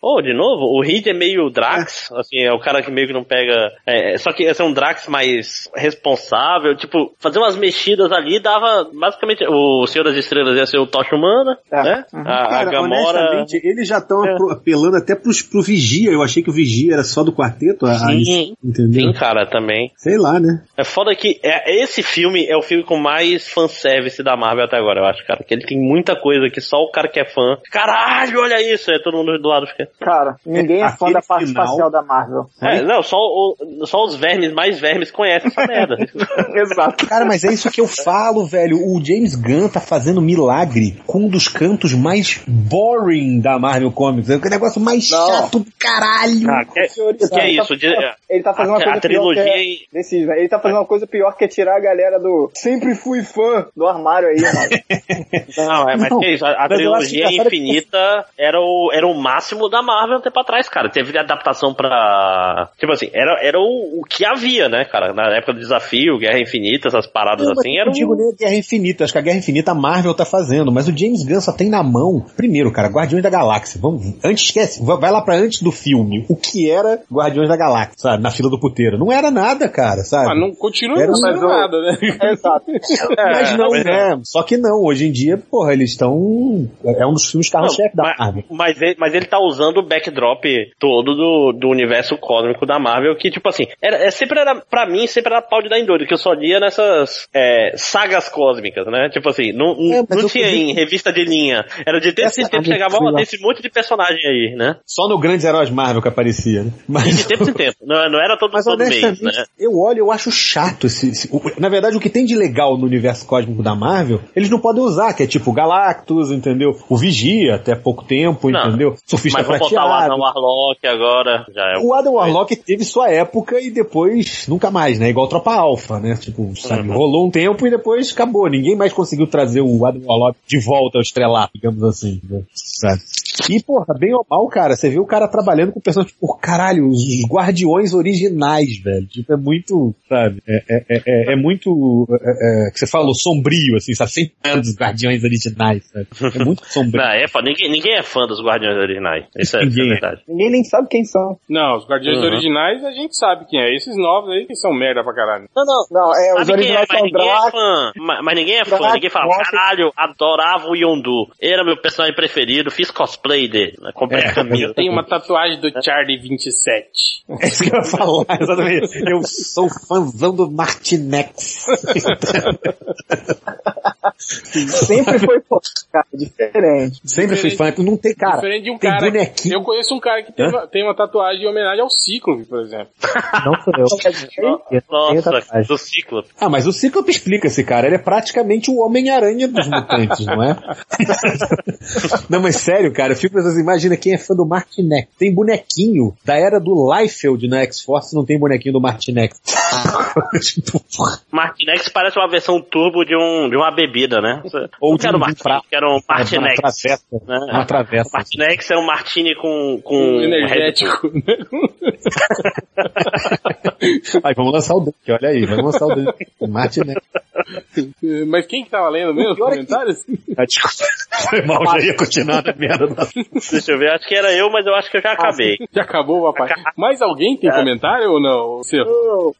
[SPEAKER 1] oh, de novo, o Reed é meio Drax, assim, é o cara que meio que não pega, é, só que ia ser um Drax mais responsável, tipo, fazer umas mexidas ali dava, basicamente, o Senhor das Estrelas ia ser o Tocha Humana, né? A, a
[SPEAKER 14] É. Uhum. Cara,
[SPEAKER 1] Gamora... É.
[SPEAKER 14] honestamente, eles já estão apelando até pros, pro Vigia. Eu achei que o Vigia era só do quarteto. A, a-
[SPEAKER 1] Sim.
[SPEAKER 14] entendeu?
[SPEAKER 1] Sim, cara, também.
[SPEAKER 14] Sei lá, né?
[SPEAKER 1] É foda que é, esse filme é o filme com mais fanservice da Marvel até agora, eu acho, cara. Que ele tem muita coisa que só o cara que é fã. Caralho, olha isso! É todo mundo do lado fica.
[SPEAKER 6] Cara, ninguém é fã
[SPEAKER 1] Aquele
[SPEAKER 6] da parte
[SPEAKER 1] final-
[SPEAKER 6] espacial da Marvel.
[SPEAKER 1] É, não, só, o- só os vermes mais vermes conhecem essa merda.
[SPEAKER 6] Exato.
[SPEAKER 8] Cara, mas é isso que eu falo, velho. O James Gunn tá fazendo milagre com um dos cantos mais boring da Marvel Comics. É o negócio mais chato do caralho.
[SPEAKER 1] Ah, que- que é isso? De-
[SPEAKER 6] Ele tá fazendo uma
[SPEAKER 1] a-
[SPEAKER 6] coisa
[SPEAKER 1] a trilogia
[SPEAKER 6] pior
[SPEAKER 1] em-
[SPEAKER 6] que é... Decide, né? Ele tá fazendo uma coisa pior que é tirar a galera do sempre fui fã do armário aí, mano.
[SPEAKER 1] Não, é, mas que é isso? A, a
[SPEAKER 6] mas eu acho
[SPEAKER 1] trilogia
[SPEAKER 6] engraçado que-
[SPEAKER 1] infinita era o, era o máximo da Marvel um tempo atrás, cara. Teve adaptação pra. Tipo assim, era, era o, o que havia, né, cara? Na época do desafio, Guerra Infinita, essas paradas
[SPEAKER 8] Não, mas
[SPEAKER 1] assim, era
[SPEAKER 8] eu
[SPEAKER 1] um-
[SPEAKER 8] digo nem a Guerra Infinita, acho que a Guerra Infinita a Marvel tá fazendo, mas o James Gunn só tem na mão, primeiro, cara, Guardiões da Galáxia. Vamos, antes esquece, va- vai lá pra antes do filme. O que era Guardiões da Galáxia, sabe? Na fila do puteiro. Não era nada, cara, sabe?
[SPEAKER 2] Ah, não continua
[SPEAKER 8] É. Era um
[SPEAKER 2] não
[SPEAKER 8] só-
[SPEAKER 2] sendo nada, né?
[SPEAKER 6] Exato.
[SPEAKER 8] Mas não,
[SPEAKER 1] é,
[SPEAKER 6] é.
[SPEAKER 1] mas
[SPEAKER 8] né? Só que não, hoje em dia, porra, eles estão. É um dos filmes carro-chefe da Marvel.
[SPEAKER 1] Mas ele, mas ele tá usando o backdrop todo do, do universo cósmico da Marvel, que, tipo assim, era, é, sempre era, pra mim, sempre era pau de dar em doido, que eu só lia nessas é, sagas cósmicas, né? Tipo assim, não, não-
[SPEAKER 8] É, mas
[SPEAKER 1] não
[SPEAKER 8] eu
[SPEAKER 1] tinha
[SPEAKER 8] vi-
[SPEAKER 1] em revista de linha. Era de tempo em
[SPEAKER 8] Essa-
[SPEAKER 1] tempo,
[SPEAKER 8] Ah,
[SPEAKER 1] chegava,
[SPEAKER 8] sei
[SPEAKER 1] ó,
[SPEAKER 8] lá.
[SPEAKER 1] tem esse monte de personagem aí, né?
[SPEAKER 8] Só no Grandes Heróis Marvel que aparecia, né?
[SPEAKER 1] E
[SPEAKER 8] Mas
[SPEAKER 1] de tempo em tempo. Não, não era todo,
[SPEAKER 8] Mas
[SPEAKER 1] todo mês,
[SPEAKER 8] honestamente,
[SPEAKER 1] né?
[SPEAKER 8] eu olho, eu acho chato esse, esse- o- Na verdade, o que tem de legal no universo cósmico da Marvel, eles não podem usar, que é tipo Galactus, entendeu? O Vigia, até pouco tempo,
[SPEAKER 1] Não,
[SPEAKER 8] entendeu? Surfista
[SPEAKER 1] Mas vamos botar o Adam
[SPEAKER 8] prateado.
[SPEAKER 1] Warlock agora. Já é
[SPEAKER 8] O Adam Warlock teve sua época e depois nunca mais, né? Igual Tropa Alpha, né? Tipo, sabe,
[SPEAKER 1] Uhum.
[SPEAKER 8] rolou um tempo e depois acabou. Ninguém mais conseguiu trazer o Adam Warlock de volta ao estrelar, digamos assim. né? Sabe? E, porra, bem ou mal, cara, você vê o cara trabalhando com pessoas, tipo, caralho, os guardiões originais, velho. Tipo, é muito, sabe? É, é, é- é, é muito, é, é, que você falou, sombrio, assim, sabe? Sempre falando dos guardiões originais, sabe? É muito sombrio.
[SPEAKER 1] Não, é foda. Ninguém, ninguém é fã dos Guardiões originais. Isso é, isso é
[SPEAKER 8] Ninguém é.
[SPEAKER 1] verdade.
[SPEAKER 6] Ninguém nem sabe quem são.
[SPEAKER 2] Não, os Guardiões
[SPEAKER 1] Uhum.
[SPEAKER 2] originais a gente sabe quem é. Esses novos aí que são merda pra caralho.
[SPEAKER 6] Não, não. Não, é, os
[SPEAKER 1] Sabe quem é,
[SPEAKER 6] originais
[SPEAKER 1] mas
[SPEAKER 6] são
[SPEAKER 1] ninguém é
[SPEAKER 6] Drax.
[SPEAKER 1] fã. Mas, mas ninguém é fã.
[SPEAKER 6] Drax,
[SPEAKER 1] ninguém fala,
[SPEAKER 6] Rocket.
[SPEAKER 1] caralho, adorava o Yondu. Era meu personagem preferido, fiz cosplay dele. né?
[SPEAKER 8] É,
[SPEAKER 1] Comprei a camisa.
[SPEAKER 2] Tem uma tatuagem do Charlie 27.
[SPEAKER 8] É isso que eu ia falar, exatamente. Eu sou fãzão do Martinex.
[SPEAKER 6] Sempre foi fã, cara, diferente.
[SPEAKER 8] Sempre fui fã. Não tem, cara,
[SPEAKER 2] Diferente de um
[SPEAKER 8] tem
[SPEAKER 2] cara.
[SPEAKER 8] bonequinho.
[SPEAKER 2] Eu conheço um cara que tem uma, tem uma tatuagem em homenagem ao Cíclope, por exemplo.
[SPEAKER 5] Não sou eu. Eu tenho
[SPEAKER 1] Nossa,
[SPEAKER 5] tatuagem.
[SPEAKER 1] do Ciclope.
[SPEAKER 8] Ah, mas o Ciclope explica esse cara. Ele é praticamente o Homem-Aranha dos mutantes, não é? não, mas sério, cara. Eu fico pensando assim, imagina quem é fã do Martinex. Tem bonequinho da era do Liefeld na X-Force, não tem bonequinho do Martinex. tipo, porra.
[SPEAKER 1] Martinex parece uma versão turbo de, um, de uma bebida, né?
[SPEAKER 8] Ou
[SPEAKER 1] Não
[SPEAKER 8] de
[SPEAKER 1] quero
[SPEAKER 8] um
[SPEAKER 1] Martinex,
[SPEAKER 8] prato.
[SPEAKER 1] quero um
[SPEAKER 8] Uma
[SPEAKER 1] Martinex.
[SPEAKER 8] travessa.
[SPEAKER 1] né?
[SPEAKER 8] Uma travessa.
[SPEAKER 1] O Martinex é um Martini com... com
[SPEAKER 2] Um
[SPEAKER 1] Red Bull.
[SPEAKER 2] energético.
[SPEAKER 8] Aí, vamos lançar o Dunk, olha aí. Vamos lançar o Dunk. Martinex.
[SPEAKER 2] Mas quem que tava lendo mesmo os
[SPEAKER 8] Pior é que-
[SPEAKER 2] comentários?
[SPEAKER 8] Ah, desculpa. Foi mal, já ia continuar na merda. da-
[SPEAKER 1] Deixa eu ver, acho que era eu, mas eu acho que eu já acabei.
[SPEAKER 2] Já acabou o papai. Mais alguém tem comentário ou É. não? Seu?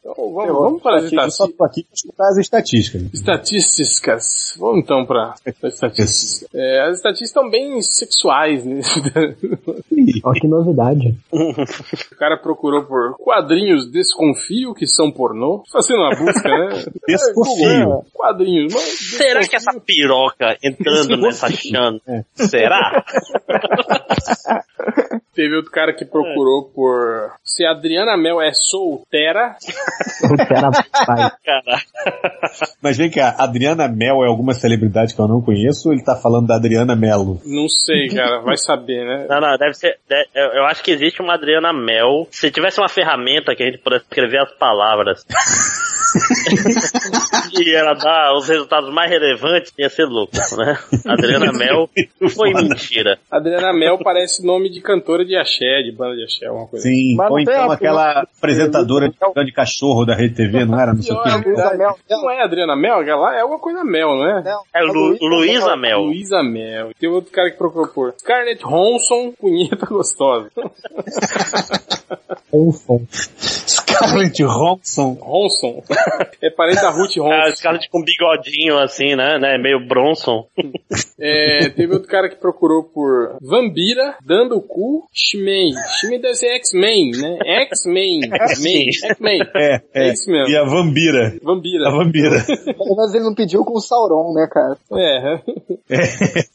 [SPEAKER 2] Vamos, vamos para as
[SPEAKER 14] Tá,
[SPEAKER 8] Eu só
[SPEAKER 2] estati-
[SPEAKER 8] tô aqui pra escutar as
[SPEAKER 14] né?
[SPEAKER 8] estatísticas.
[SPEAKER 2] estatísticas. Vamos então para as estatísticas. É, as estatísticas estão bem sexuais. Né?
[SPEAKER 5] Ó, que novidade.
[SPEAKER 2] O cara procurou por quadrinhos desconfio que são pornô. Tá Fazendo uma busca, né?
[SPEAKER 8] Desconfio.
[SPEAKER 2] É, Quadrinhos. Mas
[SPEAKER 1] Será que essa piroca entrando nessa
[SPEAKER 8] assim,
[SPEAKER 1] chana?
[SPEAKER 8] é.
[SPEAKER 1] Será?
[SPEAKER 2] Teve outro cara que procurou por se a Adriana Mel é solteira.
[SPEAKER 5] O cara vai.
[SPEAKER 1] Cara,
[SPEAKER 8] Mas vem cá, Adriana Mel é alguma celebridade que eu não conheço ou ele tá falando da Adriana Melo?
[SPEAKER 2] Não sei, cara. Vai saber, né?
[SPEAKER 1] não, não, deve ser. de- eu, eu acho que existe uma Adriana Mel. Se tivesse uma ferramenta que a gente pudesse escrever as palavras e ela dá os resultados mais relevantes, ia ser louco, né? Adriana Mel foi mentira.
[SPEAKER 2] Adriana Mel parece nome de cantora de axé, de banda de axé, alguma coisa.
[SPEAKER 14] Sim, ou então aquela apresentadora de programa de cachorro da Rede TV, não era? Não sei o
[SPEAKER 8] é
[SPEAKER 2] Pior,
[SPEAKER 14] que.
[SPEAKER 2] Adriana Mel. Não é Adriana Mel, aquela lá é alguma coisa Mel, não é?
[SPEAKER 1] É Lu- Luísa Mel.
[SPEAKER 2] Luísa Mel. Tem outro cara que procurou por Scarlett Ronson, punheta gostosa.
[SPEAKER 5] Ronson.
[SPEAKER 14] Scarlett Ronson.
[SPEAKER 2] Ronson. É parente da Ruth
[SPEAKER 1] Ah,
[SPEAKER 2] Ronson.
[SPEAKER 1] os caras com bigodinho assim, né? né? Meio Bronson.
[SPEAKER 2] É, teve outro cara que procurou por Vambira, dando o cu, X-Men. X-Men deve ser X-Men, né? X-Men. X-Men. X-Men.
[SPEAKER 14] É, é.
[SPEAKER 2] É isso mesmo.
[SPEAKER 14] E a Vambira.
[SPEAKER 2] Vambira.
[SPEAKER 14] A Vambira.
[SPEAKER 6] Pelo menos ele não pediu com o Sauron, né, cara?
[SPEAKER 2] É,
[SPEAKER 14] É,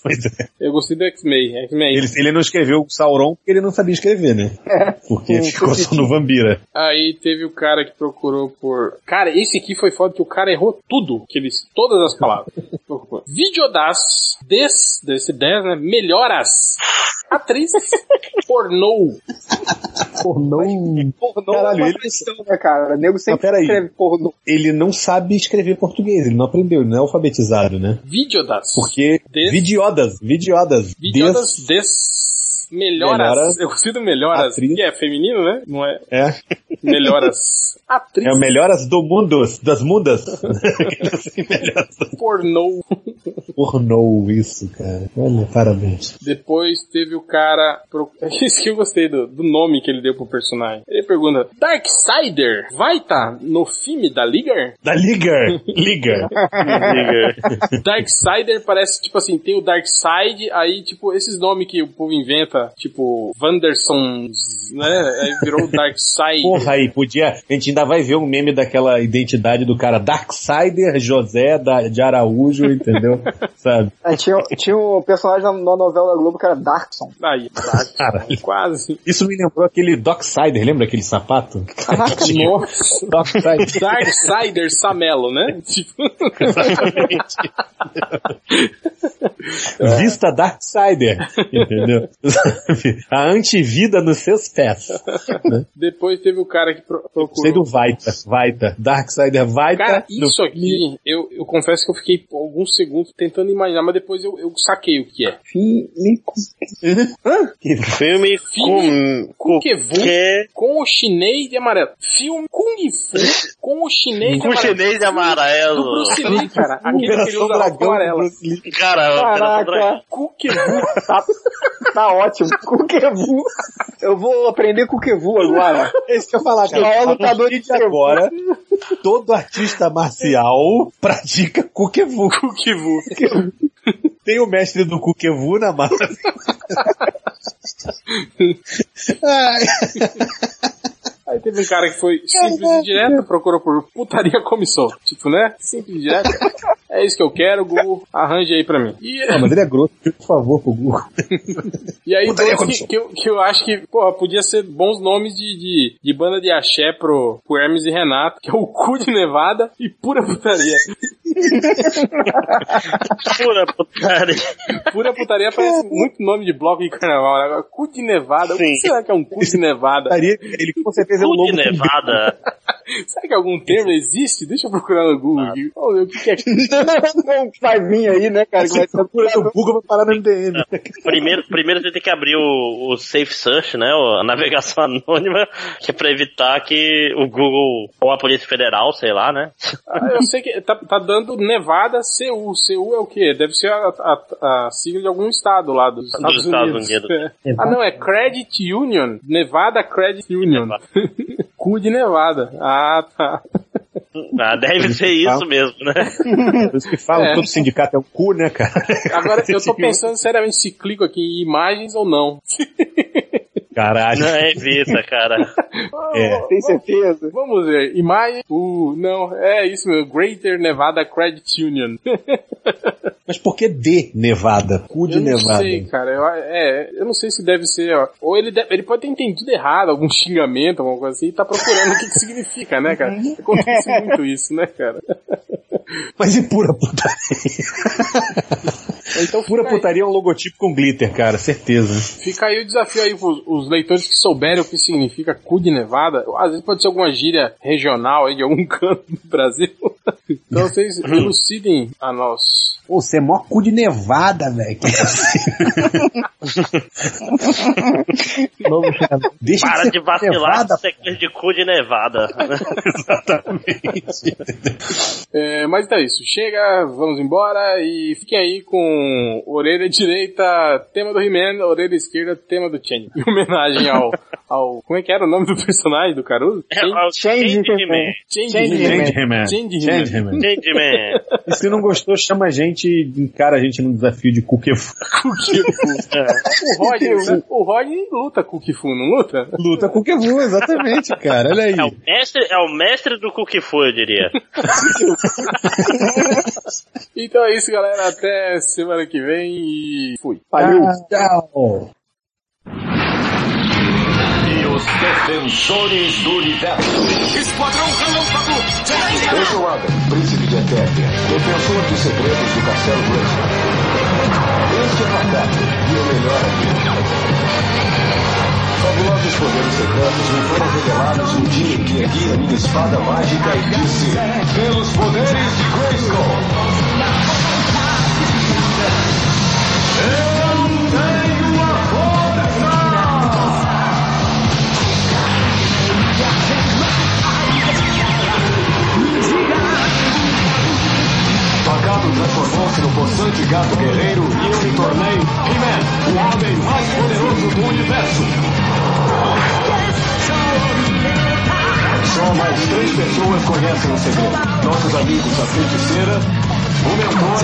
[SPEAKER 14] pois é.
[SPEAKER 2] eu gostei do X-Men. X-Men.
[SPEAKER 14] Ele, ele não escreveu o Sauron porque ele não sabia escrever, né?
[SPEAKER 2] É.
[SPEAKER 14] Porque
[SPEAKER 2] Um
[SPEAKER 6] Sim,
[SPEAKER 14] ficou só no Vambira.
[SPEAKER 2] Aí teve o cara que procurou por. Cara, esse aqui foi foda que o cara errou tudo. Que eles, todas as palavras. Procurou. Videodas, des, deve ser 10, né? Melhoras. Atriz pornô. Um
[SPEAKER 5] Pornô.
[SPEAKER 6] Pornô
[SPEAKER 14] Caralho,
[SPEAKER 6] é uma
[SPEAKER 14] ele-
[SPEAKER 6] questão, né, cara? O nego sempre
[SPEAKER 14] Mas peraí.
[SPEAKER 6] escreve pornô.
[SPEAKER 14] Ele não sabe escrever português, ele não aprendeu, ele não é alfabetizado, né?
[SPEAKER 2] Videodas.
[SPEAKER 14] Porque.
[SPEAKER 2] Des-
[SPEAKER 14] Vidiodas, vidiodas.
[SPEAKER 2] Videodas,
[SPEAKER 14] Des-
[SPEAKER 2] des. Melhoras.
[SPEAKER 14] Melhoras.
[SPEAKER 2] Eu consigo melhoras.
[SPEAKER 14] Atriz.
[SPEAKER 2] Que é feminino, né? Não é?
[SPEAKER 14] É,
[SPEAKER 2] Melhoras. Atriz
[SPEAKER 14] é o melhoras do mundo, das mundas.
[SPEAKER 2] pornô.
[SPEAKER 14] Pornou isso, cara. Olha, parabéns.
[SPEAKER 2] Depois teve o cara. pro- É isso que eu gostei do, do nome que ele deu pro personagem. Ele pergunta: Darksider vai tá no filme da Liga?
[SPEAKER 14] Da Liga! Liga!
[SPEAKER 2] Darksider parece tipo assim: tem o Darkseid, aí tipo esses nomes que o povo inventa, tipo Wandersons, né? Aí virou o Darkseid.
[SPEAKER 14] Porra aí, podia. A gente ainda vai ver um meme daquela identidade do cara Darksider José da, de Araújo, entendeu? Sabe?
[SPEAKER 6] É, tinha, tinha um personagem na, na novela da Globo que era Darkson.
[SPEAKER 2] Aí,
[SPEAKER 14] Caralho.
[SPEAKER 2] quase.
[SPEAKER 14] Isso me lembrou aquele Docksider, lembra aquele sapato?
[SPEAKER 6] Caraca,
[SPEAKER 2] Nossa.
[SPEAKER 14] Docksider.
[SPEAKER 2] Darksider Samelo, né? Tipo, É.
[SPEAKER 14] Vista Darksider, entendeu? Sabe? A antivida nos seus pés.
[SPEAKER 2] depois teve o cara que pro-
[SPEAKER 14] Sei do
[SPEAKER 2] procurou.
[SPEAKER 14] Vaita, Vaita. Darksider Vaita.
[SPEAKER 2] Cara,
[SPEAKER 14] no-
[SPEAKER 2] isso aqui, eu, eu confesso que eu fiquei alguns segundos tentando imaginar, mas depois eu, eu saquei o que é.
[SPEAKER 1] Filme
[SPEAKER 2] Filme
[SPEAKER 1] com...
[SPEAKER 2] Que vu
[SPEAKER 1] Que...
[SPEAKER 2] com o chinês de amarelo. Filme Kung Fu com o chinês de
[SPEAKER 1] Com
[SPEAKER 2] amarelo.
[SPEAKER 1] chinês de
[SPEAKER 2] Do
[SPEAKER 1] amarelo.
[SPEAKER 2] Bruce Lee, cara. Aquele que ele
[SPEAKER 14] Operação
[SPEAKER 2] usa a
[SPEAKER 14] Dragão.
[SPEAKER 2] amarela.
[SPEAKER 14] Bruce Lee.
[SPEAKER 1] Cara, Operação Dragão.
[SPEAKER 6] Caraca, tá, tá ótimo. Cuquevu. Eu vou aprender Cuquevu agora.
[SPEAKER 14] É isso que eu ia falar, cara.
[SPEAKER 6] Maior
[SPEAKER 14] A
[SPEAKER 6] lutador
[SPEAKER 14] partir
[SPEAKER 6] de Kung Fu.
[SPEAKER 14] agora, todo artista marcial pratica Kukevu.
[SPEAKER 2] Kukivu.
[SPEAKER 14] Tem o mestre do Kukevu na massa. Ai,
[SPEAKER 2] Aí teve um cara que foi simples e direto, procurou por putaria comissão. Tipo, né? Simples e direto. É isso que eu quero, Gugu. Arranje aí pra mim. E,
[SPEAKER 14] não, mas ele é grosso, por favor, pro Google.
[SPEAKER 2] E aí,
[SPEAKER 14] Putaria
[SPEAKER 2] dois que,
[SPEAKER 14] comissão.
[SPEAKER 2] que, eu, que eu acho que, porra, podia ser bons nomes de, de, de banda de axé pro, pro Hermes e Renato, que é o cu de Nevada e pura putaria.
[SPEAKER 1] Pura putaria.
[SPEAKER 2] Pura putaria parece muito nome de bloco de carnaval. né? Agora, cu de Nevada, o que
[SPEAKER 1] Sim.
[SPEAKER 2] será que é um cu de Nevada?
[SPEAKER 14] Daria- Ele com certeza é um
[SPEAKER 1] Cu de
[SPEAKER 14] lobo.
[SPEAKER 1] Nevada.
[SPEAKER 2] Será que algum termo existe? Deixa eu procurar no Google aqui.
[SPEAKER 14] Ah.
[SPEAKER 2] Vamos ver o que que é.
[SPEAKER 6] Não vai vir aí, né, cara? Que vai
[SPEAKER 14] Você
[SPEAKER 6] ser
[SPEAKER 14] procura no Google vai parar no MDM.
[SPEAKER 1] Primeiro, primeiro você tem que abrir o, o Safe Search, né? o- A navegação anônima, que é pra evitar que o Google ou a Polícia Federal, sei lá, né?
[SPEAKER 2] Ah, eu sei que tá, tá dando Nevada CU. CU é o quê? Deve ser a, a- a sigla de algum estado lá dos Estados,
[SPEAKER 1] Estados
[SPEAKER 2] Unidos.
[SPEAKER 1] Unidos.
[SPEAKER 2] É. Ah, não, é Credit Union. Nevada Credit Union. Cu de Nevada. Ah, tá.
[SPEAKER 1] Ah, deve ser isso mesmo, né?
[SPEAKER 14] Por isso que falam,
[SPEAKER 2] É.
[SPEAKER 14] todo sindicato é o cu, né, cara?
[SPEAKER 2] Agora eu tô pensando seriamente se clico aqui em imagens ou não.
[SPEAKER 14] Caralho.
[SPEAKER 2] é?
[SPEAKER 1] Não, é evita, cara.
[SPEAKER 14] É.
[SPEAKER 6] Tem certeza?
[SPEAKER 2] Vamos ver. Imagem. Uh, não, é isso mesmo. Greater Nevada Credit Union.
[SPEAKER 14] Mas por que de Nevada? Cu de
[SPEAKER 2] eu não
[SPEAKER 14] Nevada.
[SPEAKER 2] sei, cara. Eu, é, eu não sei se deve ser, ó. Ou ele, deve- ele pode ter entendido errado, algum
[SPEAKER 14] Uhum.
[SPEAKER 2] xingamento, alguma coisa assim, e tá procurando o que, que significa, né, cara? Acontece muito isso, né, cara?
[SPEAKER 8] Mas e pura putaria? então, pura putaria é um logotipo com glitter, cara, certeza.
[SPEAKER 2] Fica aí o desafio aí pros os leitores que souberem o que significa cu de nevada. Às vezes pode ser alguma gíria regional aí de algum canto do Brasil. Então vocês elucidem a nós.
[SPEAKER 14] Pô, você é mó cu de nevada, velho. Que
[SPEAKER 8] Deixa
[SPEAKER 1] Para
[SPEAKER 8] de
[SPEAKER 1] de,
[SPEAKER 8] ser
[SPEAKER 1] vacilar,
[SPEAKER 8] Nevada,
[SPEAKER 1] você quer de cu de nevada.
[SPEAKER 2] É, mas então é isso. Chega, vamos embora e fiquem aí com orelha direita, tema do He-Man, orelha esquerda, tema do Change. Em homenagem ao, ao. Como é que era o nome do personagem do Caruso?
[SPEAKER 1] É, Change He-Man.
[SPEAKER 8] Changeman.
[SPEAKER 2] Changeman.
[SPEAKER 8] Changeman.
[SPEAKER 1] Change Man.
[SPEAKER 8] E se não gostou, chama a gente e encara a gente num desafio de cuquefu.
[SPEAKER 2] O Rod, o Rod luta com o Kifu, não luta?
[SPEAKER 8] Luta cuquefu, exatamente, cara. Olha
[SPEAKER 14] um
[SPEAKER 1] É o
[SPEAKER 8] aí.
[SPEAKER 1] mestre, é o mestre do Kukifu, eu diria.
[SPEAKER 2] Então é isso, galera. Até semana que vem e fui.
[SPEAKER 6] Valeu.
[SPEAKER 8] Tchau.
[SPEAKER 15] E os defensores do universo.
[SPEAKER 7] Esquadrão Relâmpago!
[SPEAKER 15] João Adam, príncipe de Eternia, defensor dos segredos do Castelo Granger. Este é Macaco, e o melhor amigo. Fabulosos poderes secretos me foram revelados no dia em que ergui a minha espada mágica e disse: Pelos poderes de Grayskull. Macaco transformou-se no possante gato guerreiro e eu me tornei He-Man, o homem mais poderoso do universo. Só mais três pessoas conhecem o segredo. Nossos amigos, a feiticeira, o mentor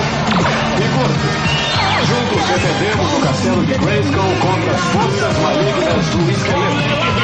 [SPEAKER 15] e Gordo. Juntos defendemos o castelo de Grayskull contra as forças malignas do esqueleto.